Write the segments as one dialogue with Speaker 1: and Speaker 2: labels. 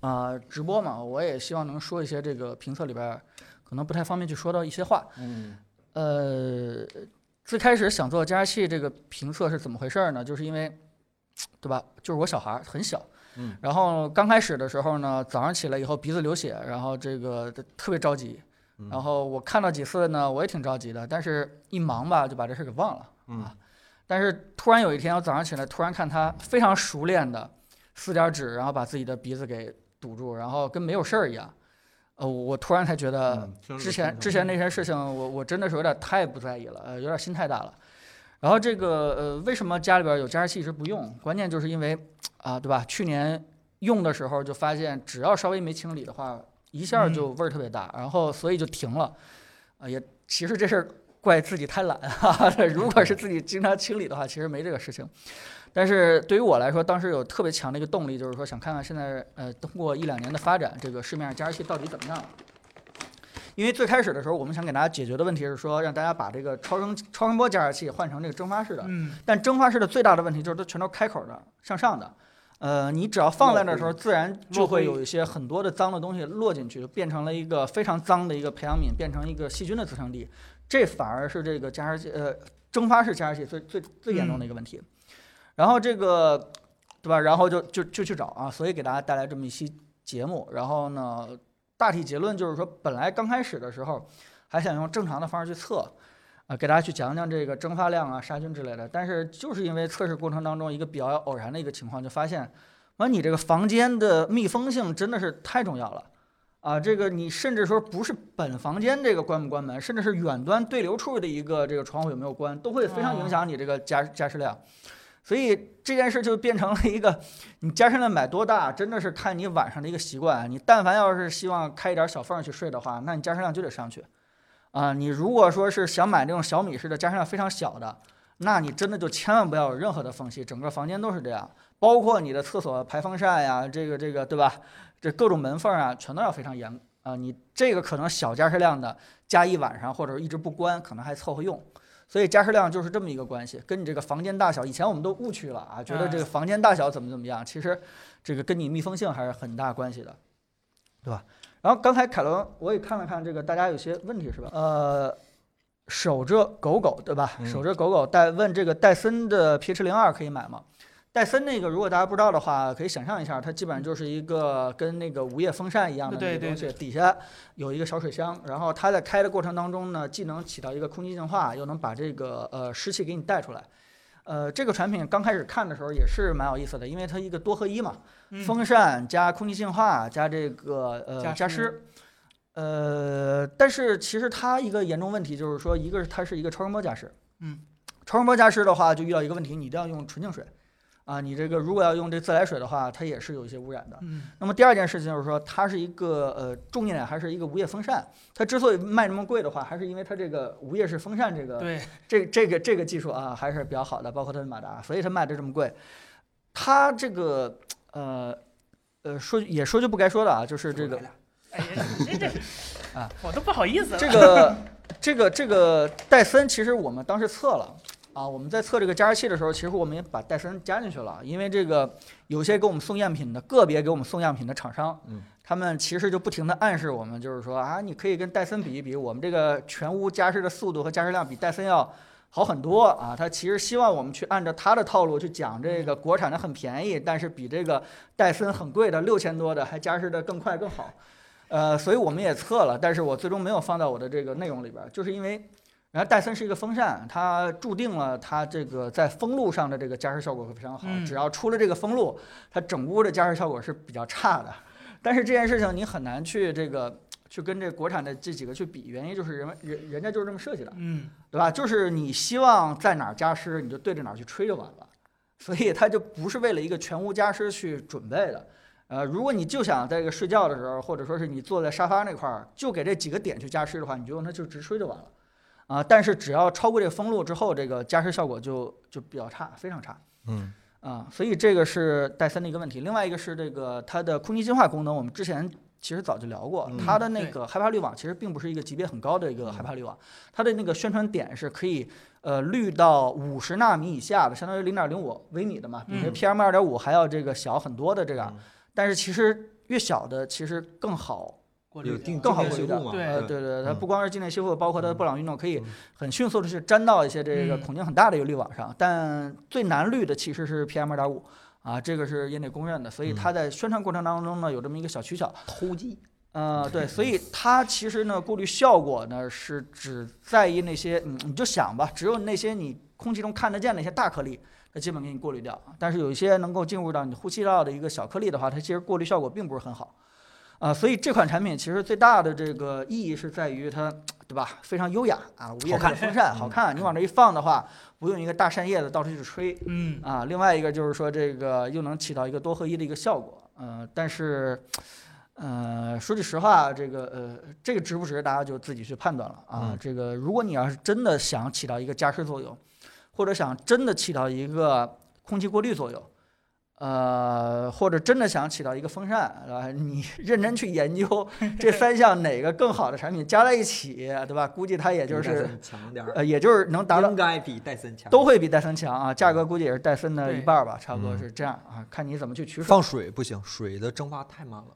Speaker 1: 啊、直播嘛，我也希望能说一些这个评测里边儿可能不太方便去说到一些话。
Speaker 2: 嗯
Speaker 1: 呃，最开始想做加湿器这个评测是怎么回事儿呢？就是因为，对吧？就是我小孩儿很小，
Speaker 2: 嗯，
Speaker 1: 然后刚开始的时候呢，早上起来以后鼻子流血，然后这个特别着急，
Speaker 2: 嗯
Speaker 1: 然后我看到几次呢，我也挺着急的，但是一忙吧就把这事儿给忘了。啊
Speaker 2: 嗯
Speaker 1: 但是突然有一天，我早上起来突然看他非常熟练的撕点儿纸，然后把自己的鼻子给堵住，然后跟没有事儿一样。呃，我突然才觉得，
Speaker 2: 嗯听着
Speaker 1: 呃之
Speaker 2: 挺
Speaker 1: 前
Speaker 2: 好
Speaker 1: 之前那些事情我，我真的是有点太不在意了，呃，有点心太大了。然后这个呃，为什么家里边有加湿器一直不用？关键就是因为啊、对吧？去年用的时候就发现，只要稍微没清理的话，一下就
Speaker 2: 嗯
Speaker 1: 味儿特别大，然后所以就停了。啊、也其实这事儿怪自己太懒哈， 如果是自己经常清理的话，其实没这个事情。但是对于我来说，当时有特别强的一个动力，就是说想看看现在呃通过一两年的发展，这个市面上加湿器到底怎么样了。因为最开始的时候，我们想给大家解决的问题是说，让大家把这个超声超声波加湿器换成这个蒸发式的。
Speaker 3: 嗯，
Speaker 1: 但蒸发式的最大的问题就是它全都开口的向上的，呃，你只要放在那儿的时候，自然就会有一些很多的脏的东西落进去，变成了一个非常脏的一个培养皿，变成一个细菌的滋生地。这反而是这个加湿器呃蒸发式加湿器最最最严重的一个问题。然后这个对吧？然后就就就去找啊，所以给大家带来这么一期节目。然后呢，大体结论就是说，本来刚开始的时候还想用正常的方式去测，啊，给大家去讲讲这个蒸发量啊、杀菌之类的。但是就是因为测试过程当中一个比较偶然的一个情况，就发现，完你这个房间的密封性真的是太重要了。啊，这个你甚至说不是本房间这个关不关门，甚至是远端对流处的一个这个窗户有没有关，都会非常影响你这个加加湿量。所以这件事就变成了一个，你加湿量买多大，真的是看你晚上的一个习惯。啊你但凡要是希望开一点小缝儿去睡的话，那你加湿量就得上去。啊，你如果说是想买那种小米式的加湿量非常小的，那你真的就千万不要有任何的缝隙，整个房间都是这样，包括你的厕所排风扇呀，这个这个对吧？这各种门缝儿啊，全都要非常严啊。你这个可能小加湿量的加一晚上，或者一直不关，可能还凑合用。所以加湿量就是这么一个关系，跟你这个房间大小，以前我们都误区了啊，觉得这个房间大小怎么怎么样，其实这个跟你密封性还是很大关系的，对吧？然后刚才凯伦，我也看了看这个，大家有些问题是吧？呃，守着狗狗对吧？
Speaker 2: 嗯
Speaker 1: 守着狗狗戴问这个戴森的 PH 零二可以买吗？戴森那个，如果大家不知道的话，可以想象一下，它基本上就是一个跟那个无叶风扇一样的那
Speaker 3: 对
Speaker 1: 个
Speaker 3: 对
Speaker 1: 东西，底下有一个小水箱，然后它在开的过程当中呢，既能起到一个空气净化，又能把这个呃湿气给你带出来。呃，这个产品刚开始看的时候也是蛮有意思的，因为它一个多合一嘛，
Speaker 3: 嗯
Speaker 1: 风扇加空气净化加这个呃
Speaker 3: 加
Speaker 1: 加
Speaker 3: 湿
Speaker 1: 湿。呃，但是其实它一个严重问题就是说，一个是它是一个超声波加湿，
Speaker 3: 嗯，
Speaker 1: 超声波加湿的话就遇到一个问题，你一定要用纯净水，啊，你这个如果要用这自来水的话，它也是有一些污染的。
Speaker 3: 嗯
Speaker 1: 那么第二件事情就是说，它是一个呃重点还是一个无叶风扇，它之所以卖这么贵的话，还是因为它这个无叶式风扇这个
Speaker 3: 对，
Speaker 1: 这这个这个技术啊还是比较好的，包括它的马达，所以它卖的这么贵。它这个呃呃说也说句不该说的啊，就是这个
Speaker 3: 哎呀，这这
Speaker 1: 啊，
Speaker 3: 我都不好意思 了。
Speaker 1: 这个这个这个戴森，其实我们当时测了啊，我们在测这个加湿器的时候，其实我们也把戴森加进去了，因为这个有些给我们送样品的，个别给我们送样品的厂商，
Speaker 2: 嗯
Speaker 1: 他们其实就不停的暗示我们，就是说啊，你可以跟戴森比一比，我们这个全屋加湿的速度和加湿量比戴森要。好很多啊，他其实希望我们去按照他的套路去讲这个国产的很便宜，但是比这个戴森很贵的六千多的还加湿的更快更好。呃，所以我们也测了，但是我最终没有放到我的这个内容里边儿，就是因为，然后戴森是一个风扇，它注定了它这个在风路上的这个加湿效果会非常好，
Speaker 3: 嗯
Speaker 1: 只要出了这个风路，它整屋的加湿效果是比较差的。但是这件事情你很难去这个去跟这国产的这几个去比，原因就是人们人人家就是这么设计的，
Speaker 3: 嗯，
Speaker 1: 对吧？就是你希望在哪儿加湿，你就对着哪儿去吹就完了。所以它就不是为了一个全屋加湿去准备的。呃，如果你就想在这个睡觉的时候，或者说是你坐在沙发那块儿，就给这几个点去加湿的话，你就用它就直吹就完了。啊、但是只要超过这个风路之后，这个加湿效果就就比较差，非常差。
Speaker 2: 嗯
Speaker 1: 啊，所以这个是戴森的一个问题。另外一个是这个它的空气净化功能，我们之前其实早就聊过，
Speaker 2: 嗯
Speaker 1: 它的那
Speaker 3: 对
Speaker 1: 个害怕滤网其实并不是一个级别很高的一个害怕滤网，它的那个宣传点是可以呃滤到五十纳米以下的，相当于零点零五微米的嘛，比那
Speaker 3: 嗯
Speaker 1: PM 二点五还要这个小很多的这个
Speaker 2: 嗯。
Speaker 1: 但是其实越小的其实更好，
Speaker 3: 过滤
Speaker 2: 有
Speaker 3: 掉
Speaker 2: 定
Speaker 1: 更好
Speaker 2: 定
Speaker 1: 过滤
Speaker 2: 位修
Speaker 1: 掉
Speaker 2: 复嘛？
Speaker 3: 对
Speaker 1: 呃，对对，它
Speaker 2: 嗯
Speaker 1: 不光是静电吸附，包括它的布朗运动，可以
Speaker 2: 嗯
Speaker 1: 很迅速的去粘到一些这个
Speaker 3: 嗯
Speaker 1: 孔径很大的一个滤网上。但最难滤的其实是 PM 二点五啊，这个是业内公认的。所以它在宣传过程当中呢，有这么一个小取巧。
Speaker 2: 嗯偷鸡，
Speaker 1: 呃，对，所以它其实呢，过滤效果呢是只在意那些，嗯，你就想吧，只有那些你空气中看得见的一些大颗粒，它基本给你过滤掉。但是有一些能够进入到你呼吸道的一个小颗粒的话，它其实过滤效果并不是很好。啊、所以这款产品其实最大的这个意义是在于它，对吧？非常优雅啊，无叶
Speaker 2: 好看嗯
Speaker 1: 的风扇好看，你往这一放的话，不用一个大扇叶子到处去吹，
Speaker 3: 嗯，
Speaker 1: 啊，另外一个就是说这个又能起到一个多合一的一个效果，呃，但是，呃，说句实话，这个呃，这个值不值，大家就自己去判断了啊。
Speaker 2: 嗯
Speaker 1: 这个如果你要是真的想起到一个加湿作用，或者想真的起到一个空气过滤作用。呃，或者真的想起到一个风扇啊，你 认真去研究这三项哪个更好的产品加在一起，对吧？估计它也就
Speaker 2: 比戴
Speaker 1: 是，
Speaker 2: 森强点儿，
Speaker 1: 呃，也就是能达到
Speaker 2: 应该比戴森强。
Speaker 1: 都会比戴森强啊，价格估计也是戴森的
Speaker 3: 对
Speaker 1: 一半儿吧，差不多
Speaker 2: 嗯
Speaker 1: 是这样啊，看你怎么去取舍。
Speaker 2: 放水不行，水的蒸发太慢了。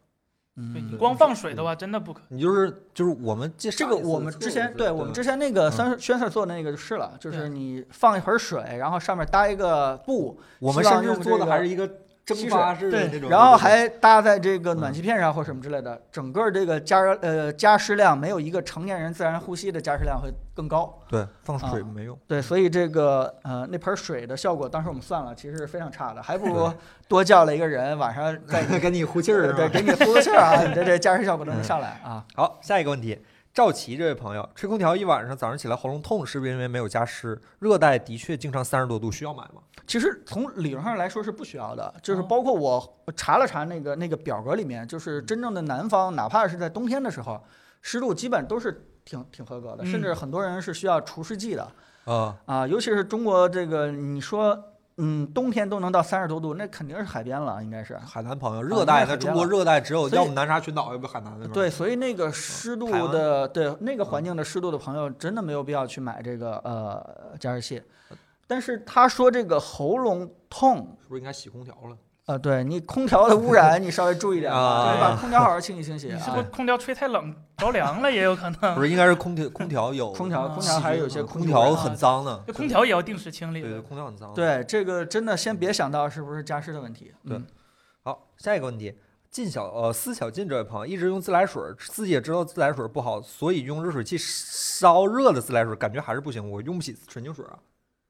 Speaker 3: 对你
Speaker 1: 嗯，
Speaker 3: 光放水的话，真的不可。
Speaker 2: 你就是就是我们这
Speaker 1: 这个我们之前对我们之前那
Speaker 2: 嗯
Speaker 1: 个三宣 r 做的那个就是了，就是
Speaker 3: 对
Speaker 1: 你放一盆水，然后上面搭一个布，
Speaker 2: 我们
Speaker 1: 希
Speaker 2: 甚
Speaker 1: 望
Speaker 2: 至
Speaker 1: 用
Speaker 2: 做
Speaker 1: 这
Speaker 2: 的
Speaker 1: 个
Speaker 2: 还是一个蒸
Speaker 1: 吸水
Speaker 2: 发式的
Speaker 3: 对
Speaker 2: 那种，
Speaker 1: 然后还搭在这个暖
Speaker 2: 嗯
Speaker 1: 气片上或什么之类的，整个这个加热呃加湿量没有一个成年人自然呼吸的加湿量会更高。
Speaker 2: 对放水
Speaker 1: 啊
Speaker 2: 没用。
Speaker 1: 对，所以这个呃那盆水的效果，当时我们算了，其实是非常差的，还不如多叫了一个人晚上再
Speaker 2: 跟你呼气 儿是啊
Speaker 1: 对
Speaker 2: 吧？
Speaker 1: 给你呼个气儿啊，你这这加湿效果都能上来啊。
Speaker 2: 好，下一个问题，赵琪这位朋友，吹空调一晚上，早上起来喉咙痛，是不是因为没有加湿？热带的确经常三十多度，需要买吗？
Speaker 1: 其实从理论上来说是不需要的，就是
Speaker 3: 哦
Speaker 1: 包括我我查了查那个那个表格里面，就是真正的南方，哪怕是在冬天的时候，湿度基本都是挺挺合格的，
Speaker 3: 嗯
Speaker 1: 甚至很多人是需要除湿剂的
Speaker 2: 啊，
Speaker 1: 啊、尤其是中国这个，你说嗯，冬天都能到三十多度，那肯定是海边了，应该是。
Speaker 2: 海南朋友，热带
Speaker 1: 应该
Speaker 2: 的
Speaker 1: 是这
Speaker 2: 中
Speaker 1: 样
Speaker 2: 国热带只有
Speaker 1: 所以
Speaker 2: 要么南沙群岛，要不海南那边。
Speaker 1: 对，所以那个湿度
Speaker 2: 台湾
Speaker 1: 的，对那个环境的湿度的朋友，真的没有必要去买这个呃加湿器。但是他说这个喉咙痛，
Speaker 2: 是不是应该洗空调了？
Speaker 1: 啊，对你空调的污染，你稍微注意点
Speaker 2: 啊
Speaker 1: 啊，对把空调好好清洗清洗
Speaker 3: 你是
Speaker 1: 啊
Speaker 3: 不是。空调吹太冷着凉了也有可能？
Speaker 2: 不是，应该是空调，空调有
Speaker 1: 空调，
Speaker 3: 啊
Speaker 1: 空调嗯还是有
Speaker 2: 啊
Speaker 1: 些
Speaker 2: 空
Speaker 1: 气污染啊
Speaker 2: 调很脏的
Speaker 3: 这，空调也要定时清理
Speaker 2: 对对，
Speaker 3: 的。
Speaker 2: 空调很脏。，
Speaker 1: 对这个真的先别想到是不是加湿的问题。
Speaker 2: 对
Speaker 1: 嗯，
Speaker 2: 好，下一个问题，靳小呃司小靳这位朋友一直用自来水儿，自己也知道自来水儿不好，所以用热水器烧热的自来水儿，感觉还是不行，我用不起纯净水儿啊。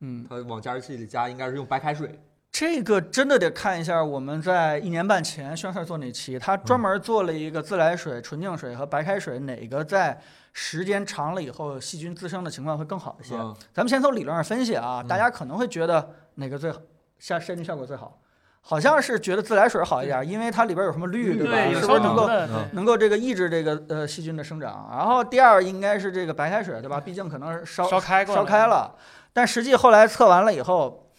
Speaker 1: 嗯，
Speaker 2: 他往加湿器里加，应该是用白开水。
Speaker 1: 这个真的得看一下我们在一年半前宣帅做那期，他
Speaker 2: 嗯
Speaker 1: 专门做了一个自来水、纯净水和白开水哪个在时间长了以后细菌滋生的情况会更好一些。
Speaker 2: 嗯
Speaker 1: 咱们先从理论上分析啊，
Speaker 2: 嗯
Speaker 1: 大家可能会觉得哪个最好，下杀菌效果最好，好像是觉得自来水好一点，因为它里边有什么氯，
Speaker 2: 绿
Speaker 1: 对
Speaker 2: 吧
Speaker 1: 吧？
Speaker 3: 嗯对，有
Speaker 1: 是
Speaker 3: 时
Speaker 1: 不
Speaker 3: 候
Speaker 1: 是能
Speaker 2: 能
Speaker 3: 冷
Speaker 1: 够
Speaker 3: 的
Speaker 2: 嗯
Speaker 1: 能够这个抑制这个呃细菌的生长。然后第二应该是这个白开水，对吧？毕竟可能是烧
Speaker 3: 对烧开过
Speaker 1: 烧开了，但实际后来测完了以后，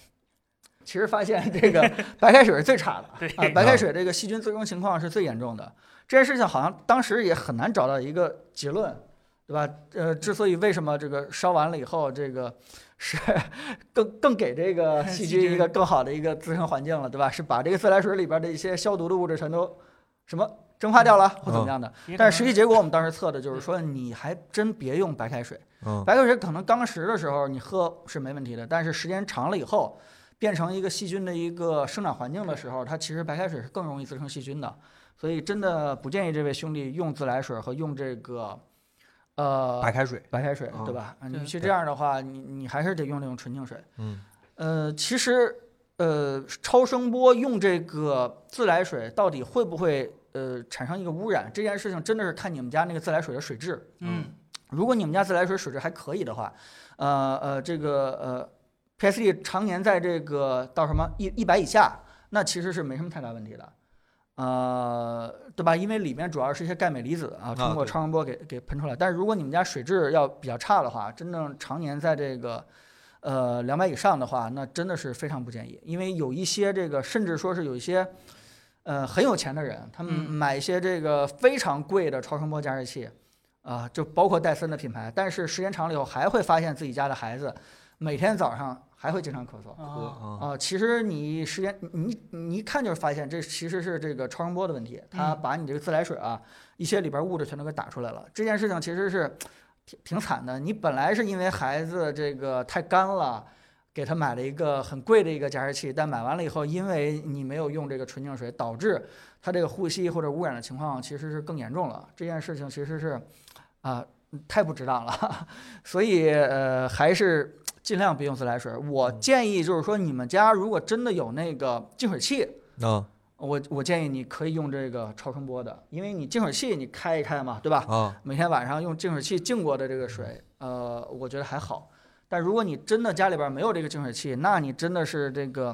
Speaker 1: 其实发现这个白开水是最差的
Speaker 3: 对
Speaker 1: 啊，白开水这个细菌滋生情况是最严重的。这件事情好像当时也很难找到一个结论，对吧？呃，之所以为什么这个烧完了以后，这个是更更给这 个细
Speaker 3: 细
Speaker 1: 菌一
Speaker 3: 菌
Speaker 1: 个更好的一个滋生环境了，对吧？是把这个自来水里边的一些消毒的物质全都什么蒸发掉了，
Speaker 3: 嗯
Speaker 1: 或怎么样的？
Speaker 3: 也可能
Speaker 1: 但是实际结果我们当时测的就是说，你还真别用白开水。
Speaker 2: 嗯，
Speaker 1: 白开水可能刚时的时候你喝是没问题的，但是时间长了以后，变成一个细菌的一个生长环境的时候，它其实白开水是更容易滋生细菌的，所以真的不建议这位兄弟用自来水和用这个，呃，
Speaker 2: 白开水。
Speaker 1: 白开水
Speaker 2: 啊，
Speaker 1: 对吧？
Speaker 3: 对
Speaker 1: 你去这样的话，你你还是得用那种纯净水。
Speaker 2: 嗯，
Speaker 1: 呃，其实呃，超声波用这个自来水到底会不会呃产生一个污染，这件事情真的是看你们家那个自来水的水质。
Speaker 3: 嗯，
Speaker 1: 如果你们家自来水水质还可以的话，呃呃，这个呃 pH 常年在这个到什么一一百以下，那其实是没什么太大问题的，呃，对吧？因为里面主要是一些钙镁离子啊，通过
Speaker 2: 对
Speaker 1: 超声波给给喷出来。但是如果你们家水质要比较差的话，真正常年在这个呃两百以上的话，那真的是非常不建议，因为有一些这个，甚至说是有一些，呃很有钱的人，他们
Speaker 3: 嗯
Speaker 1: 买一些这个非常贵的超声波加热器，啊、就包括戴森的品牌，但是时间长了以后，还会发现自己家的孩子每天早上还会经常咳嗽。
Speaker 3: 啊，
Speaker 2: 啊，
Speaker 1: 啊、其实你时间你你你一看就是发现这其实是这个超声波的问题，它
Speaker 3: 嗯
Speaker 1: 把你这个自来水啊一些里边物质全都给打出来了。这件事情其实是挺挺惨的。你本来是因为孩子这个太干了，给他买了一个很贵的一个加湿器，但买完了以后，因为你没有用这个纯净水，导致他这个呼吸或者污染的情况其实是更严重了。这件事情其实是啊、太不值当了， 所以呃还是尽量别用自来水。我
Speaker 2: 嗯
Speaker 1: 建议就是说，你们家如果真的有那个净水器，
Speaker 2: 那
Speaker 1: 我我建议你可以用这个超声波的，因为你净水器你开一开嘛，对吧？
Speaker 2: 啊，
Speaker 1: 每天晚上用净水器净过的这个水，呃，我觉得还好。但如果你真的家里边没有这个净水器，那你真的是这个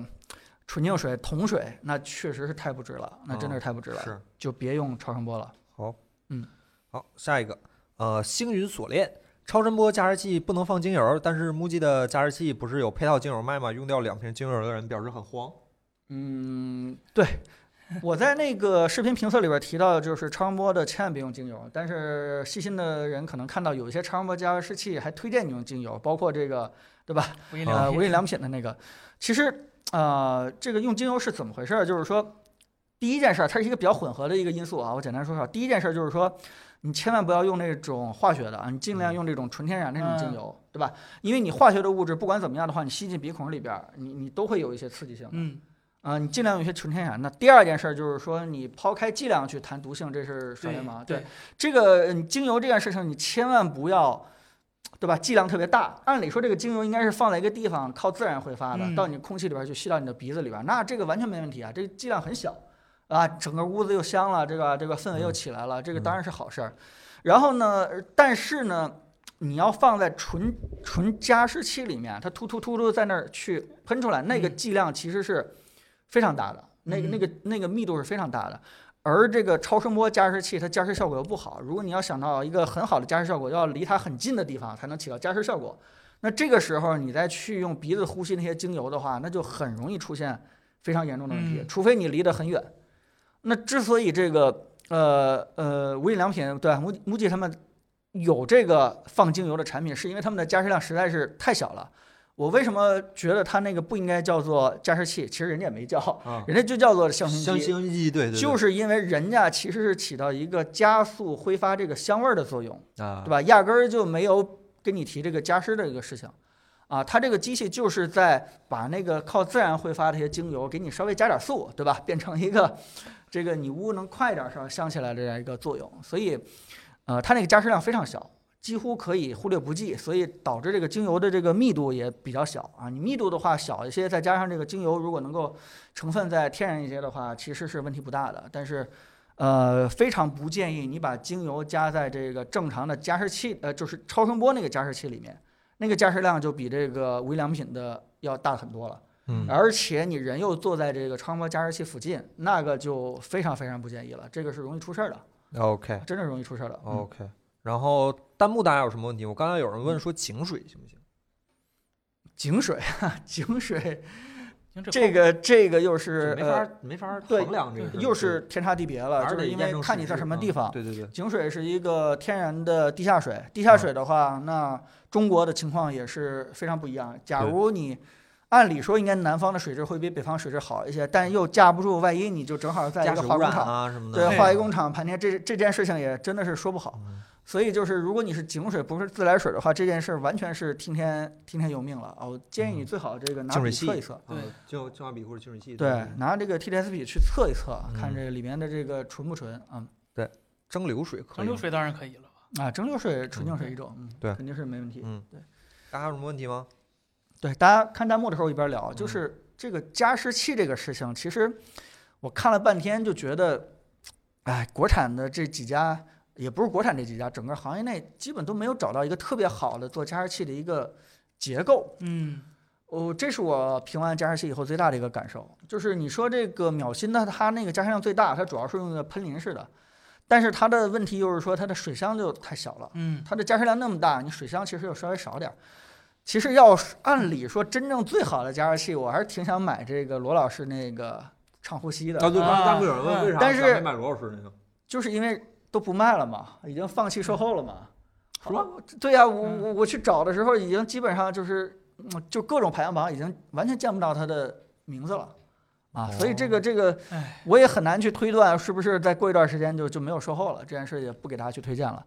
Speaker 1: 纯净水、桶水，那确实是太不值了，那真的是太不值了，
Speaker 2: 哦是
Speaker 1: 就别用超声波了。
Speaker 2: 好，
Speaker 1: 嗯，
Speaker 2: 好，下一个，呃，星云锁链。超声波加湿器不能放精油，但是木吉的加湿器不是有配套精油卖吗？用掉两瓶精油的人表示很慌。
Speaker 1: 嗯，对，我在那个视频评测里边提到，就是超声波的千万别用精油，但是细心的人可能看到有一些超声波加湿器还推荐你用精油，包括这个对吧？
Speaker 3: 无印
Speaker 1: 呃，
Speaker 3: 良
Speaker 1: 无
Speaker 3: 品
Speaker 1: 印良品的那个，其实呃，这个用精油是怎么回事儿？就是说，第一件事儿，它是一个比较混合的一个因素啊。我简单说说，第一件事儿就是说，你千万不要用那种化学的啊，你尽量用这种纯天然的那种精
Speaker 3: 嗯
Speaker 1: 油，对吧？因为你化学的物质不管怎么样的话，你吸进鼻孔里边儿，你你都会有一些刺激性的。
Speaker 3: 嗯，
Speaker 1: 啊、你尽量用一些纯天然的。第二件事儿就是说，你抛开剂量去谈毒性，这是耍
Speaker 3: 对
Speaker 1: 流氓。
Speaker 3: 对，
Speaker 1: 这个嗯精油这件事情，你千万不要，对吧？剂量特别大。按理说，这个精油应该是放在一个地方，靠自然挥发的，
Speaker 3: 嗯
Speaker 1: 到你空气里边儿去，吸到你的鼻子里边儿，那这个完全没问题啊。这个剂量很小，啊，整个屋子又香了，这个这个氛围又起来了，这个当然是好事儿。然后呢，呃但是呢。你要放在纯纯加湿器里面，它突突突突在那儿去喷出来，那个
Speaker 3: 嗯
Speaker 1: 剂量其实是非常大的，那个那
Speaker 3: 嗯
Speaker 1: 个那个密度是非常大的。而这个超声波加湿器，它加湿效果又不好。如果你要想到一个很好的加湿效果，要离它很近的地方才能起到加湿效果。那这个时候你再去用鼻子呼吸那些精油的话，那就很容易出现非常严重的问题，
Speaker 3: 嗯
Speaker 1: 除非你离得很远。那之所以这个呃呃无印良品对木木吉他们有这个放精油的产品，是因为他们的加湿量实在是太小了。我为什么觉得它那个不应该叫做加湿器？其实人家也没叫，
Speaker 2: 啊，
Speaker 1: 人家就叫做香薰机。
Speaker 2: 香薰机，对对对，
Speaker 1: 就是因为人家其实是起到一个加速挥发这个香味儿的作用，
Speaker 2: 啊
Speaker 1: 对，吧？压根儿就没有跟你提这个加湿的一个事情，啊，它这个机器就是在把那个靠自然挥发的一些精油给你稍微加点速，对吧？变成一个这个你屋能快点儿上香起来的这样一个作用，所以，呃，它那个加湿量非常小。几乎可以忽略不计，所以导致这个精油的这个密度也比较小啊。你密度的话小一些，再加上这个精油如果能够成分再天然一些的话，其实是问题不大的。但是，呃，非常不建议你把精油加在这个正常的加湿器，呃，就是超声波那个加湿器里面，那个加湿量就比这个无印良品的要大很多了。
Speaker 2: 嗯
Speaker 1: 而且你人又坐在这个超声波加湿器附近，那个就非常非常不建议了，这个是容易出事儿的，
Speaker 2: ，OK
Speaker 1: 真的容易出事儿的。嗯
Speaker 2: OK。然后弹幕大家有什么问题？我刚才有人问说井水行不行？
Speaker 1: 井水，啊井水，
Speaker 3: 行这
Speaker 1: 这个这个又
Speaker 2: 就是没
Speaker 1: 呃，
Speaker 2: 法没法
Speaker 1: 对
Speaker 2: 衡量这个事儿，
Speaker 1: 又是天差地别了，就
Speaker 2: 还
Speaker 1: 是
Speaker 2: 得
Speaker 1: 因
Speaker 2: 验
Speaker 1: 为
Speaker 2: 证
Speaker 1: 看
Speaker 2: 事
Speaker 1: 你在
Speaker 2: 实
Speaker 1: 什么
Speaker 2: 嗯
Speaker 1: 地方。
Speaker 2: 对对对，
Speaker 1: 井水是一个天然的地下
Speaker 2: 啊
Speaker 1: 水，地下水的话，那中国的情况也是非常不一样。假
Speaker 2: 对
Speaker 1: 如你按理说应该南方的水质会比北方水质好一些，但又架不住万一你就正好在一
Speaker 2: 加
Speaker 1: 个
Speaker 2: 水
Speaker 1: 化
Speaker 2: 污
Speaker 1: 工
Speaker 2: 染
Speaker 1: 厂，
Speaker 2: 啊什么的，
Speaker 1: 对化学工厂盘天，这这件事情也真的是说不好。
Speaker 2: 嗯
Speaker 1: 所以就是，如果你是井水不是自来水的话，这件事儿完全是听天听天由命了啊！我建议你
Speaker 2: 嗯
Speaker 1: 最好这个拿
Speaker 2: 净
Speaker 1: 笔
Speaker 2: 水
Speaker 1: 测
Speaker 2: 器
Speaker 1: 一测。
Speaker 2: 对
Speaker 3: 对，
Speaker 2: 嗯就就像比或者净水器，
Speaker 1: 对，拿这个 TDS 笔去测一测啊，看
Speaker 2: 嗯
Speaker 1: 这里面的这个纯不纯啊、
Speaker 2: 蒸馏水可
Speaker 3: 蒸
Speaker 2: 以
Speaker 3: 馏
Speaker 2: 吗。
Speaker 3: 水当然可以了吧？
Speaker 1: 啊，蒸馏水纯净
Speaker 3: 嗯
Speaker 1: 水一种，嗯，
Speaker 2: 对
Speaker 1: 肯定是没问题。
Speaker 2: 嗯，
Speaker 1: 对。
Speaker 2: 大家有什么问题吗？
Speaker 1: 对，大家看弹幕的时候一边聊，就
Speaker 2: 嗯
Speaker 1: 是这个加湿器这个事情，其实我看了半天就觉得，哎，国产的这几家也不是国产这几家，整个行业内基本都没有找到一个特别好的做加湿器的一个结构。
Speaker 3: 嗯，
Speaker 1: 哦，这是我评完加湿器以后最大的一个感受，就是你说这个秒芯呢，它那个加湿量最大，它主要是用的喷淋式的，但是它的问题就是说它的水箱就太小了。
Speaker 3: 嗯，
Speaker 1: 它的加湿量那么大，你水箱其实又稍微少点儿。其实要是按理说真正最好的加热器，我还是挺想买这个罗老师那个唱呼吸的，
Speaker 2: 啊，对，刚才弹幕有人
Speaker 3: 啊
Speaker 2: 问为啥
Speaker 1: 但
Speaker 2: 咱没
Speaker 1: 是
Speaker 2: 买罗老师那个，
Speaker 1: 就是因为都不卖了嘛，已经放弃售后了嘛。
Speaker 2: 是吗
Speaker 1: 好？对呀、我
Speaker 3: 嗯
Speaker 1: 我我去找的时候，已经基本上就是，嗯就各种排行榜已经完全见不到它的名字了。啊，所以这个这个
Speaker 3: 哦唉，
Speaker 1: 我也很难去推断是不是再过一段时间就就没有售后了，这件事也不给大家去推荐了。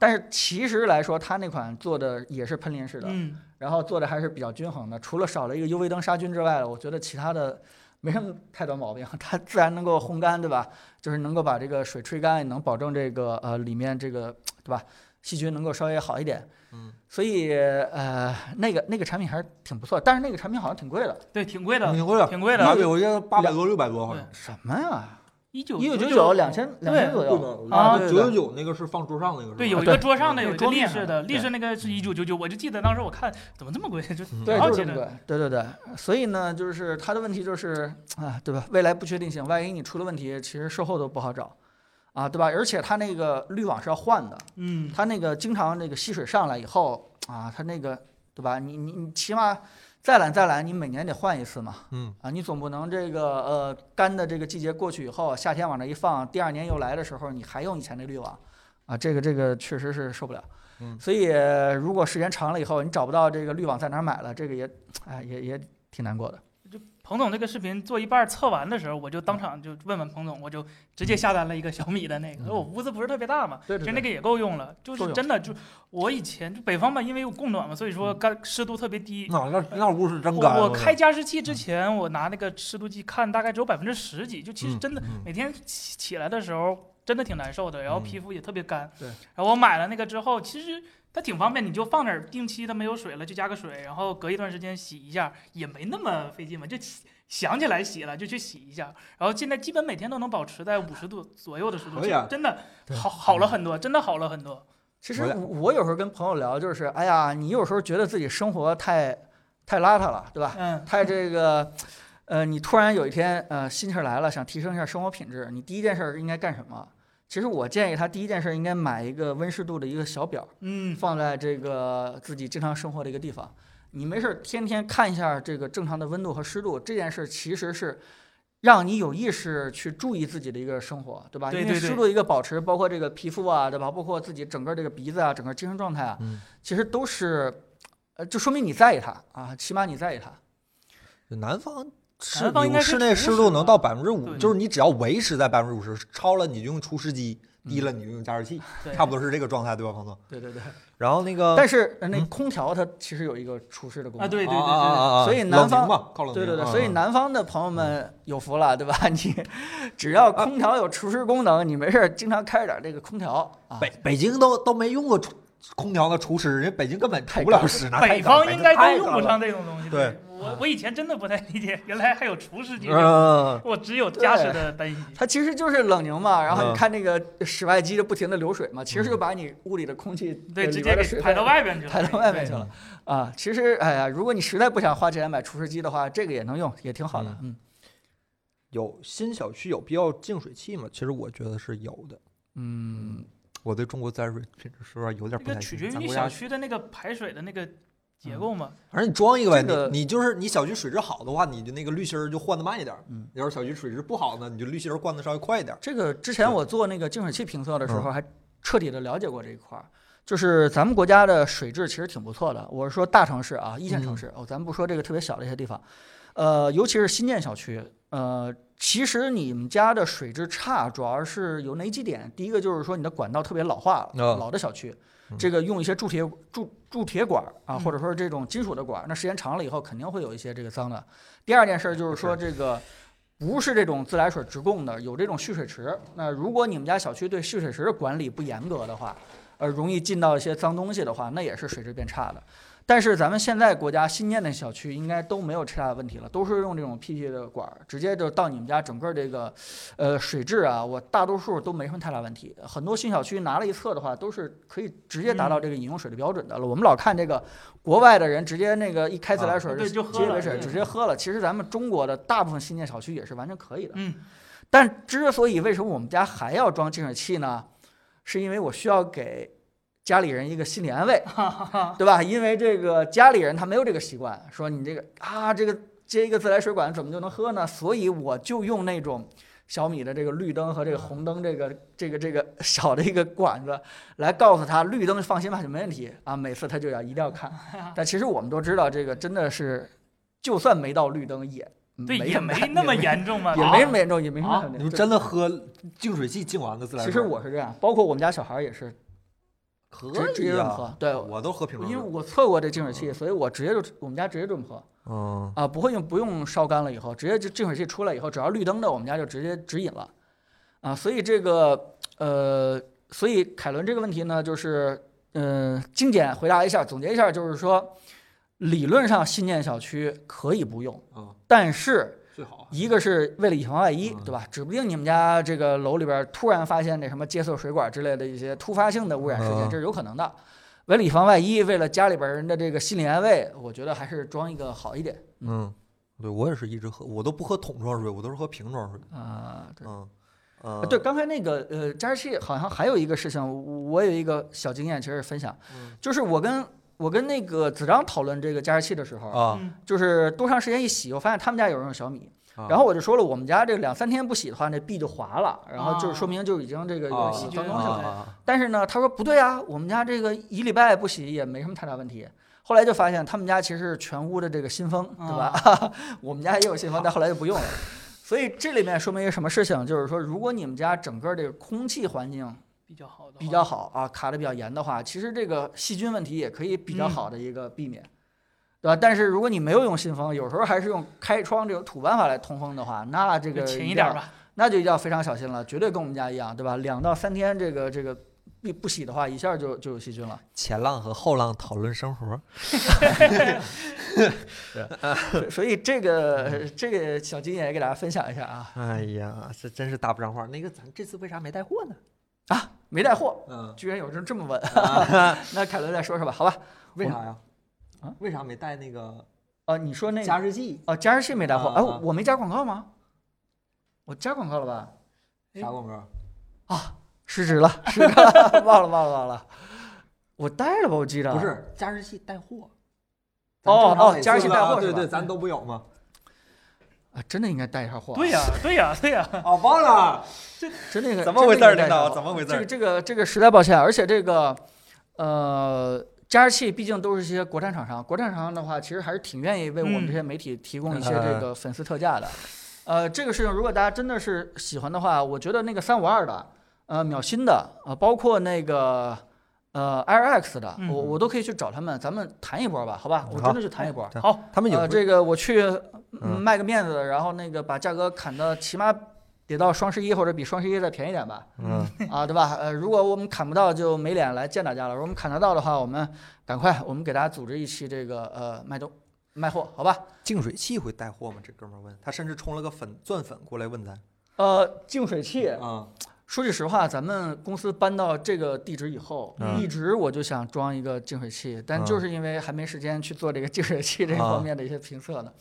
Speaker 1: 但是其实来说，它那款做的也是喷淋式的，
Speaker 3: 嗯，
Speaker 1: 然后做的还是比较均衡的，除了少了一个 UV 灯杀菌之外，我觉得其他的没什么太多毛病，它自然能够烘干，对吧？ 就是能够把这个水吹干，也能保证这个呃里面这个对吧细菌能够稍微好一点。
Speaker 2: 嗯，
Speaker 1: 所以呃那个那个产品还是挺不错，但是那个产品好像挺贵的，
Speaker 3: 对，挺贵的，
Speaker 1: 嗯
Speaker 2: 挺贵的，
Speaker 3: 挺贵
Speaker 2: 八百，
Speaker 3: 的，
Speaker 2: 我记得八百多六百多好像。
Speaker 1: 什么呀？
Speaker 3: 一九
Speaker 1: 一九九
Speaker 3: 九
Speaker 1: 九两千两千左
Speaker 2: 对
Speaker 1: 右。
Speaker 2: 吗？
Speaker 3: 啊
Speaker 2: 九九九那个是放桌上那个是吧？
Speaker 3: 对，有一
Speaker 1: 对
Speaker 3: 个桌上的，有一个
Speaker 1: 桌
Speaker 3: 立
Speaker 1: 面
Speaker 3: 式
Speaker 1: 上的
Speaker 3: 的，立式那个是一九九九，我就记得当时我看怎么这么贵， 就
Speaker 2: 嗯
Speaker 1: 对，
Speaker 3: 然后
Speaker 1: 就是
Speaker 3: 接
Speaker 1: 这么
Speaker 3: 着
Speaker 1: 贵，对对对，所以呢，就是它的问题就是啊，对吧？未来不确定性，万一你出了问题，其实售后都不好找，啊，对吧？而且它那个滤网是要换的，
Speaker 3: 嗯，
Speaker 1: 它那个经常那个吸水上来以后啊，它那个对吧？你你你起码再懒再懒，你每年得换一次嘛。
Speaker 2: 嗯
Speaker 1: 啊，你总不能这个呃干的这个季节过去以后，夏天往那一放，第二年又来的时候，你还用以前那滤网啊，这个这个确实是受不了。
Speaker 2: 嗯
Speaker 1: 所以如果时间长了以后，你找不到这个滤网在哪儿买了，这个也哎也也挺难过的。
Speaker 3: 彭总这个视频做一半儿测完的时候，我就当场就问问彭总，我就直接下单了一个小米的那个，
Speaker 2: 嗯
Speaker 3: 我屋子不是特别大嘛，
Speaker 1: 对
Speaker 3: 其实那个也够用了，就
Speaker 1: 够
Speaker 3: 是
Speaker 1: 用
Speaker 3: 真的就我以前就北方吧，因为有供暖嘛，所以说
Speaker 1: 嗯
Speaker 3: 干湿度特别低，
Speaker 2: 那那那屋是真干。
Speaker 3: 呃我我开加湿
Speaker 1: 嗯
Speaker 3: 器之前，我拿那个湿度计看，大概只有百分之十几，就其实
Speaker 2: 嗯
Speaker 3: 真的、
Speaker 2: 嗯
Speaker 3: 每天起起来的时候真的挺难受的，然后
Speaker 2: 嗯
Speaker 3: 皮肤也特别干。
Speaker 1: 对
Speaker 3: 然后我买了那个之后，其实它挺方便，你就放那儿，定期它没有水了就加个水，然后隔一段时间洗一下，也没那么费劲嘛，就洗想起来洗了就去洗一下。然后现在基本每天都能保持在五十度左右的湿 度，
Speaker 2: 可以啊
Speaker 3: 就真的
Speaker 2: 对
Speaker 3: 好好了很多，真的好了很多。
Speaker 1: 其实
Speaker 2: 我也
Speaker 1: 我我有时候跟朋友聊，就是哎呀，你有时候觉得自己生活太太邋遢了，对吧？
Speaker 3: 嗯，
Speaker 1: 太这个，呃，你突然有一天，呃，心气儿来了，想提升一下生活品质，你第一件事儿应该干什么？其实我建议他第一件事儿应该买一个温湿度的一个小表，
Speaker 3: 嗯，
Speaker 1: 放在这个自己经常生活的一个地方。你没事儿天天看一下这个正常的温度和湿度，这件事儿其实是让你有意识去注意自己的一个生活，对吧？
Speaker 3: 对
Speaker 1: 因为
Speaker 3: 对对
Speaker 1: 湿度的一个保持，包括这个皮肤啊，对吧？包括自己整个这个鼻子啊，整个精神状态啊，
Speaker 2: 嗯，
Speaker 1: 其实都是，呃，就说明你在意它啊，起码你在意它。
Speaker 2: 南方是
Speaker 3: 嗯南方应该
Speaker 2: 有
Speaker 3: 是
Speaker 2: 室内
Speaker 3: 除
Speaker 2: 湿
Speaker 3: 湿
Speaker 2: 度
Speaker 3: 吧
Speaker 2: 能到百分之五，
Speaker 3: 对
Speaker 2: 就是你只要维持在百分之五十，超了你就用除湿机，
Speaker 1: 嗯
Speaker 2: 低了你就用加湿器，
Speaker 3: 对
Speaker 2: 差不多是这个状态，对吧，彭总？
Speaker 1: 对对对。
Speaker 2: 然后那个
Speaker 1: 但是呃那
Speaker 2: 嗯
Speaker 1: 空调它其实有一个除湿的功
Speaker 3: 啊，
Speaker 1: 能。
Speaker 3: 对对对对
Speaker 2: 啊啊啊啊啊
Speaker 1: 所以
Speaker 2: 冷
Speaker 1: 南方嗯
Speaker 2: 凝嘛，靠冷
Speaker 1: 对
Speaker 2: 凝
Speaker 1: 对对，
Speaker 2: 啊
Speaker 1: 所以
Speaker 2: 啊
Speaker 1: 南方的朋友们有福了，对吧？ 你只要空调有除湿功能，你没事儿经常开着点这个空调啊。
Speaker 2: 北北京都都没用过除空调的除湿，人家北京根本除
Speaker 1: 太
Speaker 2: 不
Speaker 1: 高
Speaker 2: 了湿，那太
Speaker 3: 北
Speaker 2: 高了
Speaker 3: 方应该
Speaker 2: 太
Speaker 3: 都用
Speaker 2: 高
Speaker 3: 不
Speaker 2: 了
Speaker 3: 上这种东西。
Speaker 2: 对，
Speaker 3: 我我以前真的不太理解，原来还有厨师机这种，
Speaker 2: 嗯，
Speaker 3: 我只有家时的担心。
Speaker 1: 它其实就是冷凝嘛，然后
Speaker 2: 嗯
Speaker 1: 你看那个室外机就不停的流水嘛，其实就把你屋里的空气
Speaker 3: 对，
Speaker 1: 里
Speaker 3: 直接
Speaker 1: 边的
Speaker 3: 给
Speaker 1: 水
Speaker 3: 排到
Speaker 1: 分
Speaker 3: 外边去了，
Speaker 1: 排到外面去
Speaker 2: 对
Speaker 1: 了啊。其实哎呀，如果你实在不想花钱买除湿机的话，这个也能用，也挺好的。嗯
Speaker 2: 有新小区有必要净水器吗？其实我觉得是有的。
Speaker 1: 嗯，
Speaker 2: 我对中国自然水品质说实话有点
Speaker 3: 对。
Speaker 2: 不太
Speaker 3: 这个
Speaker 2: 信
Speaker 3: 取决于
Speaker 2: 咱
Speaker 3: 你
Speaker 2: 国
Speaker 3: 小
Speaker 2: 家
Speaker 3: 区的那个排水的那个结构嘛。
Speaker 2: 反正你装一个呗，
Speaker 1: 这个
Speaker 2: 你你就是你小区水质好的话，你的那个滤芯儿就换的慢一点儿。
Speaker 1: 嗯
Speaker 2: 要是小区水质不好呢，你就滤芯儿换的稍微快一点儿。
Speaker 1: 这个之前我做那个净水器评测的时候，还彻底的了解过这一块儿。就是咱们国家的水质其实挺不错的，我是说大城市啊，一线城市哦，咱们不说这个特别小的一些地方，呃，尤其是新建小区，呃，其实你们家的水质差，主要是有哪几点？第一个就是说你的管道特别老化了，
Speaker 2: 啊
Speaker 1: 老的小区
Speaker 2: 嗯，
Speaker 1: 这个用一些铸铁铸铸铁管儿啊，
Speaker 3: 嗯
Speaker 1: 或者说这种金属的管儿，那时间长了以后肯定会有一些这个脏的。第二件事儿就是说这个。不是这种自来水直供的，有这种蓄水池。那如果你们家小区对蓄水池的管理不严格的话，呃，容易进到一些脏东西的话，那也是水质变差的。但是咱们现在国家新建的小区应该都没有太大的问题了，都是用这种 PP 的管儿，直接就到你们家整个这个，呃，水质啊，我大多数都没什么太大问题。很多新小区拿了一测的话，都是可以直接达到这个饮用水的标准的了。我们老看这个国外的人直接那个一开自来水
Speaker 3: 啊对就喝
Speaker 1: 直接
Speaker 3: 了
Speaker 1: 为水
Speaker 3: 对
Speaker 1: 直接喝了，其实咱们中国的大部分新建小区也是完全可以的。
Speaker 3: 嗯，
Speaker 1: 但之所以为什么我们家还要装净水器呢？是因为我需要给家里人一个心理安 慰，对吧？因为这个家里人他没有这个习惯，说你这个啊，这个接一个自来水管怎么就能喝呢？所以我就用那种小米的这个绿灯和这个红灯这个这个这个小的一个管子来告诉他，绿灯放心吧，就没问题啊。每次他就要一定要 看，但其实我们都知道，这个真的是就算没到绿灯也
Speaker 3: 对，
Speaker 1: 没
Speaker 3: 也
Speaker 1: 什么
Speaker 3: 没
Speaker 1: 大
Speaker 3: 那么，严重嘛，
Speaker 1: 也
Speaker 3: 啊
Speaker 1: 没什么严重，也没什么
Speaker 3: 啊
Speaker 1: 很严
Speaker 2: 你
Speaker 1: 重
Speaker 2: 们真的喝净水器净完的自来
Speaker 1: 嗯其
Speaker 2: 水？
Speaker 1: 实我是这样，包括我们家小孩儿也是
Speaker 2: 可
Speaker 1: 直直接
Speaker 2: 以
Speaker 1: 这么
Speaker 2: 啊，嗯
Speaker 1: 喝。对，
Speaker 2: 我都喝瓶装
Speaker 1: 因为
Speaker 2: 水。
Speaker 1: 我测过这净水器，所以我直接就我们家直接这么喝
Speaker 2: 嗯，
Speaker 1: 啊，不会用不用烧干了以后，直接就净水器出来以后，只要绿灯的，我们家就直接直饮了啊。所以这个呃，所以凯伦这个问题呢，就是呃，精简回答一下，总结一下，就是说，理论上新建小区可以不用
Speaker 2: 嗯，
Speaker 1: 但是。
Speaker 2: 最好
Speaker 1: 一个是为了以防万一，
Speaker 2: 嗯
Speaker 1: 对吧？指不定你们家这个楼里边突然发现那什么接色水管之类的一些突发性的污染事件，
Speaker 2: 嗯
Speaker 1: 这是有可能的。为了以防万一，为了家里边人的这个心理安慰，我觉得还是装一个好一点
Speaker 2: 嗯，对我也是一直喝，我都不喝桶装水，我都是喝瓶装水。
Speaker 1: 啊。对，
Speaker 2: 嗯，
Speaker 1: 啊
Speaker 2: 呃，
Speaker 1: 对，，刚才那个呃，加湿器好像还有一个事情，我我有一个小经验，其实分享
Speaker 2: 嗯，
Speaker 1: 就是我跟我跟那个子章讨论这个加湿器的时候，
Speaker 2: 啊，
Speaker 3: 嗯
Speaker 1: 就是多长时间一洗，我发现他们家有人用小米，
Speaker 2: 啊
Speaker 1: 嗯然后我就说了，我们家这两三天不洗的话，那壁就滑了，然后
Speaker 2: 哦
Speaker 1: 就是
Speaker 3: 啊
Speaker 1: 说明就已经这个
Speaker 2: 啊
Speaker 1: 有
Speaker 2: 细
Speaker 1: 脏
Speaker 3: 菌
Speaker 1: 东
Speaker 2: 啊
Speaker 1: 西
Speaker 3: 了
Speaker 1: 了。
Speaker 2: 啊啊
Speaker 1: 但是呢，他说不对啊，我们家这个一礼拜不洗也没什么太大问题。后来就发现他们家其实是全屋的这个新风，
Speaker 3: 啊
Speaker 1: 对吧？ 我们家也有新风，但后来就不用了。所以这里面说明一个什么事情，就是说，如果你们家整个这个空气环境
Speaker 3: 比较好的话，
Speaker 1: 比较好啊，卡的比较严的话，其实这个细菌问题也可以比
Speaker 3: 嗯
Speaker 1: 较好的一个避免，对吧？但是如果你没有用新风，有时候还是用开窗这种土办法来通风的话，那这
Speaker 3: 就
Speaker 1: 个
Speaker 3: 勤
Speaker 1: 一
Speaker 3: 一
Speaker 1: 定
Speaker 3: 点
Speaker 1: 要
Speaker 3: 儿吧。
Speaker 1: 那就要非常小心了，绝对跟我们家一样，对吧？两到三天这个这个不不洗的话，一下就就有细菌 了。
Speaker 2: 前浪和后浪讨论生活，
Speaker 1: 所所以这个
Speaker 2: 嗯
Speaker 1: 这个小经验也给大家分享一下啊
Speaker 2: 哎呀，这真是搭不上话。那个，咱这次为啥没带货呢？
Speaker 1: 啊，没带货，
Speaker 2: 嗯，
Speaker 1: 居然有人这么问，
Speaker 2: 啊
Speaker 1: 那凯伦再说说吧，好吧？
Speaker 2: 为啥呀？
Speaker 1: 啊，
Speaker 2: 为啥没带那个
Speaker 1: 啊，你说那
Speaker 2: 加
Speaker 1: 个
Speaker 2: 湿器？
Speaker 1: 哦，加湿器没带货，
Speaker 2: 啊
Speaker 1: 哎，
Speaker 2: 啊
Speaker 1: 我没加广告吗？我加广告了吧？
Speaker 3: 哎
Speaker 2: 啥广告？
Speaker 1: 失职了， 失职了，忘了忘了忘了，我带了吧？我记得
Speaker 2: 不是加湿器带货。咱
Speaker 1: 啊哦
Speaker 2: 正常
Speaker 1: 哦
Speaker 2: 每次
Speaker 1: 加湿器
Speaker 2: 吧
Speaker 1: 带货
Speaker 2: 对
Speaker 1: 是吧
Speaker 2: 对，咱都不 有吗？
Speaker 1: 啊，真的应该带一下货啊，
Speaker 3: 对呀，对呀，对呀，
Speaker 2: 啊，忘了。
Speaker 1: 真那个
Speaker 2: 怎么回事
Speaker 1: 真那
Speaker 2: 儿
Speaker 1: 个
Speaker 2: 领导
Speaker 1: 带货
Speaker 2: 怎么回事
Speaker 1: 这个
Speaker 2: 儿
Speaker 1: 这个这个实在抱歉，而且这个呃，加湿器毕竟都是一些国产厂商，国产厂商的话，其实还是挺愿意为我们
Speaker 3: 嗯
Speaker 1: 这些媒体提供一些这个粉丝特价的。呃，这个事情如果大家真的是喜欢的话，我觉得那个三五二的，呃，秒新的，呃，包括那个。呃，Air X 的，
Speaker 3: 嗯
Speaker 1: 我我都可以去找他们，咱们谈一波吧，好吧？我
Speaker 2: 好
Speaker 1: 真的去谈一波。
Speaker 3: 好，
Speaker 2: 他们有
Speaker 1: 呃，这个我去
Speaker 2: 嗯
Speaker 1: 嗯卖个面子，然后那个把价格砍到起码得到双十一或者比双十一再便宜点吧，
Speaker 2: 嗯，
Speaker 1: 啊，对吧？呃，如果我们砍不到，就没脸来见大家了。如果我们砍得到的话，我们赶快，我们给大家组织一期这个呃卖东卖货，好吧？
Speaker 2: 净水器会带货吗？这哥们儿问他，甚至冲了个粉钻粉过来问咱。
Speaker 1: 呃，净水器，
Speaker 2: 啊，
Speaker 1: 说句实话，咱们公司搬到这个地址以后，
Speaker 2: 嗯
Speaker 1: 一直我就想装一个净水器，但
Speaker 2: 嗯
Speaker 1: 就是因为还没时间去做这个净水器这
Speaker 2: 啊
Speaker 1: 方面的一些评测呢。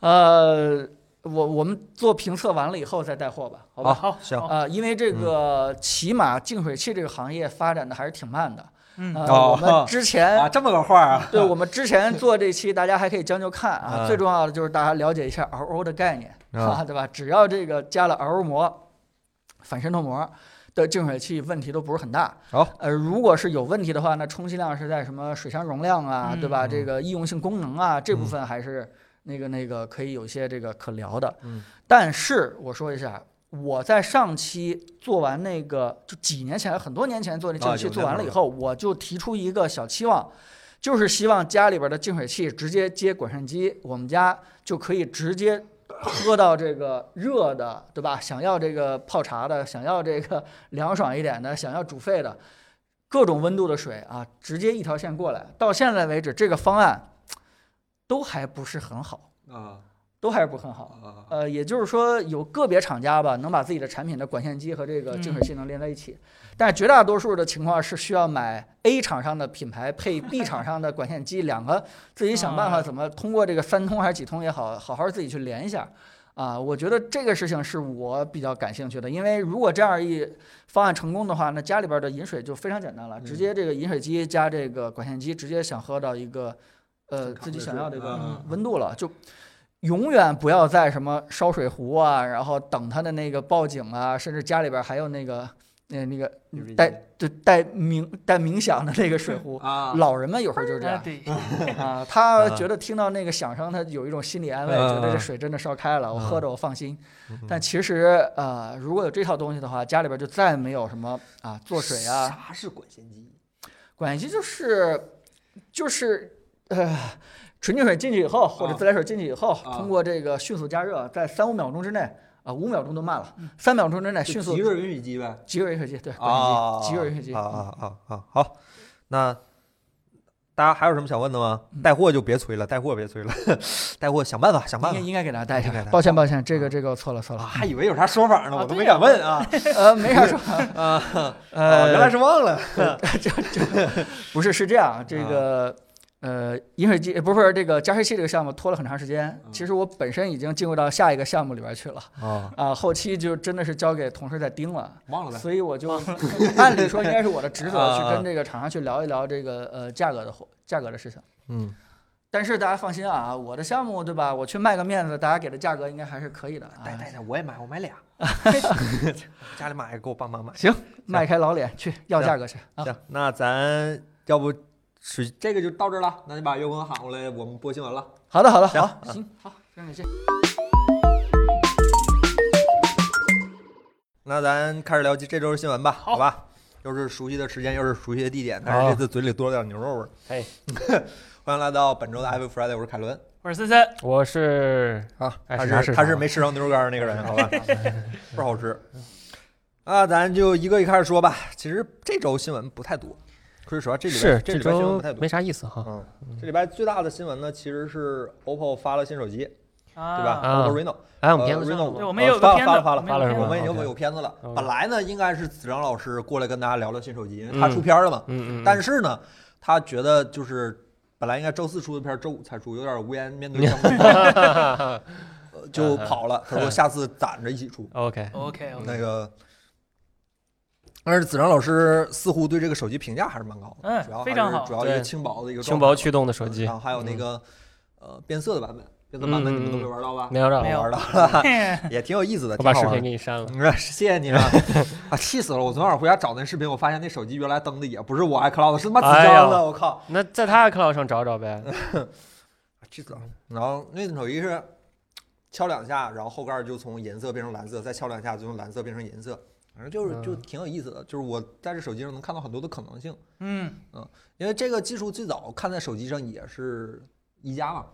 Speaker 1: 呃，我我们做评测完了以后再带货吧，好吧？
Speaker 3: 好，
Speaker 2: 行
Speaker 3: 好
Speaker 1: 啊、因为
Speaker 2: 嗯
Speaker 1: 这个起码净水器这个行业发展的还是挺慢的。
Speaker 3: 嗯
Speaker 1: 呃，
Speaker 2: 哦
Speaker 1: 我们之 前、
Speaker 2: 啊，这么个话啊。
Speaker 1: 对我们之前做这期，大家还可以将就看啊。
Speaker 2: 嗯
Speaker 1: 最重要的就是大家了解一下 RO 的概念
Speaker 2: 啊
Speaker 1: 啊，对吧？只要这个加了 RO 膜、反渗透膜的净水器，问题都不是很大。
Speaker 2: 好，
Speaker 1: 呃，如果是有问题的话，那充其量是在什么水箱容量啊，
Speaker 3: 嗯
Speaker 1: 对吧？
Speaker 2: 嗯
Speaker 1: 这个易用性功能啊，这部
Speaker 2: 嗯
Speaker 1: 分还是那个那个可以有一些这个可聊的。
Speaker 2: 嗯，
Speaker 1: 但是我说一下。我在上期做完那个，就几年前，很多年前做那净水
Speaker 2: 啊
Speaker 1: 器
Speaker 2: 有
Speaker 1: 做
Speaker 2: 那
Speaker 1: 完
Speaker 2: 会
Speaker 1: 了
Speaker 2: 儿
Speaker 1: 以后，我就提出一个小期望，就是希望家里边的净水器直接接管渗机，我们家就可以直接喝到这个热的，对吧？想要这个泡茶的，想要这个凉爽一点的，想要煮沸的，各种温度的水啊，直接一条线过来。到现在为止，这个方案都还不是很好，
Speaker 2: 啊
Speaker 1: 都还不是很好。
Speaker 2: 啊
Speaker 1: 呃，也就是说，有个别厂家吧，能把自己的产品的管线机和这个净水
Speaker 2: 嗯
Speaker 1: 器能连在一起，但是绝大多数的情况是需要买 A 厂商的品牌配 B 厂商的管线机，两个自己想办法
Speaker 3: 啊
Speaker 1: 怎么通过这个三通还是几通也好，好好自己去连一下。啊，我觉得这个事情是我比较感兴趣的，因为如果这样一方案成功的话，那家里边的饮水就非常简单了，直
Speaker 2: 嗯
Speaker 1: 接这个饮水机加这个管线机，直接想喝到一个呃
Speaker 2: 正常
Speaker 1: 自己
Speaker 2: 的
Speaker 1: 想
Speaker 2: 水
Speaker 1: 要的一个
Speaker 2: 嗯
Speaker 1: 温度了，就永远不要在什么烧水壶啊，然后等它的那个报警啊，甚至家里边还有那个那那个
Speaker 2: 有一
Speaker 1: 带
Speaker 2: 点，
Speaker 1: 就带冥带冥想的那个水壶
Speaker 2: 啊
Speaker 1: 老人们有时候就是这
Speaker 3: 啊
Speaker 1: 样，
Speaker 3: 对，
Speaker 1: 啊，他觉得听到那个响声，他有一种心理安慰，
Speaker 2: 嗯
Speaker 1: 觉得
Speaker 2: 嗯
Speaker 1: 这水真的烧开了，我喝着我放心。
Speaker 2: 嗯嗯
Speaker 1: 但其实，呃，如果有这套东西的话，家里边就再没有什么啊做水啊，
Speaker 2: 啥是管线机？
Speaker 1: 管线机就是就是呃，纯净水进去以后，或者
Speaker 2: 啊
Speaker 1: 自来水进去以后，
Speaker 2: 啊
Speaker 1: 通过这个迅速加热，在三五秒钟之内啊，五秒钟都慢了，三秒钟之内哎迅速
Speaker 2: 嗯就热饮水机呗。
Speaker 1: 即热饮水机，对，管
Speaker 2: 啊，
Speaker 1: 线机即热饮水机
Speaker 2: 啊，啊啊啊！好，那大家还有什么想问的吗？带货就别催了，带货别催了，带货想办法，想
Speaker 1: 应
Speaker 2: 办
Speaker 1: 该
Speaker 2: 法。
Speaker 1: 嗯应该给大家带一下
Speaker 2: 应该带，
Speaker 1: 抱歉抱歉，这个这个我错了错
Speaker 2: 啊，
Speaker 1: 了，
Speaker 2: 还以为有啥说法呢，我
Speaker 3: 啊
Speaker 2: 都
Speaker 3: 对
Speaker 2: 没
Speaker 3: 呀
Speaker 2: 敢问啊。
Speaker 1: 呃，没 啥说，
Speaker 2: 啊，
Speaker 1: 呃，
Speaker 2: 原来是忘了。
Speaker 1: 这这不是是这样，啊这
Speaker 2: 啊
Speaker 1: 个呃，饮水机呃不是这个加湿器这个项目拖了很长时间。其实我本身已经进入到下一个项目里边去了
Speaker 2: 啊，
Speaker 1: 啊、后期就真的是交给同事在盯了，
Speaker 2: 忘了呗。
Speaker 1: 所以我就 按理说应该是我的职责去
Speaker 2: 啊啊
Speaker 1: 跟这个厂商去聊一聊这个呃价格的货价格的事情。
Speaker 2: 嗯，
Speaker 1: 但是大家放心啊，我的项目对吧？我去卖个面子，大家给的价格应该还是可以的啊
Speaker 2: 带。带带，我也买，我买俩。家里买一个，给我爸妈买。
Speaker 1: 迈开老脸去要价格去啊！
Speaker 2: 行，那咱要不水这个就到这儿了，那就把岳坤喊过来，我们播新闻了。
Speaker 1: 好的，好的，
Speaker 2: 行
Speaker 1: 好，行，好，非常感谢。
Speaker 2: 那咱开始聊这周的新闻吧，
Speaker 3: 好啊
Speaker 2: 好吧？又是熟悉的时间，又是熟悉的地点，但
Speaker 4: 好
Speaker 2: 是这次嘴里多了点牛肉味儿。
Speaker 4: 嘿，
Speaker 2: 欢迎来到本周的 Happy Friday，我是凯伦
Speaker 3: 我是森森，
Speaker 4: 我是
Speaker 2: 啊，
Speaker 4: 哎
Speaker 2: 他
Speaker 4: 是啥
Speaker 2: 是
Speaker 4: 是
Speaker 2: 他
Speaker 4: 啥
Speaker 2: 是没吃着牛肉干儿那个人，好
Speaker 3: 啊
Speaker 2: 吧？不好吃。啊，咱就一个一个开始说吧。其实这周新闻不太多，说实话，这礼拜
Speaker 4: 是
Speaker 2: 这
Speaker 4: 这
Speaker 2: 礼拜新闻
Speaker 4: 周
Speaker 2: 不太多
Speaker 4: 没。啥意思哈，
Speaker 2: 嗯，这礼拜最大的新闻呢，其实是 OPPO 发了新手机，
Speaker 3: 啊，
Speaker 2: 对吧
Speaker 4: 啊
Speaker 2: ？OPPO Reno，
Speaker 4: 哎，我
Speaker 2: 呃
Speaker 4: 们片子上
Speaker 2: Reno，
Speaker 4: 了
Speaker 3: 对
Speaker 4: 吗
Speaker 3: 我们
Speaker 2: 呃
Speaker 3: 也有个
Speaker 2: 发了
Speaker 3: 片
Speaker 2: 发
Speaker 3: 子
Speaker 2: 了发了
Speaker 3: 我们
Speaker 4: 发了
Speaker 3: 有片
Speaker 4: 是吗
Speaker 2: 我们已经
Speaker 4: OK 嗯
Speaker 2: 有片子了。
Speaker 4: OK
Speaker 2: 本来呢，应该是子章老师过来跟大家聊聊新手机，因为
Speaker 4: 嗯
Speaker 2: 他出片了嘛。
Speaker 4: 嗯嗯，
Speaker 2: 但
Speaker 4: 是
Speaker 2: 是呢，他觉得就是本来应该周四出的片儿，周五才出，有点无颜面对相 呃就跑了。他说下次攒着一起出。
Speaker 4: OK，
Speaker 3: 子 OK，
Speaker 4: 嗯
Speaker 2: 那个，但是子章老师似乎对这个手机评价还是蛮高的，
Speaker 3: 嗯
Speaker 2: 主要还
Speaker 3: 非常好
Speaker 2: 是主要一个
Speaker 4: 对
Speaker 2: 轻薄的一个
Speaker 4: 轻
Speaker 2: 状
Speaker 4: 薄
Speaker 2: 态
Speaker 4: 驱动的手机
Speaker 2: 嗯
Speaker 4: 嗯
Speaker 2: 然，后还有那个呃变色的版本，变色版本你们都没玩到吧？
Speaker 4: 没有
Speaker 3: 没
Speaker 4: 让
Speaker 3: 有
Speaker 2: 我玩到 了，
Speaker 3: 嘿
Speaker 2: 也挺有意思的，
Speaker 4: 我把
Speaker 2: 挺
Speaker 4: 视
Speaker 2: 好玩
Speaker 4: 频
Speaker 2: 的
Speaker 4: 给你 删了。
Speaker 2: 嗯谢谢你了啊！气死了！我昨天晚上回家找那视频，我发现那手机原来登的也不是我 iCloud，是他妈子
Speaker 4: 哎呀
Speaker 2: 张的，我靠！
Speaker 4: 那在他 iCloud 上找找 呗，
Speaker 2: 气死了！然后那手机是敲两下，然后后盖儿就从银色变成蓝色，再敲两下就从蓝色变成银色，反正就是就
Speaker 4: 嗯
Speaker 2: 挺有意思的，就是我在这手机上能看到很多的可能性，
Speaker 3: 嗯，
Speaker 2: 因为这个技术最早看在手机上也是一加嘛。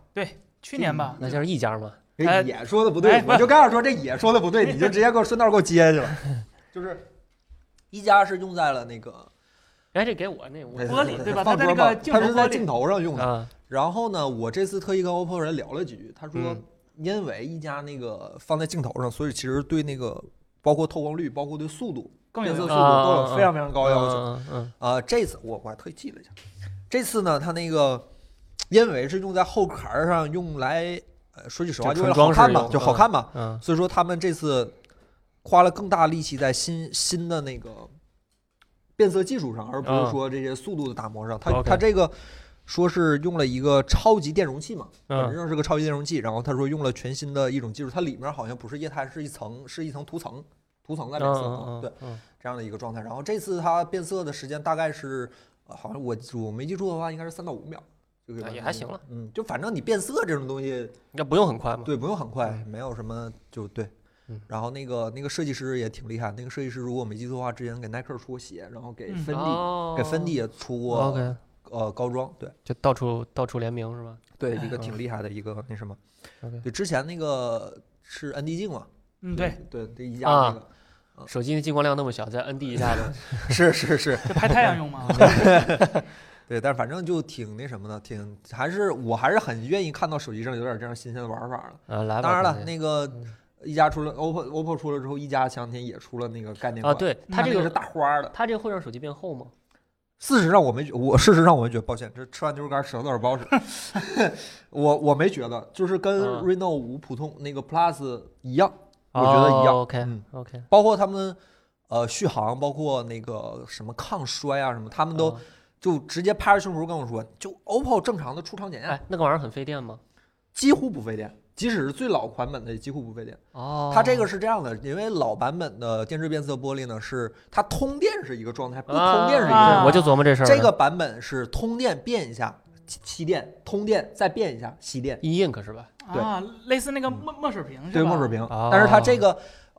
Speaker 3: 去年吧，
Speaker 4: 那就是一家嘛。
Speaker 2: 这
Speaker 3: 哎
Speaker 2: 也说的不对，
Speaker 3: 哎
Speaker 2: 我就刚想说这也说的不对，你就直接给我顺道给我接下去了。 就是一加是用在了那个
Speaker 4: 哎，这给我那我
Speaker 3: 玻璃对吧
Speaker 2: 放
Speaker 3: 它
Speaker 2: 桌
Speaker 3: 在那
Speaker 2: 嘛
Speaker 3: 个镜
Speaker 2: 它
Speaker 3: 头
Speaker 2: 是在
Speaker 3: 玻璃
Speaker 2: 镜头上用的。
Speaker 4: 啊，
Speaker 2: 然后呢，我这次特意跟 OPPO 人聊了几句，他说
Speaker 4: 嗯
Speaker 2: 因为一加那个放在镜头上，所以其实对那个包括透光率、包括对速度、
Speaker 3: 更
Speaker 2: 变
Speaker 3: 有
Speaker 2: 色速
Speaker 3: 用
Speaker 2: 度
Speaker 4: 啊啊
Speaker 2: 都
Speaker 4: 啊
Speaker 2: 有非常非常高要求。
Speaker 4: 嗯嗯
Speaker 2: 啊，这次我我还特意记了一下，这次呢，它那个因为是用在后壳儿上，用来呃说句实话，
Speaker 4: 就
Speaker 2: 就为了
Speaker 4: 纯
Speaker 2: 好
Speaker 4: 装饰
Speaker 2: 看嘛，
Speaker 4: 用
Speaker 2: 就好看嘛。
Speaker 4: 嗯
Speaker 2: 所以说他们这次花了更大力气在新新的那个变色技术上，而不是
Speaker 4: 嗯
Speaker 2: 说这些速度的打磨上。它
Speaker 4: OK
Speaker 2: 它这个说是用了一个超级电容器嘛，本质
Speaker 4: 嗯
Speaker 2: 上是个超级电容器。然后他说用了全新的一种技术，它里面好像不是液态，是一层是一层涂层，涂层在变色啊，
Speaker 4: 嗯
Speaker 2: 对
Speaker 4: 嗯
Speaker 2: 这样的一个状态。然后这次它变色的时间大概是，呃好像我我没记住的话，应该是三到五秒。就给
Speaker 4: 啊
Speaker 2: 完
Speaker 4: 也
Speaker 2: 成
Speaker 4: 还
Speaker 2: 一个
Speaker 4: 行了，
Speaker 2: 嗯，就反正你变色这种东西，
Speaker 4: 那不用很快嘛。
Speaker 2: 对，不用很快，
Speaker 4: 嗯
Speaker 2: 没有什么就对
Speaker 4: 嗯。
Speaker 2: 然后那个那个设计师也挺厉害，那个设计师如果我没记错的话，之前给耐克出过鞋，然后给
Speaker 3: 嗯
Speaker 2: 芬迪、
Speaker 4: 哦
Speaker 2: 给芬迪也出过、
Speaker 4: OK，哎
Speaker 2: 呃高装，对
Speaker 4: 就到处到处联名是吧
Speaker 2: 对，一个挺厉害的一个那什么，
Speaker 4: ？OK，
Speaker 2: 对，之前那个是 ND 镜嘛，
Speaker 3: 嗯，对，
Speaker 2: 对对，一加那个、
Speaker 4: 手机的进光量那么小，再 ND 啊一 下子，
Speaker 2: 是是是，
Speaker 3: 就拍太阳用嘛，
Speaker 2: 对，但是反正就挺那什么的，挺还是我还是很愿意看到手机上有点这样新鲜的玩法的。
Speaker 4: 啊，来吧。
Speaker 2: 当然了，
Speaker 4: 兄弟
Speaker 2: 那个
Speaker 4: 嗯
Speaker 2: 一加出了 OPPO OPPO 出了之后，一加前两天也出了那个概念
Speaker 4: 啊，
Speaker 2: 款，
Speaker 4: 对
Speaker 3: 它
Speaker 4: 它
Speaker 2: 那
Speaker 4: 这
Speaker 2: 个
Speaker 4: 个
Speaker 2: 是大花儿的。
Speaker 4: 它这个会让手机变厚吗？
Speaker 2: 事实上我没觉，我事实上我没觉得，抱歉，这吃完牛肉干舌头有点不好使。 我我没觉得，就是跟
Speaker 4: 嗯
Speaker 2: Reno 五普通那个 Plus 一样，我觉得一样。
Speaker 4: 哦 OK
Speaker 2: 嗯，
Speaker 4: OK，
Speaker 2: 包括他们呃续航，包括那个什么抗摔啊什么，他们都
Speaker 4: 哦
Speaker 2: 就直接拍着胸脯跟我说，就 OPPO 正常的出厂检验
Speaker 4: 哎，那个玩意儿很费电吗？
Speaker 2: 几乎不费电，即使是最老款本的也几乎不费电。
Speaker 4: 哦，
Speaker 2: 它这个是这样的，因为老版本的电致变色玻璃呢，是它通电是一个状态，不通电是一个
Speaker 3: 啊
Speaker 2: 状态。
Speaker 4: 对我就琢磨这事儿呢。
Speaker 2: 这个版本是通电变一下吸吸电，通电再变一下吸电，
Speaker 4: e ink 是吧？
Speaker 2: 对
Speaker 3: 啊，类似那个墨墨水瓶是吧？
Speaker 2: 对墨水瓶
Speaker 4: 哦。
Speaker 2: 但是它这个，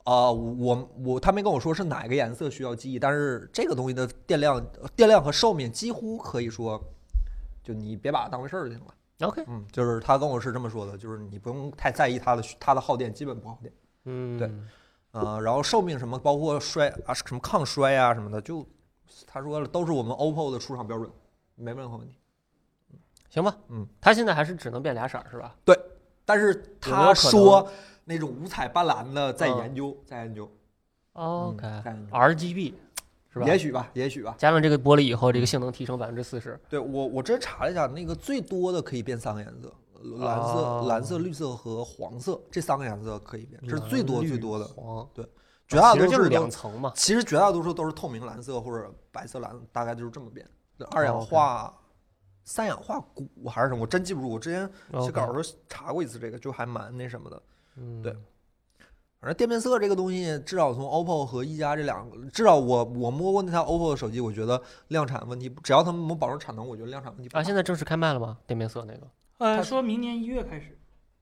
Speaker 2: 呃，我我他没跟我说是哪个颜色需要记忆，但是这个东西的电量、电量和寿命几乎可以说，就你别把它当回事儿就行了。
Speaker 4: OK，
Speaker 2: 嗯，就是他跟我是这么说的，就是你不用太在意它的它的耗电，基本不耗电。
Speaker 4: 嗯，
Speaker 2: 对呃，然后寿命什么，包括摔啊什么抗摔啊什么的，就他说了都是我们 OPPO 的出厂标准，没任何问题。
Speaker 4: 行吧，
Speaker 2: 嗯，
Speaker 4: 它现在还是只能变俩色儿是吧？
Speaker 2: 但是
Speaker 4: 有没有
Speaker 2: 他
Speaker 4: 可能
Speaker 2: 说那种五彩斑斓的，在
Speaker 4: 嗯
Speaker 2: 研究，在研究，嗯
Speaker 4: 哦 OK，
Speaker 2: 在研究，
Speaker 4: RGB 是吧？
Speaker 2: 也许吧，也许吧。
Speaker 4: 加上这个玻璃以后，这个性能提升百分之四十。
Speaker 2: 对我，我之前查了一下，那个最多的可以变三个颜色，呃蓝色、
Speaker 4: 哦
Speaker 2: 蓝色、绿色和黄色这三个颜色可以变，这是最多最多的。
Speaker 4: 黄，
Speaker 2: 嗯绝大
Speaker 4: 啊其实
Speaker 2: 多
Speaker 4: 就是
Speaker 2: 数
Speaker 4: 两
Speaker 2: 都，
Speaker 4: 层嘛。
Speaker 2: 其实绝大多数都是透明蓝色或者白色蓝，大概就是这么变。二氧
Speaker 4: 哦，OK
Speaker 2: 化、三氧化钴还是什么，我真记不住。我之前写
Speaker 4: 哦 OK，
Speaker 2: 稿的时候查过一次这个，就还蛮那什么的。
Speaker 4: 嗯
Speaker 2: 对反正电变色这个东西，至少从 OPPO 和一加这两个，至少我我摸过那台 OPPO 的手机，我觉得量产问题不，只要他们能保证产能，我觉得量产问题不
Speaker 4: 啊，
Speaker 2: 大。
Speaker 4: 现在正式开卖了吗？电变色那个？
Speaker 3: 呃，
Speaker 2: 它
Speaker 3: 说明年一月开始，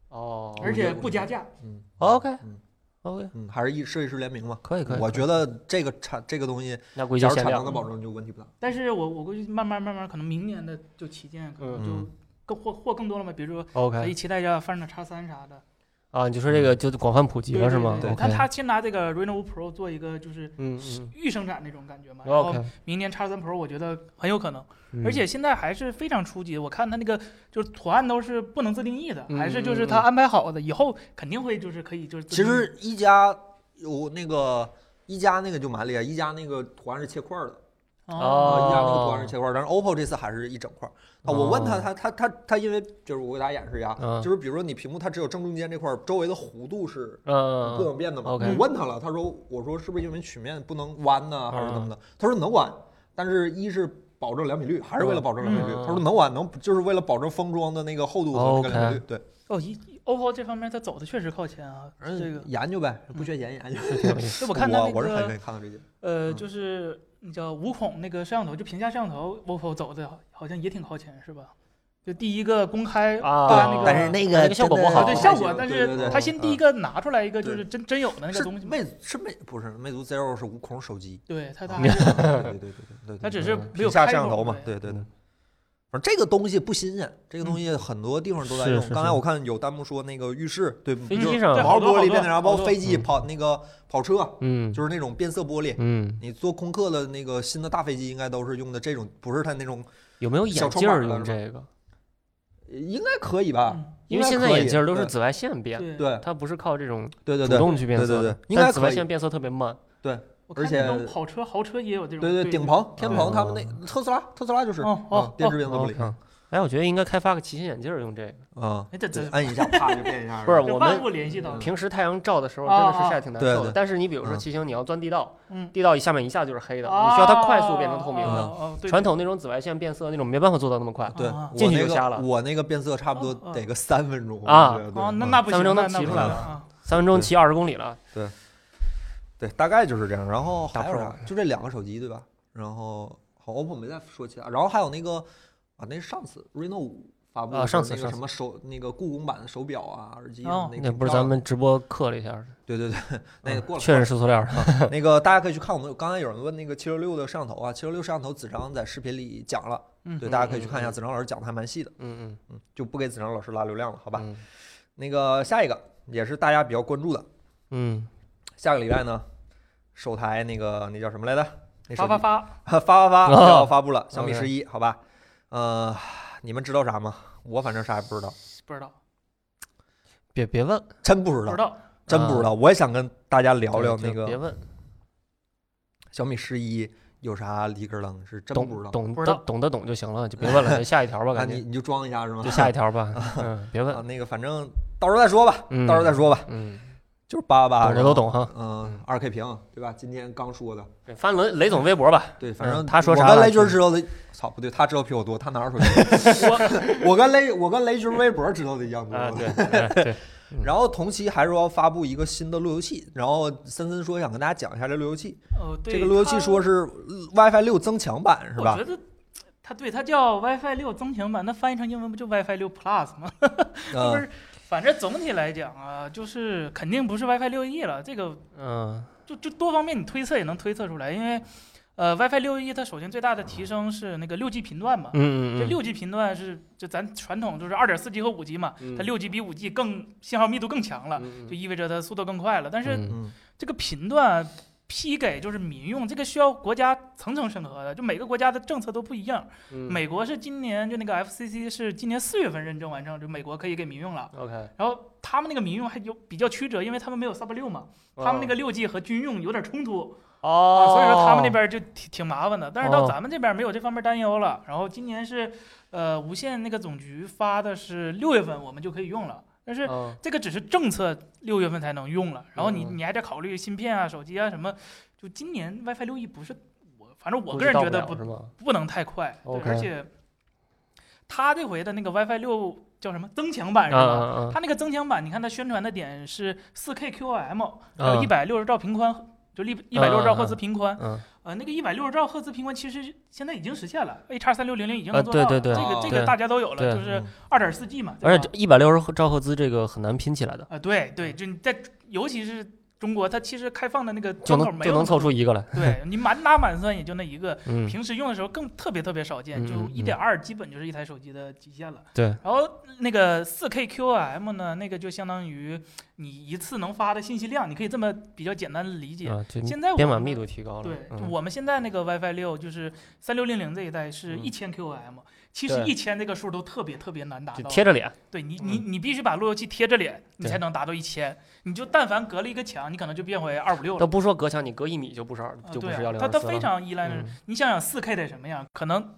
Speaker 4: 哦
Speaker 3: 而且不加价。
Speaker 2: 嗯
Speaker 4: OK
Speaker 2: 嗯
Speaker 4: OK，
Speaker 2: 嗯，还是一设计师联名嘛。
Speaker 4: 可以可以。
Speaker 2: 我觉得这个产这个东西，
Speaker 4: 那估计
Speaker 2: 只
Speaker 4: 就
Speaker 2: 要
Speaker 4: 限
Speaker 2: 产
Speaker 4: 量嗯
Speaker 2: 能的保证就问题不大。
Speaker 3: 但是我我估计慢慢慢慢，可能明年的就旗舰可能就
Speaker 2: 嗯
Speaker 3: 更货货更多了嘛，比如说可以
Speaker 4: OK
Speaker 3: 期待一下发展 X 三啥的。
Speaker 4: 啊，你就说这
Speaker 2: 嗯
Speaker 4: 个就广泛普及
Speaker 3: 对
Speaker 4: 了
Speaker 3: 对
Speaker 4: 是吗？
Speaker 3: 对，
Speaker 4: OK
Speaker 3: 你看他先拿这个 Reno 5 Pro 做一个就是
Speaker 4: 嗯嗯
Speaker 3: 预生产那种感觉嘛，然后
Speaker 4: ，OK，
Speaker 3: 明年 X 三 Pro 我觉得很有可能，
Speaker 4: 嗯
Speaker 3: 嗯而且现在还是非常初级，我看它那个就是图案都是不能自定义的，
Speaker 4: 嗯
Speaker 3: 还是就
Speaker 4: 嗯
Speaker 3: 是
Speaker 4: 嗯
Speaker 3: 他安排好的，以后肯定会就是可以就是自
Speaker 2: 其
Speaker 3: 定义
Speaker 2: 实一加有那个一加那个就蛮厉害，一加那个图案是切块儿的啊，
Speaker 4: 哦
Speaker 2: 一加那个图案是切块儿，但是 OPPO 这次还是一整块儿。啊，我问他，他他他他，因为就是我给大家演示一下，
Speaker 4: 哦嗯
Speaker 2: 就是比如说你屏幕它只有正中间这块儿，周围的弧度是
Speaker 4: 嗯
Speaker 2: 不能变的嘛。
Speaker 4: OK
Speaker 2: 我问他了，他说我说是不是因为曲面不能弯呢，还是怎么的？
Speaker 3: 嗯
Speaker 2: 他说能弯，但是一是保证良品率，还是为了保证良品率。
Speaker 4: 嗯
Speaker 2: 他说能弯，能就是为了保证封装的那个厚度和那个良品率。对，
Speaker 3: 哦一 OPPO 这方面它走的确实靠前啊，
Speaker 2: 反正
Speaker 3: 这个
Speaker 2: 研究呗，不缺钱研究。
Speaker 4: 挺有意思
Speaker 3: 嗯 就我看它那
Speaker 2: 我我是很
Speaker 3: 个
Speaker 2: 愿意看到这些。
Speaker 3: 呃
Speaker 2: 嗯
Speaker 3: 就是那叫五孔那个摄像头，就屏下摄像头 OPPO 走的好像也挺靠前是吧？就第一个公开
Speaker 4: 啊
Speaker 3: 那个
Speaker 2: 但是
Speaker 4: 那个效果不好
Speaker 3: 啊，对效果，但
Speaker 2: 对
Speaker 3: 是
Speaker 2: 对嗯
Speaker 3: 他先第一个拿出来一个就
Speaker 2: 对
Speaker 3: 是真真有的那个
Speaker 2: 是
Speaker 3: 东西嘛，
Speaker 2: 魅是魅不是魅族 Zero 是无孔手 机，
Speaker 3: 对他他
Speaker 2: 对
Speaker 3: 还是
Speaker 2: 对对对对对，
Speaker 3: 他只是没有
Speaker 2: 嗯屏下
Speaker 3: 开
Speaker 2: 摄像
Speaker 3: 过嗯
Speaker 2: 头嘛，对对对。反正这个东西不新鲜，这个东西很多地方都在
Speaker 4: 是
Speaker 2: 用。
Speaker 4: 是是
Speaker 2: 刚才我看有弹幕说那个浴室，对，
Speaker 4: 飞
Speaker 2: 就
Speaker 4: 机
Speaker 2: 是
Speaker 4: 上
Speaker 3: 对
Speaker 2: 毛
Speaker 3: 好多
Speaker 2: 玻
Speaker 3: 好
Speaker 2: 璃
Speaker 3: 多
Speaker 2: 变成，然后包括
Speaker 3: 好多
Speaker 2: 飞机
Speaker 4: 嗯
Speaker 2: 跑那个跑车，
Speaker 4: 嗯
Speaker 2: 就是那种变色玻璃。
Speaker 4: 嗯，
Speaker 2: 你做空客的那个新的大飞机应该都是用的这种，不是它那种，
Speaker 4: 有没有
Speaker 2: 小
Speaker 4: 眼
Speaker 2: 窗
Speaker 4: 镜儿
Speaker 2: 板儿
Speaker 4: 用
Speaker 2: 是吧
Speaker 4: 这个？
Speaker 2: 呃应该可以吧？
Speaker 3: 嗯
Speaker 4: 因为
Speaker 2: 应该
Speaker 4: 现在
Speaker 2: 可
Speaker 4: 眼
Speaker 2: 以
Speaker 4: 镜儿都是
Speaker 2: 对
Speaker 4: 紫外线变，
Speaker 3: 对，
Speaker 2: 对
Speaker 4: 它不是靠这种
Speaker 2: 对对
Speaker 4: 主
Speaker 2: 对
Speaker 4: 动去变
Speaker 2: 对对
Speaker 4: 色的
Speaker 2: 对，应
Speaker 4: 但
Speaker 2: 该
Speaker 4: 紫外
Speaker 2: 可以
Speaker 4: 线变色特别慢。
Speaker 3: 我看
Speaker 2: 而且
Speaker 3: 那种跑车豪车也有这种，
Speaker 2: 对对，顶棚天
Speaker 4: 哦
Speaker 2: 棚他们那特斯拉特斯拉就是
Speaker 3: 哦
Speaker 2: 嗯
Speaker 3: 哦
Speaker 2: 电
Speaker 3: 哦，
Speaker 2: 致变色玻
Speaker 4: OK，
Speaker 2: 璃
Speaker 4: 哎，我觉得应该开发个骑行眼镜儿用这个。
Speaker 2: 啊，
Speaker 3: 哎这
Speaker 2: 对
Speaker 3: 这
Speaker 2: 按 一下啪就变一下，
Speaker 4: 不是
Speaker 3: 这
Speaker 4: 我们
Speaker 3: 万物联系到
Speaker 2: 嗯
Speaker 3: 了，
Speaker 4: 平时太阳照的时候真的是
Speaker 3: 啊啊
Speaker 4: 晒得挺难
Speaker 2: 对
Speaker 4: 受的，
Speaker 2: 对
Speaker 4: 但是你比如说
Speaker 2: 嗯
Speaker 4: 骑行，你要钻地道，
Speaker 3: 嗯，
Speaker 4: 地道一下面一下就是黑的，
Speaker 3: 啊
Speaker 4: 你需要它快速变成透明的。
Speaker 3: 哦哦对
Speaker 4: 传统那种紫外线变色那种没办法做到那么快，
Speaker 2: 嗯对，
Speaker 3: 啊
Speaker 2: 我
Speaker 4: 进去
Speaker 2: 那
Speaker 4: 就
Speaker 2: 个
Speaker 4: 瞎了
Speaker 2: 我那个变色差不多
Speaker 3: 哦哦
Speaker 2: 得个三分钟
Speaker 4: 啊
Speaker 2: 我觉得对
Speaker 3: 哦，那
Speaker 2: 嗯
Speaker 3: 那不
Speaker 4: 三
Speaker 3: 行，
Speaker 4: 分钟
Speaker 3: 那
Speaker 4: 能骑
Speaker 3: 那不
Speaker 4: 出
Speaker 2: 来
Speaker 3: 行
Speaker 2: 了
Speaker 3: 啊，
Speaker 4: 三分钟
Speaker 2: 对
Speaker 4: 骑二十公里了。
Speaker 2: 对，大概就是这样。然后
Speaker 4: 大
Speaker 2: 还有
Speaker 4: Pro
Speaker 2: 啥？就这两个手机对吧？然后好，OPPO 没再说其他。然后还有那个啊，那是上次 Reno 五发布
Speaker 4: 啊
Speaker 2: 的时候
Speaker 4: 上次
Speaker 2: 那
Speaker 4: 上
Speaker 2: 个
Speaker 4: 次
Speaker 2: 什么手那个故宫版的手表啊、耳机什
Speaker 3: 哦
Speaker 2: 么那个
Speaker 4: 那不是
Speaker 2: 挺漂
Speaker 4: 咱
Speaker 2: 亮的。
Speaker 4: 们直播刻了一下，
Speaker 2: 对对对，那个过了
Speaker 4: 嗯确实是塑料的。
Speaker 2: 那个大家可以去看我们刚才有人问那个七六六的摄像头啊，七六六摄像头子章在视频里讲了，
Speaker 3: 嗯
Speaker 2: 对，大家可以去看一
Speaker 4: 嗯
Speaker 2: 下，
Speaker 4: 嗯
Speaker 2: 子章老师讲的还蛮细的，
Speaker 4: 嗯嗯，
Speaker 2: 嗯，就不给子章老师拉流量了，好
Speaker 4: 好
Speaker 2: 吧？那个下一个也是大家比较关注的，
Speaker 4: 嗯，
Speaker 2: 下个礼拜呢，首台那个那叫什么来着？那手
Speaker 3: 发
Speaker 2: 机
Speaker 3: 发发，
Speaker 2: 发发发
Speaker 4: 哦
Speaker 2: 要发布了，小米
Speaker 4: OK
Speaker 2: 十一，好吧？呃，你们知道啥吗？我反正啥也不知道，
Speaker 3: 不知道
Speaker 4: 别别问，
Speaker 2: 真不知
Speaker 3: 不
Speaker 2: 道
Speaker 3: 知，道，
Speaker 2: 真不知道。我也想跟大家聊
Speaker 4: 嗯对
Speaker 2: 聊
Speaker 4: 就
Speaker 2: 那
Speaker 4: 别
Speaker 2: 个
Speaker 4: 问。
Speaker 2: 小米十一有啥里根儿楞是真不知道。
Speaker 4: 嗯懂懂
Speaker 3: 不知
Speaker 4: 得
Speaker 3: 道
Speaker 4: 懂得懂就行了，就别 问了，下一条吧，
Speaker 2: 啊，
Speaker 4: 赶
Speaker 2: 你
Speaker 4: 紧
Speaker 2: 你就装一下是吗
Speaker 4: 就？下一 条吧，嗯，别
Speaker 2: 啊
Speaker 4: 问，，
Speaker 2: 那个反正到时候再说吧，
Speaker 4: 嗯，
Speaker 2: 到时候再，说吧。啊
Speaker 4: 嗯，
Speaker 2: 就是八八八，
Speaker 4: 懂的都懂哈。
Speaker 2: 嗯，二 K 屏对吧？今天刚说的，
Speaker 4: 对翻雷雷总微博吧，
Speaker 2: 对，反正
Speaker 4: 嗯他说啥
Speaker 2: 我跟
Speaker 4: 了
Speaker 2: 雷军知道的，操，不对，他知道比我多，他哪有 说多？我跟雷我跟雷军微博知道的一样多。
Speaker 4: 啊，对哎对，嗯
Speaker 2: 然后同期还说要发布一个新的路由器，然后森森说想跟大家讲一下这路由器，
Speaker 3: 哦，对，
Speaker 2: 这个路由器
Speaker 3: 它
Speaker 2: 说是呃 WiFi 六增强版是
Speaker 3: 我
Speaker 2: 吧
Speaker 3: 觉？得它对它叫 WiFi 六增强版，那翻译成英文不就 WiFi 六 Plus 吗？不
Speaker 2: 嗯
Speaker 3: 是，反正总体来讲啊，就是肯定不是 WiFi 六 E 了。这个
Speaker 4: 嗯
Speaker 3: 就就多方面你推测也能推测出来，因为呃 WiFi 六 E 它首先最大的提升是那个六 G 频段嘛。
Speaker 4: 嗯
Speaker 3: 这
Speaker 4: 嗯
Speaker 3: 六 G 频段是就咱传统就是二点四 G 和五 G 嘛，
Speaker 4: 嗯，
Speaker 3: 它六 G 比五 G 更信号密度更强了，
Speaker 4: 嗯，
Speaker 3: 就意味着它速度更快了。但是
Speaker 4: 嗯
Speaker 2: 嗯
Speaker 3: 这个频段批给就是民用，这个需要国家层层审核的，就每个国家的政策都不一样。
Speaker 4: 嗯
Speaker 3: 美国是今年就那个 FCC 是今年四月份认证完成，就美国可以给民用了。
Speaker 4: 嗯 OK，
Speaker 3: 然后他们那个民用还有比较曲折，因为他们没有 Sub 六嘛，他们那个六 G 和军用有点冲突，
Speaker 4: 哦
Speaker 3: 啊，，所以说他们那边就挺挺麻烦的。但是到
Speaker 4: 哦
Speaker 3: 咱们这边没有这方面担忧了。然后今年是呃无线那个总局发的是六月份我们就可以用了，但是
Speaker 4: 嗯
Speaker 3: 这个只是政策六月份才能用了，然后你
Speaker 4: 嗯
Speaker 3: 你还得考虑芯片啊、手机啊什么。就今年 WiFi 六 E 不是我，反正我
Speaker 4: 估
Speaker 3: 个
Speaker 4: 计
Speaker 3: 人
Speaker 4: 到
Speaker 3: 觉得
Speaker 4: 了
Speaker 3: 不
Speaker 4: 是吗？
Speaker 3: 不能太快，对
Speaker 4: OK
Speaker 3: 而且它这回的那个 WiFi 六叫什么增强版
Speaker 4: 嗯
Speaker 3: 是吧？
Speaker 4: 嗯
Speaker 3: 它那个增强版，你看它宣传的点是 4K QOM，还有
Speaker 4: 嗯
Speaker 3: 一百六十兆频宽，就
Speaker 4: 啊
Speaker 3: 一一百六十兆赫兹频宽。
Speaker 4: 嗯
Speaker 3: 呃，那个一百六十兆赫兹频宽其实现在已经实现了，A 叉三六零零已经
Speaker 4: 呃
Speaker 3: 能做到了。
Speaker 4: 对对对
Speaker 3: 这个这
Speaker 4: 对
Speaker 3: 个大家都有
Speaker 4: 对
Speaker 3: 了，就是
Speaker 2: 嗯
Speaker 3: 二点四 G 嘛。对
Speaker 4: 而
Speaker 3: 吧
Speaker 4: 且一百六十兆赫兹这个很难拼起来的，
Speaker 3: 啊，对对，就你在尤其是中国，它其实开放的那个
Speaker 4: 就
Speaker 3: 窗口
Speaker 4: 能
Speaker 3: 没有
Speaker 4: 就能
Speaker 3: 那么
Speaker 4: 凑出一个来。
Speaker 3: 多，对你满打满算也就那一个，
Speaker 4: 嗯，
Speaker 3: 平时用的时候更特别特别少见，
Speaker 4: 嗯
Speaker 3: 就
Speaker 4: 嗯
Speaker 3: 一
Speaker 4: 嗯
Speaker 3: 点二基本就是一台手机的极限了。
Speaker 4: 对
Speaker 3: 然后那个四 K QOM 呢，那个就相当于你一次能发的信息量，你可以这么比较简单的理解。
Speaker 4: 啊，就
Speaker 3: 现在我
Speaker 4: 编码
Speaker 3: 们
Speaker 4: 密度提高了。
Speaker 3: 对，就
Speaker 4: 嗯
Speaker 3: 我们现在那个 WiFi 六就是三六零零这一代是
Speaker 4: 嗯
Speaker 3: 一千 QOM，、其实
Speaker 4: 对
Speaker 3: 一千这个数都特别特别难达
Speaker 4: 就
Speaker 3: 到。
Speaker 4: 贴着脸。
Speaker 3: 对你你你必须把路由器贴着脸，你
Speaker 4: 对
Speaker 3: 才能达到一千。你就但凡隔了一个墙，你可能就变回二五六了
Speaker 4: 都。不说隔墙，你隔一米就不是二，
Speaker 3: 啊
Speaker 4: 就不
Speaker 3: 对
Speaker 4: 是幺
Speaker 3: 啊，
Speaker 4: 零
Speaker 3: 它
Speaker 4: 二
Speaker 3: 它
Speaker 4: 四
Speaker 3: 非
Speaker 4: 了。
Speaker 3: 常依赖是，
Speaker 4: 嗯
Speaker 3: 你想想四 K 得什么样？可能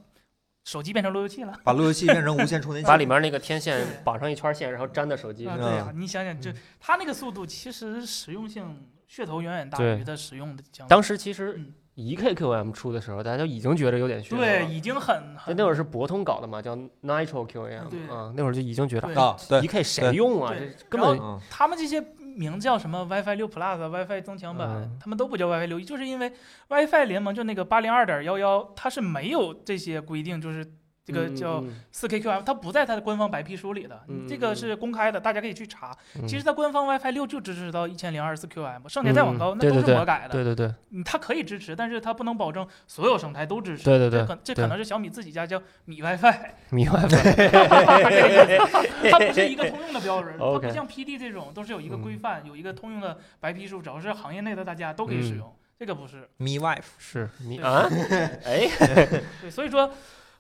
Speaker 3: 手机变成路由器了。
Speaker 2: 把路由器变成无线 充电器，啊
Speaker 4: 把里面那个天线
Speaker 3: 对
Speaker 4: 绑上一圈线，然后粘在手机
Speaker 3: 啊，
Speaker 4: 上。
Speaker 3: 对啊，
Speaker 2: 嗯
Speaker 3: 你想想，这
Speaker 4: 嗯
Speaker 3: 它那个速度其实实用性噱头远远大
Speaker 4: 对
Speaker 3: 于它使用的强度。
Speaker 4: 当时其实
Speaker 3: 嗯
Speaker 4: 一 K QM 出的时候，大家就已经觉得有点虚了。
Speaker 3: 对，已经很
Speaker 4: 但
Speaker 3: 很
Speaker 4: 那会儿是博通搞的嘛，叫 Nitro
Speaker 3: 对
Speaker 4: QAM 啊，那会儿就已经觉得
Speaker 3: 对
Speaker 2: 啊，对
Speaker 4: 一，K 谁
Speaker 2: 对
Speaker 4: 用啊？这
Speaker 3: 对
Speaker 4: 根
Speaker 3: 然后
Speaker 4: 本
Speaker 2: 嗯
Speaker 3: 他们这些名叫什么 WiFi 六 Plus 啊、WiFi 增强版，
Speaker 4: 嗯
Speaker 3: 他们都不叫 WiFi 六，就是因为 WiFi 联盟就那个八零二点幺幺，它是没有这些规定，就是这个
Speaker 4: 嗯
Speaker 3: 叫
Speaker 4: 嗯
Speaker 3: 四 KQM，它不在它的官方白皮书里的，
Speaker 4: 嗯
Speaker 3: 这个是公开的，大家可以去查。其实它官方 WiFi 六就支持到一千零二十四 QM，剩下再往高、
Speaker 4: 嗯
Speaker 3: 那都
Speaker 4: 对对
Speaker 3: 是魔改的
Speaker 4: 对对对
Speaker 3: 嗯它可以支持，但是它不能保证所有生态都支持。
Speaker 4: 对对
Speaker 3: 这
Speaker 4: 对
Speaker 3: 可这
Speaker 4: 对
Speaker 3: 可能是小米自己家叫米 WiFi，
Speaker 4: 米 WiFi
Speaker 3: 它不是一个通用的标准，它
Speaker 4: OK
Speaker 3: 不像 PD 这种都是有一个
Speaker 4: 嗯
Speaker 3: 规范，有一个通用的白皮书，只要是行业内的大家都可以使
Speaker 4: 嗯
Speaker 3: 用，这个不是。
Speaker 2: Mi Wife
Speaker 4: 是米
Speaker 3: 对
Speaker 4: 啊？ 哎，
Speaker 3: 对，所以说，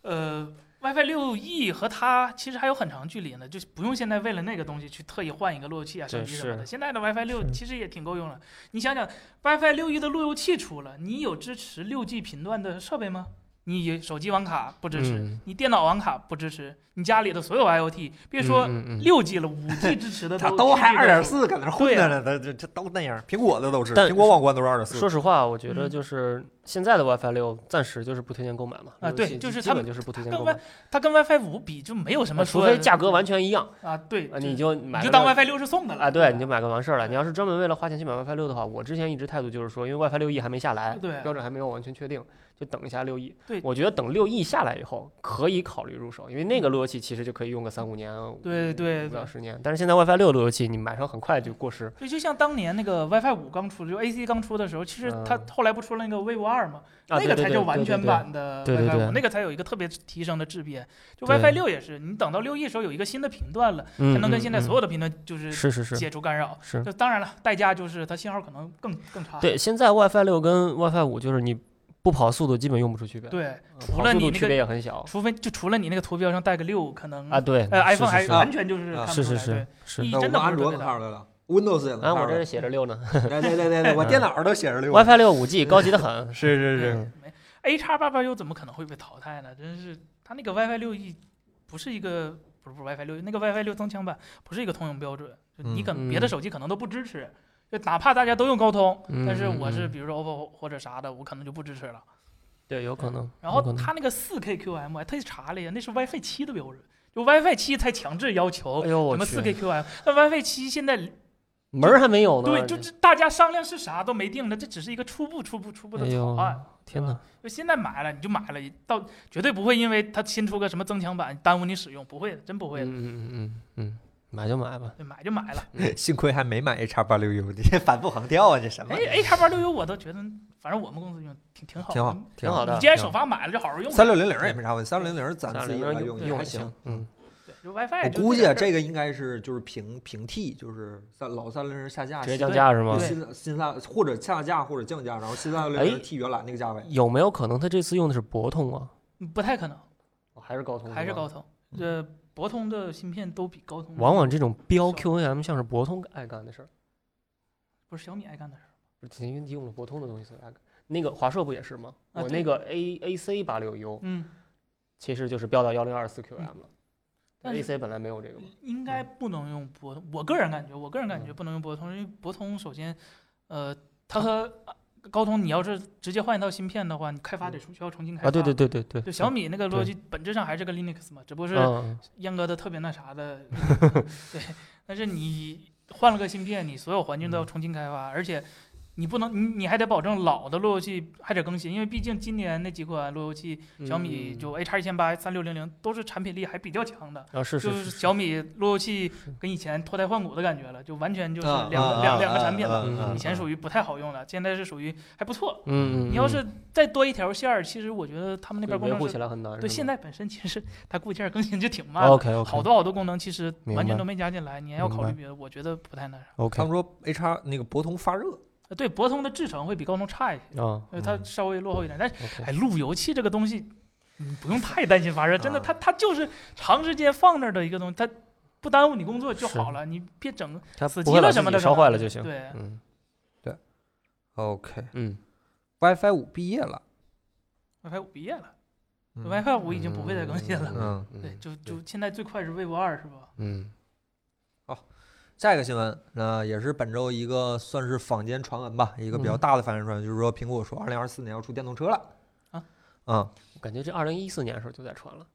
Speaker 3: 呃，WiFi 六 E 和它其实还有很长距离呢，就是不用现在为了那个东西去特意换一个路由器啊、
Speaker 4: 对
Speaker 3: 手机什么的。
Speaker 4: 是
Speaker 3: 现在的 WiFi 六
Speaker 4: 是
Speaker 3: 其实也挺够用了。你想想，WiFi 六 E 的路由器出了，你有支持六 G 频段的设备吗？你手机网卡不支持，
Speaker 4: 嗯
Speaker 3: 你电脑网卡不支持，你家里的所有 IoT，别说
Speaker 4: 嗯嗯嗯
Speaker 3: 六 G 了，五 G 支持的
Speaker 2: 他
Speaker 3: 都
Speaker 2: 都还二
Speaker 3: 基本
Speaker 2: 点
Speaker 3: 上
Speaker 2: 四，搁那儿混着呢，他这这都那啊样。苹果的都是，
Speaker 4: 但
Speaker 2: 苹果网关都是二点四
Speaker 4: 说。实话，我觉得
Speaker 3: 嗯
Speaker 4: 就是现在的 WiFi 六暂时就是不推荐购买嘛。
Speaker 3: 啊
Speaker 4: 路由
Speaker 3: 对
Speaker 4: 器
Speaker 3: 就是
Speaker 4: 基
Speaker 3: 他
Speaker 4: 本
Speaker 3: 们
Speaker 4: 就是不推荐
Speaker 3: 跟
Speaker 4: 购买
Speaker 3: Wi，它跟 WiFi 五比就没有什么
Speaker 4: 啊除
Speaker 3: 说，
Speaker 4: 非价格完全一样，
Speaker 3: 啊，对，
Speaker 4: 啊，
Speaker 3: 就
Speaker 4: 你就买
Speaker 3: 你
Speaker 4: 个
Speaker 3: 就当
Speaker 4: 六
Speaker 3: WiFi 六是送的了
Speaker 4: 啊，对，
Speaker 3: 吧
Speaker 4: 你就买个完事儿了。你要是专门为了花钱去买 WiFi 六的话，我之前一直态度就是说，因为 WiFi 六 E 还没下来，
Speaker 3: 对
Speaker 4: 标准还没有完全确定，就等一下六 E。
Speaker 3: 对
Speaker 4: 我觉得等六 E 下来以后可以考虑入手，因为那个路由器其实就可以用个三五年，
Speaker 3: 对对对
Speaker 4: 五到十年。但是现在 WiFi 六路由器你买上很快就过时，
Speaker 3: 对，就像当年那个 WiFi 五刚出，就 AC 刚出的时候，其实它
Speaker 4: 嗯
Speaker 3: 后来不出了那个 Vivo 二嘛，那
Speaker 4: 啊对
Speaker 3: 个
Speaker 4: 对
Speaker 3: 才
Speaker 4: 对
Speaker 3: 叫
Speaker 4: 对
Speaker 3: 完
Speaker 4: 对
Speaker 3: 全
Speaker 4: 对
Speaker 3: 版的
Speaker 4: 对对
Speaker 3: WiFi
Speaker 4: 对
Speaker 3: 五，那个才有一个特别提升的质变。就
Speaker 4: 对
Speaker 3: WiFi 六也是，你等到六 E 时候有一个新的频段了，
Speaker 4: 嗯
Speaker 3: 才能跟现在所有
Speaker 4: 有
Speaker 3: 的频段就是
Speaker 4: 是是是
Speaker 3: 解除干扰。
Speaker 4: 是。
Speaker 3: 就当然了，代价就是它信号可能更更差。
Speaker 4: 对，现在 WiFi 六跟 WiFi 五就是你不跑速度基本用不出区别，
Speaker 3: 对，
Speaker 4: 嗯
Speaker 3: 除
Speaker 4: 跑
Speaker 3: 了
Speaker 4: 速
Speaker 3: 你
Speaker 4: 度
Speaker 3: 那
Speaker 4: 区别
Speaker 3: 个，
Speaker 4: 也很小
Speaker 3: 除非就除了你那个图标上带个六，可能
Speaker 4: 啊。对，
Speaker 3: 呃
Speaker 4: 是
Speaker 3: iPhone 还
Speaker 4: 是
Speaker 2: 啊
Speaker 3: 完全就是看不
Speaker 4: 是
Speaker 3: 出
Speaker 4: 是
Speaker 3: 来对
Speaker 4: 是是。
Speaker 3: 一
Speaker 2: 那我
Speaker 3: 真的
Speaker 2: 们
Speaker 3: 不
Speaker 2: 安
Speaker 3: 是
Speaker 2: 卓
Speaker 3: 特
Speaker 2: 能
Speaker 3: 别
Speaker 2: 看
Speaker 3: 大。
Speaker 2: 出来了，Windows 也能
Speaker 4: 啊，
Speaker 2: 看
Speaker 4: 我
Speaker 2: 出来
Speaker 4: 这是。
Speaker 3: 嗯
Speaker 4: 写着六呢
Speaker 2: 嗯对对对对，我电脑都写着六。
Speaker 4: ，WiFi 六五 G 高级的很，
Speaker 2: 是是是，
Speaker 4: 嗯
Speaker 3: 没哎 A 叉八八六怎么可能会被淘汰呢？真是它那个 WiFi 六 E 不是一个不是不是 WiFi 六 E 那个 WiFi 六增强版不是一个通用标准，就你
Speaker 2: 嗯
Speaker 3: 可能别的
Speaker 4: 嗯
Speaker 3: 手机可能都不支持，就哪怕大家都用高通，但是
Speaker 4: 嗯嗯
Speaker 3: 我是
Speaker 4: 嗯
Speaker 3: 比如说 OPPO 或者啥的，我可能就不支持了。
Speaker 4: 对，有可能。
Speaker 3: 嗯然
Speaker 4: 有可
Speaker 3: 后
Speaker 4: 能
Speaker 3: 它那个四 K QM，特意查了一下，那是 WiFi 七的标准，就 WiFi 七才强制要求
Speaker 4: 哎呦我
Speaker 3: 什么
Speaker 4: 去
Speaker 3: 四 K QM，那 WiFi 七现在
Speaker 4: 门儿还没有呢。
Speaker 3: 对，就这大家商量是啥都没定呢，这只是一个初步、初步、初步的
Speaker 4: 哎
Speaker 3: 草
Speaker 4: 呦
Speaker 3: 案。
Speaker 4: 天哪！
Speaker 3: 就现在买了你就买了，到绝对不会因为它新出个什么增强版耽误你使用，不会的，真不会的，
Speaker 4: 嗯嗯嗯嗯，买就买吧。
Speaker 3: 对买就买了。
Speaker 2: 幸亏还没买 A 叉八六 U，你这 反复横跳啊，这什么？
Speaker 3: 哎，A 叉八六 U 我都觉得，反正我们公司用挺挺好，
Speaker 2: 挺好，
Speaker 4: 挺好的
Speaker 3: 你既然首发买了，就好好用吧。
Speaker 2: 三六零零也没啥问题，哎三六零零咱
Speaker 4: 咱
Speaker 2: 自己
Speaker 4: 俩
Speaker 2: 来
Speaker 4: 人
Speaker 2: 用也
Speaker 4: 用
Speaker 2: 还
Speaker 4: 也
Speaker 2: 行。，
Speaker 4: 嗯，
Speaker 3: 对就 WiFi，
Speaker 2: 我
Speaker 3: 就
Speaker 2: 估计啊
Speaker 3: 点事儿
Speaker 2: 这个应该是就是平平替，就是三老三六零下架，
Speaker 4: 直接
Speaker 2: 新
Speaker 4: 降
Speaker 3: 对
Speaker 4: 价是吗
Speaker 2: 对？
Speaker 3: 对
Speaker 2: 新新三或者下架或者降价，然后新三六零
Speaker 4: 哎
Speaker 2: 零替原来那个价位。
Speaker 4: 有没有可能他这次用的是博通啊？
Speaker 3: 嗯不太可能，
Speaker 2: 哦
Speaker 4: 还是高通
Speaker 3: 还是高通。呃，博通的芯片都比高通
Speaker 4: 往往这种标
Speaker 3: 小
Speaker 4: QAM 像是博通爱干的事儿，
Speaker 3: 不是小米爱干的事儿。
Speaker 4: 不是因为用了博通的东西所以爱干。那个华硕不也是吗？
Speaker 3: 啊
Speaker 4: 我
Speaker 3: 对
Speaker 4: 那个 A A C 八六 U
Speaker 3: 嗯，
Speaker 4: 其实就是标到幺零二四 QAM 了。
Speaker 3: 但
Speaker 4: A
Speaker 3: 是
Speaker 4: C 本来没有这个嘛，
Speaker 3: 嗯应该不能用博通，我个人感觉，我个人感觉不能用博通，因为博通首先，呃，它和高通，你要是直接换一套芯片的话，你开发得重需要重新开发。
Speaker 4: 啊，对对。对对对，
Speaker 3: 就小米那个逻
Speaker 4: 对
Speaker 3: 辑本质上还是个 Linux 嘛，只不过
Speaker 4: 嗯
Speaker 3: 是
Speaker 4: 嗯
Speaker 3: 阉割的特别那啥 的，对。但是你换了个芯片，你所有环境都
Speaker 4: 嗯
Speaker 3: 要重新开发，而且你不能，你你还得保证老的路由器还得更新，因为毕竟今年那几款路由器，
Speaker 4: 嗯
Speaker 3: 小米就 A 叉一千八、三六零零都是产品力还比较强的。
Speaker 4: 啊是
Speaker 3: 就是是
Speaker 4: 是，
Speaker 3: 小米路由器跟以前脱胎换骨的感觉了，就完全就是
Speaker 2: 啊
Speaker 3: 两个
Speaker 2: 啊
Speaker 3: 两
Speaker 2: 啊
Speaker 3: 两个产品
Speaker 2: 啊
Speaker 3: 了。
Speaker 2: 啊啊
Speaker 3: 以前属于不太好用了，现在是属于还不错。
Speaker 4: 嗯嗯，
Speaker 3: 你要
Speaker 4: 嗯
Speaker 3: 是再多一条线儿，其实我觉得他们那边工
Speaker 4: 对维护
Speaker 3: 程
Speaker 4: 起
Speaker 3: 师
Speaker 4: 来很难。
Speaker 3: 对现在本身其 实它固件更新就挺慢的，
Speaker 4: OK OK
Speaker 3: 好多好多功能其实
Speaker 4: 明
Speaker 3: 完全
Speaker 4: 白
Speaker 3: 都没加进来，你还要考虑
Speaker 4: 明白
Speaker 3: 别的，我觉得不太那啥。
Speaker 2: 他
Speaker 4: OK
Speaker 2: 们说 A 叉那个博通发热，
Speaker 3: 呃对，博通的制程会比高通差一些，
Speaker 4: 啊
Speaker 3: 因为它
Speaker 4: 嗯
Speaker 3: 稍微落后一点，但是
Speaker 4: OK
Speaker 3: 哎，路由器这个东西，你不用太担心发热，真的，
Speaker 2: 啊
Speaker 3: 它它就是长时间放那儿的一个东西，它不耽误你工作就是好了，你别整
Speaker 4: 它
Speaker 3: 死
Speaker 4: 不
Speaker 3: 机
Speaker 4: 会
Speaker 3: 了
Speaker 4: 把
Speaker 3: 什
Speaker 4: 自
Speaker 3: 么
Speaker 4: 己
Speaker 3: 的
Speaker 4: 烧
Speaker 3: 可
Speaker 4: 坏
Speaker 3: 能
Speaker 4: 了就行。
Speaker 3: 对，
Speaker 4: 嗯
Speaker 2: OK，WiFi
Speaker 4: 嗯，
Speaker 2: 五毕业了
Speaker 3: WiFi 五毕业了、
Speaker 2: 嗯
Speaker 3: w i f i 五已经不会再更新了。
Speaker 2: 嗯
Speaker 3: 对，就就现在最快是 vivo 二是吧？
Speaker 4: 嗯
Speaker 2: 下一个新闻，那也是本周一个算是坊间传闻吧，一个比较
Speaker 4: 嗯
Speaker 2: 大的坊间传闻，就是说苹果说二零二四年要出电动车了。
Speaker 3: 啊，
Speaker 2: 嗯，
Speaker 4: 我感觉这二零一四年的时候就在传了。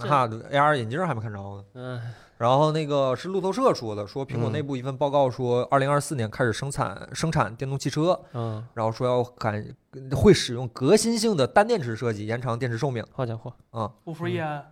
Speaker 3: 这
Speaker 2: 那 AR 眼镜还没看着呢。
Speaker 4: 嗯
Speaker 2: 然后那个是路透社说的，说苹果
Speaker 4: 嗯
Speaker 2: 内部一份报告说，二零二四年开始生产生产电动汽车，
Speaker 4: 嗯，
Speaker 2: 然后说要敢会使用革新性的单电池设计，延长电池寿命。
Speaker 4: 好家伙，
Speaker 3: 五 free 啊，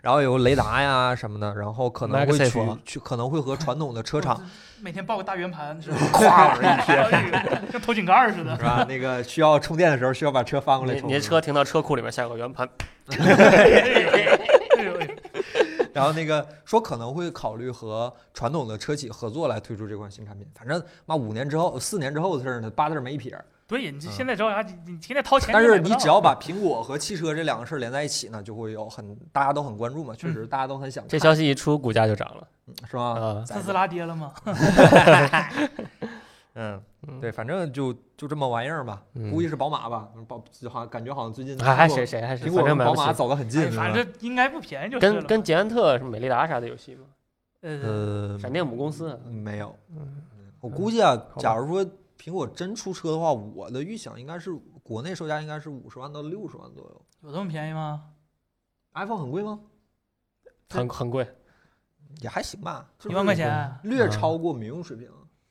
Speaker 2: 然后有雷达呀什么的，然后可能会
Speaker 4: MagSafe
Speaker 2: 去
Speaker 4: 啊
Speaker 2: 去可能会和传统的车 厂
Speaker 3: 每天抱个大圆盘是吧？
Speaker 2: 跨了一天，
Speaker 3: 跟头井盖儿似的
Speaker 2: 是。吧？那个需要充电的时候需要把车翻过来
Speaker 4: 您
Speaker 2: 充。
Speaker 4: 您
Speaker 2: 是吧
Speaker 4: 车停到车库里面，下个圆盘。
Speaker 3: 哎呦喂
Speaker 2: 然后那个说可能会考虑和传统的车企合作来推出这款新产品，反正妈五年之后、四年之后的事儿呢，八字儿没一撇儿。
Speaker 3: 对呀，你这
Speaker 2: 嗯
Speaker 3: 现在着啥急？你现在掏钱，
Speaker 2: 但是你只要把苹果和汽车这两个事儿连在一起呢，就会有很大家都很关注嘛，确实大家都很想
Speaker 4: 嗯这
Speaker 2: 看，
Speaker 4: 消息一出，股价就涨了
Speaker 2: 是吧？
Speaker 4: 啊！
Speaker 2: 在
Speaker 3: 特斯拉跌了吗？
Speaker 2: 嗯
Speaker 4: 嗯，
Speaker 2: 对，反正就就这么玩意儿吧，
Speaker 4: 嗯
Speaker 2: 估计是宝马吧，宝就好像感觉好像最近
Speaker 4: 还还
Speaker 2: 苹果
Speaker 4: 谁谁还是
Speaker 2: 苹
Speaker 4: 反
Speaker 2: 果
Speaker 4: 正
Speaker 2: 跟
Speaker 4: 买
Speaker 2: 宝
Speaker 4: 不
Speaker 2: 马
Speaker 4: 起。
Speaker 2: 走得很近，
Speaker 3: 哎
Speaker 2: 是吧
Speaker 3: 反正应该不便宜就是了
Speaker 4: 跟。跟捷安特、什么美利达啥的有戏吗？
Speaker 3: 呃，
Speaker 2: 呃，
Speaker 4: 闪电母公司
Speaker 2: 没有，
Speaker 4: 嗯
Speaker 2: 我估计啊，
Speaker 4: 吧
Speaker 2: 假如说苹果真出车的话，我的预想应该是国内售价应该是五十万到六十万左右。
Speaker 3: 有这么便宜吗？
Speaker 2: iPhone 很贵吗？
Speaker 4: 很很贵，
Speaker 2: 也还行吧，就是
Speaker 3: 一万块钱，
Speaker 4: 嗯
Speaker 2: 略超过民用水平。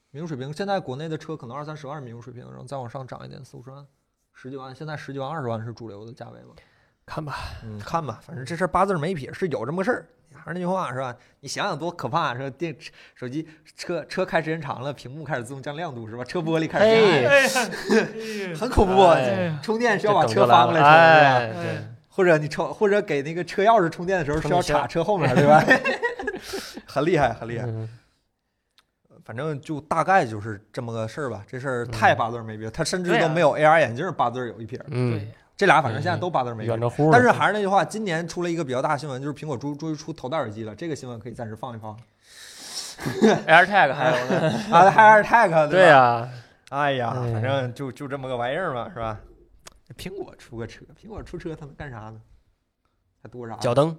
Speaker 2: 民用水平现在国内的车可能二三十万是民用水平，然后再往上涨一点，四五十万、十几万，现在十几万、二十万是主流的价位嘛。
Speaker 4: 看吧。
Speaker 2: 嗯，看吧，反正这事儿八字儿没撇，是有这么个事儿。还是那句话是吧？你想想多可怕，是吧？电手机车车开时间长了，屏幕开始自动降亮度是吧？车玻璃开始变
Speaker 4: 哎
Speaker 2: 暗
Speaker 3: 哎呀，
Speaker 2: 很恐怖。啊
Speaker 4: 哎
Speaker 2: 充电需
Speaker 4: 这
Speaker 2: 要把
Speaker 4: 梗
Speaker 2: 车
Speaker 4: 就
Speaker 2: 翻
Speaker 4: 来
Speaker 2: 过
Speaker 4: 了，
Speaker 2: 来充，对吧
Speaker 4: 哎，对
Speaker 3: 哎，
Speaker 2: 或者你充，或者给那个车钥匙充电的时候需
Speaker 4: 充
Speaker 2: 要
Speaker 4: 电线
Speaker 2: 插车后面，对吧？ 很厉害，很厉害。
Speaker 4: 嗯
Speaker 2: 反正就大概就是这么个事儿吧。这事儿
Speaker 4: 嗯
Speaker 2: 太八字儿没别，他甚至
Speaker 3: 对
Speaker 2: 都
Speaker 3: 啊
Speaker 2: 没有 AR 眼镜八字儿有一撇儿。
Speaker 4: 嗯，
Speaker 3: 对，
Speaker 2: 这俩反正现在都八字儿没撇
Speaker 4: 远
Speaker 2: 儿。
Speaker 4: 着乎。
Speaker 2: 但是还是那句话，今年出了一个比较大的新闻，就是苹果终终于出头戴耳机了。这个新闻可以暂时放 一放。
Speaker 4: AirTag 还有 呢，
Speaker 2: 啊，还 AirTag
Speaker 4: 对
Speaker 2: 吧？
Speaker 4: 呀，
Speaker 2: 哎呀，
Speaker 4: 哎呀
Speaker 2: 反正就就这么个玩意儿嘛，是吧？苹果出个车，苹果出车它能干啥呢？它多啥呢？
Speaker 4: 脚蹬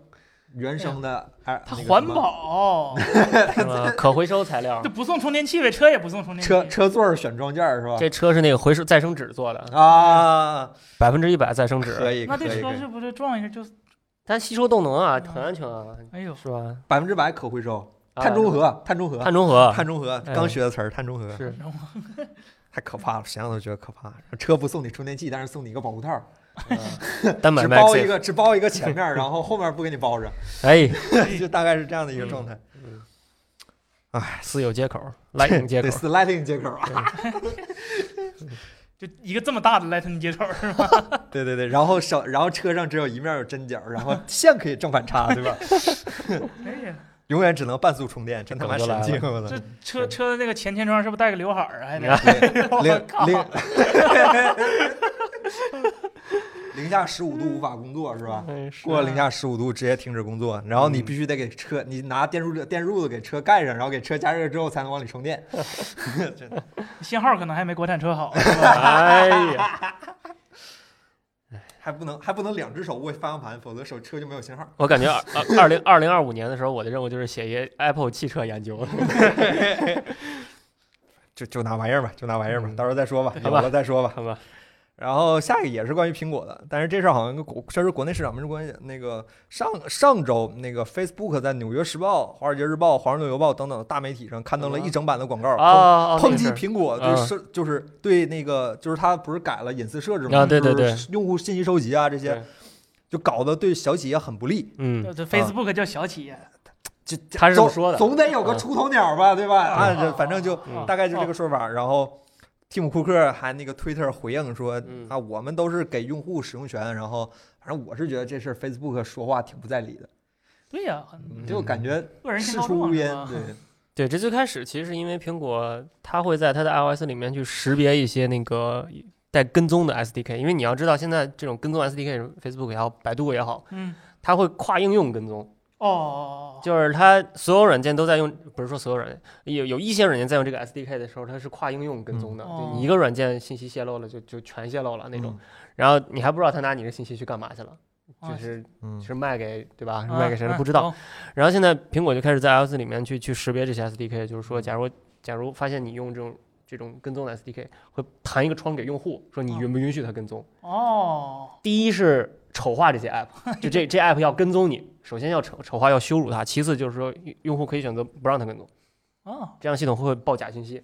Speaker 2: 原生的，哎，
Speaker 3: 它
Speaker 2: 那个什
Speaker 3: 环
Speaker 2: 么，
Speaker 3: 保，
Speaker 4: 是吧？可回收材料
Speaker 3: 这，不送充电器呗，车也不送充电器。
Speaker 2: 车车座儿选装件儿是吧？
Speaker 4: 这车是那个回收再生纸做的，
Speaker 2: 啊，
Speaker 4: 百分之一百再生
Speaker 2: 可
Speaker 4: 纸，
Speaker 2: 以，
Speaker 3: 那
Speaker 2: 可
Speaker 3: 这
Speaker 2: 以，
Speaker 3: 车是不是撞一下就？
Speaker 4: 但吸收动能啊，很安全啊，
Speaker 3: 哎呦，
Speaker 4: 是吧？
Speaker 2: 百分之百可回收，
Speaker 4: 啊
Speaker 2: 碳中和，碳中和，
Speaker 4: 碳中和，
Speaker 2: 碳中和，
Speaker 4: 哎
Speaker 2: 刚学的词儿，碳中和
Speaker 4: 是
Speaker 2: 太可怕了，想想都觉得可怕。车不送你充电器，但是送你一个保护套儿，
Speaker 4: 单买
Speaker 2: 只
Speaker 4: Max，
Speaker 2: 包一个，只包一个前面儿，然后后面不给你包着，
Speaker 4: 哎，
Speaker 2: 就大概是这样的一个状态。
Speaker 4: 私有接口，Lightning 接口
Speaker 2: 对，是 Lightning 接口啊，
Speaker 3: 就一个这么大的 Lightning 接口是吗？
Speaker 2: 对对对，然后手，然后车上只有一面有针脚，然后线可以正反插，对吧？
Speaker 3: 哎呀，
Speaker 2: 永远只能半速充电，真他妈
Speaker 4: 梗就来
Speaker 2: 神经！
Speaker 4: 了
Speaker 2: 我操
Speaker 3: 这车车的那个前天窗是不是带个刘海儿啊？还得
Speaker 2: 零
Speaker 3: 靠
Speaker 2: 零零 下十五度无法工作是吧？
Speaker 4: 嗯，
Speaker 2: 过了零下十五度直接停止工作，然后你必须得给车，你拿电褥电褥子给车盖上，然后给车加热之后才能往里充电。真的
Speaker 3: 信号可能还没国产车好。
Speaker 4: 哎呀，
Speaker 2: 还不能还不能两只手握方向盘，否则手车就没有信号。
Speaker 4: 我感觉二二零二零二五年的时候，我的任务就是写一 Apple 汽车研究，
Speaker 2: 就就那玩意儿吧，就那玩意儿吧，
Speaker 4: 嗯
Speaker 2: 到时候再说吧，
Speaker 4: 好
Speaker 2: 有
Speaker 4: 吧
Speaker 2: 了再说吧。
Speaker 4: 看吧，
Speaker 2: 然后下一个也是关于苹果的，但是这事儿好像跟国这是国内市场没什么关系。那个上上周那个 Facebook 在《纽约时报》《华尔街日报》《华盛顿邮报》等等大媒体上刊登了一整版的广告，
Speaker 4: 嗯啊，
Speaker 2: 抨抨
Speaker 4: 那个
Speaker 2: 击
Speaker 4: 事儿
Speaker 2: 苹果
Speaker 4: 啊
Speaker 2: 对是就是对那个就是它不是改了隐私设置
Speaker 4: 啊
Speaker 2: 嘛，
Speaker 4: 对对
Speaker 2: 就是用户信息收集啊这些
Speaker 4: 对，
Speaker 2: 就搞得对小企业很不利。
Speaker 4: 嗯，
Speaker 3: 这 Facebook 叫小企业，
Speaker 2: 这这
Speaker 4: 他是这么
Speaker 2: 总
Speaker 4: 说的
Speaker 2: 总得有个
Speaker 4: 嗯
Speaker 2: 出头鸟吧，对吧？啊，
Speaker 3: 哦
Speaker 2: 这反正就
Speaker 4: 嗯
Speaker 2: 大概就这个说法。然后，蒂姆·库克还那个推特回应说
Speaker 4: 嗯：“
Speaker 2: 啊，我们都是给用户使用权。”然后，反正我是觉得这事儿 Facebook 说话挺不在理的，
Speaker 3: 对呀，
Speaker 4: 嗯
Speaker 3: 很
Speaker 2: 就感觉
Speaker 3: 恶人先
Speaker 2: 事
Speaker 3: 告
Speaker 2: 出
Speaker 3: 状
Speaker 2: 无
Speaker 3: 是
Speaker 2: 因。
Speaker 3: 吧？
Speaker 2: 对，
Speaker 4: 对，这最开始其实是因为苹果它会在它的 iOS 里面去识别一些那个带跟踪的 SDK，因为你要知道现在这种跟踪 SDK，Facebook 也好，百度也好，
Speaker 3: 嗯，
Speaker 4: 它会跨应用跟踪。
Speaker 3: 哦，
Speaker 4: 就是它所有软件都在用，不是说所有软件，有有一些软件在用这个 SDK 的时候，它是跨应用跟踪的，
Speaker 3: 嗯
Speaker 4: 对
Speaker 3: 哦嗯
Speaker 4: 你一个软件信息泄露了就就全泄露了 那种，然后你还不知道他拿你的信息去干嘛去了，
Speaker 3: 啊
Speaker 4: 就是
Speaker 2: 嗯，
Speaker 4: 是卖给对吧？是
Speaker 3: 啊
Speaker 4: 卖给谁了
Speaker 3: 啊
Speaker 4: 不知道。
Speaker 3: 懂
Speaker 4: 然后现在苹果就开始在 iOS 里面去去识别这些 SDK，就是
Speaker 3: 嗯
Speaker 4: 说，假如假如发现你用这种这种跟踪的 SDK，会弹一个窗给用户，说你
Speaker 3: 哦
Speaker 4: 允不允许他跟踪。
Speaker 3: 哦，
Speaker 4: 第一是丑化这些 app，就 这这 app 要跟踪你，首先要丑丑化要羞辱它，其次就是说用用户可以选择不让它跟踪，
Speaker 3: 哦，
Speaker 4: 这样系统会报假信息。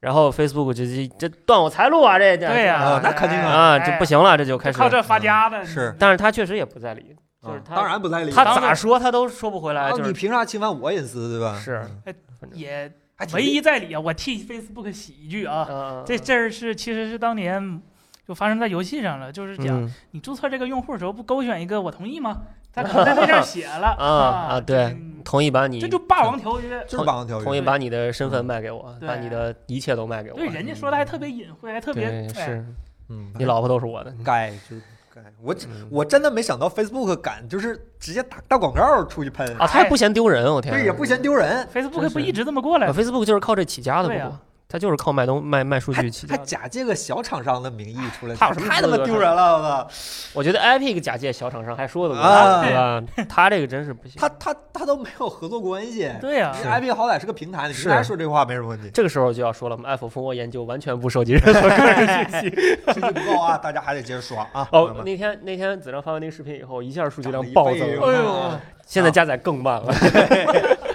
Speaker 4: 然后 Facebook 这这这断我财路啊，这这
Speaker 3: 对呀、
Speaker 2: 啊那肯定啊嗯
Speaker 4: 啊
Speaker 3: 哎
Speaker 4: 这不，行了，这就开
Speaker 3: 哎
Speaker 4: 始
Speaker 3: 靠。这发家的、
Speaker 2: 是
Speaker 4: 但是他确实也不在理，
Speaker 2: 啊
Speaker 4: 就是他
Speaker 2: 当然不在理。
Speaker 4: 他
Speaker 3: 当
Speaker 4: 咋
Speaker 3: 然
Speaker 4: 说他都说不回来，
Speaker 2: 啊
Speaker 4: 就
Speaker 2: 你
Speaker 4: 是
Speaker 2: 凭啥侵犯我隐私，对吧？
Speaker 4: 是
Speaker 2: 嗯
Speaker 3: 也
Speaker 2: 还挺
Speaker 3: 唯一在理啊。我替 Facebook 洗一句啊，
Speaker 4: 嗯
Speaker 3: 这事儿是其实是当年就发生在游戏上了，就是讲、
Speaker 4: 嗯
Speaker 3: 你注册这个用户的时候不勾选一个我同意吗？他可能在那上写了
Speaker 4: 啊啊对
Speaker 3: 这嗯
Speaker 4: 同意把你
Speaker 3: 这就霸王条约。
Speaker 2: 就是霸王条
Speaker 4: 同意
Speaker 2: 约。
Speaker 4: 把你的身份卖给我，
Speaker 3: 对
Speaker 4: 把你的一切都卖给我。
Speaker 3: 对，人家说的还特别隐晦，还特别
Speaker 4: 对，
Speaker 3: 哎
Speaker 4: 是
Speaker 2: 嗯，
Speaker 4: 你老婆都是我的。
Speaker 2: 该就该。我
Speaker 4: 嗯
Speaker 2: 我真的没想到 Facebook 敢就是直接打大广告出去喷，
Speaker 4: 啊，他也不嫌丢人，我天。
Speaker 2: 对，也不嫌丢人。
Speaker 3: Facebook
Speaker 4: 真
Speaker 3: 不
Speaker 4: 是
Speaker 3: 一直这么过来
Speaker 4: 啊
Speaker 3: 吗？
Speaker 4: Facebook 就是靠这起家的，不
Speaker 3: 对
Speaker 4: 过、
Speaker 3: 啊
Speaker 4: 他就是靠卖东卖卖数据起家
Speaker 2: 还
Speaker 4: 的。
Speaker 2: 假借个小厂商的名义出来，
Speaker 4: 他有什么
Speaker 2: 太他
Speaker 4: 资
Speaker 2: 妈
Speaker 4: 格
Speaker 2: 丢
Speaker 4: 上
Speaker 2: 人了！我操，
Speaker 4: 我觉得 Epic 假借小厂商还说得过，
Speaker 2: 啊
Speaker 4: 对吧？他这个真是不行。
Speaker 2: 他他他都没有合作关系。
Speaker 3: 对呀、
Speaker 2: 你 IP 好歹是个平台，你
Speaker 4: 是
Speaker 2: 平台说这话没什么 问题，
Speaker 4: 这个时候就要说了，我们 Apple 蜂窝研究完全不收集任何个人信息。
Speaker 2: 这就不够啊，大家还得接着刷啊。朋友
Speaker 4: 哦，
Speaker 2: 们
Speaker 4: 那天那天子章发完那个视频以后，一下数据
Speaker 2: 涨
Speaker 4: 量
Speaker 2: 了一
Speaker 4: 暴
Speaker 2: 倍
Speaker 4: 增，
Speaker 2: 哟
Speaker 3: 哎
Speaker 2: 啊
Speaker 3: 呦，
Speaker 4: 现在加载更慢了，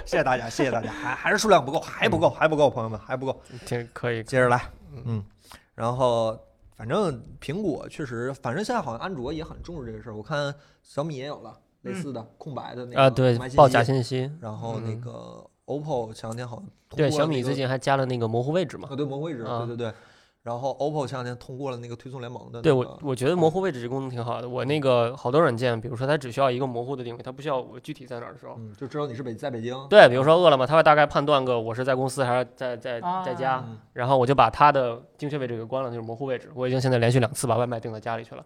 Speaker 2: 谢谢大家，谢谢大家，还还是数量不够，还不够，还不够，朋友们还不够，
Speaker 4: 挺可以。
Speaker 2: 接着来，嗯，然后反正苹果确实，反正现在好像安卓也很重视这个事儿，我看小米也有了类似的空白的那个
Speaker 4: 啊，对
Speaker 2: 空白，信
Speaker 4: 报
Speaker 2: 息
Speaker 4: 假信息。
Speaker 2: 然后那
Speaker 4: 嗯
Speaker 2: 个 OPPO 前两天好像通
Speaker 4: 对，
Speaker 2: 过
Speaker 4: 小
Speaker 2: 那
Speaker 4: 米
Speaker 2: 个
Speaker 4: 最近还加了那个模糊位置嘛
Speaker 2: 啊，？对模糊位置，
Speaker 4: 啊
Speaker 2: 对对对。然后 OPPO 前两天通过了那个推送联盟的那个，
Speaker 4: 对我，我觉得
Speaker 2: 嗯
Speaker 4: 模糊位置这功能挺好的。我那个好多软件，比如说它只需要一个模糊的定位，它不需要我具体在哪儿的时候，
Speaker 2: 嗯，就知道你是北在北京，
Speaker 4: 对，比如说饿了么，他会大概判断个我是在公司还是在在在家，
Speaker 3: 啊
Speaker 2: 嗯
Speaker 4: 然后我就把他的精确位置给关了，就是模糊位置。我已经现在连续两次把外卖订到家里去了，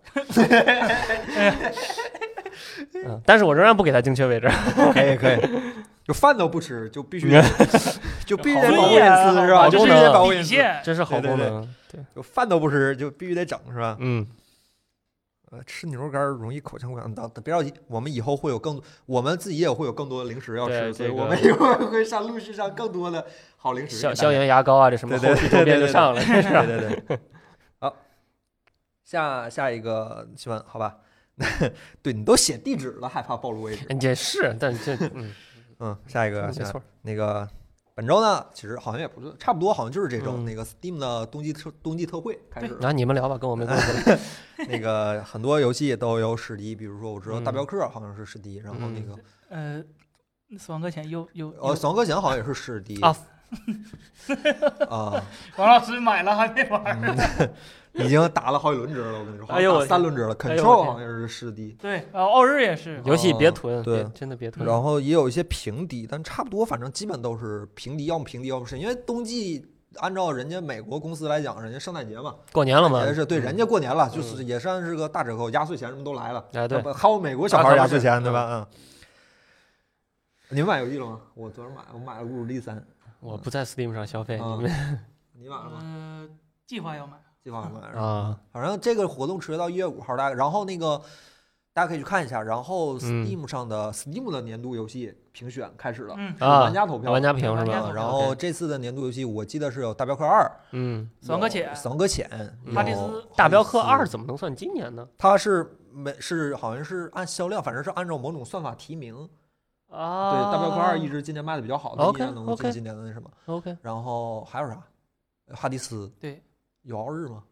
Speaker 4: 嗯，但是我仍然不给他精确位置，
Speaker 2: 可以可以，就饭都不吃，就必须得
Speaker 4: 嗯
Speaker 2: 就必须得保护
Speaker 3: 对
Speaker 2: 隐
Speaker 3: 呀、
Speaker 2: 私是
Speaker 3: 好
Speaker 2: 吧？
Speaker 4: 吧
Speaker 2: 就
Speaker 4: 这
Speaker 2: 必
Speaker 4: 是
Speaker 2: 须得保护
Speaker 3: 底
Speaker 2: 隐私，
Speaker 3: 线。
Speaker 4: 这是好
Speaker 2: 对对嗯
Speaker 4: 功
Speaker 2: 对
Speaker 4: 能，对
Speaker 2: 就饭都不吃就必须得整是吧？
Speaker 4: 嗯，
Speaker 2: 呃，吃牛肉干儿容易口腔溃疡。等等，别着急，我们以后会有更多，我们自己也会有更多的零食要
Speaker 4: 对
Speaker 2: 吃，所以
Speaker 4: 这
Speaker 2: 我
Speaker 4: 个
Speaker 2: 们一会儿会上陆续上更多的好零食给大
Speaker 4: 消
Speaker 2: 家。
Speaker 4: 消炎牙膏啊，这什么
Speaker 2: 对对
Speaker 4: 后续周边就
Speaker 2: 对对对
Speaker 4: 上了，是吧？
Speaker 2: 对对对，好，下下一个新闻，好吧？ 对你都写地址了，还怕暴露位置？
Speaker 4: 也是，但这嗯，
Speaker 2: 嗯，下一个
Speaker 4: 没
Speaker 2: 新闻
Speaker 4: 错，
Speaker 2: 那个本周呢，其实好像也不是，差不多好像就是这周、
Speaker 4: 嗯
Speaker 2: 那个 Steam 的冬季特冬季特惠开始了。
Speaker 4: 那你们聊吧，跟我没关系了。
Speaker 2: 那个很多游戏都有史迪，比如说我知道大
Speaker 4: 嗯
Speaker 2: 镖客好像是史迪，然后那个
Speaker 3: 呃，死亡搁浅又又
Speaker 2: 呃
Speaker 3: 又
Speaker 2: 死亡搁浅好像也是史迪
Speaker 4: 啊
Speaker 2: 啊，
Speaker 3: 王老师买了还没玩儿。
Speaker 2: 嗯 已经打了好几轮折了，我跟你说，好像
Speaker 4: 哎呦
Speaker 2: 打
Speaker 4: 我
Speaker 2: 三轮折了。
Speaker 4: 哎呦我
Speaker 2: Control 好像是史迪，
Speaker 3: 对，然后奥日也是，
Speaker 4: 游戏别
Speaker 2: 哦
Speaker 4: 囤，
Speaker 2: 对
Speaker 4: 别真的别囤。
Speaker 2: 然后也有一些平底，但差不多，反正基本都是平底，要么平底，要么是因为冬季。按照人家美国公司来讲，人家圣诞节嘛，
Speaker 4: 过年了嘛，
Speaker 2: 也是对
Speaker 4: 嗯
Speaker 2: 人家过年了，就是也算是个大折扣，压岁钱什么都来了。
Speaker 4: 哎对，
Speaker 2: 还有美国小
Speaker 4: 啊
Speaker 2: 孩
Speaker 4: 可
Speaker 2: 儿
Speaker 4: 不
Speaker 2: 压岁
Speaker 4: 是
Speaker 2: 钱，对吧？嗯。你们买游戏了吗？我昨儿买，我买了《巫术力三》，
Speaker 4: 我不在 Steam 上消费，
Speaker 2: 啊
Speaker 4: 你们
Speaker 2: 你买了吗？
Speaker 3: 呃，计划要买。
Speaker 2: 计划买了是吧。
Speaker 4: 啊，
Speaker 2: 反正这个活动持续到一月五号，大家然后那个大家可以去看一下。然后 Steam 上的 Steam 的年度游戏评选开始了，
Speaker 3: 嗯，
Speaker 2: 是
Speaker 4: 啊
Speaker 2: 玩家投票，
Speaker 4: 玩家评是
Speaker 3: 玩家投
Speaker 4: 吧
Speaker 2: 啊
Speaker 3: 票？
Speaker 2: 然后这次的年度游戏，我记得是有《大镖客二》
Speaker 4: 嗯，
Speaker 2: 有《
Speaker 3: 死亡搁浅
Speaker 2: 死亡搁浅》有《
Speaker 3: 哈迪斯
Speaker 4: 大镖客二》，怎么能算今年呢？
Speaker 2: 它是没是好像是按销量，反正是按照某种算法提名。对，
Speaker 4: 啊，
Speaker 2: 《大镖客二》一直今年卖的比较好，它依
Speaker 4: OK，
Speaker 2: 然能够进
Speaker 4: OK
Speaker 2: 今年的那什么。
Speaker 4: OK，
Speaker 2: 然后还有啥？哈迪斯
Speaker 3: 对，
Speaker 2: 有奥日吗？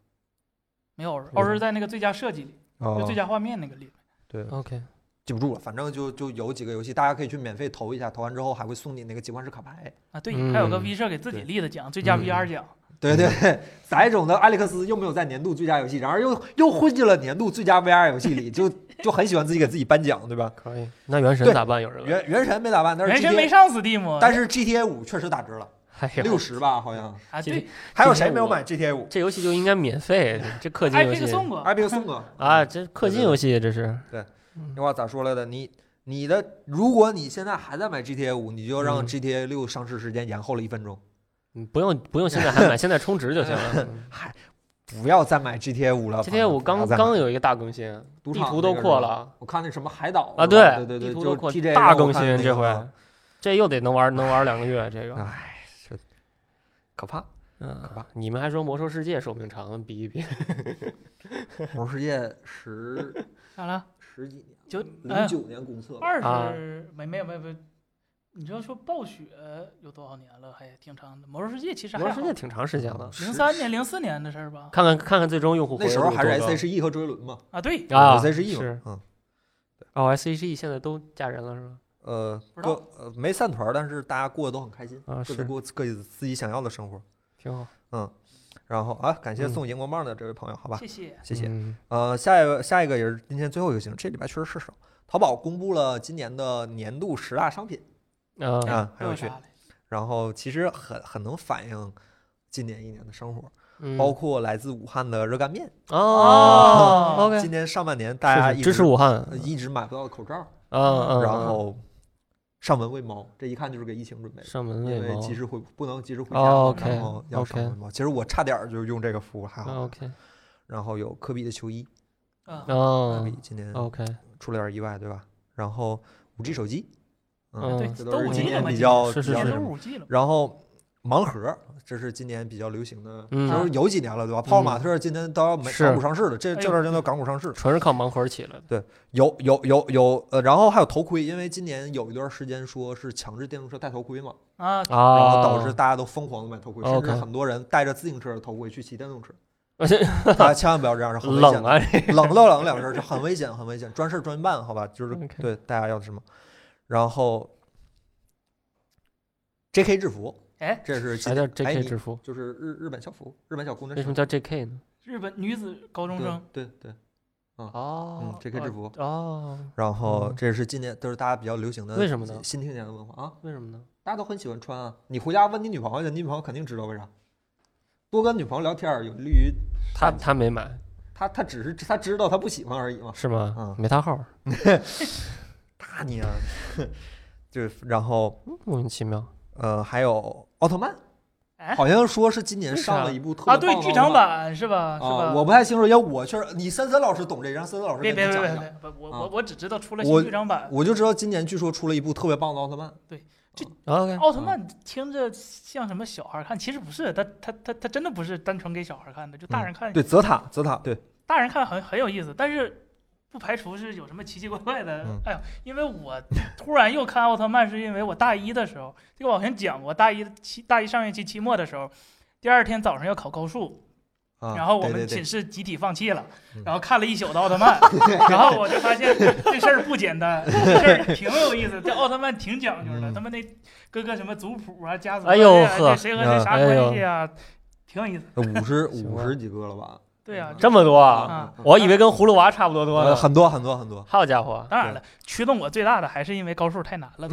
Speaker 3: 没有奥日，奥日在那个最佳设计里，就
Speaker 2: 哦，
Speaker 3: 最佳画面那个里。
Speaker 2: 对，
Speaker 4: OK，
Speaker 2: 记不住了，反正就就有几个游戏，大家可以去免费投一下，投完之后还会送你那个集换式卡牌。
Speaker 3: 啊，对，
Speaker 4: 嗯
Speaker 3: 还有个 V 社给自己立的奖，最佳
Speaker 4: 嗯
Speaker 3: VR 奖。
Speaker 2: 对 对对，载种的艾利克斯又没有在年度最佳游戏，然而又又混进了年度最佳 VR 游戏里，就就很喜欢自己给自己颁奖，对吧？
Speaker 4: 可以。那原神
Speaker 2: 对
Speaker 4: 咋办？有人问？
Speaker 2: 原原神没打完，但是
Speaker 3: 原神没
Speaker 2: GTA，
Speaker 3: 上 Steam，
Speaker 2: 但是 GTA 五确实打折了，
Speaker 4: 哎
Speaker 2: 六
Speaker 4: 呦，
Speaker 2: 十吧，好像。
Speaker 3: 啊，对，
Speaker 2: 还有谁没有买 GTA 五？
Speaker 4: 这游戏就应该免费， 这氪金
Speaker 3: 哎，
Speaker 4: 游
Speaker 3: 这个
Speaker 4: 戏
Speaker 3: 送过
Speaker 2: 艾比克送啊！
Speaker 4: 啊，这氪金游戏这是
Speaker 2: 那话咋说来的？你你的，如果你现在还在买 GTA 五，你就让
Speaker 4: 嗯
Speaker 2: GTA 六上市时间延后了一分钟，
Speaker 4: 嗯不用不用现在 还买，现在充值就行了。嗯
Speaker 2: 不要再买 GTA 五了。
Speaker 4: GTA
Speaker 2: 不要
Speaker 4: 五刚
Speaker 2: 再买
Speaker 4: 刚有一个大更新，
Speaker 2: 赌
Speaker 4: 地
Speaker 2: 场
Speaker 4: 图
Speaker 2: 那
Speaker 4: 都
Speaker 2: 个
Speaker 4: 扩
Speaker 2: 是吧，
Speaker 4: 了
Speaker 2: 我看那什么海岛
Speaker 4: 啊，
Speaker 2: 是吧对对
Speaker 4: 地
Speaker 2: 对，
Speaker 4: 图
Speaker 2: 就
Speaker 4: 都
Speaker 2: 是
Speaker 4: 扩
Speaker 2: TJ
Speaker 4: 大
Speaker 2: 让我
Speaker 4: 更
Speaker 2: 看
Speaker 4: 新
Speaker 2: 那
Speaker 4: 这
Speaker 2: 个
Speaker 4: 回
Speaker 2: 啊，
Speaker 4: 这又得能玩能玩两个月这个。
Speaker 2: 唉，是可怕。可
Speaker 4: 嗯
Speaker 2: 怕，
Speaker 4: 你们还说魔兽世界寿命长，比一 比。
Speaker 2: 魔兽世界十
Speaker 3: 咋了？
Speaker 2: 十几年，
Speaker 3: 九
Speaker 2: 零九年公测了，
Speaker 3: 二
Speaker 4: 啊
Speaker 3: 十没没有没有没有，你就要说暴雪有多少年了，还挺长的。魔兽世界其实
Speaker 4: 魔
Speaker 3: 还
Speaker 4: 兽世界挺长时间了，
Speaker 3: 零三年、零四年的事儿吧？
Speaker 4: 看看看看最终用户活
Speaker 2: 那
Speaker 4: 跃
Speaker 2: 时
Speaker 4: 度
Speaker 2: 候
Speaker 4: 多
Speaker 2: 还是
Speaker 4: 高
Speaker 2: SHE 和追伦嘛
Speaker 3: 啊，对，
Speaker 4: 啊
Speaker 2: ，SHE 嘛，
Speaker 4: 是
Speaker 2: 嗯。
Speaker 4: 哦，SHE 现在都嫁人了是吗？
Speaker 2: 呃，
Speaker 3: 不知道
Speaker 2: 各呃没散团儿，但是大家过得都很开心，
Speaker 4: 啊
Speaker 2: 各自
Speaker 4: 是
Speaker 2: 过各自自己想要的生活。
Speaker 4: 挺好，
Speaker 2: 然后啊，感谢
Speaker 4: 嗯
Speaker 2: 送荧光棒的这位朋友，好吧，
Speaker 3: 谢谢。
Speaker 2: 谢谢。
Speaker 4: 嗯
Speaker 2: 呃，下一个下一个也是今天最后一个新闻，这礼拜确实是少。淘宝公布了今年的年度十大商品
Speaker 4: 啊
Speaker 2: 啊，很
Speaker 3: 都
Speaker 2: 有
Speaker 3: 有
Speaker 2: 趣
Speaker 3: 啥。嘞？
Speaker 2: 然后其实很很能反映今年一年的生活，
Speaker 4: 嗯
Speaker 2: 包括来自武汉的热干面。
Speaker 4: 哦
Speaker 3: 哦
Speaker 4: ，OK，
Speaker 2: 今年上半年大家
Speaker 4: 是
Speaker 2: 一
Speaker 4: 是
Speaker 2: 直
Speaker 4: 支持武汉，
Speaker 2: 呃一直买不到的口罩，
Speaker 4: 嗯嗯，
Speaker 2: 然后上门喂猫，这一看就是给疫情准备的。
Speaker 4: 上门
Speaker 2: 因
Speaker 4: 喂
Speaker 2: 为
Speaker 4: 猫
Speaker 2: 及时回不能及时回家嘛，
Speaker 4: 哦
Speaker 2: 然后要上
Speaker 4: OK，OK
Speaker 2: 门猫。其实我差点儿就用这个服务，还
Speaker 4: 啊
Speaker 2: 好。
Speaker 4: ，OK，
Speaker 2: 然后有科比的球衣，嗯
Speaker 3: 啊，
Speaker 2: 科
Speaker 4: 哦
Speaker 2: 比今年
Speaker 4: ，OK，
Speaker 2: 出了点意外，对吧？然后五 G 手机，
Speaker 4: 嗯
Speaker 3: 对，
Speaker 2: 这
Speaker 3: 都
Speaker 2: 都是
Speaker 3: 五 G
Speaker 2: 今
Speaker 3: 了
Speaker 2: 年
Speaker 3: 嘛，
Speaker 2: 比
Speaker 3: 今年
Speaker 2: 较
Speaker 4: 是
Speaker 2: 比
Speaker 4: 是
Speaker 3: 今
Speaker 2: 较
Speaker 3: 年
Speaker 2: 那
Speaker 3: 都
Speaker 4: 是
Speaker 2: 什
Speaker 3: 是
Speaker 2: 么。
Speaker 3: 五 G 了嘛。
Speaker 2: 然后盲盒，这是今年比较流行的，
Speaker 4: 嗯
Speaker 2: 就是有几年了，对吧？泡泡玛特今年都要美
Speaker 4: 是
Speaker 2: 港股上市了，这
Speaker 3: 哎
Speaker 2: 这
Speaker 3: 呦
Speaker 2: 段时间都港股上市了。
Speaker 4: 纯是靠盲盒起来的，
Speaker 2: 有有有有，呃，然后还有头盔，因为今年有一段时间说是强制电动车戴头盔嘛，
Speaker 3: 啊，
Speaker 2: 然
Speaker 4: 啊，
Speaker 2: 后导 致大家都疯狂的买头盔，甚至
Speaker 4: OK
Speaker 2: 很多人戴着自行车的头盔去骑电动 车。
Speaker 4: 而且
Speaker 2: 大家千万不要这样，是很危险
Speaker 4: 冷
Speaker 2: 的。
Speaker 4: 啊，
Speaker 2: 冷到冷两个字儿是很危险，很危险，专事儿专办，好吧？就是
Speaker 4: OK
Speaker 2: 对大家要的什么，然后 J.K. 制服，
Speaker 3: 哎，
Speaker 2: 这是
Speaker 4: 啥
Speaker 2: 今
Speaker 4: 叫
Speaker 2: 哎
Speaker 4: JK
Speaker 2: 你
Speaker 4: 制服？
Speaker 2: 就是日日本校服，日本小姑娘
Speaker 4: 为什么叫 JK 呢？
Speaker 3: 日本女子高中生，
Speaker 2: 对对对，嗯
Speaker 4: 哦
Speaker 2: ，J.K. 制服，
Speaker 4: 哦，
Speaker 2: 然后
Speaker 4: 嗯
Speaker 2: 这是今年都是大家比较流行的，
Speaker 4: 为什么呢
Speaker 2: 新青年的文化啊，
Speaker 4: 为什么呢？
Speaker 2: 大家都很喜欢穿啊。你回家问你女朋友去，你女朋友肯定知道为啥。多跟女朋友聊天儿有利于
Speaker 4: 他他没买
Speaker 2: 她，她只是她知道她不喜欢而已嘛。
Speaker 4: 是吗？
Speaker 2: 嗯
Speaker 4: 没他号，
Speaker 2: 大 你啊！对，然后
Speaker 4: 莫名其妙。
Speaker 2: 呃，还有奥特曼，
Speaker 3: 哎
Speaker 2: 好像说是今年上了一部特别
Speaker 3: 啊，
Speaker 2: 棒
Speaker 3: 对
Speaker 2: 的
Speaker 3: 剧场
Speaker 2: 漫
Speaker 3: 版是吧？是
Speaker 2: 画啊，
Speaker 3: 吧？
Speaker 2: 我不太清楚，要我确实，你森森老师懂这，让森森老师
Speaker 3: 别
Speaker 2: 给
Speaker 3: 别
Speaker 2: 你
Speaker 3: 别
Speaker 2: 讲
Speaker 3: 别
Speaker 2: 一讲。
Speaker 3: 别，我
Speaker 2: 啊
Speaker 3: 我我只知道出了
Speaker 2: 我
Speaker 3: 新剧场版，
Speaker 2: 我就知道今年据说出了一部特别棒的奥特曼，
Speaker 4: 啊 OK，
Speaker 3: 奥特曼听着像什么小孩看，其实不是，他他他他真的不是单纯给小孩看的，就
Speaker 2: 嗯
Speaker 3: 大人看，
Speaker 2: 对，泽塔，泽塔，对，
Speaker 3: 大人看很很有意思，但是不排除是有什么奇奇怪怪的。
Speaker 2: 嗯
Speaker 3: 哎呀，因为我突然又看奥特曼，是因为我大一的时候，这个我好像讲过，大一期大一上学期期末的时候，第二天早上要考高数，
Speaker 2: 啊，
Speaker 3: 然后我
Speaker 2: 对
Speaker 3: 们
Speaker 2: 对
Speaker 3: 寝
Speaker 2: 对
Speaker 3: 室集体放弃了
Speaker 2: 嗯，
Speaker 3: 然后看了一宿的奥特 曼，然后我就发现这事儿不简单，这事儿挺有意思，这奥特曼挺讲究的，
Speaker 2: 嗯
Speaker 3: 他们那各个什么族谱啊、家族啊，
Speaker 4: 哎呦
Speaker 3: 这
Speaker 4: 呵
Speaker 3: 这谁和谁啥
Speaker 4: 哎呦
Speaker 3: 关系啊，挺有意思。
Speaker 2: 五十
Speaker 4: 行
Speaker 2: 五
Speaker 4: 吧
Speaker 2: 十几个了吧？
Speaker 3: 对啊，
Speaker 4: 这么多啊！
Speaker 3: 啊
Speaker 2: 嗯，
Speaker 4: 我以为跟葫芦娃差不多多
Speaker 2: 呃
Speaker 4: 呢。
Speaker 2: 很多很多很多，
Speaker 4: 好家伙，
Speaker 3: 当然了，驱动我最大的还是因为高数太难了。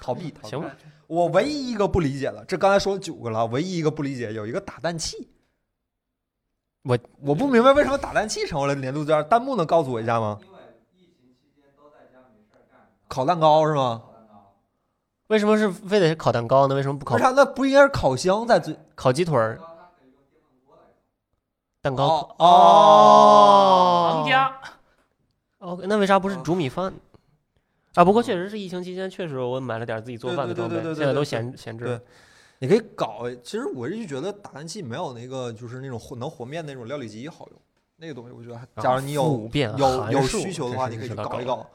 Speaker 2: 逃避逃避。
Speaker 4: 行吧，
Speaker 2: 我唯一一个不理解了，这刚才说了九个了，唯一一个不理解有一个打蛋器，
Speaker 4: 我
Speaker 2: 我不明白为什么打蛋器成为了年度最佳，弹幕能告诉我一下吗？烤蛋糕是吗？
Speaker 4: 为什么是非得是烤蛋糕呢？为什么不烤
Speaker 2: 为啥那不应该是烤箱在最
Speaker 4: 烤鸡腿儿？蛋糕
Speaker 2: 哦哦
Speaker 3: 王家，
Speaker 4: ，OK，那为哦啥不是煮米饭？啊，不过确实是疫情期间，确实我买了点自己做饭
Speaker 2: 对
Speaker 4: 的
Speaker 2: 对
Speaker 4: 装备
Speaker 2: 对对对，对
Speaker 4: 现在都闲闲置
Speaker 2: 对
Speaker 4: 了。
Speaker 2: 你可以搞，其实我是觉得打蛋器没有那个就是那种和能和面的那种料理机好用，那个东西我觉得还，假如你有、
Speaker 4: 普遍
Speaker 2: 有有
Speaker 4: 函数
Speaker 2: 需求的话，
Speaker 4: 真
Speaker 2: 你
Speaker 4: 是
Speaker 2: 可以去
Speaker 4: 知道
Speaker 2: 搞一
Speaker 4: 搞
Speaker 2: 搞，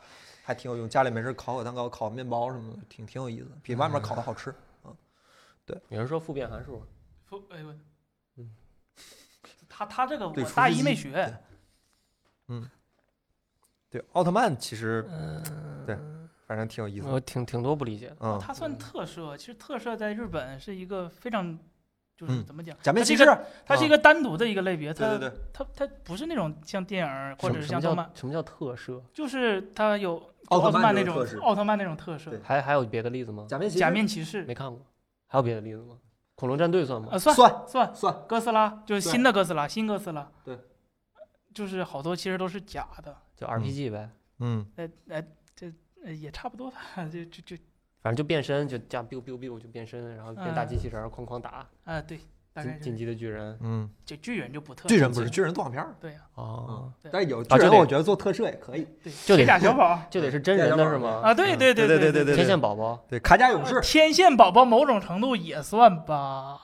Speaker 2: 还挺有用。家里没事烤烤蛋糕、烤面包什么的，挺挺有意思，比外面烤的好吃。
Speaker 4: 有人说复变函数，
Speaker 3: 不哎呦
Speaker 4: 嗯，
Speaker 3: 他他这个我
Speaker 2: 对
Speaker 3: 大
Speaker 2: 厨师
Speaker 3: 一
Speaker 2: 机
Speaker 3: 没学，
Speaker 2: 对，奥特曼其实对，反正挺有意思的。
Speaker 4: 嗯我挺挺多不理解的。
Speaker 2: 嗯，
Speaker 3: 他算特摄，其实特摄在日本是一个非常。就是
Speaker 2: 嗯
Speaker 3: 怎么讲，
Speaker 2: 假面
Speaker 3: 它是
Speaker 2: 骑
Speaker 3: 一
Speaker 2: 士
Speaker 3: 个，它是一
Speaker 2: 啊
Speaker 3: 个单独的一个类别，它
Speaker 2: 对对对，
Speaker 3: 它它不是那种像电影儿或
Speaker 4: 什
Speaker 3: 者
Speaker 4: 么
Speaker 3: 是
Speaker 4: 什
Speaker 3: 像
Speaker 4: 么
Speaker 3: 动漫
Speaker 4: 叫，什么叫特摄？
Speaker 3: 就是它有
Speaker 2: 奥特
Speaker 3: 特
Speaker 2: 曼
Speaker 3: 曼那
Speaker 2: 就是
Speaker 3: 种
Speaker 2: 特
Speaker 3: 哦
Speaker 2: 摄
Speaker 3: 奥特曼那种特色
Speaker 2: 对。
Speaker 4: 还还有别的例子吗？
Speaker 2: 假面骑士
Speaker 3: 假面骑士
Speaker 4: 没看过，还有别的例子吗？恐龙战队算吗
Speaker 3: 啊，？算
Speaker 2: 算
Speaker 3: 算
Speaker 2: 算，
Speaker 3: 哥斯拉就是新的哥斯拉，新哥斯拉。
Speaker 2: 对，
Speaker 3: 就是好多其实都是假的，
Speaker 4: 就 RPG 呗，
Speaker 2: 嗯，
Speaker 3: 呃呃，这呃也差不多吧，就就就
Speaker 4: 反正就变身，就这样 biu biu biu 就变身，然后变大
Speaker 3: 嗯
Speaker 4: 机器人儿，哐哐打，
Speaker 3: 啊对，大概
Speaker 4: 进
Speaker 3: 就
Speaker 4: 进
Speaker 3: 是
Speaker 4: 击的巨人
Speaker 2: 嗯，
Speaker 3: 就巨人就不特
Speaker 2: 巨
Speaker 3: 色
Speaker 2: 人不是巨人动画片儿，
Speaker 3: 对呀，
Speaker 4: 哦，
Speaker 3: 对
Speaker 2: 但是有
Speaker 4: 啊
Speaker 2: 巨
Speaker 4: 就
Speaker 2: 人，
Speaker 4: 得
Speaker 2: 我觉得做特摄也可以。
Speaker 3: 对，
Speaker 4: 就得
Speaker 3: 铁甲小宝
Speaker 4: 就得是啊真人的是吗？
Speaker 3: 啊，对
Speaker 2: 嗯
Speaker 3: 对
Speaker 2: 对对
Speaker 3: 对
Speaker 2: 对对
Speaker 4: 天线宝宝，
Speaker 2: 对，铠甲勇
Speaker 3: 呃
Speaker 2: 士、
Speaker 3: 天线宝宝某种程度也算吧，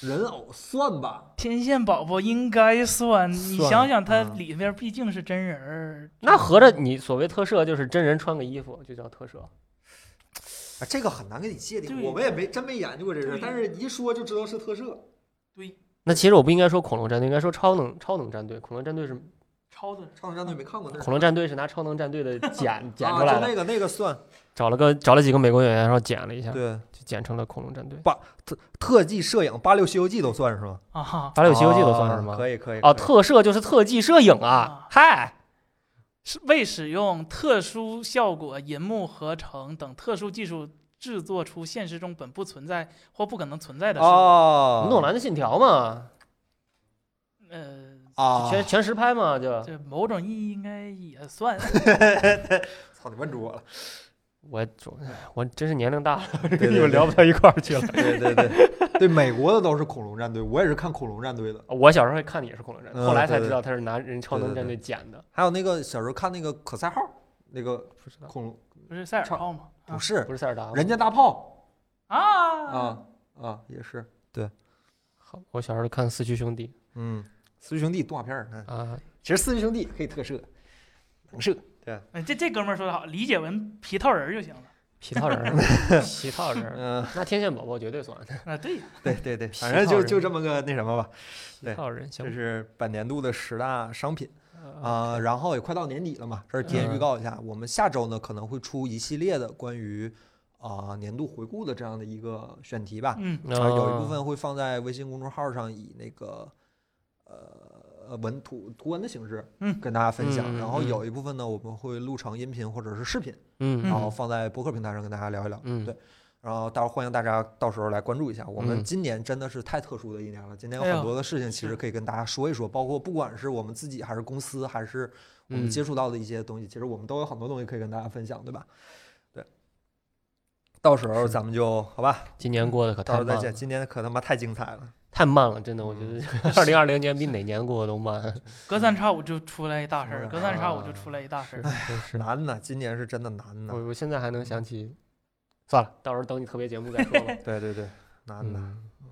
Speaker 2: 人偶算吧，
Speaker 3: 天线宝宝应该算，你
Speaker 2: 算
Speaker 3: 想想它
Speaker 2: 嗯
Speaker 3: 里面毕竟是真人儿，
Speaker 4: 那合着你所谓特摄就是真人穿个衣服就叫特摄，
Speaker 2: 啊这个很难给你界定，
Speaker 3: 对
Speaker 2: 我们也没真没研究过这事儿
Speaker 3: 对，
Speaker 2: 但是一说就知道是特摄。
Speaker 3: 对
Speaker 4: 那其实我不应该说恐龙战队，应该说超能超能战队。恐龙战队是
Speaker 3: 超的
Speaker 2: 超能战队没看过那是
Speaker 4: 恐龙战队是拿超能战队的 剪剪
Speaker 2: 啊
Speaker 4: 出来
Speaker 2: 就
Speaker 4: 的，
Speaker 2: 那个那个算
Speaker 4: 找了个找了几个美国演员，然后剪了一下，
Speaker 2: 对
Speaker 4: 就剪成了恐龙战队。
Speaker 2: 特技摄影，八六西游记都算是吗？
Speaker 3: 啊哈，
Speaker 2: 八
Speaker 4: 打柳西游记都算是吗？
Speaker 2: 可以可以
Speaker 4: 哦，
Speaker 2: 可以
Speaker 4: 特摄就是特技摄影啊
Speaker 3: 啊，
Speaker 4: 嗨，
Speaker 3: 是为使用特殊效果、银幕合成等特殊技术制作出现实中本不存在或不可能存在的事物。
Speaker 2: 哦，
Speaker 4: 诺兰的信条嘛，
Speaker 3: 呃，
Speaker 2: 啊！
Speaker 4: 全全实拍嘛，就
Speaker 3: 这某种意义应该也算。
Speaker 2: 操，你问住我了。
Speaker 4: 我总我真是年龄大了，
Speaker 2: 对
Speaker 4: 跟你
Speaker 2: 对
Speaker 4: 们聊不到一块儿去 了。
Speaker 2: 对对对对，美国的都是恐龙战队，我也是看恐龙战队的。
Speaker 4: 我小时候还看的也是恐龙战队，
Speaker 2: 嗯
Speaker 4: 后来才
Speaker 2: 对对
Speaker 4: 知道他是拿人超能战队剪的，
Speaker 2: 还有那个小时候看那个可赛号，那个
Speaker 4: 不知道
Speaker 2: 恐龙
Speaker 3: 不是塞尔
Speaker 2: 超
Speaker 3: 号吗？啊
Speaker 2: 不是
Speaker 4: 不是塞尔达吗
Speaker 2: 人家大炮
Speaker 3: 啊
Speaker 2: 啊啊，也是
Speaker 4: 好，我小时候看四驱兄弟
Speaker 2: 嗯，四驱兄弟动画片儿，嗯
Speaker 4: 啊，
Speaker 2: 其实四驱兄弟也可以特摄，能摄。
Speaker 3: 哎这这哥们儿说的好，理解为皮套人儿就行了。
Speaker 4: 皮套人 儿，皮套人儿，
Speaker 2: 嗯，
Speaker 4: 那天线宝宝绝对算，
Speaker 3: 啊，对 呀，
Speaker 2: 对对对，
Speaker 4: 皮
Speaker 2: 反正
Speaker 4: 套
Speaker 2: 就
Speaker 4: 人
Speaker 2: 就这么个那什么吧，
Speaker 4: 皮套人行
Speaker 2: 这是本年度的十大商品。
Speaker 4: 啊，
Speaker 2: 啊、然后也快到年底了嘛，这儿提前预
Speaker 4: 嗯
Speaker 2: 告一下，我们下周呢可能会出一系列的关于啊、年度回顾的这样的一个选题吧，
Speaker 3: 嗯，
Speaker 2: 啊、有一部
Speaker 4: 哦
Speaker 2: 分会放在微信公众号上以那个呃文图图文的形式，
Speaker 3: 嗯
Speaker 2: 跟大家分享，
Speaker 4: 嗯嗯
Speaker 2: 然后
Speaker 4: 嗯
Speaker 2: 有一部分呢我们会录成音频或者是视频，
Speaker 4: 嗯，
Speaker 2: 然后放在博客平台上跟大家聊一聊，
Speaker 4: 嗯
Speaker 2: 对。然后到时候欢迎大家到时候来关注一下，我们
Speaker 4: 嗯
Speaker 2: 今年真的是太特殊的一年了。今年有
Speaker 3: 哎
Speaker 2: 很
Speaker 3: 呦
Speaker 2: 多的事情其实
Speaker 3: 是
Speaker 2: 可以跟大家说一说，包括不管是我们自己还是公司还是我们接触到的一些东西，其实我们都有很多东西可以跟大家分享，对吧？对。到时候咱们就好吧，
Speaker 4: 今年过得可
Speaker 2: 到
Speaker 4: 太
Speaker 2: 时候再
Speaker 4: 慢
Speaker 2: 见。嗯
Speaker 4: 了，
Speaker 2: 今天可他妈太精彩了，
Speaker 4: 太慢了，真的，我觉得 二零二零年比哪年过得都慢。
Speaker 3: 隔三差五就出来一大事
Speaker 2: 嗯
Speaker 3: 儿，隔三差五就出来一大事儿。
Speaker 4: 真是，
Speaker 2: 难呐，今年是真的难呐。
Speaker 4: 我我现在还能想
Speaker 2: 嗯
Speaker 4: 起，算了，到时候等你特别节目再说吧。
Speaker 2: 对对对，难呐。
Speaker 4: 嗯，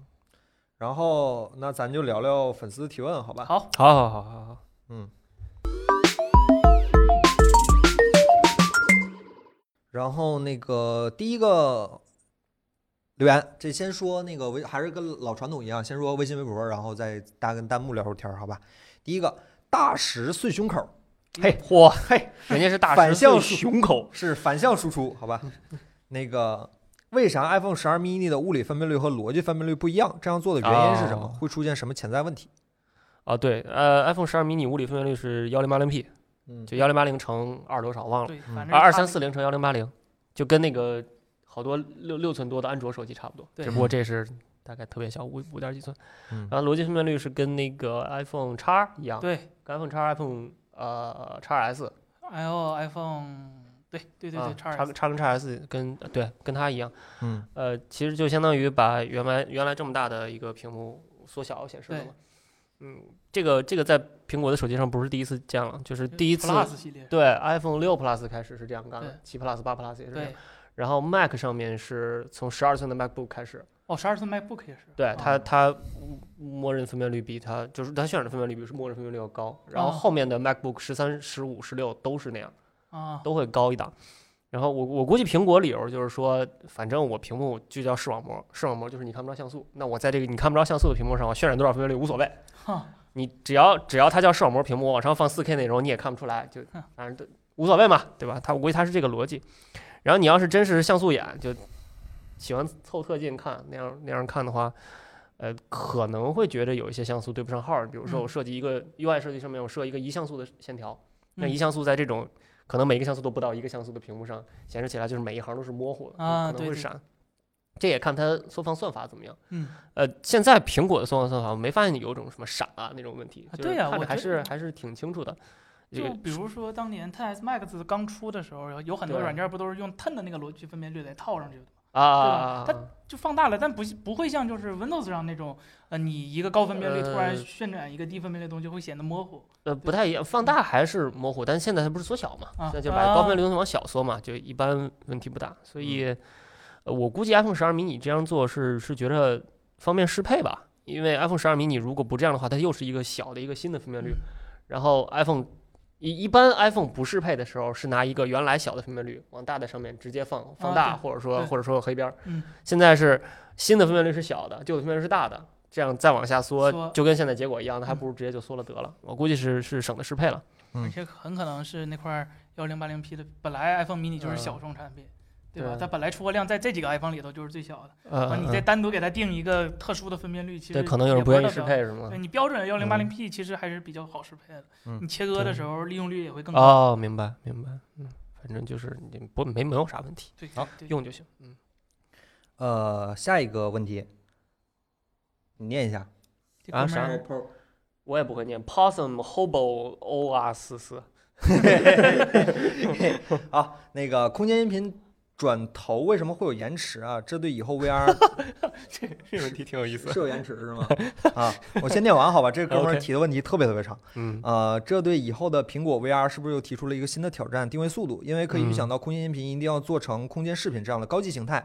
Speaker 2: 然后那咱就聊聊粉丝提问，好吧？
Speaker 3: 好，
Speaker 4: 好好好好好，
Speaker 2: 嗯。然后那个第一个留言，这先说那个微，还是跟老传统一样，先说微信、微博，然后再大家跟弹幕聊会儿天儿，好吧？第一个大石碎胸口
Speaker 4: 嘿嚯嘿，人家是大
Speaker 2: 反
Speaker 4: 石
Speaker 2: 向
Speaker 4: 碎
Speaker 2: 输
Speaker 4: 胸口，
Speaker 2: 是反向输出，好吧？那个为啥 iPhone 十二 mini 的物理分辨率和逻辑分辨率不一样？这样做的原因是什么？
Speaker 4: 哦
Speaker 2: 会出现什么潜在问题？
Speaker 4: 啊，对，呃，iPhone 十二 mini 物理分辨率是幺零八零 P，
Speaker 2: 嗯，
Speaker 4: 就幺零八零乘二多少忘了，
Speaker 3: 对，
Speaker 2: 嗯
Speaker 3: 反正
Speaker 4: 二二
Speaker 3: 差
Speaker 4: 三四零乘幺零八零，就跟那个好多六六寸多的安卓手机差不多，
Speaker 3: 对
Speaker 4: 只不过这是大概特别小，五五点几寸。
Speaker 2: 嗯
Speaker 4: 然后逻辑分辨率是跟那个 iPhone 叉一样，
Speaker 3: 对，
Speaker 4: 跟 iPhone 叉、iPhone 呃叉 S，
Speaker 3: 哎呦 iPhone，对对对对，
Speaker 4: 叉
Speaker 3: 二
Speaker 4: 叉跟叉 S 跟对跟它一样，
Speaker 2: 嗯
Speaker 4: 呃，其实就相当于把原来原来这么大的一个屏幕缩小显示了
Speaker 3: 对
Speaker 4: 嘛。嗯，这个这个在苹果的手机上不是第一次见了，就是第一次
Speaker 3: Plus 系列，
Speaker 4: 对 iPhone 六 Plus 开始是这样干
Speaker 3: 对
Speaker 4: 的，七 Plus、八 Plus 也是这样
Speaker 3: 对。，
Speaker 4: 然后 Mac 上面是从十二寸的 MacBook 开始，
Speaker 3: 哦，十二寸 MacBook 也是，
Speaker 4: 对它
Speaker 2: 哦
Speaker 4: 它默认分辨率比它就是它渲染的分辨率比是默认分辨率要高，然后
Speaker 3: 哦
Speaker 4: 后面的 MacBook 十三、十五、十六都是那样，
Speaker 3: 啊，
Speaker 4: 都会高一档。然后我我估计苹果理由就是说，反正我屏幕就叫视网膜，视网膜就是你看不着像素，那我在这个你看不着像素的屏幕上，我渲染多少分辨率无所谓，
Speaker 3: 哼
Speaker 4: 你只要只要它叫视网膜屏幕，我往上放 4K 内容你也看不出来，就
Speaker 3: 哼
Speaker 4: 反正都无所谓嘛，对吧？它我估计它是这个逻辑。然后你要是真是像素眼，就喜欢凑特近看那样那样看的话，呃，可能会觉得有一些像素对不上号儿。比如说我
Speaker 3: 嗯
Speaker 4: 设计一个 UI 设计上面，我设一个一像素的线条，那
Speaker 3: 嗯
Speaker 4: 一像素在这种可能每一个像素都不到一个像素的屏幕上显示起来，就是每一行都是模糊的，
Speaker 3: 啊
Speaker 4: 可能
Speaker 3: 对
Speaker 4: 会
Speaker 3: 对
Speaker 4: 闪。这也看它缩放算法怎么样。
Speaker 3: 嗯，
Speaker 4: 呃，现在苹果的缩放算法，我没发现有种什么闪啊那种问题
Speaker 3: 啊，
Speaker 4: 就是
Speaker 3: 对呀
Speaker 4: 看
Speaker 3: 我
Speaker 4: 着还
Speaker 3: 觉
Speaker 4: 是
Speaker 3: 得
Speaker 4: 还是挺清楚的。这
Speaker 3: 嗯就
Speaker 4: 个
Speaker 3: 比如说当年 10s Max 刚出的时候，有很多
Speaker 4: 对
Speaker 3: 软件不都是用10的那个逻辑分辨率来套上去的吗？
Speaker 4: 啊啊，
Speaker 3: 它就放大了，但不不会像就是 Windows 上那种，呃，你一个高分辨率突然
Speaker 4: 呃
Speaker 3: 渲染一个低分辨率的东西会显得模糊。
Speaker 4: 呃，不太一样，放大还是模糊，但是现在它不是缩小嘛，
Speaker 3: 啊
Speaker 4: 现在就把高分辨率往小缩嘛，就一般问题不大。所以，
Speaker 3: 嗯
Speaker 4: 呃我估计 iPhone 十二迷你这样做是是觉得方便适配吧，因为 iPhone 十二迷你如果不这样的话，它又是一个小的一个新的分辨率。
Speaker 3: 嗯
Speaker 4: 然后 iPhone 一一般 iPhone 不适配的时候是拿一个原来小的分辨率往大的上面直接放放
Speaker 3: 啊
Speaker 4: 大，
Speaker 3: 对
Speaker 4: 或者说
Speaker 3: 对
Speaker 4: 或者说黑边儿。
Speaker 3: 嗯
Speaker 4: 现在是新的分辨率是小的，旧的分辨率是大的，这样再往下缩
Speaker 3: 缩，嗯
Speaker 4: 就跟现在结果一样，那还不如直接就缩了得了。我估计是是省得适配了。
Speaker 2: 嗯
Speaker 3: 而且很可能是那块幺零八零 P 的，本来 iPhone mini 就是小众产品，对吧
Speaker 4: 嗯对？
Speaker 3: 它本来出货量在这几个 iPhone 里头就是最小的，然后
Speaker 4: 呃
Speaker 3: 啊你再单独给它定一个特殊的分辨率，其实
Speaker 4: 对，可能有人
Speaker 3: 也
Speaker 4: 不愿意
Speaker 3: 是
Speaker 4: 适
Speaker 3: 特
Speaker 4: 配
Speaker 3: 标。
Speaker 4: 是吗
Speaker 3: 对？你标准幺零八零 P 其实还是比较好适配的，
Speaker 2: 嗯
Speaker 3: 你切割
Speaker 4: 对
Speaker 3: 的时候利用率也会更高。
Speaker 4: 哦，明白明白，嗯，反正就是你不没没有啥问题，
Speaker 3: 对
Speaker 2: 好，
Speaker 3: 对
Speaker 4: 用就行。嗯，
Speaker 2: 呃，下一个问题，你念一下。
Speaker 3: 这哥们
Speaker 4: 啊啥
Speaker 3: 儿
Speaker 4: 哎我也不会念 possum hobo o r 四四，
Speaker 2: 好，那个空间音频转头为什么会有延迟啊？这对以 后 VR
Speaker 4: 这问题挺有意
Speaker 2: 是有延迟是吗？啊，我先念完好吧，这哥们儿
Speaker 4: OK
Speaker 2: 提的问题特别特别长。
Speaker 4: 嗯，
Speaker 2: 呃，这对以后的苹果 VR 是不是又提出了一个新的挑战？定位速度，因为可以预想到空间音频一定要做成空间视频这样的高级形态。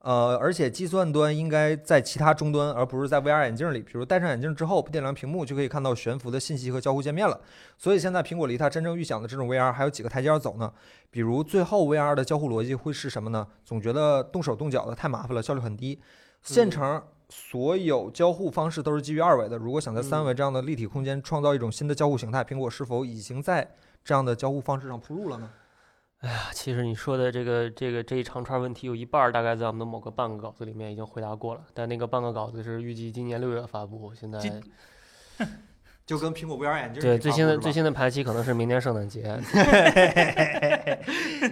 Speaker 2: 呃，而且计算端应该在其他终端，而不是在 VR 眼镜里。比如戴上眼镜之后，不点亮屏幕就可以看到悬浮的信息和交互界面了。所以现在苹果离它真正预想的这种 VR 还有几个台阶要走呢。比如最后 VR 的交互逻辑会是什么呢？总觉得动手动脚的太麻烦了，效率很低。现成所有交互方式都是基于二维的，如果想在三维
Speaker 4: 嗯
Speaker 2: 这样的立体空间创造一种新的交互形态，苹果是否已经在这样的交互方式上铺路了呢？
Speaker 4: 啊其实你说的这个这个这一长串问题有一半儿大概在我们的某个半个稿子里面已经回答过了，但那个半个稿子是预计今年六月发布，现在
Speaker 3: 今
Speaker 2: 就跟苹果 VR 眼镜
Speaker 4: 对，最新的最新的排期可能是明年圣 诞节。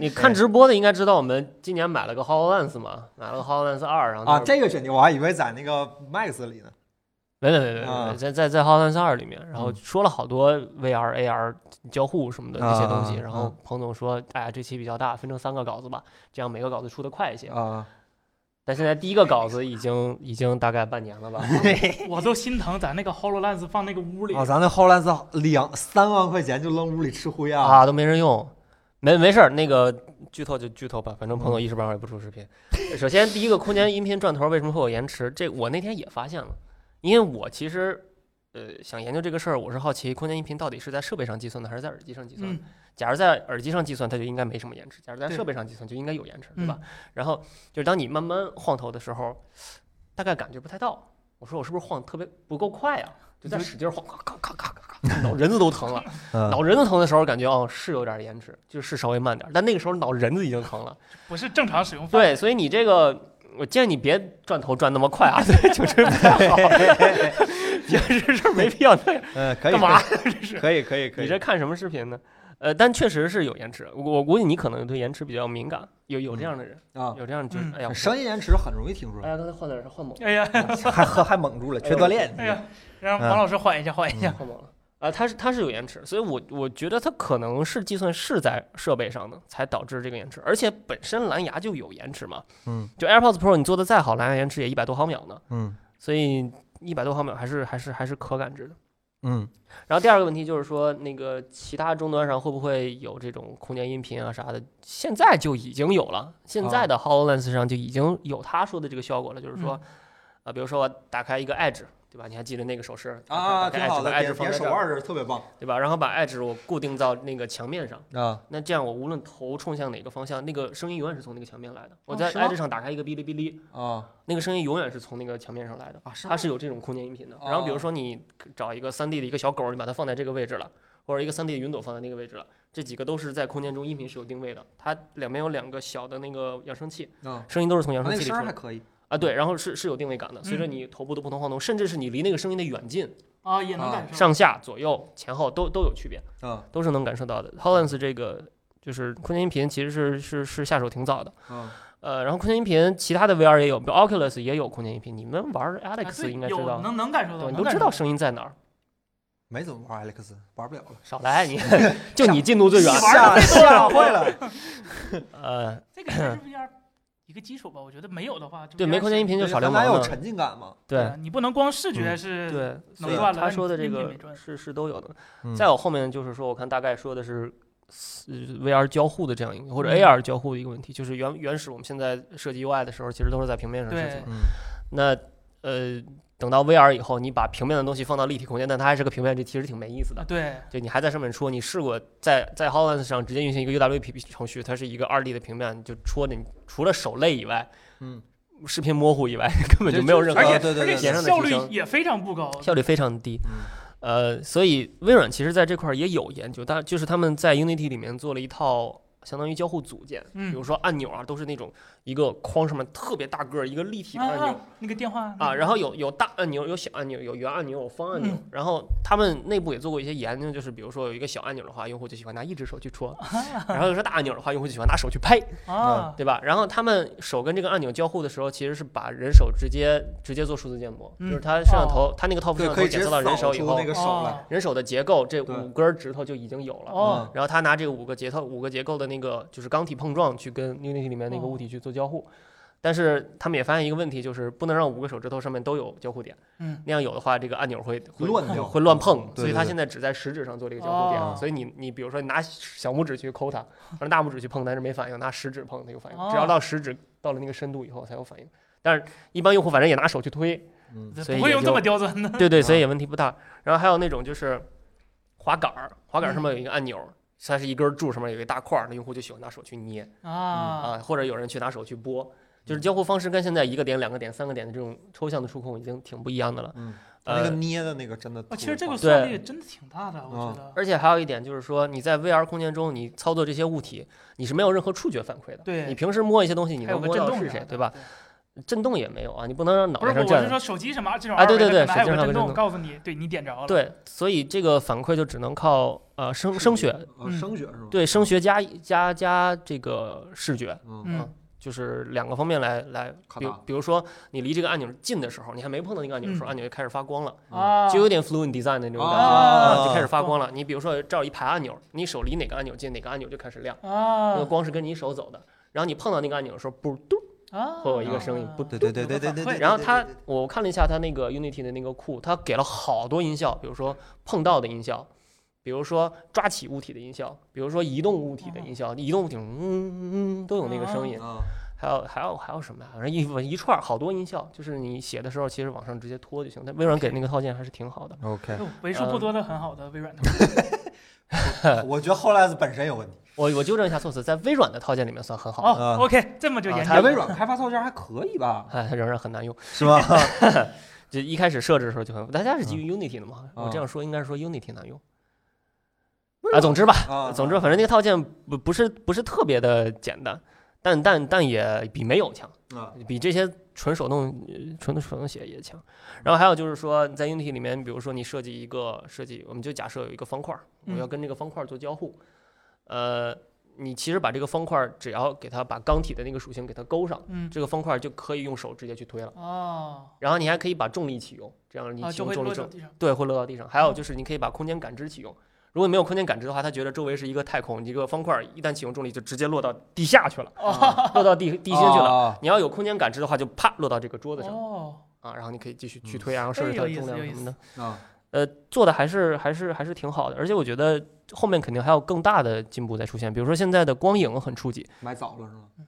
Speaker 4: 你看直播的应该知道，我们今年买了个 HoloLens 嘛，买了个 HoloLens 二，然后
Speaker 2: 啊，
Speaker 4: 当时
Speaker 2: 这个选题我还以为在那个 Max 里呢。
Speaker 4: 没没没没
Speaker 2: 啊
Speaker 4: 没，在在在《浩三三二》里面，然后
Speaker 2: 嗯
Speaker 4: 说了好多 VR、AR 交互什么的那些东
Speaker 2: 啊
Speaker 4: 西。
Speaker 2: 啊啊
Speaker 4: 然后彭总说：“哎呀，这期比较大，分成三个稿子吧，这样每个稿子出的快一些。
Speaker 2: 啊，”
Speaker 4: 但现在第一个稿子已经已经大概半年了吧？
Speaker 3: 我都心疼咱那个 Hololens 放那个屋里
Speaker 2: 啊，，咱那 HoloLens 两三万块钱就扔屋里吃灰啊！
Speaker 4: 啊，都没人用。没没事儿，那个剧透就剧透吧，反正彭总一时半会儿也不出视频。首先，第一个空间音频转头为什么会有延迟？这我那天也发现了，因为我其实呃想研究这个事儿，我是好奇空间音频到底是在设备上计算的还是在耳机上计算的。
Speaker 3: 嗯，
Speaker 4: 假如在耳机上计算，它就应该没什么延迟；假如在
Speaker 3: 对嗯
Speaker 4: 设备上计算，就应该有延迟，对吧？然后就是当你慢慢晃头的时候，大概感觉不太到。我说我是不是晃得特别不够快啊？就在使劲晃，咔咔咔咔咔 咔，脑仁子都疼了。
Speaker 2: 嗯
Speaker 4: 脑仁子疼的时候，感觉哦是有点延迟，就是稍微慢点儿，但那个时候脑仁子已经 疼了。
Speaker 3: 不是正常使用范围。
Speaker 4: 对，所以你这个，我建议你别转头转那么 快啊，对，就是不太好。平时是没必要 那样，
Speaker 2: 嗯，可以
Speaker 4: 干嘛？
Speaker 2: 可以可以可
Speaker 4: 你
Speaker 2: 以
Speaker 4: 这，看什么视频呢？呃，但确实是有延迟，我我估计你可能对延迟比较敏感，有有这样的人，
Speaker 2: 啊，
Speaker 4: 有这样就是
Speaker 3: 嗯
Speaker 4: 哎呀，
Speaker 2: 声音延迟很容易听出
Speaker 4: 哎
Speaker 2: 来，
Speaker 4: 呀，刚才换点是换猛了，
Speaker 3: 哎呀，
Speaker 2: 还还还蒙住了，缺锻炼。
Speaker 3: 哎呀，
Speaker 4: 嗯
Speaker 3: 让王老师缓一下，缓一下。
Speaker 4: 换猛了。啊，它是它是有延迟，所以我我觉得它可能是计算是在设备上的，才导致这个延迟，而且本身蓝牙就有延迟嘛，
Speaker 2: 嗯
Speaker 4: 就 AirPods Pro 你做的再好，蓝牙延迟也一百多毫秒呢，
Speaker 2: 嗯
Speaker 4: 所以一百多毫秒还是还是还是可感知的。
Speaker 2: 嗯
Speaker 4: 然后第二个问题就是说，那个其他终端上会不会有这种空间音频啊啥的？现在就已经有了，现
Speaker 2: 啊
Speaker 4: 在的 Hololens 上就已经有他说的这个效果了，就是
Speaker 2: 嗯
Speaker 4: 说，啊，比如说我打开一个 Edge，对吧？你还记得那个手势
Speaker 2: 啊，
Speaker 4: 打哎
Speaker 2: 挺
Speaker 4: 开 Edge，
Speaker 2: 好的，
Speaker 4: 把 Edge
Speaker 2: 点
Speaker 4: 放
Speaker 2: 点
Speaker 4: 在
Speaker 2: 手
Speaker 4: 这儿，
Speaker 2: 腕儿特别棒
Speaker 4: 对吧？然后把 Edge 我固定到那个墙面上。
Speaker 2: 啊
Speaker 4: 那这样我无论头冲向哪个方向，那个声音永远是从那个墙面来的。我
Speaker 3: 哦
Speaker 4: 在
Speaker 3: 是吗
Speaker 4: Edge 上打开一个哔哩哔哩，
Speaker 2: 啊
Speaker 4: 那个声音永远是从那个墙面上来的，
Speaker 2: 啊！是哦
Speaker 4: 它是有这种空间音频的。然后比如说你找一个3 D 的一个小狗，你把它放在这个位置了，或者一个3 D 的云朵放在那个位置了，这几个都是在空间中音频是有定位的。它两边有两个小的那个扬声器，
Speaker 2: 啊，
Speaker 4: 声音都是从扬
Speaker 2: 那
Speaker 4: 声
Speaker 2: 个
Speaker 4: 器里
Speaker 2: 声
Speaker 4: 出
Speaker 2: 儿还嗯
Speaker 4: 来
Speaker 2: 可以
Speaker 4: 啊，对，然后是是有定位感的。随着你头部的不同晃动，甚至是你离那个声音的远近、
Speaker 3: 啊，也能
Speaker 2: 嗯
Speaker 3: 感受。
Speaker 4: 嗯上下左右前后都都有区别。
Speaker 2: 啊
Speaker 4: 都是能感受到的。Hololens 这个就是空间音频，其实是是是下手挺早的。
Speaker 2: 啊
Speaker 4: 呃，然后空间音频其他的 VR 也有，比如 Oculus 也有空间音频。你们玩
Speaker 3: 啊
Speaker 4: Alex
Speaker 3: 对
Speaker 4: 应该知
Speaker 3: 有
Speaker 4: 道，
Speaker 3: 能能感受到，
Speaker 4: 对，你
Speaker 3: 能
Speaker 4: 都
Speaker 3: 感
Speaker 4: 知
Speaker 3: 受
Speaker 4: 道
Speaker 3: 到。
Speaker 4: 声音在哪儿。
Speaker 2: 没怎么玩 Alex，玩不了了。
Speaker 4: 少 来你， 就你进度最远。
Speaker 2: 吓吓坏了，
Speaker 4: 呃，
Speaker 3: 这个应该是 VR 一个基础吧，我觉得没有的话，就
Speaker 4: 对，
Speaker 3: VR
Speaker 4: 没空间音频就少
Speaker 2: 咱
Speaker 4: 流
Speaker 2: 俩
Speaker 4: 氓
Speaker 2: 有
Speaker 4: 了。
Speaker 2: 沉浸感嘛？
Speaker 4: 对
Speaker 3: 啊你不能光视觉是
Speaker 4: 嗯对，所
Speaker 3: 能
Speaker 4: 以
Speaker 3: 赚了
Speaker 4: 他
Speaker 3: 但
Speaker 4: 说的
Speaker 3: 你
Speaker 4: 这
Speaker 3: 音频
Speaker 4: 个
Speaker 3: 没赚
Speaker 4: 是是都有的。
Speaker 2: 嗯
Speaker 4: 再往后面就是说，我看大概说的是呃 VR 交互的这样一个或者
Speaker 3: 嗯
Speaker 4: AR 交互的一个问题，就是原原始我们现在设计 UI 的时候，其实都是在平面上设计
Speaker 3: 对
Speaker 4: 嘛。
Speaker 2: 嗯
Speaker 4: 那呃，等到 VR 以后，你把平面的东西放到立体空间，但它还是个平面，这其实挺没意思
Speaker 3: 啊
Speaker 4: 的。
Speaker 3: 对，
Speaker 4: 就你还在上面戳，你试过在在 Hololens 上直接运行一个 UWP 程序，它是一个二 D 的平面，你就戳着你，除了手累以外，
Speaker 2: 嗯，
Speaker 4: 视频模糊以外， 根本就没有任何
Speaker 3: 而且
Speaker 2: 对对
Speaker 3: 而
Speaker 2: 对
Speaker 3: 且
Speaker 4: 对对
Speaker 3: 效率也非常不高。
Speaker 4: 效率非常低。
Speaker 2: 嗯
Speaker 4: 呃，所以微软其实在这块儿也有研究，但就是他们在 Unity 里面做了一套相当于交互组件，比
Speaker 3: 嗯
Speaker 4: 如说按钮啊，都是那种一个框上面特别大个儿一个立体的
Speaker 3: 啊
Speaker 4: 按钮，
Speaker 3: 啊，那个电话
Speaker 4: 啊，然后有有大按钮，有小按钮，有圆按钮，有方按钮。
Speaker 3: 嗯
Speaker 4: 然后他们内部也做过一些研究，就是比如说有一个小按钮的话，用户就喜欢拿一只手去戳；然后有个大按钮的话，用户就喜欢拿手去拍，
Speaker 3: 啊，
Speaker 4: 对吧？然后他们手跟这个按钮交互的时候，其实是把人手直接直接做数字建模，就是
Speaker 3: 嗯
Speaker 4: 它摄像头，
Speaker 3: 哦
Speaker 4: 它那个 top 摄
Speaker 2: 对，
Speaker 4: 像
Speaker 2: 可
Speaker 4: 头
Speaker 2: 以直嗯
Speaker 4: 检
Speaker 2: 接
Speaker 4: 测到
Speaker 2: 扫
Speaker 4: 人嗯手以嗯
Speaker 2: 出
Speaker 4: 后
Speaker 2: 那，个手来。
Speaker 3: 哦
Speaker 4: 人手的结构这
Speaker 2: 对
Speaker 4: 五根儿指头就已经有了。
Speaker 3: 哦，
Speaker 4: 然后他拿这个五个结构五个结构的那个就是钢体碰撞去跟 Unity 里面那个
Speaker 3: 哦
Speaker 4: 物体去做交互，但是他们也发现一个问题，就是不能让五个手指头上面都有交互点，
Speaker 3: 嗯，
Speaker 4: 那样有的话这个按钮会会
Speaker 2: 乱掉
Speaker 4: 会乱碰，
Speaker 2: 对
Speaker 4: 所以
Speaker 2: 对
Speaker 4: 他
Speaker 2: 对
Speaker 4: 现在只在食指上做这个交互点，
Speaker 3: 哦
Speaker 4: 所以你你比如说你拿小拇指去抠它，让大拇指去碰，但是没反应，拿食指碰它有反应，只要
Speaker 3: 哦
Speaker 4: 到食指到了那个深度以后才有反应，但是一般用户反正也拿手去推，
Speaker 2: 嗯
Speaker 4: 所以
Speaker 3: 不会
Speaker 4: 也
Speaker 3: 用
Speaker 4: 就
Speaker 3: 这么刁钻的。
Speaker 4: 对对，
Speaker 2: 啊
Speaker 4: 所以也问题不大。然后还有那种就是滑杆儿，滑杆儿上面有一
Speaker 3: 嗯
Speaker 4: 个按钮，它是一根柱，上面有一个大块儿，那用户就喜欢拿手去捏
Speaker 3: 啊
Speaker 4: 啊，或者有人去拿手去拨，就是交互方式跟现在一个点、两个点、三个点的这种抽象的触控已经挺不一样的了。
Speaker 2: 嗯，那
Speaker 4: 呃
Speaker 2: 个捏的那个真的特别
Speaker 3: 啊，
Speaker 2: 棒。
Speaker 3: 其实这个
Speaker 4: 对
Speaker 3: 算力真的挺大的，我觉得。
Speaker 4: 而且还有一点就是说，你在 VR 空间中，你操作这些物体，你是没有任何触觉反馈的。
Speaker 3: 对
Speaker 4: 你平时摸一些东西，你
Speaker 3: 还有
Speaker 4: 能
Speaker 3: 个
Speaker 4: 摸
Speaker 3: 震
Speaker 4: 到
Speaker 3: 动
Speaker 4: 是
Speaker 3: 啥
Speaker 4: 谁
Speaker 3: 的，
Speaker 4: 对吧？？震动也没有啊，你不能让脑
Speaker 3: 不是，
Speaker 4: 袋
Speaker 3: 我
Speaker 4: 上
Speaker 3: 我
Speaker 4: 站
Speaker 3: 是。说手机什么这种
Speaker 4: 啊
Speaker 3: 二
Speaker 4: 对
Speaker 3: 维
Speaker 4: 对
Speaker 3: 的，可能
Speaker 4: 对
Speaker 3: 还有
Speaker 4: 手机
Speaker 3: 个
Speaker 4: 上有
Speaker 3: 震
Speaker 4: 震动
Speaker 3: 动，告诉你，对你点着了。
Speaker 4: 对，所以这个反馈就只能靠呃声声学，
Speaker 2: 呃，
Speaker 3: 嗯
Speaker 2: 声学是吗？
Speaker 4: 对声学加加加这个视觉，
Speaker 2: 嗯，
Speaker 3: 嗯，
Speaker 4: 就是两个方面来来，
Speaker 5: 靠
Speaker 4: 比如
Speaker 5: 大
Speaker 4: 比如说你离这个按钮近的时候，你还没碰到那个按钮的时候，
Speaker 3: 嗯
Speaker 4: 按钮就开始发光了，
Speaker 3: 啊，
Speaker 4: 就有点 Fluent Design 的那种感
Speaker 2: 哦
Speaker 4: 觉，
Speaker 3: 啊
Speaker 4: 啊就开始发光了。你比如说照一排按钮，你手离哪个按钮近，哪个按钮就开始亮，那个
Speaker 3: 啊
Speaker 4: 光是跟你手走的。然后你碰到那个按钮的时候，不嘟
Speaker 3: 啊，
Speaker 4: 会有一个声音
Speaker 3: 啊
Speaker 4: 不
Speaker 2: 对对对对对对对。
Speaker 4: 然后它，我看了一下它那个 Unity 的那个库，它给了好多音效，比如说碰到的音效，比如说抓起物体的音效，比如说移动物体的
Speaker 3: 哦
Speaker 4: 音效，移动物体嗯嗯都有那个声音，
Speaker 2: 啊，
Speaker 4: 还有还有还有什么呀？反正一一串儿好多音效，就是你写的时候其实往上直接拖就行。但微软给那个套件还是挺好的。
Speaker 2: OK，
Speaker 3: 哟为数不多的很好的微软的，
Speaker 2: 我觉得 HoloLens 本身有问题。
Speaker 4: 我我纠正一下措辞，在微软的套件里面算很好的，
Speaker 3: 哦，OK，这么就
Speaker 4: 啊
Speaker 3: 研究
Speaker 4: 它
Speaker 5: 哎，微
Speaker 3: 了
Speaker 5: 软开发套件还可以 吧？
Speaker 4: 哎，它仍然很难用。
Speaker 2: 是吗？
Speaker 4: 就一开始设置的时候就很，大家是基于 Unity 的嘛？
Speaker 2: 嗯
Speaker 4: 我这样说应该是说 Unity 难用。啊，总之吧，
Speaker 2: 啊，
Speaker 4: 总之，反正那个套件不不是不是特别的简单，但但但也比没有强，
Speaker 2: 啊
Speaker 4: 比这些纯手动呃纯手动写也强。然后还有就是说，在 Unity 里面，比如说你设计一个设计，我们就假设有一个方块儿，我
Speaker 3: 嗯
Speaker 4: 要跟这个方块儿做交互，呃，你其实把这个方块儿只要给它把钢体的那个属性给它勾上，
Speaker 3: 嗯，
Speaker 4: 这个方块儿就可以用手直接去推了。
Speaker 3: 哦，
Speaker 4: 然后你还可以把重力启用，这样你
Speaker 3: 啊，
Speaker 4: 启
Speaker 3: 就
Speaker 4: 用
Speaker 3: 会
Speaker 4: 重力
Speaker 3: 落
Speaker 4: 正
Speaker 3: 到地上，
Speaker 4: 对，会落到地上。还有就是，你可以把空间感知启用。如果没有空间感知的话，他觉得周围是一个太空，你这个方块一旦启用重力，就直接落到地下去了，
Speaker 3: 哦
Speaker 4: 落到地地心去了。
Speaker 2: 啊
Speaker 5: 了。
Speaker 4: 你要有空间感知的话，就啪落到这个桌子上
Speaker 3: 哦，
Speaker 4: 啊，然后你可以继续去
Speaker 2: 嗯
Speaker 4: 推，啊然后设置
Speaker 3: 哎
Speaker 4: 它的
Speaker 3: 有意
Speaker 4: 重
Speaker 3: 思有
Speaker 4: 量
Speaker 3: 意
Speaker 4: 什么的。
Speaker 5: 啊，
Speaker 4: 呃，做的还是还是还是挺好的，而且我觉得后面肯定还有更大的进步在出现，比如说现在的光影很初级，
Speaker 5: 买早了是吗？
Speaker 4: 嗯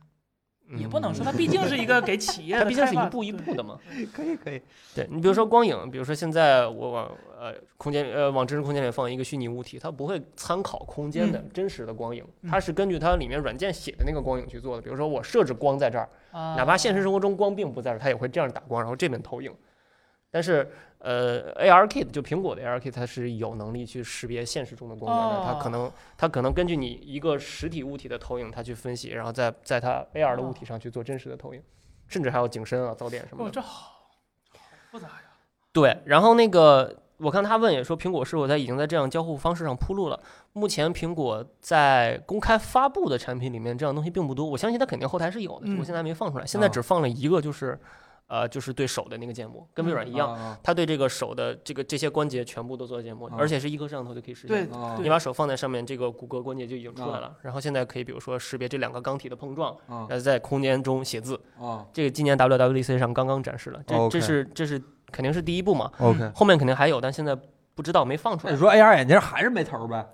Speaker 3: 也不能说它毕竟是一个给企业
Speaker 4: 它
Speaker 3: 的开发，嗯
Speaker 4: 毕竟是一步一步的嘛。
Speaker 2: 可以可以。
Speaker 4: 对你比如说光影，比如说现在我往呃空间呃往真实空间里放一个虚拟物体，它不会参考空
Speaker 3: 嗯
Speaker 4: 间的真实的光影，它是根据它里面软件写的那个光影去做的。比如说我设置光在这儿，
Speaker 3: 对，哪
Speaker 4: 哪怕现实生活中光并不在这儿，它也会这样打光，然后这边投影。但是呃，AR Kit 就苹果的 AR Kit 它是有能力去识别现实中的光源的，它
Speaker 3: 哦
Speaker 4: 可能它可能根据你一个实体物体的投影，它去分析，然后在在它 AR 的物体上去做真实的投影，甚至还有景深啊、噪点什么
Speaker 3: 哦，
Speaker 4: 的。
Speaker 3: 这好复杂呀，
Speaker 4: 对，然后那个我看他问也说，苹果是否在已经在这样交互方式上铺路了？目前苹果在公开发布的产品里面，这样东西并不多。我相信它肯定后台是有的，只不过
Speaker 3: 嗯
Speaker 4: 现在还没放出来。现在只放了一个，就是呃，就是对手的那个建模，跟微软一
Speaker 3: 嗯
Speaker 4: 样，
Speaker 5: 啊
Speaker 4: 它对这个手的这个这些关节全部都做建模，
Speaker 5: 啊
Speaker 4: 而且是一颗摄像头就可以实现。
Speaker 3: 嗯对嗯
Speaker 5: 啊
Speaker 4: 你把手放在上面，这个骨骼关节就已经出来了。然后现在可以，比如说识别这两个钢体的碰撞，
Speaker 5: 啊
Speaker 4: 然后在空间中写字。
Speaker 5: 啊！
Speaker 4: 这个今年 WWDC 上刚刚展示了，
Speaker 3: 哦
Speaker 4: 这这
Speaker 2: OK
Speaker 4: 是这是肯定是第一步嘛。
Speaker 2: OK，
Speaker 4: 后面肯定还有，但现在不知道没放出
Speaker 5: 那你
Speaker 4: 来。
Speaker 5: 说 AR 眼镜还是没头儿呗？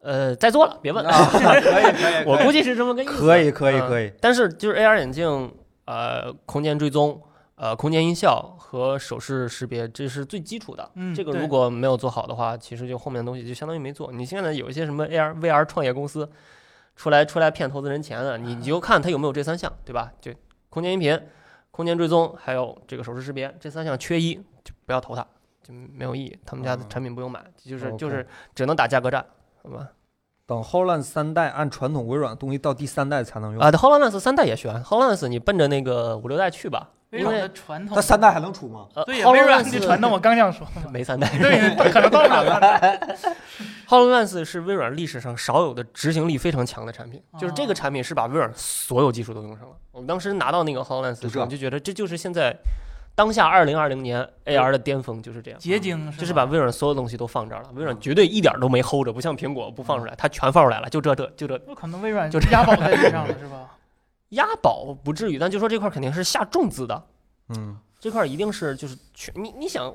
Speaker 4: 呃，在做了，别问。
Speaker 5: 啊可以可以，
Speaker 4: 我估计是这么个意思。
Speaker 2: 可以可以可
Speaker 4: 以。
Speaker 2: 以。
Speaker 4: 但是就是 AR 眼镜，呃，空间追踪，呃，空间音效和手势识别，这是最基础的。
Speaker 3: 嗯，
Speaker 4: 这个
Speaker 3: 对
Speaker 4: 如果没有做好的话，其实就后面的东西就相当于没做。你现在有一些什么 AR、VR 创业公司出来出来骗投资人钱的，你你就看它有没有这三项，对吧？就空间音频、空间追踪，还有这个手势识别，这三项缺一就不要投它，就没有意义。他们家的产品不用买，就是就
Speaker 2: 哦 OK
Speaker 4: 是只能打价格战，好吧？
Speaker 2: 等 HoloLens 三代按传统微软的东西到第三代才能用，
Speaker 4: 啊，HoloLens 三代也悬，HoloLens 你奔着那个五六代去吧，
Speaker 3: 微
Speaker 4: 因
Speaker 3: 软
Speaker 4: 为
Speaker 3: 的传统
Speaker 2: 它，三代还能出吗？
Speaker 4: 呃
Speaker 3: 对呀，微软的
Speaker 4: HoloLens
Speaker 3: 传统，我刚想说，
Speaker 4: 没三代
Speaker 3: 对，可能到不了它那儿
Speaker 4: HoloLens 是微软历史上少有的执行力非常强的产品，就是这
Speaker 3: 哦
Speaker 4: 个产品是把微软所有技术都用上了。我们当时拿到那个 HoloLens 的时
Speaker 5: 就
Speaker 4: 候，
Speaker 5: 这
Speaker 4: 就觉得这就是现在当下二零二零年 AR 的巅峰，就是这样，
Speaker 3: 结晶
Speaker 4: 就是把
Speaker 3: 吧？
Speaker 4: 微软所有东西都放这儿了。微软绝对一点儿都没 hold 着，不像苹果不
Speaker 3: 嗯
Speaker 4: 放出来，它全放出来了，就这这就这
Speaker 3: 有可能微软
Speaker 4: 就
Speaker 3: 就
Speaker 4: 这
Speaker 3: 押宝在这上了，是吧？
Speaker 4: 押宝不至于，但就说这块儿肯定是下重资的，
Speaker 2: 嗯，
Speaker 4: 这块儿一定是就是全你你想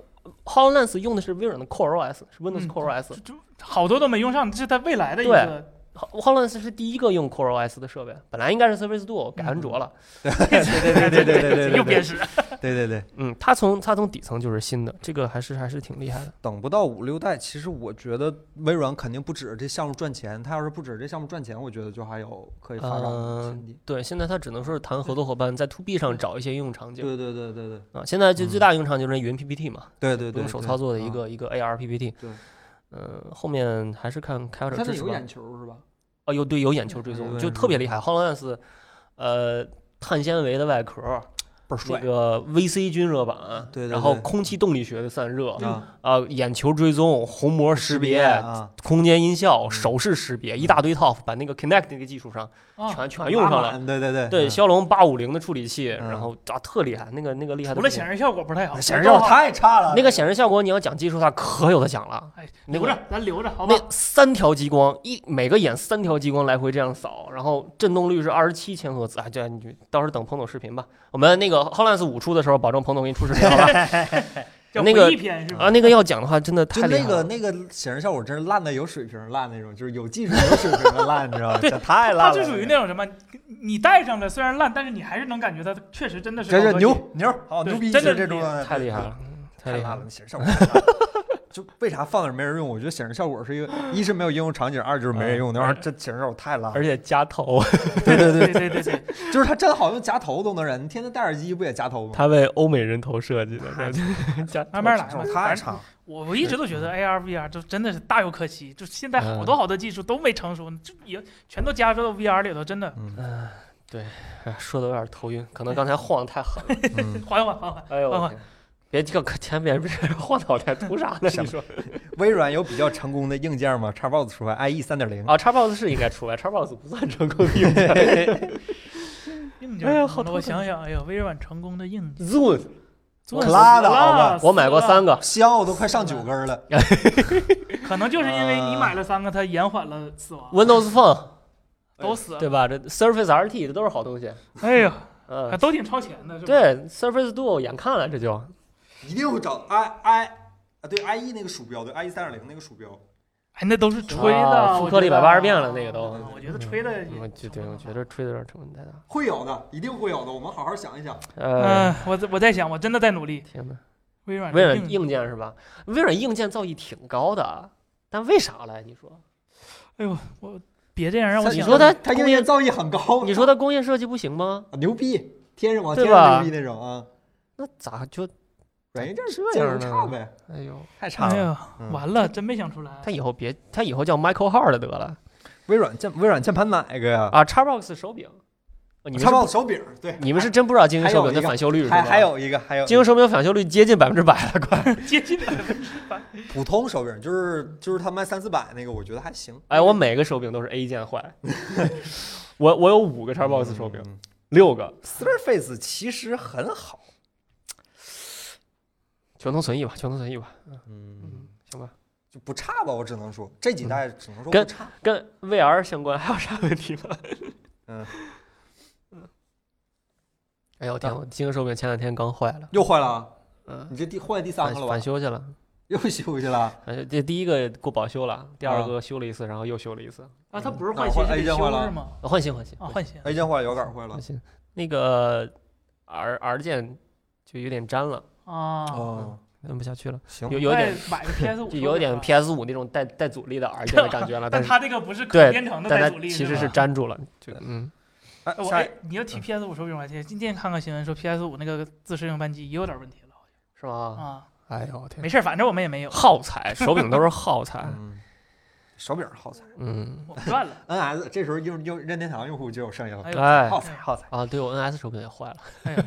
Speaker 4: HoloLens 用的是微软的 CoreOS，是 Windows
Speaker 3: 嗯
Speaker 4: CoreOS，、
Speaker 3: 这这好多都没用上，这是它未来的一
Speaker 4: 对
Speaker 3: 个，
Speaker 4: HoloLens 是第一个用 CoreOS 的设备，本来应该是 Surface Duo 改安
Speaker 2: 嗯
Speaker 4: 卓了，
Speaker 2: 对对对对对对对 对，
Speaker 3: 又变时，
Speaker 2: 对对对，
Speaker 4: 嗯，它从它从底层就是新的，这个还是还是挺厉害的。
Speaker 2: 等不到五六代，其实我觉得微软肯定不指着这项目赚钱，它要是不指着这项目赚钱，我觉得就还有可以发展的
Speaker 4: 嗯
Speaker 2: 空间。
Speaker 4: 对，现在它只能说是谈合作伙伴在 To B 上找一些应用场景
Speaker 2: 对对对对对
Speaker 4: 啊。现在就最大应用场景就是云 PPT 嘛，
Speaker 2: 对对
Speaker 4: 不
Speaker 2: 对，嗯啊
Speaker 4: 用手操作的一个一个 AR PPT。
Speaker 2: 对，
Speaker 4: 嗯，后面还是看开发者
Speaker 5: 它那
Speaker 4: 支持
Speaker 5: 有
Speaker 4: 吧
Speaker 5: 眼。球是吧？
Speaker 4: 哦，有对有眼球追
Speaker 2: 对
Speaker 4: 踪，
Speaker 2: 对
Speaker 4: 就
Speaker 2: 对
Speaker 4: 特别厉害。HoloLens，呃，碳纤维的外壳，
Speaker 2: 倍儿帅
Speaker 4: 那。个 VC 均热板，
Speaker 5: 对对
Speaker 4: 然后
Speaker 5: 对
Speaker 4: 空气动力学的散热，
Speaker 5: 啊，
Speaker 4: 啊，眼球追踪、虹膜识别、
Speaker 2: 啊，
Speaker 4: 空间音效、手势识别，一大堆套，把那个 Connect 那个技术上
Speaker 3: 啊，
Speaker 2: 哦
Speaker 4: 全全用上了。
Speaker 5: 满，对对对
Speaker 4: 对，骁龙八五零的处理器，
Speaker 2: 嗯
Speaker 4: 然后啊特厉害，那个那个厉害的
Speaker 3: 除
Speaker 4: 不
Speaker 3: 了
Speaker 4: 行。
Speaker 3: 显示效果不太好，
Speaker 2: 显示
Speaker 3: 效
Speaker 2: 效果太差了。
Speaker 4: 那个显示效果，你要讲技术，它可有的讲了。
Speaker 3: 哎，
Speaker 4: 那
Speaker 3: 留
Speaker 4: 个
Speaker 3: 着，咱留着，好吧
Speaker 4: 那？三条激光，一每个眼三条激光来回这样扫，然后振动率是二十七千赫兹啊！这你就到时候等彭总视频吧。我们那个 Hololens 五出的时候，保证彭总给你出视频，好吧？
Speaker 3: 叫
Speaker 4: 那个
Speaker 3: 回忆篇是吧？
Speaker 4: 啊，那个要讲的话，真的
Speaker 2: 就
Speaker 4: 太厉
Speaker 2: 那
Speaker 4: 害
Speaker 2: 个
Speaker 4: 了。
Speaker 2: 那个显示效果真是烂的有水平儿，烂那种，就是有技术有水平的烂，你知道吗？这 太烂
Speaker 3: 它
Speaker 2: 了。
Speaker 3: 就属于那种什么，你戴上了虽然烂，但是你还是能感觉到它确实真的是
Speaker 2: 这
Speaker 3: 高
Speaker 2: 是
Speaker 3: 科技
Speaker 2: 牛牛，好
Speaker 3: 对
Speaker 2: 牛逼，
Speaker 3: 真的
Speaker 2: 是这种
Speaker 3: 厉害
Speaker 2: 东西
Speaker 4: 太厉害了，太
Speaker 2: 太
Speaker 4: 厉
Speaker 2: 烂
Speaker 4: 害
Speaker 2: 了，
Speaker 4: 了。
Speaker 2: 显示效果太烂了。 就为啥放那儿没人用？我觉得显示效果是一个，一是没有应用场景，二就是没人用。那玩意儿这显示效果太烂了。
Speaker 4: 而且加头，
Speaker 2: 对对对，
Speaker 3: 对对对对，
Speaker 2: 就是它真的好像夹头都能忍。你天天戴耳机不也夹头吗？
Speaker 4: 他为欧美人头设计的，加
Speaker 3: 慢慢来
Speaker 2: 这种
Speaker 3: 嘛。
Speaker 2: 太
Speaker 3: 反
Speaker 2: 差
Speaker 3: 正
Speaker 2: 了。
Speaker 3: 我我一直都觉得 AR VR 啊就真的是大有可惜，就现在好
Speaker 4: 嗯
Speaker 3: 多好多技术都没成熟，就也全都加入到 VR 里头，真的
Speaker 4: 嗯，对，哎说的有点头晕，可能刚才晃的太狠了。
Speaker 2: 嗯，
Speaker 3: 缓缓缓缓。
Speaker 4: 哎呦，
Speaker 3: 晃
Speaker 4: 我
Speaker 3: 晃
Speaker 4: 天别这个前别别晃脑袋，图啥呢？
Speaker 2: 什
Speaker 4: 你
Speaker 2: 么
Speaker 4: 说
Speaker 2: 微软有比较成功的硬件吗？Xbox 除外，IE e 三点零。
Speaker 4: 啊？Xbox 是应该除外，Xbox 不算成功的硬件。
Speaker 3: 硬
Speaker 4: 哎呀
Speaker 3: 件
Speaker 4: 好
Speaker 3: 成功，我
Speaker 4: 头疼
Speaker 3: 想想，哎呀，微软成功的硬件，
Speaker 4: Zoom，
Speaker 2: 可拉倒吧
Speaker 4: 我买过三
Speaker 3: 个，
Speaker 4: 个，
Speaker 2: 香我都快上九根儿了。
Speaker 3: 可能就是因为你买了三个，它延缓了死亡，
Speaker 4: Windows Phone，
Speaker 3: 都死了。
Speaker 4: 对吧？这 Surface RT 这都是好东西。
Speaker 3: 哎呀，还
Speaker 4: 嗯，
Speaker 3: 都挺超前的，是吧？，
Speaker 4: 对，Surface Duo 眼看了，这就
Speaker 2: 一定会找 i i 啊，对 i e 那个鼠标，对 i e 三点零那个鼠标，
Speaker 3: 哎，那都是吹的，
Speaker 4: 啊
Speaker 3: 我
Speaker 4: 复刻了
Speaker 3: 觉得
Speaker 4: 180遍了那个都
Speaker 3: 啊我觉得吹的也，
Speaker 4: 嗯我就对我觉得吹的有点成本太大。
Speaker 2: 会有的，一定会有的。我们好好想一想。
Speaker 4: 呃，
Speaker 3: 嗯，我在我在想，我真的在努力。
Speaker 4: 天哪，
Speaker 3: 微软
Speaker 4: 微软
Speaker 3: 硬，
Speaker 4: 硬件是吧？微软硬件造诣挺高的，但为啥来？你说，
Speaker 3: 哎呦，我别这样让我
Speaker 4: 你
Speaker 3: 想。
Speaker 4: 说它
Speaker 2: 它硬件造诣很高，
Speaker 4: 你说它工业设计不行吗？
Speaker 2: 啊牛逼，天上往
Speaker 4: 对
Speaker 2: 天上
Speaker 4: 吧
Speaker 2: 牛逼那种啊，
Speaker 4: 那咋就
Speaker 2: 软硬件
Speaker 4: 这
Speaker 2: 技
Speaker 4: 样
Speaker 2: 术差
Speaker 4: 呢？
Speaker 2: 呗，
Speaker 4: 哎呦，
Speaker 2: 太差
Speaker 3: 哎
Speaker 2: 了。
Speaker 3: 呀，
Speaker 2: 嗯
Speaker 3: 完了，真没想出来。
Speaker 4: 啊他以后别，他以后叫 Michael Hard 得了
Speaker 2: 微软键微软键盘哪个呀？
Speaker 4: 啊！Xbox 手柄，哦你们是
Speaker 2: 叉 box 手柄，对，
Speaker 4: 你们是真不知道精英
Speaker 2: 还
Speaker 4: 手柄
Speaker 2: 有
Speaker 4: 的
Speaker 2: 一个
Speaker 4: 返修率是
Speaker 2: 还
Speaker 4: 吧？
Speaker 2: 还有一个还有一
Speaker 4: 精英
Speaker 2: 个
Speaker 4: 手柄返修率接近百分之百了，快！
Speaker 3: 接近了，
Speaker 2: 普通手柄，就是就是他卖三四百那个，我觉得还行。嗯
Speaker 4: 哎，我每个手柄都是 A 键坏， 我我有五个 Xbox 手柄，
Speaker 2: 嗯
Speaker 4: 六个，
Speaker 2: Surface 其实很好，
Speaker 4: 求同存异吧，求同存异吧，
Speaker 2: 嗯，
Speaker 4: 行吧。
Speaker 2: 就不差吧，我只能说这几代只能说不
Speaker 4: 跟
Speaker 2: 差。
Speaker 4: 跟 VR 相关还有啥问题吗？
Speaker 2: 嗯。
Speaker 4: 哎呦我天！我精英手柄前两天刚坏了，
Speaker 2: 又坏了啊，
Speaker 4: 嗯，
Speaker 2: 你这第坏第三
Speaker 4: 返
Speaker 2: 个了
Speaker 4: 返
Speaker 2: 吧？
Speaker 4: 修去了，
Speaker 2: 又修去 了，
Speaker 4: 返哎修这第一个过保修了，第二
Speaker 2: 啊
Speaker 4: 个修了一次，然后又修了一次，
Speaker 3: 啊，它不是
Speaker 2: 哪儿
Speaker 3: 换新
Speaker 2: 换
Speaker 3: 是
Speaker 4: 哎
Speaker 3: 得
Speaker 2: A 键换
Speaker 3: 修
Speaker 2: 了
Speaker 3: 是吗？
Speaker 4: 啊换新换新
Speaker 3: 啊，换新。
Speaker 2: A 键坏了，摇杆坏了
Speaker 4: 换。新。那个 R R 键就有点粘了，
Speaker 3: 啊，
Speaker 2: 哦，
Speaker 4: 摁不下去了，
Speaker 2: 行
Speaker 4: 有，有点
Speaker 3: 快买个 PS 五，
Speaker 4: 就有点 PS 五那种带带阻力的 R 键的 感觉了，
Speaker 3: 但
Speaker 4: 但是
Speaker 3: 它这个不是可
Speaker 4: 对
Speaker 3: 编程的
Speaker 4: 但
Speaker 3: 带
Speaker 4: 它
Speaker 3: 阻力，
Speaker 4: 其实
Speaker 3: 吧
Speaker 4: 是粘住了，就嗯，
Speaker 2: 哎
Speaker 3: 哎我
Speaker 2: 下
Speaker 3: 哎
Speaker 2: 一，
Speaker 3: 你要提 PS 五手柄吧，今今天看看新闻说 PS 五那个自适应扳机也有点问题了
Speaker 4: 是吗？
Speaker 3: 啊，
Speaker 4: 哎呦我天
Speaker 3: 没，事儿，反正我们也没有，
Speaker 4: 耗材，手柄都是耗材，
Speaker 2: 嗯，手柄耗材
Speaker 4: 嗯，
Speaker 3: 我们赚了。
Speaker 2: ，NS 这时候用用任天堂用户就有声音了，
Speaker 3: 哎呦
Speaker 4: 哎
Speaker 2: 耗材耗材，
Speaker 4: 啊，对我 NS 手柄也坏了，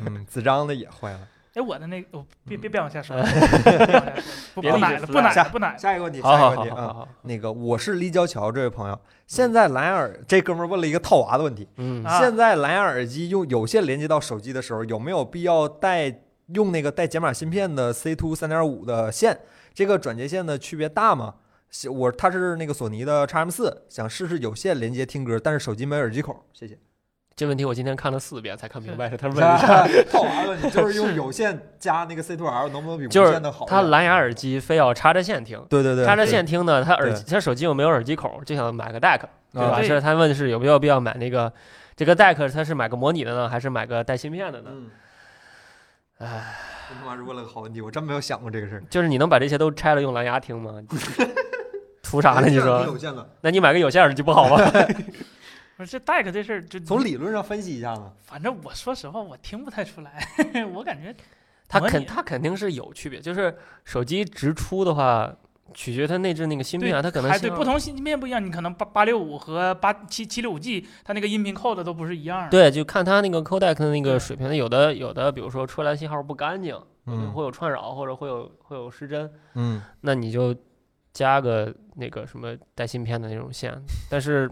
Speaker 2: 嗯，子章的也坏了。
Speaker 3: 哎，我的那个，我别别别往下说 了，别往下说了不
Speaker 4: 别
Speaker 3: 不
Speaker 4: 理
Speaker 3: 奶
Speaker 4: 这
Speaker 3: 了，
Speaker 4: 次
Speaker 3: 不奶
Speaker 2: 下
Speaker 3: 了，不奶了。
Speaker 2: 下一个问 题，
Speaker 4: 好
Speaker 2: 下一
Speaker 4: 好
Speaker 2: 个
Speaker 4: 好
Speaker 2: 问题
Speaker 4: 好
Speaker 2: 啊，
Speaker 4: 好，
Speaker 2: 那个我是立交桥这位朋友，现在蓝牙耳这哥们儿问了一个套娃的问题，
Speaker 4: 嗯
Speaker 3: 啊
Speaker 2: 现在蓝牙耳机用有线连接到手机的时候，有没有必要带用那个带解码芯片的 C two 三点五的线？这个转接线的区别大吗？是我它是那个索尼的 x M 四，想试试有线连接听歌，但是手机没有耳机口。谢 谢。
Speaker 4: 这问题我今天看了四遍才看明白是他问的啥，
Speaker 2: 套娃问题就是用有线加那个 C two L 能不能比无
Speaker 4: 就是
Speaker 2: 线的好一
Speaker 4: 他
Speaker 2: 点？
Speaker 4: 蓝牙耳机非要插着线听。
Speaker 2: 对对对，
Speaker 4: 插着线听呢，他耳
Speaker 2: 对
Speaker 4: 机他手机又没有耳机口，就想买个 DAC，对
Speaker 2: 啊
Speaker 4: 吧？
Speaker 3: 对
Speaker 4: 是他问是有没有必要买那个这个 DAC，他是买个模拟的呢，还是买个带芯片的呢？
Speaker 2: 嗯，
Speaker 4: 唉，
Speaker 2: 真他妈是问了个好问题，我真没有想过这个事儿。
Speaker 4: 就是你能把这些都拆了用蓝牙 听吗？图啥呢？你
Speaker 2: 哎这样就
Speaker 4: 说？
Speaker 2: 有线了？
Speaker 4: 那你买个有线耳机不好 吗？
Speaker 3: 不是这 DAC 这事儿，就
Speaker 2: 从理论上分析一下嘛。
Speaker 3: 反正我说实话，我听不太出来， 我感觉
Speaker 4: 它
Speaker 3: 模拟
Speaker 4: 肯它肯定是有区别，就是手机直出的话，取决于它内置那个芯
Speaker 3: 对
Speaker 4: 片啊，它可能
Speaker 3: 还
Speaker 4: 信
Speaker 3: 对
Speaker 4: 号
Speaker 3: 不同芯片不一样，你可能八八六五和八七七六五 G，它那个音频扣的都不是一样的。
Speaker 4: 对，就看它那个 codec 的
Speaker 3: 对
Speaker 4: 那个水平，有的有的，比如说出来信号不干净，
Speaker 2: 嗯
Speaker 4: 会有串扰或者会有会有失真，
Speaker 2: 嗯，
Speaker 4: 那你就加个那个什么带芯片的那种线。但是，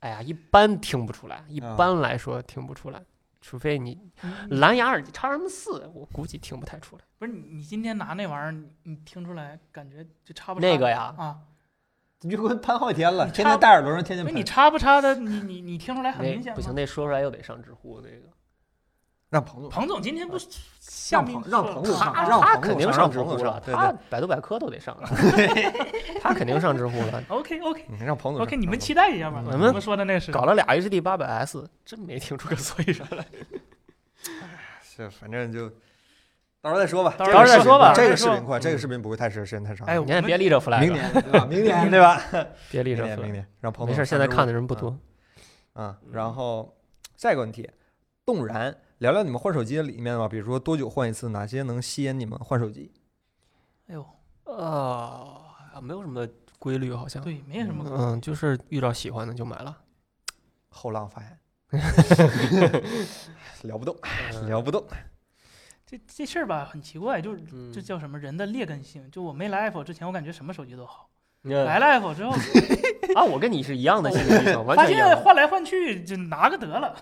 Speaker 4: 哎呀，一般听不出来，一
Speaker 5: 啊
Speaker 4: 般来说听不出来，除非你
Speaker 3: 嗯，
Speaker 4: 蓝牙耳机叉 M 四，我估计听不太出来。
Speaker 3: 不是你你今天拿那玩意儿，你你听出来感觉就差不差
Speaker 4: 那个呀，
Speaker 3: 啊？
Speaker 5: 你就给我喷好几天了，
Speaker 3: 你
Speaker 5: 天
Speaker 3: 插
Speaker 5: 天戴耳朵上，天
Speaker 3: 不
Speaker 5: 天
Speaker 3: 是你
Speaker 5: 喷。
Speaker 3: 插不插的，你你你听出来很明
Speaker 4: 那
Speaker 3: 显
Speaker 4: 不行，
Speaker 3: 吗？
Speaker 4: 那说出来又得上知乎那个。
Speaker 2: 让彭总
Speaker 3: 彭总今
Speaker 4: 呃
Speaker 3: 天不是下
Speaker 5: 让
Speaker 3: 面
Speaker 5: 彭让彭
Speaker 3: 说了啊吗
Speaker 5: 总上
Speaker 4: 他
Speaker 5: 让
Speaker 4: 他
Speaker 5: 彭
Speaker 4: 肯
Speaker 5: 总
Speaker 4: 定
Speaker 5: 上让
Speaker 4: 知
Speaker 5: 彭
Speaker 4: 乎
Speaker 5: 总
Speaker 4: 了，
Speaker 5: 上对
Speaker 4: 他百度百科都得上， 他肯定上知乎了。
Speaker 3: OK OK
Speaker 2: 嗯让彭总
Speaker 3: OK，你们
Speaker 2: 去
Speaker 3: 期待一下吧。
Speaker 4: 嗯
Speaker 3: 我们说的那个是
Speaker 4: 搞了俩 HD 八百 S，真没听出个所以 然来。
Speaker 2: 是，反正就到时候再说吧，
Speaker 3: 到时候
Speaker 2: 这个
Speaker 3: 再说吧
Speaker 2: 这个
Speaker 3: 到时
Speaker 2: 视
Speaker 3: 候
Speaker 2: 频快，这个
Speaker 4: 嗯
Speaker 2: 视频不会太时间太长，
Speaker 3: 哎，我
Speaker 4: 你也
Speaker 3: 们
Speaker 4: 别立这 flag，
Speaker 2: 明
Speaker 4: 了
Speaker 2: 年对吧？明
Speaker 5: 明
Speaker 2: 年
Speaker 5: 年
Speaker 2: 对吧？
Speaker 4: 别立
Speaker 2: 明
Speaker 4: 这
Speaker 2: 年明
Speaker 4: flag。
Speaker 2: 年让彭
Speaker 4: 没
Speaker 2: 总
Speaker 4: 事，现在看的人不多。
Speaker 2: 啊。然后下一个问题，动然聊聊你们换手机的理念吧，比如说多久换一次，哪些能吸引你们换手机？
Speaker 3: 哎呦，
Speaker 4: 呃，没有什么规律，好像。
Speaker 3: 对，没什么可。
Speaker 4: 嗯，就是遇到喜欢的就买了。
Speaker 2: 后浪发言， 聊不动，
Speaker 4: 哎呃
Speaker 2: 聊不动。
Speaker 3: 这这事儿吧，很奇怪，就是
Speaker 4: 嗯
Speaker 3: 这叫什么人的劣根性。就我没来 Apple 之前，我感觉什么手机都好，来
Speaker 2: 嗯
Speaker 4: 来
Speaker 3: 了 Apple 之后，
Speaker 4: 啊，我跟你是一样的心理历程，完
Speaker 3: 发
Speaker 4: 全一样
Speaker 3: 现
Speaker 4: 的
Speaker 3: 换来换去就拿个得了。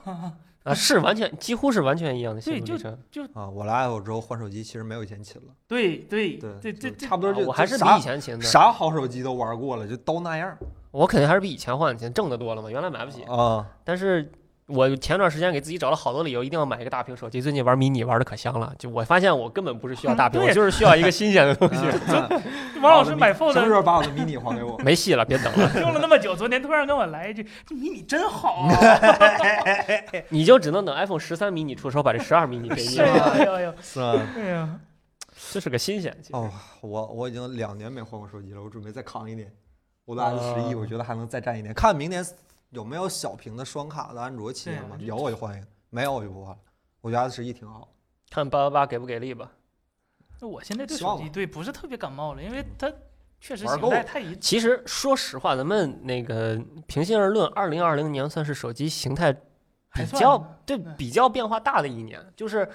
Speaker 4: 啊，是完全几乎是完全一样的心
Speaker 3: 对
Speaker 4: 理
Speaker 3: 就
Speaker 4: 历程。
Speaker 2: 啊，我来 Apple 之后换手机，其实没有以前勤了，
Speaker 3: 对对这这
Speaker 2: 就
Speaker 3: 这
Speaker 2: 差不多
Speaker 4: 啊
Speaker 2: 就
Speaker 4: 我还是比
Speaker 2: 啥
Speaker 4: 以前勤的，
Speaker 2: 啥好手机都玩过了，就都那样
Speaker 4: 我肯定还是比以前换的勤，挣的多了嘛，原来买不起。
Speaker 2: 啊。
Speaker 4: 但是我前段时间给自己找了好多理由，一定要买一个大屏手机。最近玩迷你玩的可香了，就我发现我根本不是需 要大屏，
Speaker 3: 对
Speaker 4: 我就是需要一个新鲜的东西。
Speaker 2: 啊
Speaker 3: 王老师买 Fold
Speaker 2: 什么时候把我的迷你还给我？
Speaker 4: 没戏了，别等 了，
Speaker 3: 用了那么久，昨天突然跟我来一句：“这迷你真好 啊、
Speaker 4: 你就只能等 iPhone 十三迷你出手，把这十二迷你给你
Speaker 3: 是呀，哎呦 哎呦，
Speaker 2: 是吗？
Speaker 3: 哎呀，
Speaker 4: 这是个新鲜。其实
Speaker 2: 哦，我我已经两年没换过手机了，我准备再扛一年。我的 S 十一，
Speaker 4: 啊
Speaker 2: 我觉得还能再战一年，看明年有没有小屏的双卡的安卓旗
Speaker 3: 对
Speaker 2: 舰
Speaker 3: 我
Speaker 2: 嘛？
Speaker 3: 觉得
Speaker 2: 有我就换一个，没有我就不换了。我觉得 S 十一挺好。
Speaker 4: 看八八八给不给力吧。
Speaker 3: 那我现在对
Speaker 2: 希望
Speaker 3: 手机
Speaker 2: 吧
Speaker 3: 对不是特别感冒了，因为它确实
Speaker 2: 玩
Speaker 3: 形
Speaker 2: 够
Speaker 3: 态
Speaker 2: 了
Speaker 3: 太一
Speaker 4: 其实说实话，咱们那个平心而论，二零二零年算是手机形态
Speaker 3: 还
Speaker 4: 比
Speaker 3: 算
Speaker 4: 较
Speaker 3: 吧
Speaker 4: 对
Speaker 3: 嗯
Speaker 4: 比较变化大的一年，就是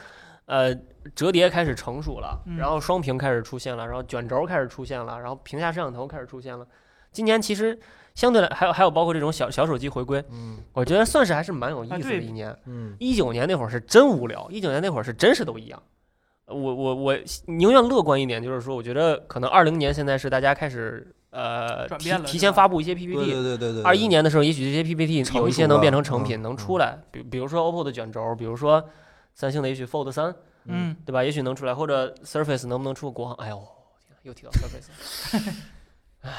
Speaker 4: 呃折叠开始成熟了，
Speaker 3: 嗯
Speaker 4: 然后双屏开始出现了，然后卷轴开始出现了，然后屏下摄像头开始出现了。今年其实相对来还有还有包括这种小小手机回归，
Speaker 2: 嗯
Speaker 4: 我觉得算是还是蛮有意
Speaker 3: 啊
Speaker 4: 思的
Speaker 3: 对
Speaker 4: 一年。
Speaker 2: 嗯
Speaker 4: 一九年那会儿是真无聊，一九年那会儿是真是都一样。呃我我我宁愿乐观一点，就是说，我觉得可能二零年现在是大家开始呃
Speaker 3: 转
Speaker 4: 提
Speaker 3: 变了
Speaker 4: 提
Speaker 3: 是
Speaker 4: 前
Speaker 3: 吧
Speaker 4: 发布一些
Speaker 2: 对对
Speaker 4: PPT。
Speaker 2: 对对对。
Speaker 4: 二一年的时候，也许这些 PPT 有一些能变成成品，
Speaker 2: 成熟了嗯
Speaker 4: 能出来，比比如说 OPPO 的卷轴，比如说三星的也许 Fold 三，
Speaker 3: 嗯，
Speaker 4: 对吧？也许能出来，或者 Surface 能不能出国行？哎呦，天啊又提到 Surface，了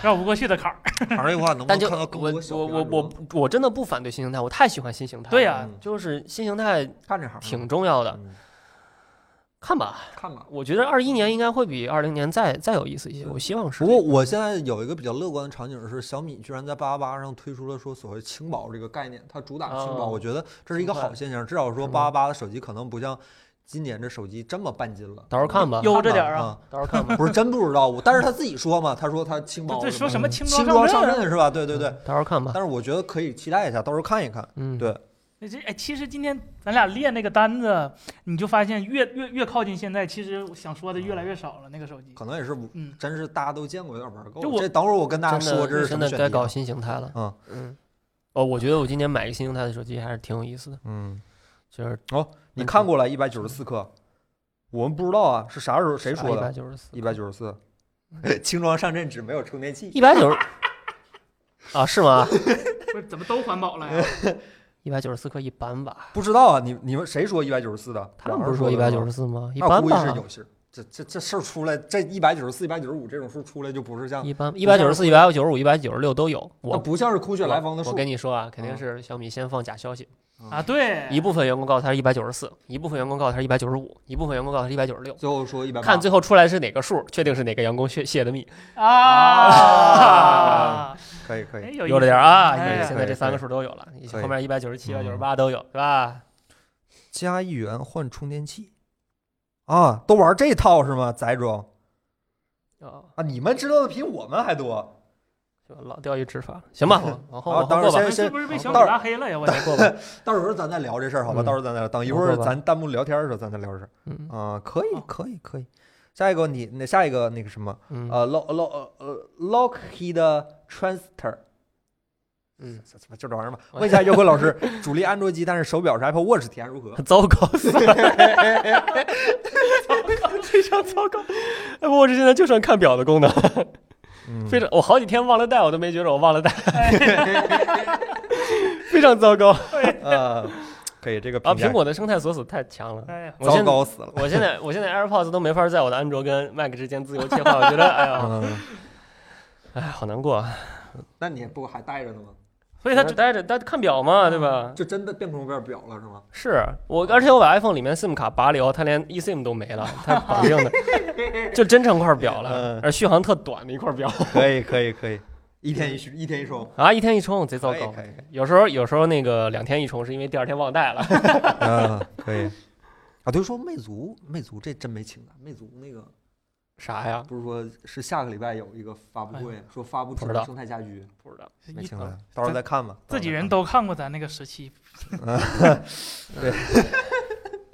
Speaker 3: 绕不过去的坎儿。
Speaker 2: 行业化能不能
Speaker 4: 但就
Speaker 2: 看到更
Speaker 4: 我
Speaker 2: 多小
Speaker 4: 我
Speaker 2: 屏
Speaker 4: 我
Speaker 2: 安卓
Speaker 4: 我我真的不反对新形态，我太喜欢新形态了。
Speaker 3: 对呀
Speaker 2: 嗯
Speaker 4: 就是新形态
Speaker 2: 干这行
Speaker 4: 挺重要的，
Speaker 2: 嗯
Speaker 4: 看吧。
Speaker 2: 看吧。
Speaker 4: 我觉得二一年应该会比二零年再再有意思一些，
Speaker 2: 对
Speaker 4: 我希望是
Speaker 2: 不。过我现在有一个比较乐观的场景是，小米居然在八八八上推出了说所谓轻薄这个概念，它主打轻薄，
Speaker 4: 哦
Speaker 2: 我觉得这是一个好现象，至少说
Speaker 4: 是
Speaker 2: 八八
Speaker 4: 吗
Speaker 2: 八的手机可能不像这今年这手机这么半斤了。
Speaker 4: 到时候看吧
Speaker 3: 悠着点
Speaker 2: 看
Speaker 3: 儿
Speaker 2: 吧
Speaker 3: 啊！
Speaker 4: 到时候看吧，
Speaker 2: 不是真不知道，我但是他自己说嘛，他说他轻薄
Speaker 3: 这
Speaker 2: 了，嗯
Speaker 3: 这说什么轻
Speaker 2: 轻
Speaker 3: 装
Speaker 2: 装上
Speaker 3: 上阵啊？
Speaker 2: 阵是吧？ 对对对，
Speaker 4: 到时候看吧
Speaker 2: 但。是我觉得可以期待一下，到时候看一看。
Speaker 4: 嗯，
Speaker 2: 对
Speaker 3: 那这哎，其实今天咱俩列那个单子，你就发现越越越靠近现在，其实我想说的越来越少了。那个手机，
Speaker 2: 可能也是
Speaker 3: 嗯，
Speaker 2: 真是大家都见过，有点玩够
Speaker 3: 就
Speaker 2: 了。
Speaker 3: 我
Speaker 2: 这等会儿我跟大家
Speaker 4: 真
Speaker 2: 说这
Speaker 4: 的
Speaker 2: 是什
Speaker 4: 真
Speaker 2: 么
Speaker 4: 的
Speaker 2: 选
Speaker 4: 该
Speaker 2: 题
Speaker 4: 搞
Speaker 2: 啊
Speaker 4: 新形态了。
Speaker 2: 嗯
Speaker 4: 嗯，哦，我觉得我今年买一个新形态的手机还是挺有意思的，
Speaker 2: 嗯，
Speaker 4: 就是
Speaker 2: 你看过了一百九十四克，我们不知道啊，是啥时候谁说
Speaker 4: 一百
Speaker 2: 的？
Speaker 4: 九十四，
Speaker 2: 一百九十四， 轻装上阵只没有充电器。
Speaker 4: 一百九十啊？是吗？
Speaker 3: 不是怎么都环保了 呀？
Speaker 4: 一百九十四克一般吧？
Speaker 2: 不知道啊，你你们谁说一百九十四的？
Speaker 4: 他们不是说一百九十四吗？一
Speaker 2: 那我
Speaker 4: 般
Speaker 2: 估计是
Speaker 4: 吧，
Speaker 2: 有信儿。这这这事儿出来，这一百九十四、一百九十五这种数出来就不是像，
Speaker 4: 一般一百九十四、一百九十五、一百九十六都有。
Speaker 2: 那
Speaker 4: 我
Speaker 2: 不像是空穴来风的
Speaker 4: 我
Speaker 2: 数。
Speaker 4: 跟你说啊，肯定
Speaker 2: 嗯哎
Speaker 4: 是小米先放假消息，
Speaker 3: 啊，对，
Speaker 4: 一部分员工告诉他是一百九十四，一部分员工告诉他是一百九十五，一部分员工告诉他是一百九十六。
Speaker 2: 最后说一百
Speaker 4: 看最后出来是哪个数，确定是哪个员工泄泄的密，
Speaker 3: 啊
Speaker 2: 啊，可以可
Speaker 3: 哎，
Speaker 2: 以，
Speaker 3: 有意
Speaker 4: 有了
Speaker 3: 思
Speaker 4: 点儿啊！
Speaker 3: 哎
Speaker 4: 你
Speaker 3: 呀
Speaker 4: 现在这三个数都有了，你
Speaker 2: 可以
Speaker 4: 后面一百九十七、一百
Speaker 2: 嗯
Speaker 4: 九十八都有，是吧？
Speaker 2: 加一元换充电器，啊，都玩这套是吗？翟总，
Speaker 4: 啊，
Speaker 2: 啊，你们知道的比我们还多。
Speaker 4: 就老掉一直发，行 吧，往往后
Speaker 2: 啊
Speaker 4: 往
Speaker 2: 当
Speaker 4: 后
Speaker 2: 然
Speaker 4: 过吧，
Speaker 2: 先
Speaker 3: 是
Speaker 2: 先
Speaker 3: 不是被小
Speaker 2: 到
Speaker 3: 李
Speaker 2: 时候
Speaker 3: 拉黑了呀？我
Speaker 4: 过吧，
Speaker 2: 到时候咱再聊这事儿，好吧？
Speaker 4: 嗯
Speaker 2: 到时候咱再聊等一会儿
Speaker 4: 好吧
Speaker 2: 咱弹幕聊天的时候，咱再聊这事儿。
Speaker 4: 嗯
Speaker 2: 啊、可以
Speaker 3: 好，
Speaker 2: 可以，可以。下一个你那下一个那个什么
Speaker 4: 嗯
Speaker 2: 呃，Lo Lo 呃呃 Lockheed Transter，
Speaker 4: 嗯，
Speaker 2: 什么就这 玩意儿吧。问一下岳坤老师， 主力安卓机，但是手表是 Apple Watch，体 验如何？
Speaker 4: 糟 糕死了，非常糟糕。哎，我这现在就剩看表的功能，
Speaker 2: 嗯
Speaker 4: 非常，我好几天忘了带，我都没觉着我忘 了带，
Speaker 3: 哎
Speaker 4: 非常糟糕
Speaker 2: 呃，可以这个
Speaker 4: 啊！
Speaker 2: 评价
Speaker 4: 苹果的生态锁死太强了，
Speaker 3: 哎呀，
Speaker 4: 我现
Speaker 2: 糟
Speaker 4: 在
Speaker 2: 糕死了。
Speaker 4: 我现在我现在 AirPods 都没法在我的安卓跟 Mac 之间自由切换，我觉得哎呀，
Speaker 2: 嗯，
Speaker 4: 哎，好难过。啊。
Speaker 5: 那你不还带着呢吗？
Speaker 4: 所以他只待着，他看表嘛，对
Speaker 2: 嗯
Speaker 4: 吧？
Speaker 5: 就真的变成表表了是吗？
Speaker 4: 是我，而且我把 iPhone 里面 SIM 卡拔了以后，它连 eSIM 都没了，它绑定的 就真成块表了
Speaker 2: 嗯，
Speaker 4: 而续航特短的一块表
Speaker 2: 可以，可以，可以。
Speaker 5: 一天一续，一天一充，
Speaker 4: 啊，一天一充，贼糟
Speaker 2: 可以
Speaker 4: 糕
Speaker 2: 可以可以。
Speaker 4: 有时候有时候那个两天一充，是因为第二天忘带了。
Speaker 2: 嗯，可以。
Speaker 5: 啊，对，说魅族，魅族这真没情感。
Speaker 2: 啊
Speaker 5: 魅族那个
Speaker 4: 啥呀？
Speaker 5: 不是说是下个礼拜有一个发布会，说发布智
Speaker 4: 哎不知道
Speaker 5: 能生态家居，
Speaker 4: 不知道。
Speaker 2: 没
Speaker 3: 一
Speaker 2: 情感，到时候再看吧。
Speaker 3: 自己人
Speaker 2: 到
Speaker 3: 都看过咱那个时 期，
Speaker 2: 对，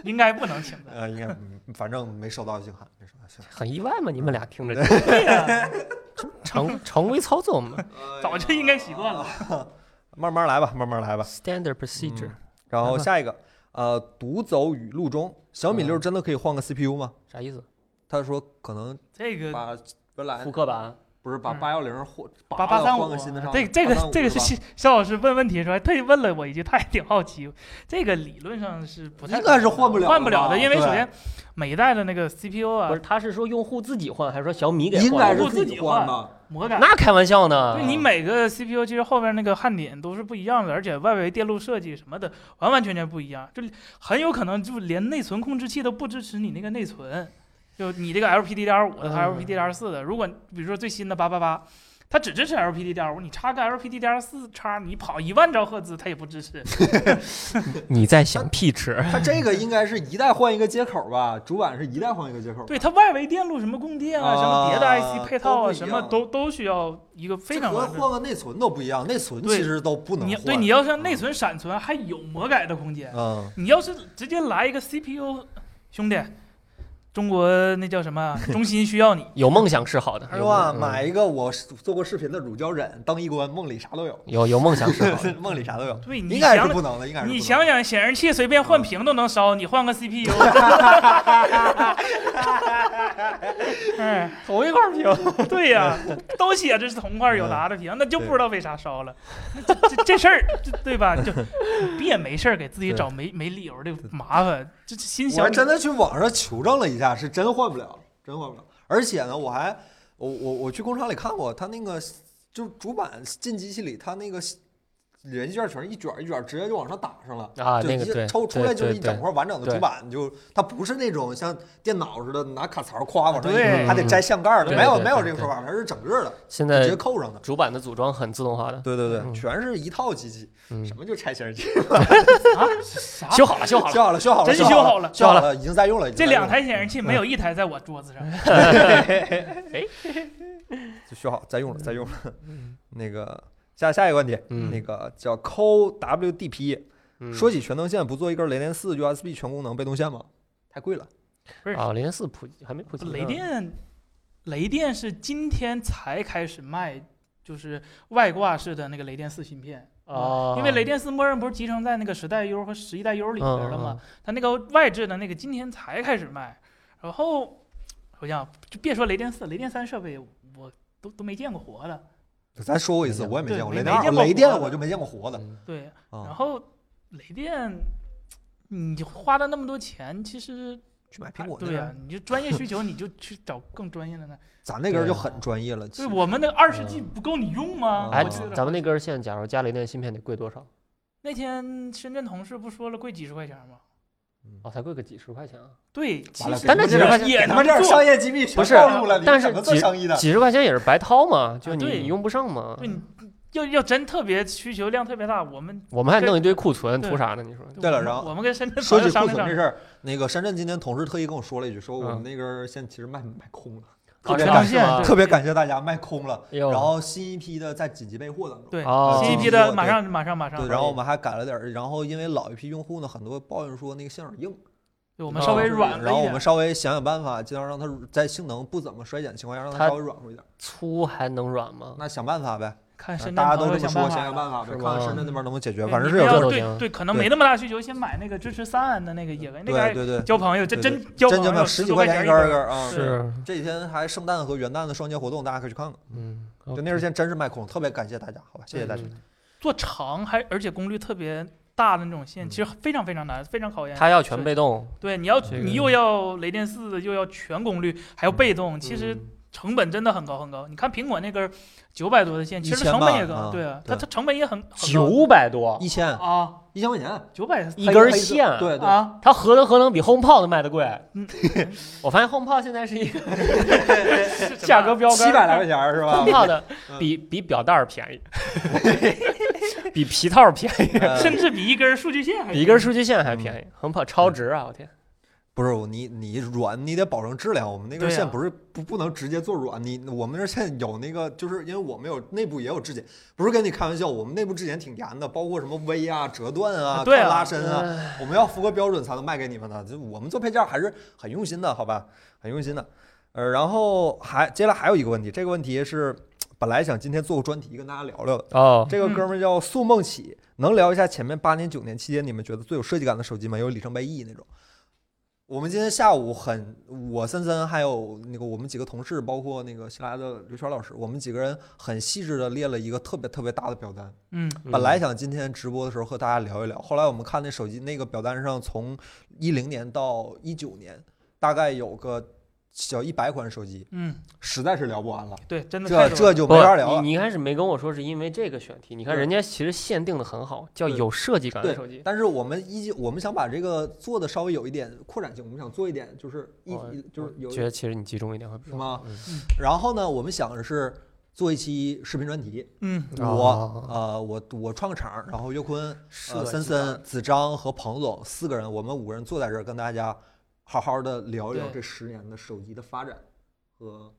Speaker 3: 应该不能请
Speaker 2: 时候再看
Speaker 3: 的。
Speaker 2: 呃，应该嗯反正没收到信函，没收 到信函。
Speaker 4: 很意外嘛，你们俩听 着
Speaker 3: 对呀，
Speaker 4: 常常规操作嘛
Speaker 5: 哎
Speaker 3: 早就应该习惯了。
Speaker 2: 慢慢来吧，慢慢来吧。
Speaker 4: ，standard procedure，
Speaker 2: 然后
Speaker 4: 来吧
Speaker 2: 下一个，呃，独走语录中，小米
Speaker 4: 嗯
Speaker 2: 六真的可以换个 CPU 吗？
Speaker 4: 啥意思？
Speaker 2: 他说可能
Speaker 3: 这个
Speaker 5: 把原来
Speaker 4: 复刻版？
Speaker 5: 呃不是把
Speaker 3: 嗯
Speaker 5: 八幺零或
Speaker 3: 八
Speaker 5: 八
Speaker 3: 八三五
Speaker 5: 换个新的，上，
Speaker 3: 这这个
Speaker 5: 835
Speaker 3: 这个
Speaker 5: 是
Speaker 3: 是
Speaker 5: 吧
Speaker 3: 肖肖老师问问题的时候，特意问了我一句，他也挺好奇。这个理论上是不太
Speaker 5: 应该是换不了的吧
Speaker 3: 换不了的，因为
Speaker 5: 对
Speaker 3: 首先每一代的那个 CPU 啊
Speaker 4: 不是，他是说用户自己换，还是说小米给
Speaker 5: 应该
Speaker 4: 换？
Speaker 5: 是己换的，
Speaker 3: 魔改，
Speaker 4: 那开玩笑呢
Speaker 5: 呃
Speaker 3: 对？你每个 CPU 其实后边那个焊点都是不一样的，而且外围电路设计什么的完完全全不一样，就很有可能就连内存控制器都不支持你那个内存，就你这个 LPDDR 五的它
Speaker 4: 嗯
Speaker 3: LPDDR 四的，如果比如说最新的八八八。它只支持 LPDDR 五，你插个 LPDDR 四叉，你跑一万兆赫兹，它也不支持。
Speaker 5: 哦
Speaker 4: 你在想屁吃？
Speaker 5: 它这个应该是一代换一个接口吧，主板是一代换一个接口。
Speaker 3: 对它外围电路什么供电啊，什么别
Speaker 5: 啊
Speaker 3: 的 IC 配套
Speaker 5: 都
Speaker 3: 啊，
Speaker 5: 不一
Speaker 3: 什么
Speaker 5: 样
Speaker 3: 都都需要一个非
Speaker 5: 这
Speaker 3: 常
Speaker 5: 和
Speaker 3: 完整。
Speaker 5: 换个内存都不一样，内存
Speaker 3: 对
Speaker 5: 其实都不能
Speaker 3: 你
Speaker 5: 换。啊
Speaker 3: 对你要是内存、闪存还有魔改的空间，
Speaker 2: 嗯，
Speaker 3: 你要是直接来一个 CPU，兄弟，中国那叫什么？中心需要你。
Speaker 4: 有梦想是好的，
Speaker 5: 他
Speaker 4: 有
Speaker 5: 说啊，
Speaker 4: 梦嗯
Speaker 5: 买
Speaker 2: 嗯
Speaker 5: 一个我做过视频的乳胶枕当一关，梦里啥都有，
Speaker 4: 有有梦想是 好的。
Speaker 5: 梦里啥都有，
Speaker 3: 对，你
Speaker 5: 应该
Speaker 3: 想
Speaker 5: 是，不能的，应该是不能的
Speaker 3: 你想想，显示器随便
Speaker 5: 嗯
Speaker 3: 换屏都能烧，你换个 CPU，哎，
Speaker 4: 同一块屏，
Speaker 3: 对呀、都写着是同块有达的
Speaker 5: 嗯
Speaker 3: 屏，那就不知道为啥烧了。那这这这事儿，这对吧？就别没事儿给自己找没没理由的麻烦，这这心
Speaker 5: 我
Speaker 3: 想
Speaker 5: 还真的去网上求证了一下，是真换不了，真换不了。而且呢，我还我我我去工厂里看过，它那个就是主板进机器里，它那个连接件全是一卷儿一卷儿，直接就往上打上了。
Speaker 4: 啊，
Speaker 5: 就
Speaker 4: 那个
Speaker 5: 一
Speaker 4: 对，
Speaker 5: 抽出来就是
Speaker 4: 对
Speaker 5: 一
Speaker 4: 对
Speaker 5: 整块完整的
Speaker 4: 对
Speaker 5: 主板，你就它不是那种像电脑似的拿卡槽夸往上一
Speaker 3: 对
Speaker 5: 弄，还得摘相盖儿的，
Speaker 4: 嗯对
Speaker 5: 没有
Speaker 4: 对
Speaker 5: 没有
Speaker 4: 对
Speaker 5: 这个说法，它是整个的，
Speaker 4: 现
Speaker 5: 直接
Speaker 4: 在
Speaker 5: 扣上的。
Speaker 4: 主板的组装很自动化的，
Speaker 2: 对对对，
Speaker 4: 嗯
Speaker 5: 全是一套机器，
Speaker 4: 嗯
Speaker 5: 什，么就拆线机，
Speaker 3: 啊啥？
Speaker 4: 修好 了，修好了，
Speaker 5: 修好了，修好了，
Speaker 3: 真
Speaker 5: 修
Speaker 3: 修
Speaker 5: 好
Speaker 3: 好了
Speaker 5: 修好了，已经在用了。已经在
Speaker 3: 这
Speaker 5: 用
Speaker 3: 两
Speaker 5: 了
Speaker 3: 台显示器没有一台在我桌子上。
Speaker 2: 就修好，再用了，再用了。 那个下下一个问题，
Speaker 4: 嗯
Speaker 2: 那个叫 CoWDP，
Speaker 4: 嗯
Speaker 2: E，说起全能线，不做一根雷电四 USB 全功能被动线吗？太贵了。
Speaker 4: 啊，雷电四普及还没普及呢，
Speaker 3: 雷电，雷电是今天才开始卖，就是外挂式的那个雷电四芯片。
Speaker 4: 啊，
Speaker 3: 因为雷电四默认不是集成在那个十代 U 和十一代 U 里边
Speaker 4: 嗯
Speaker 3: 了吗？？它那个外置的那个今天才开始卖，然后我想就别说雷电四，雷电三设备我都都没见过活的。
Speaker 5: 咱说过一次，
Speaker 4: 没见
Speaker 5: 我也没见过
Speaker 3: 对
Speaker 5: 雷
Speaker 3: 没
Speaker 5: 电二，
Speaker 3: 见过
Speaker 5: 雷电
Speaker 3: 活的
Speaker 5: 我就没见过活的。
Speaker 4: 嗯
Speaker 3: 对，然
Speaker 2: 啊，
Speaker 3: 后雷电，你花了那么多钱，其实
Speaker 2: 去买苹果那
Speaker 3: 对
Speaker 2: 边
Speaker 3: 呀、
Speaker 2: 儿，
Speaker 3: 你就专业需求你就去找更专业的那。
Speaker 2: 咱那根儿就
Speaker 4: 对啊
Speaker 2: 很专业了。其
Speaker 3: 对，
Speaker 2: 实
Speaker 3: 我们那二十 G 不够你用吗？
Speaker 2: 嗯
Speaker 4: 哎
Speaker 3: 我记得，
Speaker 4: 咱们那根线，假如加雷电芯片得贵多少？
Speaker 3: 那天深圳同事不说了贵几十块钱吗？
Speaker 4: 哦，才贵个几十块钱啊！
Speaker 3: 对，其
Speaker 5: 完了
Speaker 3: 实
Speaker 4: 但那几十块钱
Speaker 3: 也
Speaker 5: 你们
Speaker 3: 能
Speaker 5: 这儿
Speaker 3: 做
Speaker 5: 商。业机密全
Speaker 4: 不是
Speaker 5: 暴露了，你们
Speaker 4: 但是
Speaker 5: 怎么做
Speaker 4: 几
Speaker 5: 生意的？
Speaker 4: 几十块钱也是白掏嘛，就
Speaker 3: 啊
Speaker 4: 你
Speaker 3: 对
Speaker 4: 你用不上嘛
Speaker 3: 对。你要要真特别需求量特别大，我们
Speaker 4: 我们还
Speaker 3: 这
Speaker 4: 弄一堆库存，图
Speaker 3: 对
Speaker 4: 啥呢？你
Speaker 2: 嗯
Speaker 4: 说？
Speaker 5: 对了
Speaker 3: 我们
Speaker 5: 然后
Speaker 3: 我们跟深圳
Speaker 5: 说
Speaker 3: 朋
Speaker 5: 起
Speaker 3: 友
Speaker 5: 库
Speaker 3: 商
Speaker 5: 存
Speaker 3: 量
Speaker 5: 这
Speaker 3: 商量，
Speaker 5: 事儿，那个深圳今天同事特意跟我说了一句，说我们
Speaker 4: 嗯
Speaker 5: 那根线其实卖卖空了，
Speaker 2: 特
Speaker 4: 啊，
Speaker 2: 别
Speaker 4: 陈
Speaker 2: 感
Speaker 4: 长
Speaker 2: 谢，
Speaker 4: 线
Speaker 3: 啊
Speaker 4: 对
Speaker 2: 特别感谢大家卖空了，
Speaker 4: 哎呦
Speaker 2: 然后新一批的在紧急备货当中。
Speaker 3: 对，
Speaker 4: 哦
Speaker 3: 新一批的马上马上马上
Speaker 2: 对，，然后我们还改了点儿，然后因为老一批用户呢，很多抱怨说那个性能硬，
Speaker 3: 对我们稍微
Speaker 2: 就是
Speaker 3: 软了
Speaker 2: 哦然后
Speaker 3: 一
Speaker 2: 我
Speaker 3: 点
Speaker 2: 们。稍微想想办法，尽量让它在性能不怎么衰减的情况下，让它
Speaker 4: 它
Speaker 2: 稍微软和一点儿。
Speaker 4: 粗还能软吗？
Speaker 2: 那想办法呗，啊
Speaker 3: 看深圳
Speaker 2: 大家
Speaker 3: 朋
Speaker 2: 都
Speaker 3: 友
Speaker 2: 这么
Speaker 3: 想
Speaker 2: 说，
Speaker 3: 办
Speaker 2: 想想
Speaker 3: 法。
Speaker 2: 办法呗，
Speaker 4: 是
Speaker 2: 看
Speaker 4: 吗
Speaker 2: 看深圳那边能不能解决，
Speaker 3: 对
Speaker 2: 反正
Speaker 3: 哎
Speaker 2: 是
Speaker 3: 你不
Speaker 2: 有
Speaker 3: 要
Speaker 2: 这
Speaker 4: 种
Speaker 2: 种。
Speaker 4: 情
Speaker 3: 对对，可能
Speaker 2: 对
Speaker 3: 没那么大需求，先买那个支持三安的那个野维，那个
Speaker 2: 对
Speaker 3: 还
Speaker 2: 对对，
Speaker 3: 交朋友，这
Speaker 2: 对
Speaker 3: 真交
Speaker 2: 真
Speaker 3: 朋
Speaker 2: 他妈
Speaker 3: 友
Speaker 2: 十
Speaker 3: 十
Speaker 2: 几
Speaker 3: 块
Speaker 2: 块
Speaker 3: 钱
Speaker 2: 一
Speaker 3: 一
Speaker 2: 根儿一
Speaker 3: 根
Speaker 2: 根
Speaker 3: 儿
Speaker 2: 儿啊！
Speaker 3: 是
Speaker 4: 是，
Speaker 2: 这几天还圣诞和元旦的双节活动，大家可以去看看。
Speaker 4: 嗯，
Speaker 2: 就那段时间真是卖空，特别感谢大家，好吧，谢谢大家。
Speaker 4: 嗯
Speaker 3: 做长还而且功率特别大的那种线，其
Speaker 2: 嗯
Speaker 3: 实非常非常难，非常考验。
Speaker 4: 它要全被动，
Speaker 3: 对，你要
Speaker 4: 这个
Speaker 3: 你又要雷电四，又要全功率，还要被动，其实
Speaker 4: 嗯
Speaker 3: 成本真的很高很高。你看苹果那根九百多的线，其实
Speaker 2: 1000
Speaker 3: 成本也
Speaker 2: 吧
Speaker 3: 高，
Speaker 2: 啊
Speaker 3: 对啊，它
Speaker 2: 对
Speaker 3: 它成本也很很高
Speaker 4: 九百多
Speaker 2: 一千
Speaker 3: 啊，
Speaker 2: 一千块钱，
Speaker 3: 九百
Speaker 4: 一根
Speaker 2: 黑色
Speaker 4: 线，
Speaker 2: 对对，
Speaker 3: 啊，
Speaker 4: 它核能核能比 HomePod 都卖的贵
Speaker 3: 嗯。
Speaker 4: 我发现 HomePod 现在是 一个啊
Speaker 3: 是
Speaker 4: 价格标杆，
Speaker 2: 七百来块钱儿是吧？
Speaker 4: HomePod
Speaker 2: 嗯
Speaker 4: 比比表带儿 便宜，比皮套儿便宜，
Speaker 2: 呃
Speaker 3: 甚至比一根数据线还
Speaker 4: 比一根
Speaker 3: 贵
Speaker 4: 数据线还便宜。HomePod
Speaker 2: 嗯
Speaker 4: 超值啊！我天，
Speaker 2: 不是你你软，你得保证质量。我们那根
Speaker 3: 对啊呀
Speaker 2: 线不是不不能直接做软，你我们那线有那个，就是因为我们有内部也有质检，不是跟你开玩笑，我们内部质检挺严的，包括什么微啊、折断啊、
Speaker 3: 对啊
Speaker 2: 抗拉伸啊，
Speaker 4: 哎
Speaker 2: 我们要符合标准才能卖给你们的。就我们做配件还是很用心的，好吧，很用心的。呃，然后还接下来还有一个问题，这个问题是本来想今天做个专题跟大家聊聊的，
Speaker 4: 哦，
Speaker 2: 这个哥们儿叫素梦起，能聊一下前面八年九年期间你们觉得最有设计感的手机吗？有里程碑意义那种。我们今天下午很，我森森还有那个我们几个同事，包括那个新来的刘圈老师，我们几个人很细致的列了一个特别特别大的表单。
Speaker 3: 嗯，
Speaker 2: 本来想今天直播的时候和大家聊一聊，后来我们看那手机那个表单上，从一零年到一九年，大概有个小一百款手机，
Speaker 3: 嗯，
Speaker 2: 实在是聊不完了，
Speaker 3: 对，真的
Speaker 2: 这
Speaker 3: 太多
Speaker 2: 这
Speaker 3: 了。
Speaker 2: 就
Speaker 4: 不
Speaker 2: 没法聊了。
Speaker 4: 你你一开始没跟我说是因为这个选题，你看
Speaker 2: 对
Speaker 4: 人家其实限定的很好，叫
Speaker 2: 对
Speaker 4: 有设计感的
Speaker 2: 对
Speaker 4: 手机。
Speaker 2: 但是我们依旧，我们想把这个做的稍微有一点扩展性，我们想做一点就是一
Speaker 4: 我
Speaker 2: 一就是有
Speaker 4: 觉得哦其实你集中一点会比
Speaker 2: 是
Speaker 4: 较好。
Speaker 2: 吗？
Speaker 4: 嗯
Speaker 2: 然后呢，我们想的是做一期视频专题，
Speaker 3: 嗯，
Speaker 2: 我呃我我创个场，然后岳坤、
Speaker 4: 设
Speaker 2: 呃
Speaker 4: 计
Speaker 2: 森
Speaker 4: 感
Speaker 2: 森、子章和彭总四个人，我们五个人坐在这儿跟大家好好的聊一聊
Speaker 3: 对
Speaker 2: 这十年的手机的发展和。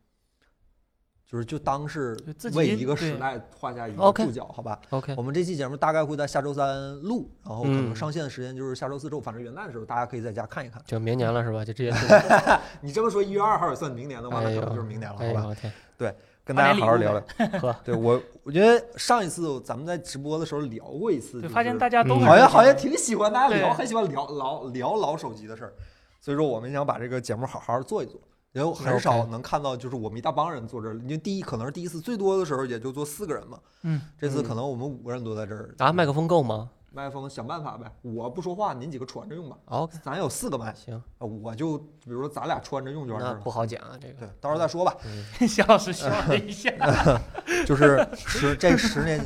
Speaker 2: 就是就当是
Speaker 3: 就自己
Speaker 2: 为一个
Speaker 3: 对
Speaker 2: 时代画下一个
Speaker 4: OK
Speaker 2: 注脚，好吧？
Speaker 4: OK，
Speaker 2: 我们这期节目大概会在下周三录，然后可能
Speaker 4: 嗯
Speaker 2: 上线的时间就是下周四周，反正元旦的时候，大家可以在家看一看。
Speaker 4: 就明年了是吧？就直接
Speaker 2: 你这么说，一月二号也算明年的话，那可
Speaker 4: 哎呦
Speaker 2: 能就是明年了，
Speaker 4: 哎
Speaker 2: 好
Speaker 4: 呦
Speaker 2: 吧？
Speaker 4: 我天，
Speaker 2: 跟大家好好
Speaker 3: 发点
Speaker 2: 聊
Speaker 3: 礼
Speaker 2: 聊
Speaker 3: 物。
Speaker 4: 呵，
Speaker 2: 对我，我觉得上一次咱们在直播的时候聊过一次，
Speaker 3: 对，
Speaker 2: 就是
Speaker 3: 发现大家都
Speaker 4: 嗯
Speaker 3: 很
Speaker 2: 好像
Speaker 3: 热情
Speaker 2: 好像挺喜欢大家聊，
Speaker 3: 对
Speaker 2: 很喜欢聊老聊老手机的事儿，所以说我们想把这个节目好好做一做。因为很少
Speaker 4: OK
Speaker 2: 能看到，就是我们一大帮人坐这儿，因为第一可能是第一次，最多的时候也就坐四个人嘛。
Speaker 3: 嗯，
Speaker 2: 这次
Speaker 4: 嗯
Speaker 2: 可能我们五个人都在这儿
Speaker 4: 啊，麦克风够吗
Speaker 2: 麦克风想办法呗，我不说话，您几个穿着用吧。
Speaker 4: ？OK，
Speaker 2: 咱有四个麦，
Speaker 4: 行，
Speaker 2: 啊我就比如说咱俩穿着用就完事
Speaker 4: 那
Speaker 2: 儿了
Speaker 4: 不。好讲啊，这个
Speaker 2: 对，到时候再说吧。
Speaker 3: 肖老师笑了 一下，
Speaker 2: 就是十这十年，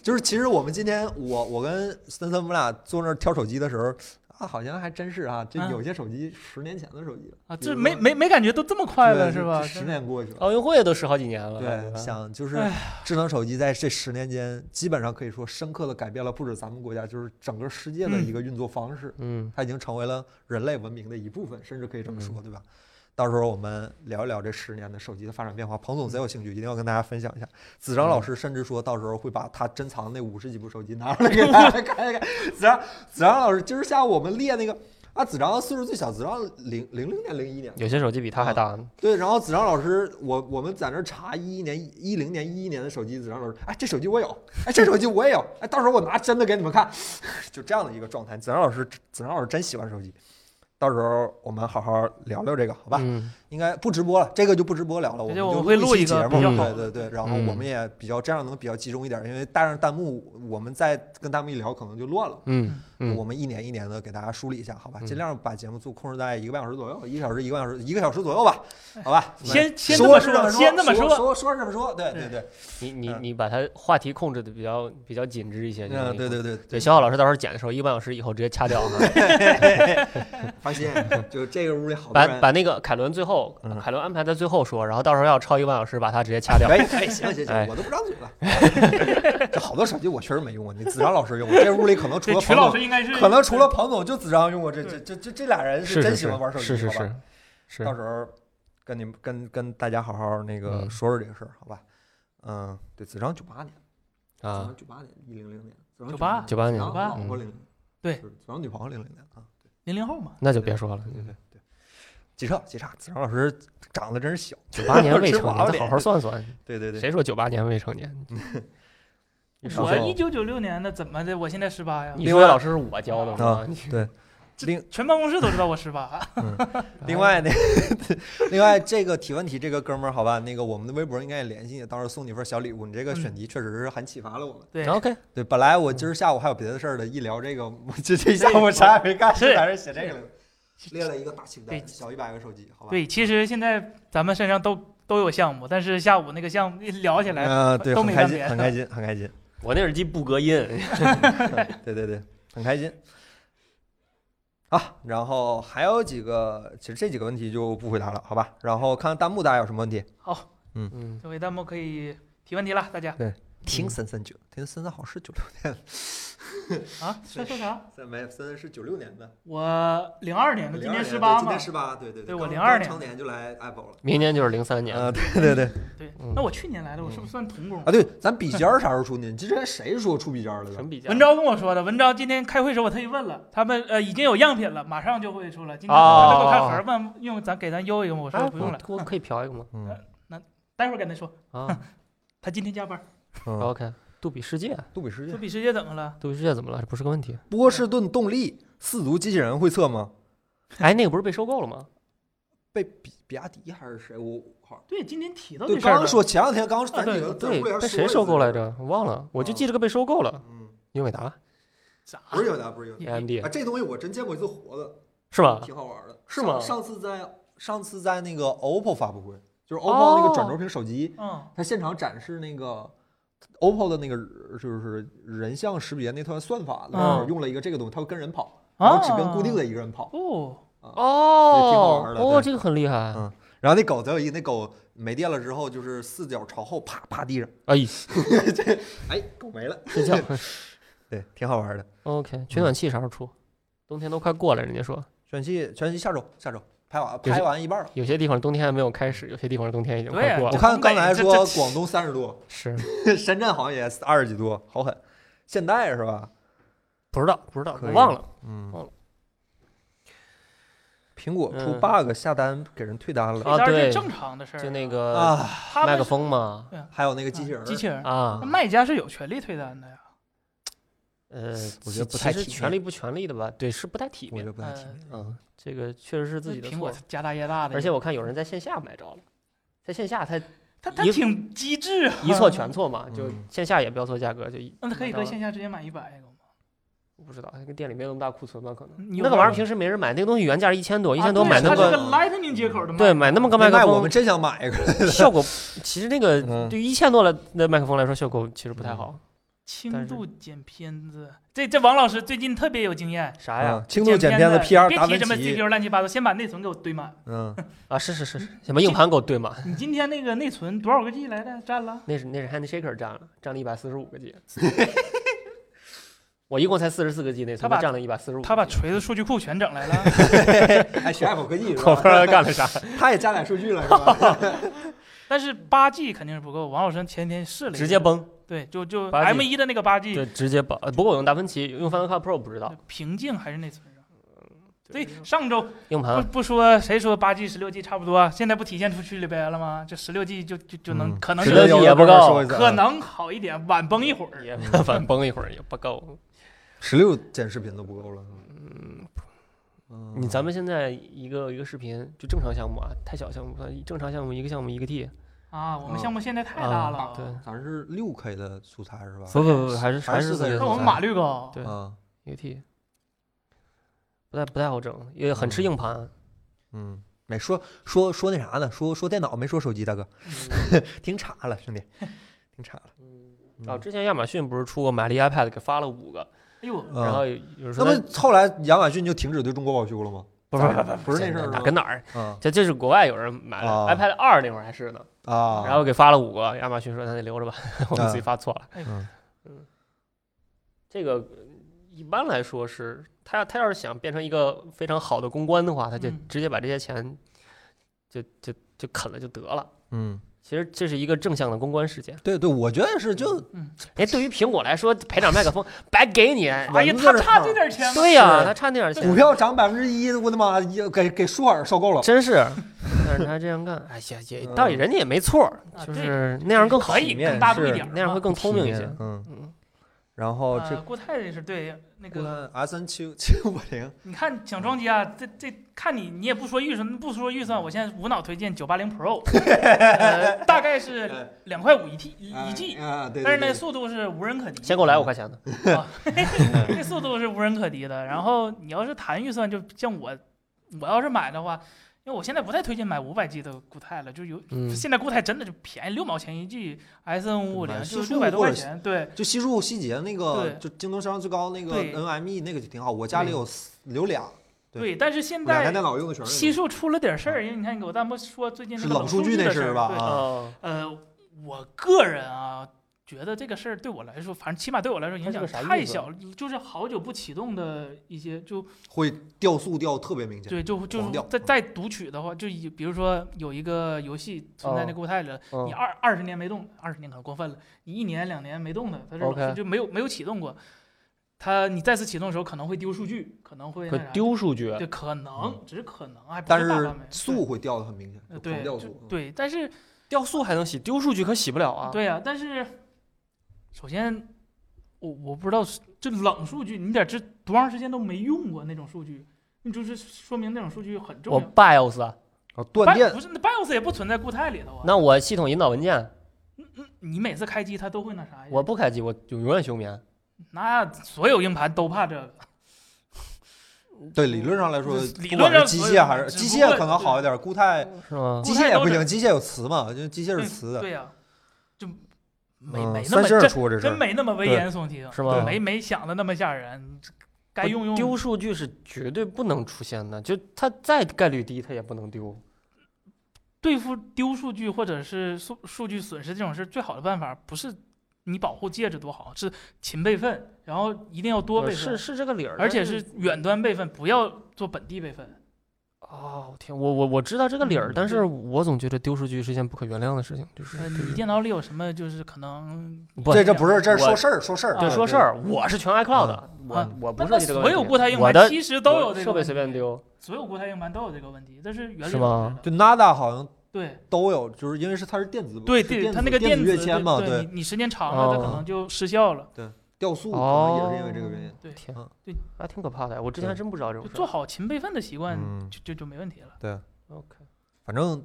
Speaker 2: 就是其实我们今天我我跟森森我们俩坐那儿挑手机的时候啊，好像还真是啊，这
Speaker 3: 嗯
Speaker 2: 有些手机十年前的手机了
Speaker 3: 啊，这没没没感觉都这么快
Speaker 2: 对
Speaker 3: 了是
Speaker 2: 这
Speaker 3: 吧
Speaker 2: 这？十年过去了。
Speaker 4: 奥运会都十好几年了，
Speaker 2: 对，
Speaker 4: 吧
Speaker 2: 想就是
Speaker 3: 哎
Speaker 2: 智能手机在这十年间，基本上可以说深刻的改变了不止咱们国家，就是整个世界的一个运作方式。
Speaker 4: 嗯，
Speaker 2: 它已经成为了人类文明的一部分，甚至可以这么说，对吧？到时候我们聊一聊这十年的手机的发展变化。彭总贼有兴趣，一定要跟大家分享一下。子章老师甚至说到时候会把他珍藏的那五十几部手机拿出来给大家看一看。子章，子章老师，今儿下午我们列那个啊，子章岁数最小，子章零零零年、零一年，
Speaker 4: 有些手机比
Speaker 2: 啊
Speaker 4: 它还大呢，
Speaker 2: 对。然后子章老师，我我们在那儿查一一年、一零年、一一年的手机，子章老师，哎，这手机我有，哎，这手机我也有，哎，到时候我拿真的给你们看， 就这样的一个状态。子章老师，子章老师真喜欢手机。到时候我们好好聊聊这个，好吧？
Speaker 4: 嗯，
Speaker 2: 应该不直播了，这个就不直播聊了，我们
Speaker 3: 而且
Speaker 2: 就
Speaker 3: 我们会录
Speaker 2: 一期
Speaker 3: 一个
Speaker 2: 节
Speaker 3: 比
Speaker 2: 目，
Speaker 4: 较好
Speaker 2: 对
Speaker 3: 的
Speaker 2: 对对，然后
Speaker 4: 嗯
Speaker 2: 我们也比较这样能比较集中一点，因为带上弹幕，我们再跟弹幕一聊可能就乱了。
Speaker 4: 嗯嗯
Speaker 2: 我们一年一年的给大家梳理一下，好吧？
Speaker 4: 嗯
Speaker 2: 尽量把节目做控制在一个半小时左右，一个小时、一个半小时、一个小时左右吧，好吧？
Speaker 3: 先先这
Speaker 2: 说
Speaker 3: 么
Speaker 2: 是这么
Speaker 3: 说，先这么
Speaker 2: 说，
Speaker 3: 说，
Speaker 2: 说说是这么说，对对对，
Speaker 4: 你你
Speaker 2: 嗯
Speaker 4: 你把它话题控制的比较比较紧致一些，就容
Speaker 2: 嗯，
Speaker 4: 易
Speaker 2: 对对对
Speaker 4: 对，，小浩老师到时候剪的时候，一个半小时以后直接掐掉哈，
Speaker 2: 放心，就这个屋里好多
Speaker 4: 把
Speaker 2: 人。
Speaker 4: 把那个凯伦最后
Speaker 2: 嗯
Speaker 4: 凯伦安排在最后说，然后到时候要超一个半小时，把它直接掐掉。
Speaker 2: 哎哎，行行
Speaker 4: 哎
Speaker 2: 行，我都不张嘴了。这好多手机我确实没用过，你子章老师用过，这屋里可能除
Speaker 3: 对，
Speaker 2: 了
Speaker 3: 曲
Speaker 2: 彭
Speaker 3: 老
Speaker 2: 总
Speaker 3: 师应该是
Speaker 2: 可能除了彭总就子章用过这这
Speaker 3: 对
Speaker 2: 这这这这俩人
Speaker 4: 是
Speaker 2: 真喜欢玩手机，
Speaker 4: 是是
Speaker 2: 好吧
Speaker 4: 是是
Speaker 2: 到时候跟你们跟跟大家好好那个
Speaker 4: 嗯
Speaker 2: 说说这个事儿，好吧？嗯，对，子章九八年，
Speaker 5: 子
Speaker 4: 啊
Speaker 5: 章，九八年，一零零年，子章
Speaker 3: 98
Speaker 4: 九八
Speaker 5: 年，子，章
Speaker 3: 98
Speaker 4: 年
Speaker 5: 老婆
Speaker 4: 嗯
Speaker 5: 零零，
Speaker 3: 对
Speaker 5: 就是子章女朋友零零年啊，
Speaker 3: 零零后嘛，
Speaker 4: 那就别说了，
Speaker 2: 对对对，记差记差，子章老师长得真是小，
Speaker 4: 九八年未
Speaker 2: 吃
Speaker 4: 成
Speaker 2: 娃娃
Speaker 4: 年，再
Speaker 2: 脸
Speaker 4: 好好算算，
Speaker 2: 对对对，
Speaker 4: 谁说九八年未成年？你说
Speaker 3: 我一九九六年的，怎么的？我现在十八呀，
Speaker 4: 你
Speaker 2: 另
Speaker 4: 说
Speaker 2: 外
Speaker 4: 老师是我教的
Speaker 2: 啊
Speaker 4: 吗？你
Speaker 2: 对，另
Speaker 3: 全办公室都知道我十八。
Speaker 2: 另外那， 另外这个提问题这个哥们儿，好吧，那个我们的微博应该也联系你，到时候送你份小礼物。你这个
Speaker 3: 嗯
Speaker 2: 选题确实是很启发了我们。
Speaker 3: 对，
Speaker 4: OK，
Speaker 2: 对，本来我今儿下午还有别的事儿的，一聊这个， 我这这一下午啥也没干，
Speaker 3: 是
Speaker 2: 就在这写这个了，列了一个大清
Speaker 3: 对
Speaker 2: 单，小一百个手机，好吧？
Speaker 3: 对，其实现在咱们身上都都有项目，但是下午那个项目一聊起来，
Speaker 2: 嗯，对，
Speaker 3: 都
Speaker 2: 很
Speaker 3: 没
Speaker 2: 开
Speaker 3: 干
Speaker 2: 心，
Speaker 3: 别
Speaker 2: 很开心，很开心。
Speaker 4: 我那耳机不隔音，
Speaker 2: 对对对，很开心。啊，然后还有几个，其实这几个问题就不回答了，好吧？然后看看弹幕，大家有什么问题？
Speaker 4: 嗯，
Speaker 3: 这回弹幕可以提问题了，大家
Speaker 2: 听森森九，听森森好像是九六年的，
Speaker 3: 啊，说说啥？
Speaker 2: 森没森森是九六年的。
Speaker 3: 我零二年的，今
Speaker 2: 02
Speaker 3: 年
Speaker 2: 对
Speaker 3: 十八
Speaker 2: 今
Speaker 3: 嘛
Speaker 2: 年，十八，对对
Speaker 3: 对我
Speaker 2: 刚
Speaker 3: 02
Speaker 2: 刚
Speaker 3: 年
Speaker 2: 成年就来 Apple 了。
Speaker 4: 明年就是零三年，
Speaker 2: 啊，对对对，
Speaker 3: 对
Speaker 4: 嗯，
Speaker 3: 那我去年来的，我是不是算童工
Speaker 2: 啊？对，咱
Speaker 5: 笔尖儿啥时候出呢？之前谁说出笔尖儿来
Speaker 4: 什
Speaker 5: 了？
Speaker 4: 么比较
Speaker 3: 文？昭跟我说的，文昭今天开会时候我特意问了，他们呃已经有样品了，马上就会出了。今天
Speaker 4: 哦
Speaker 3: 他给我看盒儿问用咱给咱邮一个吗？我
Speaker 4: 啊
Speaker 3: 说不用了，
Speaker 4: 我我可以嫖一个吗？
Speaker 3: 待会儿跟他说，
Speaker 4: 啊
Speaker 3: 他今天加班。
Speaker 2: 嗯，
Speaker 4: ，OK，杜比世界，
Speaker 2: 杜比世
Speaker 3: 说
Speaker 2: 界，
Speaker 3: 比世界怎么了？
Speaker 4: 杜比世界怎么了？这不是个问题。
Speaker 2: 波士顿动力四足机器人会测吗？
Speaker 4: 哎，那个不是被收购了吗？
Speaker 2: 被比比亚迪还是谁？我好
Speaker 3: 对，今天提到
Speaker 2: 对，
Speaker 3: 这事儿
Speaker 2: 刚
Speaker 3: 了
Speaker 2: 刚。说前两天刚咱
Speaker 3: 对
Speaker 2: 几个在
Speaker 4: 对
Speaker 2: 屋里，还说了
Speaker 4: 被谁
Speaker 2: 一
Speaker 4: 收
Speaker 2: 次
Speaker 4: 购来？着？忘了，我就记着个被收购了。
Speaker 2: 嗯，
Speaker 4: 英伟达、
Speaker 3: 咋？
Speaker 2: 不是英伟达，不是英伟
Speaker 3: 也
Speaker 4: AMD
Speaker 2: 达。啊，这东西我真见过一次活的，
Speaker 4: 是吧？
Speaker 2: 挺好玩的。
Speaker 4: 啊是吗
Speaker 2: 上上次在上次在那个 OPPO 发布会，就是
Speaker 4: 哦
Speaker 2: OPPO 那个转轴屏手机，
Speaker 3: 嗯，
Speaker 2: 它现场展示那个 OPPO 的那个就是人像识别那套算法的时候，
Speaker 3: 嗯啊
Speaker 2: 用了一个这个东西，它会跟人跑，然后只跟固定的一个人跑。
Speaker 3: 哦，
Speaker 2: 对挺好
Speaker 4: 哦
Speaker 2: 玩的
Speaker 4: 哦，
Speaker 2: 对
Speaker 4: 这个很厉害。
Speaker 2: 嗯然后那狗贼有意思，那狗没电了之后，就是四脚朝后啪趴地上，
Speaker 4: 哎，
Speaker 2: 哎，狗没了。
Speaker 4: 睡 觉。
Speaker 2: 对，挺好玩的。
Speaker 4: OK，取暖器啥时候出？冬天都快过来了，人家说
Speaker 2: 选戏全息下周下周拍完
Speaker 4: 就是
Speaker 2: 拍完一半了。
Speaker 4: 有些地方冬天还没有开始，有些地方冬天已经快
Speaker 3: 对
Speaker 4: 过
Speaker 2: 我
Speaker 4: 了。
Speaker 2: 看刚才
Speaker 3: 这
Speaker 2: 说
Speaker 3: 这
Speaker 2: 广东三十度，
Speaker 4: 是
Speaker 2: 深圳好像也二十几度，好狠。现代是吧？
Speaker 4: 不知道不知道，
Speaker 2: 可以
Speaker 4: 我忘了。
Speaker 2: 嗯
Speaker 4: 忘了。
Speaker 2: 苹果出
Speaker 4: 嗯
Speaker 2: bug 下单给人退单了
Speaker 4: 啊
Speaker 3: 哦当然
Speaker 4: 对
Speaker 3: 是正常的事儿。
Speaker 4: 就那个
Speaker 2: 啊！
Speaker 3: 他们
Speaker 4: 麦克
Speaker 3: 是
Speaker 4: 风嘛，
Speaker 2: 还有那个机器人
Speaker 3: 啊
Speaker 2: 儿，
Speaker 3: 机器人儿，
Speaker 4: 啊
Speaker 3: 那，卖家是有权利退单的呀。
Speaker 4: 呃，
Speaker 2: 我
Speaker 4: 其
Speaker 2: 觉得不太
Speaker 4: 其实
Speaker 2: 体面
Speaker 4: 权力不权力的吧，对，是不太体
Speaker 2: 我觉
Speaker 4: 面。
Speaker 2: 得不太
Speaker 3: 呃
Speaker 2: 体面。
Speaker 4: 嗯，这个确实是自己的
Speaker 3: 苹果
Speaker 4: 错。
Speaker 3: 家大业大的，
Speaker 4: 而且我看有人在线下买着了，在线下他
Speaker 3: 他他
Speaker 4: 一
Speaker 3: 挺机智啊，
Speaker 4: 一错全错嘛，就
Speaker 2: 嗯
Speaker 4: 线下也标错价格，就一
Speaker 3: 那他可以
Speaker 4: 买着
Speaker 3: 搁
Speaker 4: 了
Speaker 3: 线下直接买一百个吗？
Speaker 4: 不知道，那个店里没有那么大库存吧？可能
Speaker 3: 你有
Speaker 4: 那个
Speaker 3: 道
Speaker 4: 玩意儿
Speaker 3: 理
Speaker 4: 平时没人买，那个东西原价一千多，一千多
Speaker 3: 啊对
Speaker 4: 买那
Speaker 3: 它是
Speaker 4: 个，
Speaker 3: 个 Lightning 接口的嘛，
Speaker 4: 对，买那么个麦
Speaker 2: 另
Speaker 4: 克
Speaker 2: 外我
Speaker 4: 风
Speaker 2: 们，真想买一个，
Speaker 4: 效果其实那个
Speaker 2: 嗯
Speaker 4: 对于一千多的那麦克风来说，效果其实不太好。
Speaker 3: 轻度剪片子。这这王老师最近特别有经验，
Speaker 4: 啥呀？
Speaker 2: 轻度啊剪片子 P
Speaker 3: 片
Speaker 2: R
Speaker 3: 别
Speaker 2: 达
Speaker 3: 提
Speaker 2: 芬
Speaker 3: 什么
Speaker 2: 奇，
Speaker 3: CPU 乱七八糟，先把内存给我堆满。
Speaker 2: 嗯，
Speaker 4: 啊，是是是是，什么硬盘给我对满，
Speaker 3: 你今天那个内存多少个 G 来的？占了？
Speaker 4: 那是那是 Handshaker 占了，占了一百四十五个 G。我一共才四十四个 G 内
Speaker 3: 他
Speaker 4: 存，
Speaker 3: 把
Speaker 4: 就占了一百四十五。
Speaker 3: 他把锤子数据库全整来了。
Speaker 2: 哎，学 Apple 科技是 吧
Speaker 4: 我不？知道他干了啥。
Speaker 2: 他也加载数据了是吧？
Speaker 3: 但是八 G 肯定是不够。王老师前天试了一下，
Speaker 4: 直接崩，
Speaker 3: 对，就就
Speaker 4: 8G
Speaker 3: M 一的那个八
Speaker 2: 嗯
Speaker 3: G
Speaker 4: 对，直接崩。呃不过我用达芬奇，用 Final Cut Pro 不知道
Speaker 3: 瓶颈还是内存上。
Speaker 4: 嗯
Speaker 3: 所以上周
Speaker 4: 硬盘
Speaker 3: 不不说谁说八 G 十六 G 差不多，现在不体现出区里边了吗？这十六 G 就就就能
Speaker 2: 嗯
Speaker 3: 可能
Speaker 4: 值
Speaker 3: 是
Speaker 4: 得
Speaker 2: 有
Speaker 4: 也不
Speaker 2: 有人
Speaker 4: 够
Speaker 2: 说一次啊
Speaker 3: 可能好一点，晚崩一会儿。
Speaker 4: 也 反崩一会儿也不够。
Speaker 2: 嗯十六剪视频都不够了。嗯，
Speaker 4: 你咱们现在一个一个视频就正常项目啊，太小项目不算，正常项目一个项目一个 T。
Speaker 3: 啊，我们
Speaker 2: 嗯
Speaker 3: 项目现在太大了，
Speaker 4: 啊对
Speaker 2: 咱是六 K 的素材是吧？
Speaker 4: 不不不，还是
Speaker 2: 还
Speaker 4: 还
Speaker 2: 是
Speaker 4: 是
Speaker 2: 四个
Speaker 4: 个
Speaker 3: 那我们
Speaker 4: 素材
Speaker 3: 码率高。
Speaker 4: 对
Speaker 2: 啊，
Speaker 4: 一个 T，不太不太好整，也很吃硬盘。
Speaker 2: 嗯，没说说说那啥呢？说说电脑没说手机，大哥， 听岔了，兄弟，听岔了。
Speaker 4: 哦，
Speaker 2: 嗯
Speaker 4: 之前亚马逊不是出过买了一 iPad 给发了五个，
Speaker 3: 哎呦，
Speaker 4: 然
Speaker 2: 啊
Speaker 4: 后有有
Speaker 2: 那
Speaker 4: 人说它
Speaker 2: 不后来亚马逊就停止对中国保修了吗？
Speaker 4: 不是不是不是
Speaker 2: 不是那事儿
Speaker 4: 哪
Speaker 2: 吗
Speaker 4: 跟哪儿？
Speaker 5: 嗯
Speaker 2: 啊
Speaker 4: 这这是国外有人买的
Speaker 2: 啊
Speaker 4: iPad 二那会儿还是呢，
Speaker 2: 啊，
Speaker 4: 然后给发了五个，亚马逊说咱得留着吧， 我们自己
Speaker 2: 啊
Speaker 4: 发错了
Speaker 3: 哎。
Speaker 2: 嗯
Speaker 4: 嗯，这个一般来说是他他要是想变成一个非常好的公关的话，他就
Speaker 3: 嗯
Speaker 4: 直接把这些钱就就就啃了就得了。
Speaker 2: 嗯，
Speaker 4: 其实这是一个正向的公关事件。
Speaker 2: 对对，我觉得是就
Speaker 4: 哎，对于苹果来说，赔点 麦克风白给你。
Speaker 3: 哎呀，他差这点钱吗？
Speaker 4: 对呀、
Speaker 2: 是
Speaker 4: 他差那点
Speaker 5: 股
Speaker 4: 钱，
Speaker 5: 票涨百分之一，我的妈，也给给舒尔收购了。
Speaker 4: 真是。但是他这样干，哎呀，也
Speaker 2: 嗯
Speaker 4: 道理人家也没错儿，
Speaker 3: 啊
Speaker 4: 就
Speaker 3: 对
Speaker 4: 是那样更好
Speaker 3: 可
Speaker 4: 一
Speaker 3: 以啊
Speaker 4: 点，
Speaker 2: 面
Speaker 3: 更大度一
Speaker 2: 是
Speaker 3: 点儿嘛，
Speaker 4: 那样会更聪明一些。
Speaker 2: 嗯，
Speaker 4: 嗯，
Speaker 2: 然后这
Speaker 3: 呃，固态也是对那
Speaker 5: 我
Speaker 3: 个，
Speaker 5: 看 S N 七七五零，
Speaker 3: 你看讲装机啊，这这看你你也不说预算，不说预算，我现在无脑推荐九八 零 Pro，呃大概是两块五一 T 一一 G，
Speaker 5: 啊，对，
Speaker 3: 但是那
Speaker 5: 对
Speaker 3: 速度是无人可敌，
Speaker 4: 先给我来五块钱的。
Speaker 3: 这速度是无人可敌的。然后你要是谈预算，就像我，我要是买的话，因为我现在不太推荐买五百 G 的固态了，就有、
Speaker 4: 嗯
Speaker 3: 现在固态真的就便宜六毛钱一
Speaker 5: 嗯
Speaker 3: G，S N 五五零
Speaker 5: 买
Speaker 3: 就
Speaker 5: 四十
Speaker 3: 六
Speaker 5: 五
Speaker 3: 百多
Speaker 5: 或
Speaker 3: 块
Speaker 5: 者
Speaker 3: 钱，对，
Speaker 5: 就西数细节那个，
Speaker 3: 对
Speaker 5: 就京东销量最高那个
Speaker 3: 对
Speaker 5: NME 那个就挺好，我家里有四有俩，对
Speaker 3: 对。但是现
Speaker 5: 两台
Speaker 3: 在
Speaker 5: 电脑用的全是
Speaker 3: 西数出了点事儿，因为你看你给我弹幕说最近
Speaker 5: 是
Speaker 3: 那个
Speaker 5: 冷数据
Speaker 3: 的
Speaker 5: 那
Speaker 3: 事
Speaker 5: 事
Speaker 3: 儿
Speaker 5: 儿吧？
Speaker 2: 嗯
Speaker 3: 对
Speaker 5: 啊，
Speaker 4: 哦，
Speaker 3: 呃，我个人啊。觉得这个事儿对我来说，反正起码对我来说影
Speaker 4: 它是
Speaker 3: 响
Speaker 4: 个啥
Speaker 3: 太
Speaker 4: 意思啊
Speaker 3: 小了，就是好久不启动的一些，就
Speaker 5: 会掉速掉特别明显。
Speaker 3: 对，就就
Speaker 5: 黄
Speaker 3: 是
Speaker 5: 掉
Speaker 3: 再再读取的话，就以比如说有一个游戏存在那
Speaker 4: 哦
Speaker 3: 固态里了，
Speaker 4: 嗯
Speaker 3: 你二二十年没动，二十年可能过分了，你一年两年没动的，它是老
Speaker 4: OK
Speaker 3: 是就没有没有启动过，它你再次启动的时候可能会丢数据，可能会那
Speaker 4: 会
Speaker 3: 啥，
Speaker 4: 丢嗯数据。
Speaker 3: 啊对，可能只是可能，哎还不
Speaker 5: 但
Speaker 3: 大
Speaker 5: 是
Speaker 3: 范围
Speaker 5: 速会掉的很明显，
Speaker 3: 呃
Speaker 5: 就
Speaker 3: 对
Speaker 5: 狂掉
Speaker 3: 就
Speaker 5: 速。嗯
Speaker 3: 对，但是
Speaker 4: 掉速还能洗，丢数据可洗不了啊。
Speaker 3: 对呀、但是首先我我不知道是这冷数据，你得这多长时间都没用过那种数据，你就是说明那种数据很重
Speaker 4: 我
Speaker 3: 要。
Speaker 4: BIOS 啊，
Speaker 2: 哦断
Speaker 3: Bi-
Speaker 2: 电
Speaker 3: 不是那 BIOS 也不存在固态里头啊。
Speaker 4: 那我系统引导文
Speaker 3: 哎
Speaker 4: 件，
Speaker 3: 你每次开机它都会那啥呀？
Speaker 4: 我不开机，我就永远休眠。
Speaker 3: 那所有硬盘都怕这个，
Speaker 5: 对，理论上来说，
Speaker 3: 理
Speaker 5: 不
Speaker 3: 论
Speaker 5: 管
Speaker 3: 上
Speaker 5: 是机
Speaker 3: 所有
Speaker 5: 械还
Speaker 3: 只
Speaker 5: 是
Speaker 3: 不
Speaker 5: 机械
Speaker 3: 过
Speaker 5: 可能好一点，固态
Speaker 4: 是吗？
Speaker 5: 机
Speaker 3: 固态
Speaker 5: 械也
Speaker 3: 都
Speaker 5: 不
Speaker 3: 是
Speaker 5: 行，机械有磁嘛，因为机械
Speaker 3: 嗯
Speaker 5: 是磁的。
Speaker 3: 对呀、就没
Speaker 2: 嗯
Speaker 3: 没那
Speaker 2: 三
Speaker 3: 么
Speaker 2: 星也
Speaker 3: 真
Speaker 2: 出过这事
Speaker 3: 真
Speaker 2: 儿，
Speaker 3: 没那么危
Speaker 2: 对
Speaker 3: 言耸听，
Speaker 4: 是吗
Speaker 3: 没没想的那么吓人，该
Speaker 4: 不
Speaker 3: 用用。
Speaker 4: 丢数据是绝对不能出现的，就它再概率低，它也不能丢。
Speaker 3: 对付丢数据或者是数数据损失这种事，最好的办法不是你保护介质多好，是勤备份，然后一定要多备
Speaker 4: 呃
Speaker 3: 份，
Speaker 4: 是是这个理儿，
Speaker 3: 而且
Speaker 4: 但
Speaker 3: 是远端备份，不要做本地备份。
Speaker 4: 哦天，我我我知道这个理儿，
Speaker 3: 嗯
Speaker 4: 但是
Speaker 3: 对
Speaker 4: 我总觉得丢数据是件不可原谅的事情，就是
Speaker 3: 呃，你电脑里有什么就是可能
Speaker 4: 不
Speaker 5: 这这不是这是
Speaker 4: 我
Speaker 5: 说事儿说事儿，
Speaker 4: 对
Speaker 5: 啊
Speaker 4: 说事。儿，我是全 iCloud 的，我
Speaker 3: 啊
Speaker 4: 我
Speaker 3: 那那
Speaker 4: 不涉及这个
Speaker 3: 所
Speaker 4: 问
Speaker 3: 有
Speaker 4: 题
Speaker 3: 固态硬
Speaker 4: 我
Speaker 3: 盘
Speaker 4: 的
Speaker 3: 其实都有
Speaker 4: 我
Speaker 3: 这个
Speaker 4: 设备
Speaker 3: 问
Speaker 4: 随便
Speaker 3: 题，
Speaker 4: 丢，
Speaker 3: 所有固态硬盘都有这个问题，但是原理
Speaker 4: 是吗
Speaker 3: 不一样
Speaker 5: 就 NADA 好像
Speaker 3: 对
Speaker 5: 都有，就是因为是它是电子，
Speaker 3: 对
Speaker 5: 是
Speaker 3: 对，
Speaker 5: 电
Speaker 3: 它
Speaker 5: 子
Speaker 3: 那个
Speaker 5: 电
Speaker 3: 子
Speaker 5: 子跃迁嘛，
Speaker 3: 对，
Speaker 5: 对
Speaker 3: 你，你时间长了，
Speaker 4: 哦
Speaker 3: 它可能就失效了。
Speaker 5: 掉速可能也是因为这个原因。
Speaker 3: 对
Speaker 4: 天
Speaker 5: 嗯，
Speaker 3: 对，
Speaker 4: 还挺可怕的，我之前还真不知道这
Speaker 3: 就
Speaker 4: 种事
Speaker 3: 做
Speaker 4: 儿。
Speaker 3: 好勤备份的习惯，
Speaker 2: 嗯
Speaker 3: 就就就没问题了。
Speaker 4: OK，
Speaker 2: 反正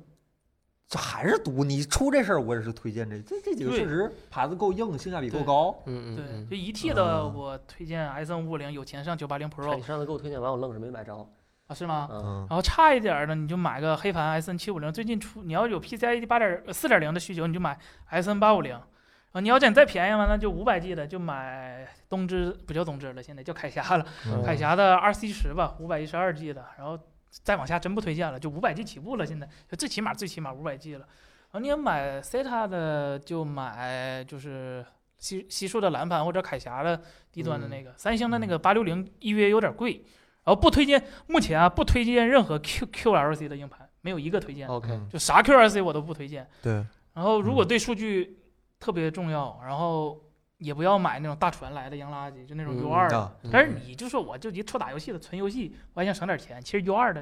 Speaker 5: 这还是赌你出这事儿，我也是推荐这这这几个
Speaker 3: 对
Speaker 5: 确实盘子够硬，性价比够高。
Speaker 4: 嗯
Speaker 3: 对，
Speaker 4: 嗯
Speaker 3: 就一 T 的，
Speaker 5: 嗯
Speaker 3: 我推荐 S N 五五零，有钱上九八零
Speaker 4: 嗯，你
Speaker 3: Pro
Speaker 4: 上次给我推荐完，我愣是没买着。
Speaker 3: 啊，是吗？
Speaker 4: 嗯，
Speaker 2: 嗯
Speaker 3: 然后差一点儿的，你就买个黑盘 S N 七五零。最近出，你要有 PCIe 八点呃四点零的需求，你就买 S N 八五零。啊，你要想再便宜完了，就五百 G 的，就买东芝，不叫东芝了，现在叫凯霞了。
Speaker 2: 嗯
Speaker 3: 海峡的二 C 十吧，五百一十二 G 的，然后再往下真不推荐了，就五百 G 起步了，现在就最起码最起码五百 G 了。然后你要买 SATA 的，就买就是西西数的蓝盘或者凯霞的低端的
Speaker 2: 嗯
Speaker 3: 那个，三星的那个八六零预约有点贵，然后不推荐，目前啊不推荐任何 Q QLC 的硬盘，没有一个推荐，
Speaker 4: OK，
Speaker 2: 嗯
Speaker 3: 就啥 QLC 我都不推荐。
Speaker 2: 对，
Speaker 3: 然后如果
Speaker 2: 嗯
Speaker 3: 对数据特别重要，然后也不要买那种大船来的洋垃圾，就那种
Speaker 4: 嗯
Speaker 3: U 二的。
Speaker 5: 啊，
Speaker 3: 但是你就说我就一臭打游戏的纯游戏，我还想省点钱。其实 U 二的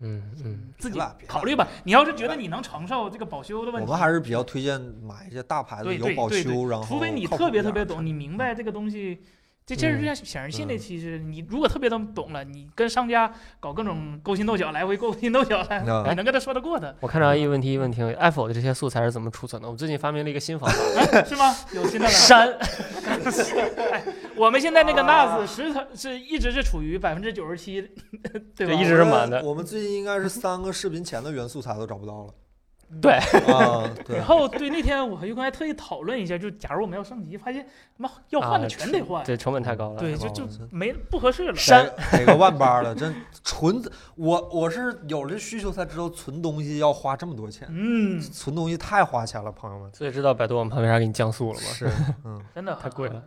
Speaker 4: 嗯嗯，
Speaker 3: 自己
Speaker 5: 别了别了
Speaker 3: 考虑吧。你要是觉得你能承受这个保修的
Speaker 5: 我
Speaker 3: 问题
Speaker 5: 们，还是比较推荐买一些大牌子
Speaker 3: 对
Speaker 5: 有
Speaker 3: 对
Speaker 5: 保
Speaker 3: 对对
Speaker 5: 修，然后
Speaker 3: 除非你
Speaker 5: 靠谱
Speaker 3: 特别
Speaker 5: 一
Speaker 3: 特
Speaker 5: 点
Speaker 3: 别
Speaker 5: 儿
Speaker 3: 懂，你明白这个东西。这这是
Speaker 4: 嗯
Speaker 3: 像显示器那期是，你如果特别的懂了，你跟商家搞各种勾心斗角，来回勾心斗角来，
Speaker 2: 那
Speaker 5: 啊
Speaker 3: 你能跟他说得过的，
Speaker 4: 我看到一个问题，一个问题，Apple 的这些素材是怎么储存的？我们最近发明了一个新 方法，
Speaker 3: 啊是吗？有新的了。
Speaker 4: 删。
Speaker 3: 我们现在那个 NAS 十它是一直是处于百分之九十七，对吧？
Speaker 4: 一直是满的
Speaker 5: 我们最近应 该是三个视频前的原素材都找不到了。
Speaker 4: 对
Speaker 5: 啊，对
Speaker 3: 然，后对那天我和于刚才特意讨论一下，就假如我们要升级，发现他妈要换的
Speaker 4: 啊
Speaker 3: 全得换，
Speaker 4: 对，成本太高了。
Speaker 3: 对，
Speaker 4: 是
Speaker 3: 就
Speaker 4: 吧
Speaker 3: 就
Speaker 5: 嗯
Speaker 3: 没不合适了。
Speaker 4: 删
Speaker 5: 哪个万八的，真纯我我是有这需求才知道存东西要花这么多钱，
Speaker 3: 嗯，
Speaker 5: 存东西太花钱了，朋友们。
Speaker 4: 所以知道百度网盘为啥给你降速了吗？
Speaker 2: 是嗯。
Speaker 3: 真的
Speaker 4: 太贵了。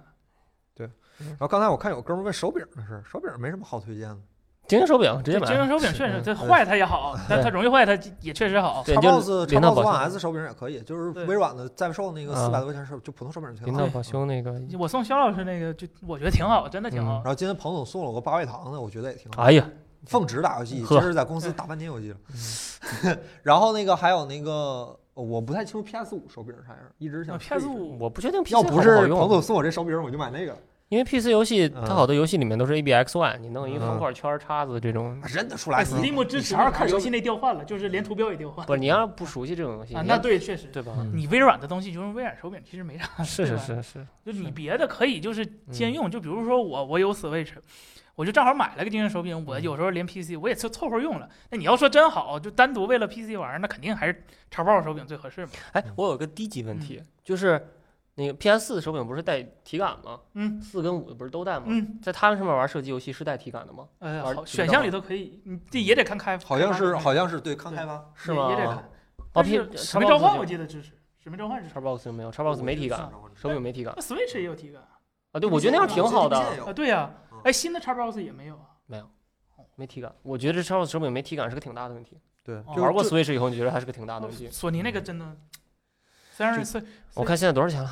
Speaker 2: 然后刚才我看有哥们儿问手柄的事儿，手柄没什么好推荐的，
Speaker 4: 精英手柄直接
Speaker 3: 对
Speaker 4: 买，
Speaker 3: 精英手柄确实，
Speaker 4: 嗯
Speaker 3: 它坏它也好，但它容易坏它也确实好。
Speaker 4: 对，
Speaker 2: 叉 box
Speaker 4: 就
Speaker 2: 叉
Speaker 4: 林道
Speaker 2: box
Speaker 4: 宝
Speaker 2: One
Speaker 4: 兄，
Speaker 2: S 手柄也可以，就是
Speaker 3: 对
Speaker 2: 微软的在售那个
Speaker 4: 啊
Speaker 2: 四百多块钱手，就普通手柄就挺
Speaker 4: 林
Speaker 2: 好
Speaker 4: 道
Speaker 2: 的。
Speaker 4: 宝兄那个，
Speaker 3: 我送肖老师那个，就我觉得挺好，真的挺好
Speaker 4: 嗯
Speaker 2: 然。后今天彭总送了我个八味堂的，我觉得也挺好。
Speaker 4: 哎呀，
Speaker 2: 奉旨打游戏，
Speaker 4: 呵嗯
Speaker 2: 今儿在公司打半天游戏了。 然后那个还有那个，我不太清楚 PS 五手柄是啥样，一直想试一试啊
Speaker 3: PS 啊五，
Speaker 4: 我不确定 PC
Speaker 2: 要
Speaker 4: 好
Speaker 2: 不
Speaker 4: 好
Speaker 2: 是彭
Speaker 4: 用，
Speaker 3: 啊
Speaker 2: 总送我这手柄，我就买那个了。
Speaker 4: 因为 PC 游戏
Speaker 2: 嗯
Speaker 4: 它好多游戏里面都是 ABXY，你弄一
Speaker 2: 嗯
Speaker 4: 个方块圈儿叉子这种，
Speaker 2: 认得出来你。
Speaker 3: 哎 Steam 支持
Speaker 2: 啥时候开始
Speaker 3: 游戏内调换了，就是连图标也调换
Speaker 4: 不是你要是不熟悉这种游戏，
Speaker 3: 啊。
Speaker 4: 你
Speaker 3: 那
Speaker 4: 要
Speaker 3: 对，确实。
Speaker 4: 嗯对吧？
Speaker 6: 嗯
Speaker 3: 你微软的东西就用微软手柄，其实没啥。
Speaker 4: 是
Speaker 3: 对
Speaker 4: 是
Speaker 3: 吧
Speaker 4: 是是，嗯
Speaker 3: 就你别的可以就是兼用，就比如说我我有 Switch，我就正好买了个精英手柄，
Speaker 4: 嗯
Speaker 3: 我有时候连 PC 我也凑凑合用了。那你要说真好，就单独为了 PC 玩儿，那肯定还是叉 box 手柄最合适嘛。
Speaker 4: 哎，我有个低级问
Speaker 3: 嗯
Speaker 4: 题，就是那个 PS 四手柄不是带体感吗？
Speaker 3: 嗯
Speaker 4: 四跟五不是都带吗？
Speaker 3: 嗯，
Speaker 4: 在他们上面玩射击游戏是带体感的吗？
Speaker 3: 呃，
Speaker 4: 玩
Speaker 3: 好，
Speaker 4: 知
Speaker 3: 选
Speaker 4: 道
Speaker 3: 项
Speaker 4: 吗
Speaker 3: 里头可以，你这也得看开，
Speaker 2: 好像是
Speaker 3: 看开
Speaker 2: 好像是对看开发，
Speaker 4: 是
Speaker 3: 也
Speaker 4: 吗？
Speaker 3: 也得看。
Speaker 4: 哦
Speaker 3: 但是
Speaker 4: ，P-
Speaker 3: 使命召唤
Speaker 4: 就
Speaker 3: 我记得支持，使命召唤是
Speaker 4: Xbox 就没有，Xbox 没体感，
Speaker 3: 嗯
Speaker 4: 手柄没体感
Speaker 3: 那 Switch 也有体感啊
Speaker 4: 啊。对，我觉得那样挺好的，
Speaker 3: 啊？对呀
Speaker 2: 嗯，
Speaker 3: 哎，新的叉 box 也没有啊。
Speaker 4: 没体感。我觉得 Xbox 手柄没体感是个挺大的问题。
Speaker 2: 对，
Speaker 3: 哦
Speaker 2: 就
Speaker 4: 啊玩过
Speaker 2: 就
Speaker 4: Switch 以后，你觉得还是个挺大的问题。
Speaker 3: 索尼那个真的，三十四
Speaker 4: 我看现在多少钱了？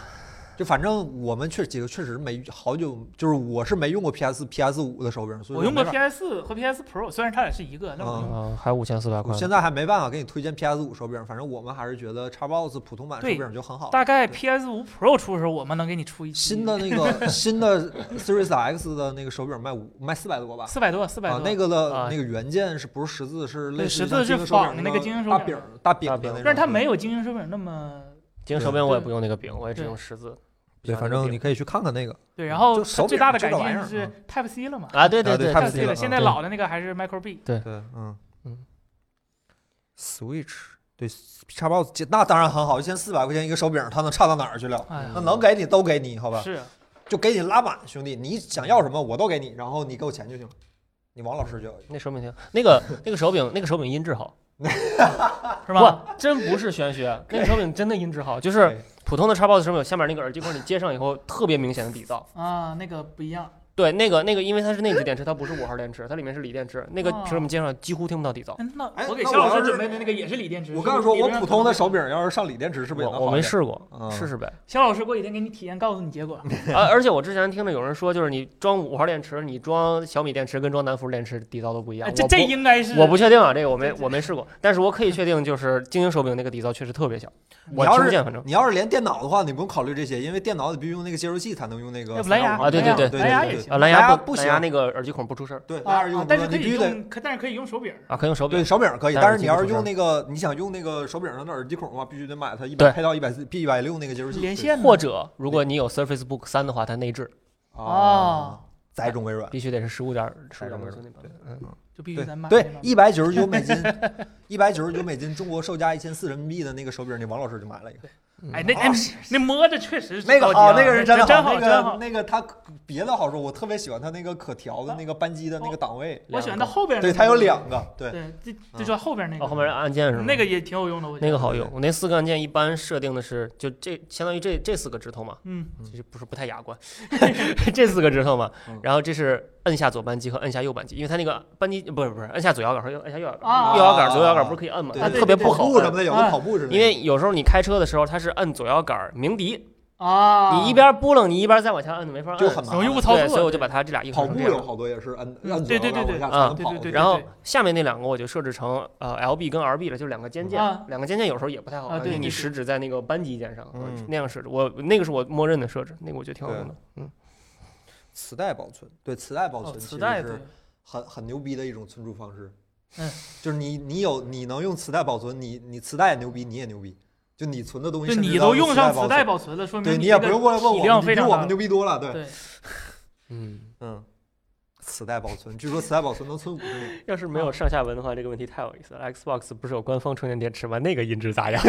Speaker 2: 就反正我们确几个确实没好久，就是我是没用过 PS PS 五的手柄，所以
Speaker 3: 我用过
Speaker 2: 没法
Speaker 3: PS 和 PS Pro，虽然它俩是一个，但我
Speaker 2: 嗯
Speaker 3: 用
Speaker 4: 啊，还五千四百
Speaker 2: 我
Speaker 4: 块。
Speaker 2: 现在还没办法给你推荐 PS 五手柄，反正我们还是觉得 Xbox 普通版手
Speaker 3: 对
Speaker 2: 柄就很好。
Speaker 3: 大概
Speaker 2: 对
Speaker 3: PS 五 Pro 出的时候，我们能给你出一
Speaker 2: 新的那 个新的 Series X 的那个手柄卖五卖四百多吧，
Speaker 3: 四百多，四百
Speaker 2: 啊
Speaker 3: 多，，
Speaker 2: 那个的、
Speaker 4: 啊
Speaker 2: 那个原件是不是十字？是类
Speaker 3: 对
Speaker 2: 似
Speaker 3: 十
Speaker 2: 于像
Speaker 3: 字是
Speaker 2: 精英手
Speaker 3: 仿
Speaker 2: 柄
Speaker 3: 的那个精英手
Speaker 2: 大
Speaker 3: 柄
Speaker 2: 柄儿大柄
Speaker 4: 大
Speaker 2: 的
Speaker 4: 柄
Speaker 2: 那种，
Speaker 3: 但是它没有精英手柄那么
Speaker 4: 精英手柄我也不用那个柄，我也只用十字。
Speaker 2: 对，反正你可以去看看那个。
Speaker 3: 对。然后
Speaker 2: 就手
Speaker 3: 它
Speaker 2: 柄
Speaker 3: 最大的
Speaker 2: 就
Speaker 3: 改
Speaker 2: 这玩意
Speaker 3: 进
Speaker 2: 儿
Speaker 3: 是 Type C 了嘛
Speaker 4: 啊，对
Speaker 2: 啊对
Speaker 4: 对
Speaker 2: 它
Speaker 3: ？Type
Speaker 2: Type C
Speaker 3: C 了，
Speaker 2: 了
Speaker 3: 现
Speaker 2: 啊
Speaker 3: 在
Speaker 4: 对
Speaker 3: 老的那个还是 Micro B。
Speaker 2: 对，嗯
Speaker 4: 嗯
Speaker 2: ，Switch 对 Xbox 那当然很好，一千四百块钱一个手柄，它能差到哪儿去了？
Speaker 3: 哎呀
Speaker 2: 嗯那能给你都给你，好吧？
Speaker 4: 啊
Speaker 3: 是
Speaker 2: 就给你拉满，兄弟，你想要什么我都给你，然后你给我钱就行了。你王老师就要
Speaker 4: 那手柄挺那个那个手柄那个手柄音质好。
Speaker 3: 是吧？
Speaker 4: 不，真不是玄学，那个手柄真的音质好，就是普通的 Xbox 手柄下面那个耳机孔你接上以后，特别明显的底噪。
Speaker 3: 啊，那个不一样。
Speaker 4: 对，那个那个，因为它是内置电池，它不是五号电池，它里面是锂电池，那个
Speaker 3: 哦
Speaker 4: 凭什么接上几乎听不到底噪。
Speaker 3: 嗯那
Speaker 2: 哎
Speaker 3: 我给
Speaker 2: 那
Speaker 3: 肖
Speaker 2: 我要
Speaker 3: 老师
Speaker 2: 是
Speaker 3: 准备的那个也是锂电池。
Speaker 2: 我
Speaker 3: 是不
Speaker 2: 刚才
Speaker 3: 是
Speaker 2: 说，
Speaker 3: 理
Speaker 2: 我
Speaker 3: 论上
Speaker 2: 普
Speaker 3: 可能
Speaker 2: 通的手柄要是上锂电池，是不是也能好
Speaker 4: 我我没
Speaker 2: 点
Speaker 4: 试过，
Speaker 2: 嗯
Speaker 4: 试试呗。
Speaker 3: 肖老师过几天给你体验，告诉你结果。
Speaker 2: 哎
Speaker 4: 啊，而且我之前听着有人说，就是你装五号电池，你装小米电池跟装南孚电池底噪都不一样
Speaker 3: 哎。这
Speaker 4: 我
Speaker 3: 这
Speaker 4: 不
Speaker 3: 应该是
Speaker 4: 我不确定啊，这个我没
Speaker 3: 这这
Speaker 4: 我没试过，但是我可以确定，就是精英手柄那个底噪确实特别小，
Speaker 2: 你
Speaker 4: 我
Speaker 2: 要
Speaker 4: 听不
Speaker 2: 是
Speaker 4: 见，反正
Speaker 2: 你要是连电脑的话，你不用考虑这些，因为电脑你必须用那个接收器才能用那个
Speaker 3: 要不蓝牙
Speaker 4: 啊对对
Speaker 2: 对
Speaker 4: 对
Speaker 3: 蓝牙
Speaker 2: 对
Speaker 3: 也
Speaker 2: 对
Speaker 3: 行
Speaker 4: 啊，
Speaker 2: 蓝
Speaker 4: 蓝
Speaker 2: 牙
Speaker 4: 牙
Speaker 2: 不
Speaker 4: 蓝
Speaker 2: 行
Speaker 4: 牙那个耳机孔不出声儿
Speaker 2: 对，蓝
Speaker 3: 啊
Speaker 2: 牙是用
Speaker 3: 啊
Speaker 2: 不
Speaker 3: 但
Speaker 2: 了
Speaker 3: 是可
Speaker 2: 你必
Speaker 3: 以
Speaker 2: 须得
Speaker 3: 用，可但是可以用手柄。
Speaker 4: 啊，可以用手柄
Speaker 2: 对，手柄可以，
Speaker 4: 戴
Speaker 2: 但
Speaker 4: 耳
Speaker 2: 是
Speaker 4: 机
Speaker 2: 你要
Speaker 4: 不
Speaker 2: 是
Speaker 4: 出
Speaker 2: 用那
Speaker 4: 声
Speaker 2: 个你想用那个手柄上的耳机孔的话，必须得买它一
Speaker 4: 对
Speaker 2: 百配到一百 P 一百六那个接收器，
Speaker 3: 连线
Speaker 4: 或者如果你有 Surface Book 三的话，它内置
Speaker 2: 对
Speaker 3: 哦
Speaker 2: 啊，栽种微软。
Speaker 4: 必须得是十五点十五
Speaker 2: 对
Speaker 4: 点文寸那版本。嗯
Speaker 3: 就必须
Speaker 2: 对
Speaker 3: 咱买
Speaker 2: 对
Speaker 3: 那，个
Speaker 2: 一百九十九美 金，一百九十九美金，中国售价一千四人民币的那个手柄，你王老师就买了一个。
Speaker 3: 哎，那
Speaker 2: 啊
Speaker 3: 那那摸着确实是
Speaker 2: 那个
Speaker 3: 高级
Speaker 2: 好，
Speaker 3: 啊
Speaker 2: 那个是
Speaker 3: 真
Speaker 2: 真
Speaker 3: 真
Speaker 2: 好，那
Speaker 3: 真
Speaker 2: 个
Speaker 3: 好。
Speaker 2: 那个它别的好说，我特别喜欢它那个可调的那个扳机的那个档位，
Speaker 3: 我喜欢它后边那
Speaker 2: 对，
Speaker 3: 个，
Speaker 2: 它有两个，啊对，
Speaker 3: 对，这这就后边那
Speaker 4: 哦，后
Speaker 3: 个，
Speaker 4: 面是按键是吗？
Speaker 3: 那个也挺有用的，我觉得。
Speaker 4: 那个好用，我那四个按键一般设定的是就这相当于这这四个指头嘛，
Speaker 3: 嗯，
Speaker 4: 其实不是不太雅观， 这四个指头嘛
Speaker 2: 嗯，
Speaker 4: 然后这是摁下左扳机和摁下右扳机，因为它那个扳机不是不是摁下左摇杆和右摁下右摇
Speaker 3: 啊
Speaker 4: 杆，右摇杆左摇杆不是可以摁嘛，
Speaker 2: 哦对
Speaker 4: 它
Speaker 2: 对
Speaker 4: 特别
Speaker 3: 对
Speaker 4: 不好
Speaker 2: 跑步什
Speaker 4: 摁，
Speaker 2: 么的，有的
Speaker 3: 啊
Speaker 2: 跑步似的，
Speaker 4: 因为有时候你开车的时候它是摁左摇杆鸣笛，
Speaker 3: 啊，
Speaker 4: 你一边拨楞你一边再往下摁就没法摁，
Speaker 2: 就很麻
Speaker 3: 容易
Speaker 2: 烦
Speaker 3: 误操
Speaker 4: 对，
Speaker 3: 作，
Speaker 4: 所以我就把它这俩硬
Speaker 2: 跑
Speaker 4: 成
Speaker 2: 步
Speaker 4: 这样
Speaker 2: 有好多也是按按
Speaker 3: 嗯对
Speaker 2: 左
Speaker 3: 对
Speaker 2: 摇杆往下
Speaker 3: 对
Speaker 4: 对
Speaker 2: 才能
Speaker 4: 嗯
Speaker 3: 对
Speaker 2: 跑
Speaker 3: 对
Speaker 2: 的
Speaker 3: 对
Speaker 4: 然后
Speaker 3: 对
Speaker 4: 下面那两个我就设置成呃 LB 跟 RB 了，就两个肩键
Speaker 3: 啊，
Speaker 4: 两个键键有时候也不太好
Speaker 3: 啊
Speaker 4: 按，
Speaker 3: 对
Speaker 4: 因为你
Speaker 3: 对对
Speaker 4: 食指在那个扳机键上
Speaker 2: 嗯
Speaker 4: 呃那样设置。我那个是我默认的设置，那个我觉得挺好用的。嗯，
Speaker 2: 磁带保存，对磁带保
Speaker 3: 哦
Speaker 2: 存，
Speaker 3: 磁带对
Speaker 2: 是。很很牛逼的一种存储方式。
Speaker 3: 嗯，
Speaker 2: 就是你你有你能用磁带保存，你你磁带也牛逼，你也牛逼，就你存的东西
Speaker 3: 对
Speaker 2: 甚至
Speaker 3: 你
Speaker 2: 到
Speaker 3: 都用上磁带
Speaker 2: 保
Speaker 3: 保存了，说
Speaker 2: 存，
Speaker 3: 明
Speaker 2: 对你
Speaker 3: 你这
Speaker 2: 也不
Speaker 3: 个
Speaker 2: 用过来问
Speaker 3: 体
Speaker 2: 我
Speaker 3: 量
Speaker 2: 们，
Speaker 3: 非
Speaker 2: 你比
Speaker 3: 常
Speaker 2: 我
Speaker 3: 大
Speaker 2: 们牛逼多了，对，
Speaker 3: 对，
Speaker 4: 嗯，
Speaker 2: 嗯，磁带保存，据说磁带保存能存五十年。
Speaker 4: 要是没有上下文的话，这个问题太有意思了。Xbox 不是有官方充电电池吗？那个音质咋 样？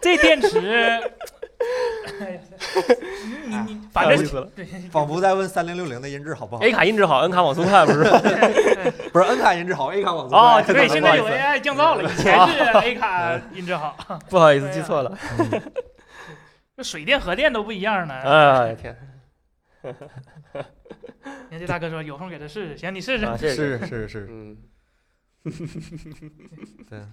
Speaker 3: 这电 池，哎呀你你你，反
Speaker 4: 太有
Speaker 3: 正
Speaker 4: 意思 了。
Speaker 3: 对
Speaker 2: 仿佛在问三零六零的音质好不好
Speaker 3: 哎
Speaker 4: A？卡音质好，N 卡网速快不是？
Speaker 2: 不是 N 卡音质好，A 卡网速
Speaker 4: 哦
Speaker 2: 快
Speaker 3: 对，现在有
Speaker 4: 不好意
Speaker 3: AI 降噪了，以前是
Speaker 2: 啊
Speaker 3: A 卡音质好，
Speaker 4: 不好意思，记错了。
Speaker 2: 啊
Speaker 3: 这水电和电都不一样呢。
Speaker 4: 哎哎呀天，
Speaker 3: 年纪大哥说有空给他试试，行，你试
Speaker 4: 哎
Speaker 3: 试。
Speaker 7: 啊，这个，
Speaker 2: 是是是，
Speaker 7: 嗯，
Speaker 2: 对。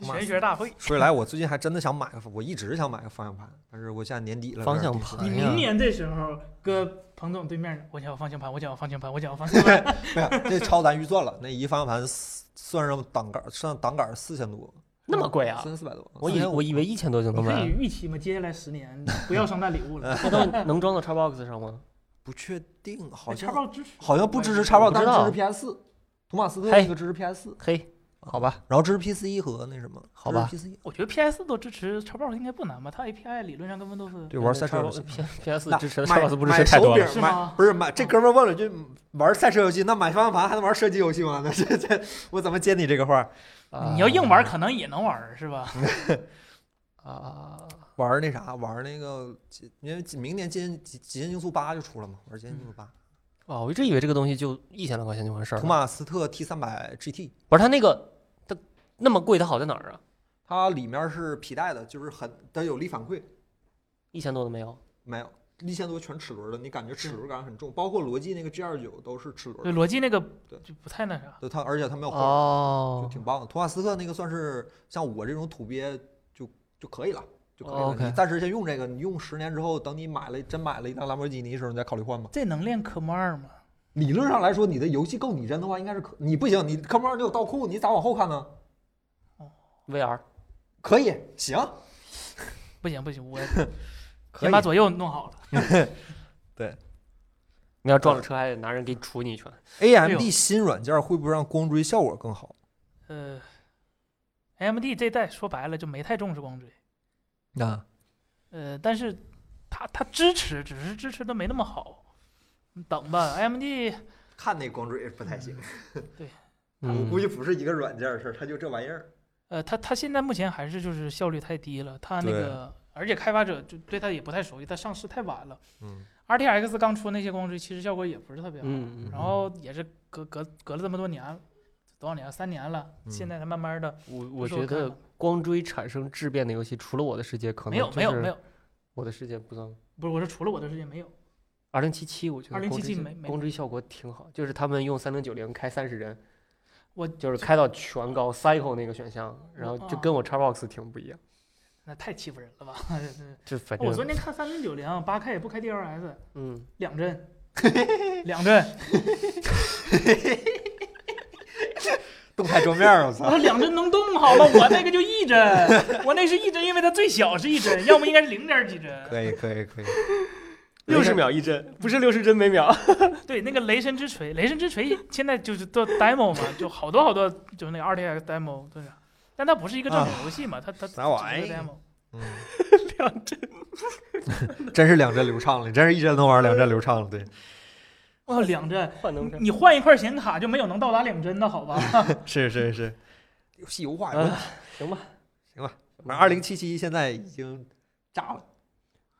Speaker 3: 玄学大会，
Speaker 2: 说起来，我最近还真的想买个，我一直想买个方向盘，但是我现在年底了，
Speaker 4: 方向
Speaker 2: 有点
Speaker 4: 盘
Speaker 3: 你
Speaker 4: 呀
Speaker 3: 明年这时候搁彭总对面，我想要方向盘，我想要方向盘，我想要方 向盘。
Speaker 2: 没有，这超咱预算了。那一方向盘四算上档杆，算档杆四千多，
Speaker 4: 那么贵啊！
Speaker 2: 三四百多。
Speaker 4: 我以我以为一千多就能
Speaker 3: 你可以
Speaker 4: 买，
Speaker 3: 预期嘛，接下来十年不要圣诞礼物 了。
Speaker 4: 那都能装到 Xbox 上吗？
Speaker 2: 不确定，好
Speaker 4: 哎
Speaker 3: 叉
Speaker 2: 像
Speaker 3: box 支持，
Speaker 2: 好像不支持
Speaker 3: 叉
Speaker 2: 叉
Speaker 3: box。
Speaker 2: box，
Speaker 4: 不
Speaker 2: 但
Speaker 4: 知
Speaker 2: 是支
Speaker 4: 道
Speaker 2: 持 PS 四。托马斯特
Speaker 4: 嘿
Speaker 2: 那个支持 PS 四，
Speaker 4: 嘿，好吧，
Speaker 2: 然后支持 PC
Speaker 4: E
Speaker 2: 一和那什么，
Speaker 4: 好吧
Speaker 2: 支持 PC
Speaker 3: 我觉得 PS 都支持叉 box 应该不难吧？它 API 理论上跟 Windows
Speaker 2: 对玩赛车游戏
Speaker 4: Xbox，P PS
Speaker 2: 那
Speaker 4: 支持的
Speaker 2: 买
Speaker 4: Xbox 不支持太多
Speaker 2: 买
Speaker 4: 了
Speaker 2: 手。
Speaker 3: 是
Speaker 2: 柄
Speaker 3: 吗
Speaker 2: 买不是买这哥们儿问了句玩赛车游戏，那买方向盘还能玩射击游戏吗？那 这这我怎么接你这个话？
Speaker 4: 啊
Speaker 3: 你要硬玩可能也能玩是吧？
Speaker 4: 啊，
Speaker 2: 玩那啥，玩那个，因为明年极限极极限竞速八就出了嘛，玩极限竞速八。
Speaker 4: 哦，我一直以为这个东西就一千来块钱就完事儿
Speaker 2: 托
Speaker 4: 了。
Speaker 2: 马斯特 T 三百 GT，
Speaker 4: 不是它那个它那么贵，它好在哪儿啊？
Speaker 2: 它里面是皮带的，就是很它有力反馈，
Speaker 4: 一千多都没有。
Speaker 2: 没有一千多全齿轮的，你感觉齿轮感很重，包括罗技那个 G 二九都是齿
Speaker 3: 对，
Speaker 2: 轮的，
Speaker 3: 逻辑那个
Speaker 2: 对
Speaker 3: 就不太那啥。
Speaker 2: 对它而且它没有花，就
Speaker 4: 哦
Speaker 2: 挺棒的。托马斯特那个算是像我这种土鳖就就可以了。就可以了。
Speaker 4: OK
Speaker 2: 你暂时先用这个，你用十年之后，等你买了真买了一辆兰博基尼的时候，你再考虑换吧。
Speaker 3: 这能练科目二吗？
Speaker 2: 理论上来说，你的游戏够拟真的话，应该是可你不行，你科目二你有倒库，你咋往后看呢？
Speaker 4: ，VR
Speaker 2: 可以，行，
Speaker 3: 不行不行， 我
Speaker 2: 可
Speaker 3: 先
Speaker 2: 以
Speaker 3: 把左右弄好了。
Speaker 4: 你要撞了车还得拿人给你杵你一拳。
Speaker 3: 哎
Speaker 2: AMD
Speaker 3: 呦
Speaker 2: 新软件会不会让光追效果更好？
Speaker 3: 呃，AMD 这代说白了就没太重视光追，
Speaker 2: 啊，
Speaker 3: 呃，但是它它支持，只是支持的没那么好。你等吧，AMD
Speaker 2: 看那光追不太行，我
Speaker 4: 嗯
Speaker 2: 估，计不是一个软件的事儿，它就这玩意儿。
Speaker 3: 呃，它它现在目前还是就是效率太低了，它那
Speaker 2: 对
Speaker 3: 个而且开发者就对它也不太熟悉，它上市太晚了。
Speaker 2: 嗯
Speaker 3: RTX 刚出那些光追，其实效果也不是特别好。
Speaker 4: 嗯，
Speaker 3: 然后也是隔隔隔了这么多年了，多少年？三年了。现
Speaker 2: 嗯
Speaker 3: 在它慢慢的
Speaker 4: 我我
Speaker 3: 说
Speaker 4: 觉
Speaker 3: 看
Speaker 4: 得
Speaker 3: 吧
Speaker 4: 光追产生质变的游戏，除了我的世界，可能
Speaker 3: 没有没有没，有，
Speaker 4: 我的世界不算。
Speaker 3: 不是我说除了我的世界没有。
Speaker 4: 二零七七，我觉得光追
Speaker 3: 2077没没
Speaker 4: 光追效果挺好，就是他们用三零九零开三十帧，
Speaker 3: 我
Speaker 4: 就是开到全高 cycle 那个选项，然后就
Speaker 3: 啊
Speaker 4: 跟我 Xbox 挺不一样，
Speaker 3: 那太欺负人了吧！
Speaker 4: 就反
Speaker 3: 我昨
Speaker 4: 正
Speaker 3: 天看三零九零八 K 也不开 DLS，
Speaker 4: 嗯，
Speaker 3: 两 帧，两帧，
Speaker 2: 动态桌面儿，我
Speaker 3: 我
Speaker 2: 操！
Speaker 3: 说两帧能动好吗？我那个就一 帧，我那是一帧，因为它最小是一帧，要不应该是零点几帧。
Speaker 2: 可以可以可以，
Speaker 4: 六十秒一帧，不是六十帧每秒。
Speaker 3: 对，那个雷神之锤，雷神之锤现在就是做 demo 嘛，就好多好多，就是那个 RTX demo 对啥，但它不是一个正经游戏嘛，它它
Speaker 2: 啊啥玩意
Speaker 3: 只是个
Speaker 2: 儿
Speaker 3: demo
Speaker 2: 嗯，真是两帧流畅了，真是一帧能玩两帧流畅了，对，
Speaker 3: 哇，两帧，
Speaker 4: 换能
Speaker 3: 你换一块显卡就没有能到达两帧的好 吧？
Speaker 2: 是是是，游戏优化有问题。
Speaker 4: 行吧，
Speaker 2: 行吧，反正二零七七现在已经炸了，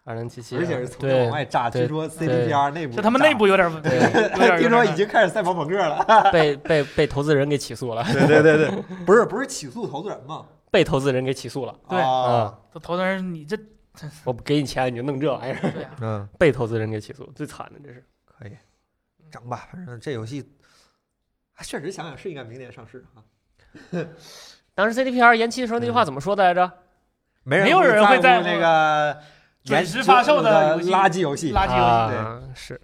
Speaker 4: 二零七七，
Speaker 2: 而且是从内
Speaker 4: 对
Speaker 2: 往外炸，
Speaker 4: 对
Speaker 2: 据说 CDPR 内部
Speaker 3: 就他们内部有点问题，有点有
Speaker 2: 炸。
Speaker 3: 点
Speaker 2: 听说已经开始赛博朋克了，
Speaker 4: 被被被投资人给起诉了，
Speaker 2: 对对对对，不是不是起诉投资人吗？
Speaker 4: 被投资人给起诉了
Speaker 3: 对
Speaker 2: 啊，
Speaker 4: 啊！
Speaker 3: 头头人，你 这
Speaker 4: 我不给你钱，你就弄这玩意儿，
Speaker 3: 对啊，
Speaker 2: 嗯，
Speaker 4: 被投资人给起诉，最惨的这是。
Speaker 2: 可以，整吧，反正这游戏，啊确实想想是应该明年上市啊，
Speaker 4: 当时 CDPR 延期的时候那句话怎么说的来着？
Speaker 2: 没
Speaker 3: 没有人会
Speaker 2: 会
Speaker 3: 在乎
Speaker 2: 那个
Speaker 3: 准
Speaker 2: 延
Speaker 3: 时发售
Speaker 2: 的
Speaker 3: 的游戏
Speaker 2: 垃圾游戏，
Speaker 3: 垃圾游戏，
Speaker 4: 啊，是，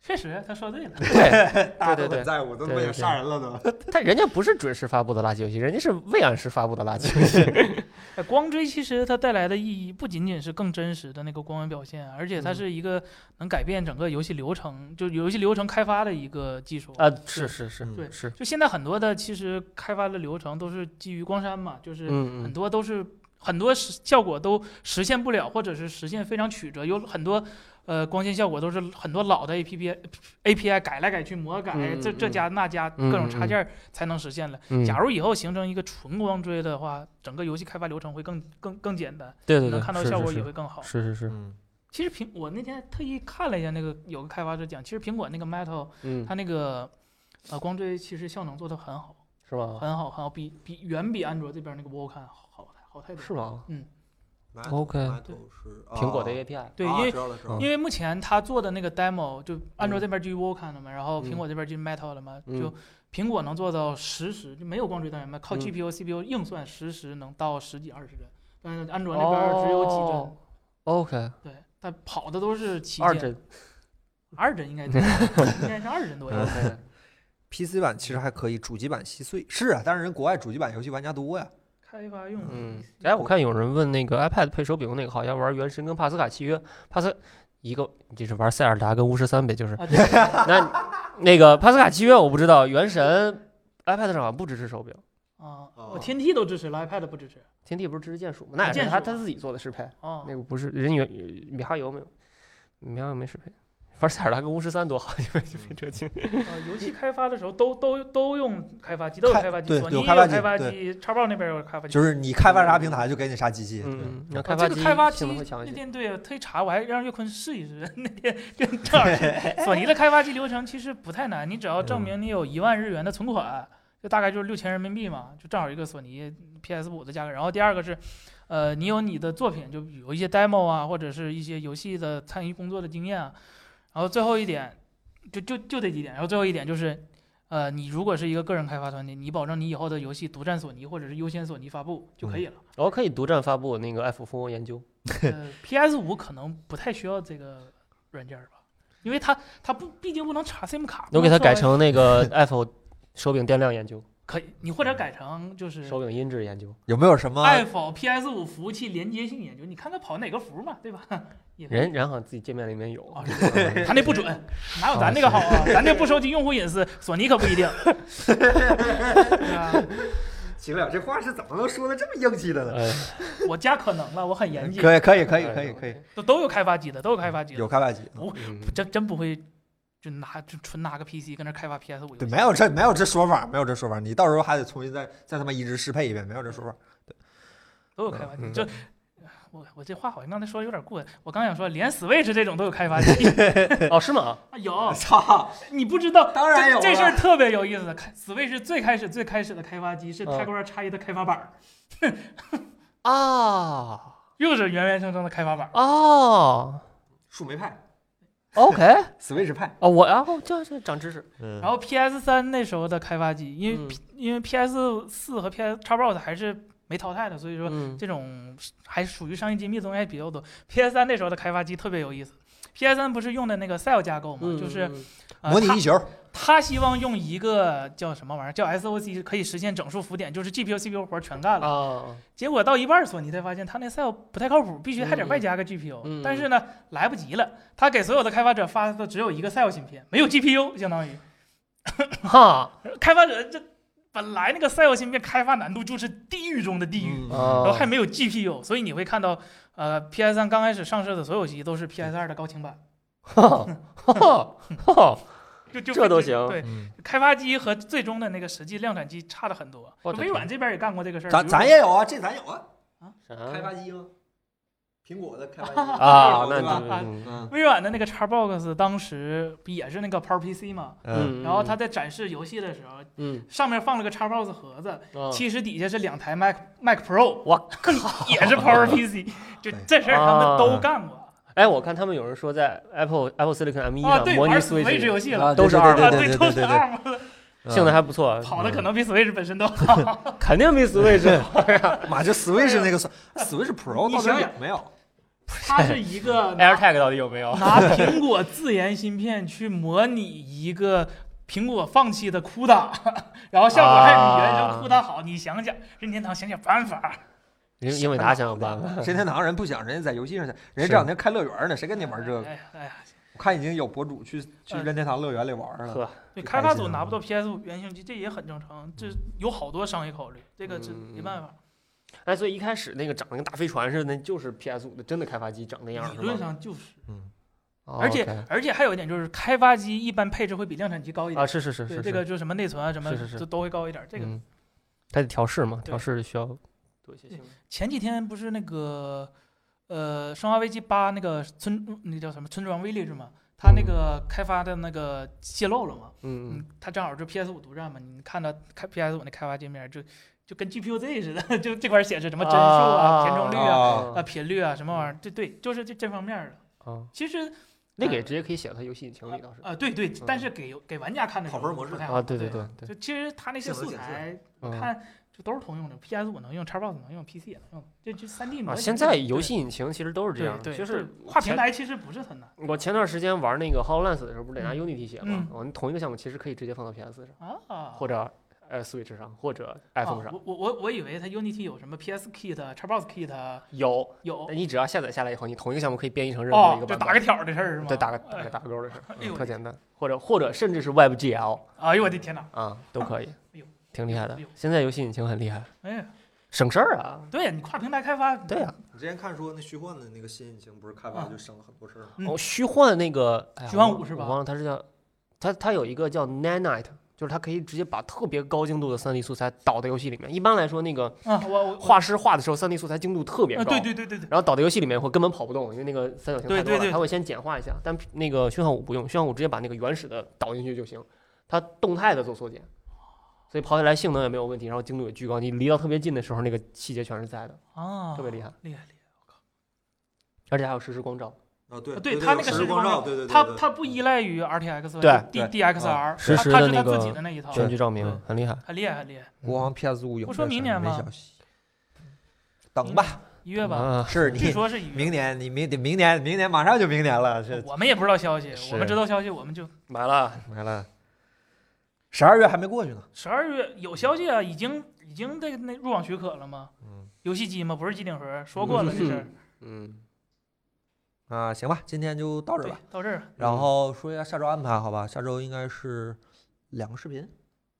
Speaker 3: 确实他说对了。
Speaker 4: 对，
Speaker 2: 大家
Speaker 4: 对
Speaker 2: 都
Speaker 4: 对
Speaker 2: 很
Speaker 4: 对
Speaker 2: 在乎，都他妈
Speaker 4: 对
Speaker 2: 想
Speaker 4: 对
Speaker 2: 杀人了都。
Speaker 4: 但人家不是准时发布的垃圾游戏，人家是未按时发布的垃圾游戏。
Speaker 3: 哎，光追其实它带来的意义不仅仅是更真实的那个光源表现，而且它
Speaker 4: 嗯
Speaker 3: 是一个能改变整个游戏流程，就游戏流程开发的一个技术。
Speaker 4: 啊，是是是，
Speaker 3: 对
Speaker 4: 是，
Speaker 3: 就现在很多的其实开发的流程都是基于光栅嘛，就是
Speaker 4: 嗯
Speaker 3: 很
Speaker 4: 嗯，
Speaker 3: 多都是很多实效果都实现不了，或者是实现非常曲折，有很多呃光线效果都是很多老的 A P P A P I 改来改去魔改，
Speaker 4: 嗯嗯
Speaker 3: 这这
Speaker 4: 嗯
Speaker 3: 加那加各
Speaker 4: 嗯
Speaker 3: 种
Speaker 4: 嗯
Speaker 3: 插
Speaker 4: 嗯
Speaker 3: 件儿才能实现了。
Speaker 4: 嗯
Speaker 3: 假如以后形成一个纯光追的话，整个游戏开发流程会更更更简单，
Speaker 4: 对对对，
Speaker 3: 能看到
Speaker 4: 是
Speaker 3: 效
Speaker 4: 是
Speaker 3: 果也
Speaker 4: 是
Speaker 3: 会更好。
Speaker 4: 是是是，
Speaker 2: 嗯，
Speaker 3: 其实苹我那天特意看了一下那个有个开发者讲，其实苹果那个 Metal
Speaker 4: 嗯，
Speaker 3: 它那个呃光追其实效能做得很好，
Speaker 4: 是吗？
Speaker 3: 很好很好，比比远比安卓这边那个 Vulkan 好好好太多。
Speaker 4: 是吗？
Speaker 3: 嗯，
Speaker 4: OK
Speaker 5: 是
Speaker 4: 苹果的
Speaker 5: 啊
Speaker 4: API。
Speaker 3: 对，
Speaker 5: 啊
Speaker 3: 因为
Speaker 5: 知道了知道
Speaker 3: 因为目前他做的那个 demo 就安
Speaker 4: 嗯
Speaker 3: 卓这边进 Vulkan 了嘛，然后苹果这边进 Metal 了嘛，
Speaker 5: 嗯
Speaker 3: 就苹果能做到实时，就没有光追单元嘛，靠
Speaker 5: 嗯
Speaker 3: GPU、CPU 硬算实时能到十几二十帧，但是安卓那边只有几帧，
Speaker 4: 哦 OK，
Speaker 3: 对，它跑的都是旗
Speaker 4: 二
Speaker 3: 舰，
Speaker 4: 帧。
Speaker 3: 二帧应 该应该是二帧多一点。
Speaker 4: OK，
Speaker 2: PC 版其实还可以，主机版稀碎。
Speaker 5: 是啊，但是人国外主机版游戏玩家多呀，
Speaker 3: 开发用户
Speaker 4: 嗯，哎，我看有人问那个 iPad 配手柄那个，好像玩《原神》跟《帕斯卡契约》，帕斯一个就是玩塞尔达跟巫师三呗，就是
Speaker 3: 啊，对，
Speaker 4: 那那个《帕斯卡契约》我不知道，《原神》iPad 上好像不支持手柄，
Speaker 3: 啊，
Speaker 5: 哦
Speaker 3: 我天梯都支持了，iPad 不支持
Speaker 4: 天地不是支持键鼠吗？那也是
Speaker 3: 键
Speaker 4: 他
Speaker 3: 鼠
Speaker 4: 他自己做的适配，
Speaker 3: 啊
Speaker 4: 那。个不是人原米哈游没有，米哈游没适配，玩塞尔达跟巫师三多好， 因为就没这劲。
Speaker 3: 呃，游戏开发的时候都都都用开发机，都有
Speaker 5: 开
Speaker 3: 开发机，
Speaker 5: 对
Speaker 3: 索尼
Speaker 5: 有
Speaker 3: 也
Speaker 5: 开
Speaker 3: 有
Speaker 5: 发机
Speaker 3: 开发机，叉 box 那边有开发机，
Speaker 5: 就是你开发啥平台就给你啥机器。
Speaker 4: 嗯，那
Speaker 3: 啊
Speaker 4: 开发
Speaker 3: 这
Speaker 4: 机
Speaker 3: 个开发机
Speaker 4: 性能会强一
Speaker 3: 那
Speaker 4: 些。
Speaker 3: 天对，特意查，我还让岳坤试一试。 那天跟正好 是索尼的开发机流程其实不太难，你只要
Speaker 4: 嗯
Speaker 3: 证明你有一万日元的存款，就大概就是六千人民币嘛，就正好一个索尼 PS 五的价格。然后第二个是，呃，你有你的作品，就有一些 demo 啊，或者是一些游戏的参与工作的经验啊。然后最后一点，就就就这几点。然后最后一点就是。呃，你如果是一个个人开发团队，你保证你以后的游戏独占索尼或者是优先索尼发布就可以了。
Speaker 4: 然后可以独占发布那个 F 富翁研究，
Speaker 3: 呃 PS 五可能不太需要这个软件儿吧，因为它它不毕竟不能插 SIM 卡。
Speaker 4: 我
Speaker 3: 不
Speaker 4: 给
Speaker 3: 能
Speaker 4: 它
Speaker 3: 做
Speaker 4: 改成那个 Apple 手柄电量研究、
Speaker 3: 可以，你或者改成就是
Speaker 4: 手柄音质研究。
Speaker 5: 有没有什么？
Speaker 4: 哎
Speaker 3: 爱否 PS 五服务器连接性研究，你看它跑哪个服嘛，对吧？也可以
Speaker 4: 人人好像自己界面里面有， 呃
Speaker 3: 哦 他那不准，哪有咱
Speaker 4: 哦
Speaker 3: 那个好啊？咱这不收集用户隐私，索尼可不一定。 对吧？
Speaker 5: 秦淼这话是怎么能说的这么硬气的？
Speaker 4: 呃，
Speaker 3: 我加可能了，我很严谨，
Speaker 5: 可以可以
Speaker 4: 哎
Speaker 5: 可以可以可以，
Speaker 3: 都都有开发机的，都有开发机的，
Speaker 5: 有开发机。
Speaker 4: 嗯
Speaker 3: 不真真不会就拿就纯拿个 PC 跟那儿开发 PS 五。
Speaker 5: 对，没有这没有这说法，没有这说法，你到时候还得重新再再他妈移植适配一遍，没有这说法。
Speaker 3: 都有开发机，
Speaker 4: 嗯
Speaker 3: 就我我这话好像刚才说的有点过，我刚想说连 Switch 这种都有开发机，
Speaker 4: 哦，是吗？
Speaker 3: 啊有
Speaker 5: 操，
Speaker 3: 你不知道？
Speaker 5: 当
Speaker 4: 啊
Speaker 5: 然有
Speaker 3: 这这事儿
Speaker 5: 了
Speaker 3: 特别有意思。开 Switch 最开始最开始的开发机是
Speaker 4: 嗯
Speaker 3: Tegra X1 的开发板儿，
Speaker 4: 啊，
Speaker 3: 又是原原生生的开发板儿。
Speaker 4: 哦
Speaker 5: 树莓派、
Speaker 4: ，OK，
Speaker 5: Switch 派，
Speaker 4: 哦，我然后这这长知识，
Speaker 5: 嗯
Speaker 3: 然后 PS 三那时候的开发机，因为、
Speaker 4: 嗯
Speaker 3: P- 因为 PS 四和 PS Xbox 还是没淘汰的，所以说
Speaker 4: 嗯
Speaker 3: 这种还属于商业机密的东西还比较多。PS 三那时候的开发机特别有意思。PS 三不是用的那个 Cell 架构嘛，
Speaker 4: 嗯
Speaker 3: 就是、呃、
Speaker 5: 模拟
Speaker 3: 它
Speaker 5: 地球，
Speaker 3: 他希望用一个叫什么玩意儿，叫 SOC 可以实现整数浮点，就是 GPU、CPU 活儿全干了。
Speaker 4: 啊，
Speaker 3: 结果到一半儿的时候，你才发现他那 Cell 不太靠谱，必须还得
Speaker 4: 嗯
Speaker 3: 外加个 GPU、
Speaker 4: 嗯
Speaker 3: 但是呢，来不及了，他给所有的开发者发的只有一个 Cell 芯片，没有 GPU，相当于
Speaker 4: 哈，
Speaker 3: 开发者这本来那个 Cell 芯片开发难度就是地狱中的地
Speaker 5: 嗯
Speaker 3: 狱。然后
Speaker 4: 哦
Speaker 3: 还没有 GPU，所以你会看到，呃，PS 三刚开始上市的所有机都是 PS 二的高清版，
Speaker 4: 哈哈哈，
Speaker 3: 就就
Speaker 4: 这都
Speaker 3: 就
Speaker 4: 行
Speaker 3: 对，
Speaker 5: 嗯，
Speaker 3: 开发机和最终的那个实际量产机差的很多。
Speaker 4: 我的
Speaker 3: 微软这边也干过这个事儿，
Speaker 5: 咱
Speaker 3: 比如
Speaker 5: 咱也有啊，这咱有啊，开
Speaker 4: 啥
Speaker 5: 发机吗？苹果的开 发机
Speaker 4: 哦啊？那
Speaker 5: 对吧
Speaker 4: 就
Speaker 3: 嗯啊
Speaker 4: 嗯
Speaker 5: 嗯
Speaker 3: 微软的那个 Xbox 当时不也是那个 PowerPC 嘛，
Speaker 4: 嗯，
Speaker 3: 然后它在展示游戏的时候，
Speaker 4: 嗯，
Speaker 3: 上面放了个 Xbox 盒子，
Speaker 4: 嗯
Speaker 3: 其实底下是两台 Mac Mac Pro，
Speaker 4: 我
Speaker 3: 也是 PowerPC，就这事儿他们都干过
Speaker 4: 哎，我看他们有人说在 Apple Apple Silicon M1
Speaker 3: 啊，
Speaker 4: 上
Speaker 3: 对，
Speaker 4: 模拟
Speaker 3: 玩 Switch
Speaker 4: Switch，
Speaker 3: 游戏了。
Speaker 4: 都是
Speaker 5: 对
Speaker 4: 二
Speaker 3: 啊，
Speaker 5: 对对
Speaker 3: 都
Speaker 5: 对
Speaker 3: 是
Speaker 5: 对嗯
Speaker 3: 二
Speaker 5: 对，
Speaker 3: 嘛，
Speaker 4: 性能还不错，嗯
Speaker 3: 跑的可能比 Switch 本身都好。
Speaker 4: 肯定比 Switch 好。
Speaker 5: 妈这 Switch 那个 Switch Pro 到底有没有？
Speaker 3: 它是一 个
Speaker 4: AirTag 到底有 没有？
Speaker 3: 拿苹果自研芯片去模拟一个苹果放弃的 CUDA，然后效果还比原生 CUDA 好，你想想，任天堂想想办法。
Speaker 4: 因因为哪想想办法？
Speaker 3: 嗯
Speaker 5: 任天堂人不想，人家在游戏上，人家
Speaker 4: 是
Speaker 5: 这两天开乐园呢，谁跟你玩这个？
Speaker 3: 哎呀，哎呀，
Speaker 5: 我看已经有博主去去
Speaker 3: 嗯
Speaker 5: 任天堂乐园里玩了。
Speaker 4: 呵，
Speaker 3: 对，开发组拿
Speaker 4: 嗯
Speaker 3: 不到 PS 五原型机，这也很正常，这有好多商业考虑，这个是
Speaker 4: 嗯
Speaker 3: 没办法。
Speaker 4: 哎，所以一开始那个长得跟大飞船似的，那就是 PS 五的真的开发机长那样儿，
Speaker 3: 理
Speaker 4: 是
Speaker 3: 论
Speaker 4: 吧？
Speaker 3: 上就是，
Speaker 4: 嗯
Speaker 5: 嗯
Speaker 4: 哦
Speaker 3: 而且
Speaker 4: OK
Speaker 3: 而且还有一点就是，开发机一般配置会比量产机高一
Speaker 4: 啊，
Speaker 3: 点，
Speaker 4: 是是是
Speaker 3: 对，
Speaker 4: 是
Speaker 3: 这个就是什么内存啊什么
Speaker 4: 是是是
Speaker 3: 就都会高一点。这个
Speaker 4: 嗯，它得调试嘛，
Speaker 3: 对
Speaker 4: 调试需要嗯多一些性能。
Speaker 3: 前几天不是那个，呃，《生化危机八》那个村嗯那叫什么村庄 Village 嘛，它那个开发的那个泄露了嘛，
Speaker 4: 嗯嗯，嗯，
Speaker 3: 它正好是 PS 五独占嘛，你看到开 PS 五那开发界面就就跟 GPUZ 似的， 就这块显示什
Speaker 4: 什
Speaker 3: 么帧数啊、 填充率啊、
Speaker 4: 嗯
Speaker 5: 啊
Speaker 3: 啊频率啊什么玩意儿，对对，就是这这方面儿的。
Speaker 4: 啊，
Speaker 3: 其实
Speaker 4: 那个也直接可以写到游戏引擎里倒是
Speaker 3: 啊，对对，但是给给玩家看的时候
Speaker 5: 跑分模式
Speaker 3: 不太好
Speaker 4: 嗯啊，对
Speaker 3: 对
Speaker 4: 对，对对，
Speaker 3: 就其实它那些
Speaker 5: 性能
Speaker 3: 素
Speaker 5: 检测
Speaker 3: 材
Speaker 4: 嗯。
Speaker 3: 看就都是通用的，PS 五能用，Xbox 能用，PC 也能用，这这三 D 模
Speaker 4: 啊，
Speaker 3: 型
Speaker 4: 现
Speaker 3: 这
Speaker 4: 在
Speaker 3: 种
Speaker 4: 游戏引擎其实都是
Speaker 3: 对
Speaker 4: 这样，
Speaker 3: 对，
Speaker 4: 就
Speaker 3: 对
Speaker 4: 是
Speaker 3: 跨
Speaker 4: 前
Speaker 3: 平台其实不是很难
Speaker 4: 我前段时间玩那个 HoloLens 的时候，不是得拿
Speaker 3: 嗯
Speaker 4: Unity 写吗
Speaker 3: 嗯？
Speaker 4: 我们同一个项目其实可以直接放到 PS 上，
Speaker 3: 啊。
Speaker 4: 或者呃 Switch 上，或者 iPhone
Speaker 3: 啊
Speaker 4: 上。
Speaker 3: 我我我我以为它 Unity 有什么 PS Kit 啊、Xbox Kit 啊
Speaker 4: 有，
Speaker 3: 有
Speaker 4: 但你只要下载下来以后，你同一个项目可以编译成任何一
Speaker 3: 哦
Speaker 4: 个，
Speaker 3: 就
Speaker 4: 版
Speaker 3: 打个
Speaker 4: 本。
Speaker 3: 挑的事儿是吗？
Speaker 4: 对，打个
Speaker 3: 哎
Speaker 4: 打个打个勾的事儿，
Speaker 3: 哎呦
Speaker 4: 嗯
Speaker 3: 我
Speaker 4: 特
Speaker 3: 的
Speaker 4: 简单。或者或者甚至是 WebGL
Speaker 3: 哎呦我的天哪！
Speaker 4: 啊，都可以
Speaker 3: 呦，
Speaker 4: 挺厉害的
Speaker 3: 哎呦。
Speaker 4: 现在游戏引擎很厉害，
Speaker 3: 哎呀，
Speaker 4: 省事儿啊。
Speaker 3: 对呀，你跨平台开发，
Speaker 4: 对呀，
Speaker 5: 你之前看说那虚幻的那个新引擎不是开发就省了很多事儿吗？
Speaker 3: 嗯
Speaker 4: 哦，虚幻那个哎呀
Speaker 3: 虚幻
Speaker 4: 我
Speaker 3: 五是吧
Speaker 4: 我忘了它是叫，它它有一个叫 Nanite，就是它可以直接把特别高精度的 3D 素材导到游戏里面。一般来说，那个
Speaker 3: 啊，我我
Speaker 4: 画师画的时候，3D 素材精度特别
Speaker 3: 啊，
Speaker 4: 高。
Speaker 3: 对对对对对，
Speaker 4: 然后导到游戏里面会根本跑不动，因为那个三角形
Speaker 3: 对
Speaker 4: 太多
Speaker 3: 对
Speaker 4: 了，
Speaker 3: 对
Speaker 4: 它会先简化一下。但那个讯号五不用，讯号五直接把那个原始的导进去就行，它动态的做缩减，所以跑起来性能也没有问题，然后精度也巨高。你离到特别近的时候，那个细节全是在的，
Speaker 3: 啊，
Speaker 4: 特别厉害，
Speaker 3: 厉害厉害。
Speaker 4: 而且还有实时光照。
Speaker 5: 啊，对
Speaker 3: 啊对
Speaker 5: 对，
Speaker 3: 它那个
Speaker 5: 有
Speaker 3: 是
Speaker 5: 时光
Speaker 3: 光
Speaker 5: 照，对对对，
Speaker 3: 它
Speaker 5: 对
Speaker 3: 它不依赖于 RTX
Speaker 4: 对啊
Speaker 3: D
Speaker 5: 对
Speaker 3: DXR，
Speaker 4: 实时
Speaker 3: 它它
Speaker 4: 的
Speaker 3: 是
Speaker 4: 那
Speaker 3: 它自己
Speaker 4: 个
Speaker 3: 的那一套，
Speaker 4: 全局照明
Speaker 3: 对
Speaker 4: 很厉害，
Speaker 3: 很厉害很厉害。
Speaker 2: 国行 PS 五有
Speaker 3: 不说
Speaker 2: 这事儿
Speaker 3: 明年
Speaker 2: 没
Speaker 3: 吗
Speaker 2: 消息，等吧，
Speaker 3: 一月吧，
Speaker 4: 啊，
Speaker 2: 是
Speaker 3: 据
Speaker 2: 你
Speaker 3: 说是一月。
Speaker 2: 明年，你明得明年，明年马上就明年了，这
Speaker 3: 我们也不知道消息，我
Speaker 2: 是
Speaker 3: 们知道消息我们就
Speaker 4: 买了，
Speaker 2: 没了。十二月还没过去呢，
Speaker 3: 十二月有消息啊，已经已经这个那入网许可了吗？
Speaker 2: 嗯
Speaker 3: 游戏机吗？不是机顶盒，说过了这事儿。
Speaker 4: 嗯，
Speaker 2: 啊，行吧，今天就到这儿
Speaker 3: 对嗯
Speaker 2: 吧。，
Speaker 3: 到这儿
Speaker 2: 然后说一下下周安排，好吧？下周应该是两个视频，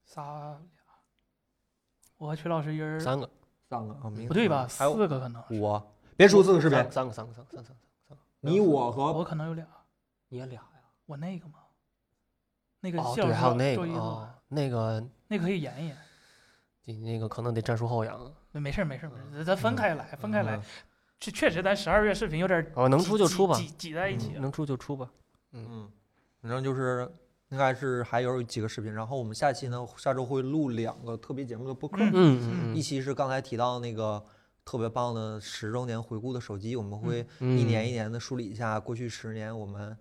Speaker 3: 仨俩，我和曲老师一人儿
Speaker 4: 三个
Speaker 2: 三个啊，明
Speaker 3: 不对吧？
Speaker 2: 还有
Speaker 3: 四个可能，
Speaker 2: 我别出四个视频
Speaker 4: 三，三个三个三个三个三个，
Speaker 5: 你我和
Speaker 3: 我可能有俩，
Speaker 4: 你也俩呀？
Speaker 3: 我那个吗？那个
Speaker 4: 哦，
Speaker 3: 谢老
Speaker 4: 对，
Speaker 3: 师
Speaker 4: 还有那
Speaker 3: 周
Speaker 4: 个
Speaker 3: 一做的
Speaker 4: 哦，那个
Speaker 3: 那个可以延一延。
Speaker 4: 你那个可能得战术后仰啊。
Speaker 3: 没没事儿没事儿没事儿，
Speaker 4: 嗯
Speaker 3: 咱分开来，分开来
Speaker 2: 嗯。
Speaker 3: 确确实，咱十二月视频有点儿
Speaker 4: 哦，能
Speaker 3: 挤
Speaker 4: 出就出吧，
Speaker 3: 挤挤在一起了。
Speaker 4: 能出就出吧。
Speaker 2: 嗯，反正就是应该是还有几个视频，然后我们下期呢，下周会录两个特别节目的播客，
Speaker 3: 嗯
Speaker 4: 嗯
Speaker 2: 一期是刚才提到那个特别棒的十周年回顾的手机，我们会
Speaker 4: 嗯
Speaker 2: 一年一年的梳理一下过去十年我们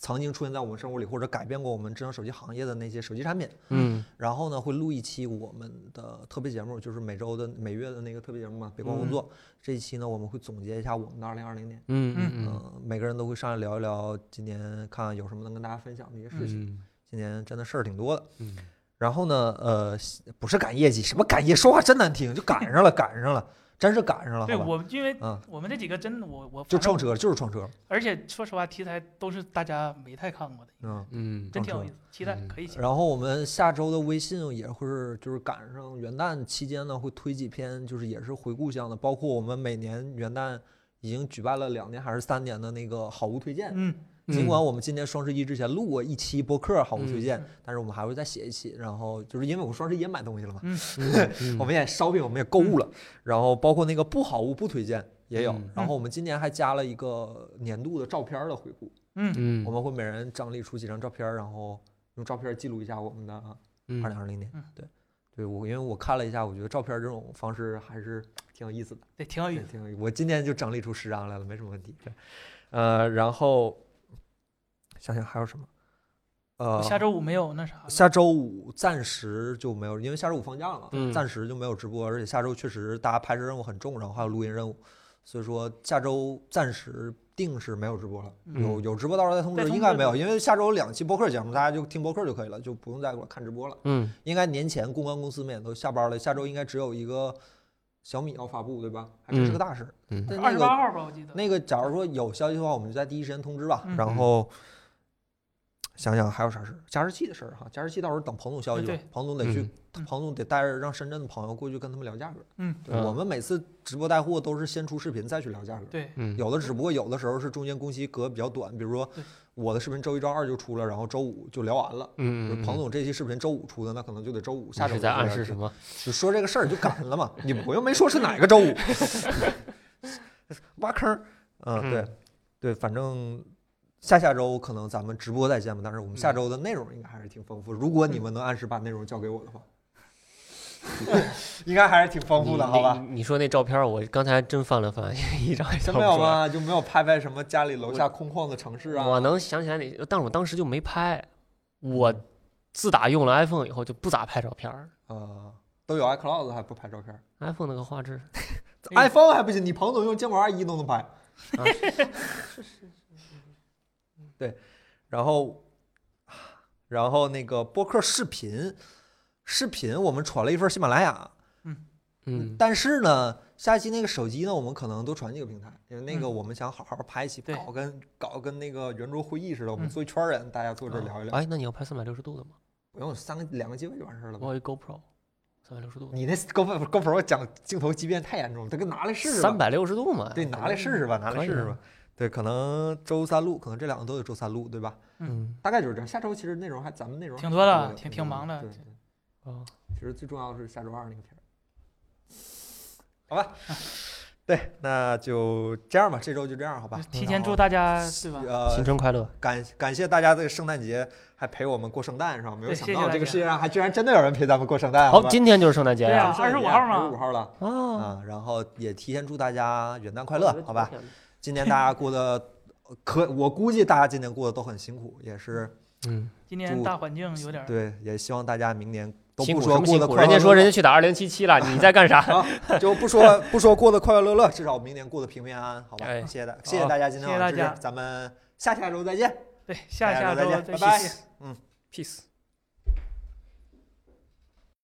Speaker 2: 曾经出现在我们生活里或者改变过我们智能手机行业的那些手机产品。
Speaker 4: 嗯
Speaker 2: 然后呢，会录一期我们的特别节目，就是每周的每月的那个特别节目嘛，北光工作。这一期呢，我们会总结一下我们的二零二零年。
Speaker 4: 嗯
Speaker 2: 嗯
Speaker 4: 嗯、
Speaker 2: 每个人都会上来聊一聊今年，看看有什么能跟大家分享的一些事情。
Speaker 4: 嗯
Speaker 2: 今年真的事儿挺多的。
Speaker 4: 嗯
Speaker 2: 然后呢，呃，不是赶业绩，什么赶业，说话真难听，就赶上了，赶上了，真是赶上了。
Speaker 3: 对
Speaker 2: 好吧，
Speaker 3: 我，因为
Speaker 2: 嗯，
Speaker 3: 我们这几个真的，我
Speaker 2: 就
Speaker 3: 我反正
Speaker 2: 撞车，就是撞车，
Speaker 3: 而且说实话，题材都是大家没太看过的，
Speaker 2: 嗯。
Speaker 4: 嗯
Speaker 3: 真
Speaker 2: 撞
Speaker 3: 挺有
Speaker 2: 车
Speaker 3: 意思，期待
Speaker 4: 嗯
Speaker 3: 可以期待。
Speaker 2: 然后我们下周的微信也会是就是赶上元旦期间呢，会推几篇就是也是回顾向的，包括我们每年元旦已经举办了两年还是三年的那个好物推荐。
Speaker 3: 嗯，
Speaker 2: 尽管我们今年双十一之前录过一期播客好物推荐，
Speaker 3: 嗯
Speaker 2: 但是我们还会再写一期。然后就是因为我双十一也买东西了嘛，
Speaker 4: 嗯
Speaker 2: 我们也 shopping，我们也购物了。然后包括那个不好物不推荐也有。
Speaker 4: 嗯
Speaker 2: 然后我们今年还加了一个年度的照片儿的回顾，
Speaker 4: 嗯
Speaker 2: 我们会每人整理出几张照片儿，然后用照片儿记录一下我们的
Speaker 4: 嗯
Speaker 2: 二零二零年
Speaker 3: 嗯。
Speaker 2: 对，对我因为我看了一下，我觉得照片儿这种方式还是挺有意思的，
Speaker 3: 对，挺有意
Speaker 2: 对
Speaker 3: 思。
Speaker 2: 挺有意思。我今天就整理出十张来了，没什么问题。对，呃，然后想想还有什么？呃，
Speaker 3: 我下周五没有那啥了，
Speaker 2: 下周五暂时就没有，因为下周五放假了嘛，
Speaker 4: 嗯
Speaker 2: 暂时就没有直播，而且下周确实大家拍摄任务很重，然后还有录音任务，所以说下周暂时定是没有直播了。有
Speaker 4: 嗯
Speaker 2: 有直播到时候再通
Speaker 3: 再
Speaker 2: 知，
Speaker 3: 通
Speaker 2: 应该
Speaker 3: 知
Speaker 2: 没有，
Speaker 3: 吧
Speaker 2: 因为下周有两期播客节目，大家就听播客就可以了，就不用再给我看直播了。
Speaker 4: 嗯
Speaker 2: 应该年前公关公司们也都下班了，下周应该只有一个小米要发布，对吧？还真是个
Speaker 4: 嗯
Speaker 2: 大事。
Speaker 4: 嗯
Speaker 2: 但
Speaker 3: 二
Speaker 2: 那
Speaker 3: 十
Speaker 2: 个
Speaker 3: 八号吧，我记得。
Speaker 2: 那个，假如说有消息的话，我们就在第一时间通知吧。
Speaker 3: 嗯
Speaker 2: 然后想想还有啥事儿，加湿器的事儿哈，加湿器到时候等彭总消息吧
Speaker 3: 对对。
Speaker 2: 彭总得去，
Speaker 3: 嗯
Speaker 2: 彭总得带着让深圳的朋友过去跟他们聊价格。
Speaker 3: 嗯
Speaker 2: 对
Speaker 4: 嗯
Speaker 2: 我们每次直播带货都是先出视频再去聊价格。
Speaker 3: 对，
Speaker 4: 嗯
Speaker 2: 有的只不过有的时候是中间工期隔比较短，比如说
Speaker 3: 对
Speaker 2: 我的视频周一、周二就出了，然后周五就聊完了。就是
Speaker 4: 嗯
Speaker 2: 彭总这期视频周五出的，那可能就得周五下
Speaker 4: 下
Speaker 2: 周
Speaker 4: 是
Speaker 2: 就
Speaker 4: 在
Speaker 2: 聊
Speaker 4: 暗
Speaker 2: 价
Speaker 4: 示
Speaker 2: 格
Speaker 4: 什么？
Speaker 2: 就说这个事儿就赶了嘛，你我又没说是哪个周 五，挖坑儿，嗯，对，对，反正下下周可能咱们直播再见吧，但是我们下周的内容应该还是挺丰富，如果你们能按时把内容交给我的话， 应该还是挺丰富的，
Speaker 4: 你
Speaker 2: 好
Speaker 4: 你
Speaker 2: 吧？
Speaker 4: 你说那照片儿，我刚才还真翻了翻， 一张也
Speaker 2: 真
Speaker 4: 张
Speaker 2: 没有吗？就没有拍拍什么家里楼下空旷的城市啊？
Speaker 4: 我能想起来哪，但是我当时就没拍。我
Speaker 2: 嗯
Speaker 4: 自打用了 iPhone 以后，就不咋拍照片儿。
Speaker 2: 啊，都有 iCloud 还不拍照片
Speaker 4: iPhone 那个画质，
Speaker 3: 哎
Speaker 2: ？iPhone 还不行，你彭总用坚果二一都能拍。
Speaker 8: 然后，
Speaker 2: 然后那个播客视频，视频我们传了一份喜马拉雅，
Speaker 4: 嗯，
Speaker 2: 但是呢，下一期那个手机呢，我们可能多传几个平台，因为那个我们想好好拍一期，
Speaker 3: 对
Speaker 2: 搞跟搞跟那个圆桌会议似的，我们
Speaker 3: 嗯
Speaker 2: 坐一圈儿人，大家坐这儿聊一聊，
Speaker 4: 哎，那你要拍三百六十度的吗？
Speaker 2: 不用三个两个机位就完事儿了吧
Speaker 4: 我？有一 GoPro，三百六十度
Speaker 2: 嗯
Speaker 4: 的，
Speaker 2: 你那 GoPro GoPro 讲镜头畸变太严重了，这个拿来试试吧
Speaker 4: 三。百六十度嘛？
Speaker 2: 对，拿来试试吧，拿来
Speaker 4: 可以
Speaker 2: 试试
Speaker 4: 的
Speaker 2: 吧。对，可能周三录，可能这两个都有周三录，对吧？
Speaker 4: 嗯，
Speaker 2: 大概就是这样。下周其实内容还咱们内容
Speaker 3: 挺
Speaker 2: 还
Speaker 3: 多的
Speaker 2: 的，
Speaker 3: 挺挺忙的
Speaker 2: 对，
Speaker 3: 挺
Speaker 2: 对
Speaker 4: 哦，
Speaker 2: 其实最重要的是下周二那个片儿。
Speaker 8: 对，那就
Speaker 2: 这样吧，这周就这样，好吧？
Speaker 3: 提前祝大家对吧？
Speaker 2: 呃
Speaker 4: 新，春快乐！
Speaker 2: 感感谢大家在圣诞节还陪我们过圣诞，是吧？没有
Speaker 3: 对
Speaker 2: 想
Speaker 3: 谢谢
Speaker 2: 到
Speaker 3: 大
Speaker 2: 这个
Speaker 3: 家
Speaker 2: 世界上还居然真的有人陪咱们过圣诞，
Speaker 4: 好，
Speaker 2: 吧？
Speaker 4: 今天就是圣诞节
Speaker 3: 对
Speaker 4: 呀
Speaker 3: 啊！25号嗯嘛
Speaker 2: 五号了
Speaker 4: 啊，
Speaker 2: 啊。然后也提前祝大家
Speaker 3: 嗯
Speaker 2: 元旦快乐，好吧？
Speaker 4: 我的天哪？
Speaker 2: 今年大家过得， 可我估计大家今年过得都很辛苦，也是
Speaker 4: 嗯，
Speaker 3: 今年大环境有点儿，
Speaker 2: 对，也希望大家明年都
Speaker 4: 辛
Speaker 2: 不
Speaker 4: 苦
Speaker 2: 说
Speaker 4: 什么
Speaker 2: 过
Speaker 4: 辛
Speaker 2: 得
Speaker 4: 苦？
Speaker 2: 快
Speaker 4: 人
Speaker 2: 快
Speaker 4: 家
Speaker 2: 乐
Speaker 4: 说
Speaker 2: 乐
Speaker 4: 人家去打二零七七了，你在干啥？
Speaker 2: 就不说不说过得快快乐乐，至少明年过得平平安安，好吧？
Speaker 4: 哎
Speaker 2: 谢谢大谢谢大家今天
Speaker 3: 谢谢
Speaker 2: 晚上
Speaker 3: 大
Speaker 2: 支持
Speaker 3: 家，
Speaker 2: 咱们下下周再见，
Speaker 3: 对，下
Speaker 2: 下
Speaker 3: 下周
Speaker 2: 再见，拜
Speaker 3: 再
Speaker 2: 拜
Speaker 3: 见。。
Speaker 4: Peace。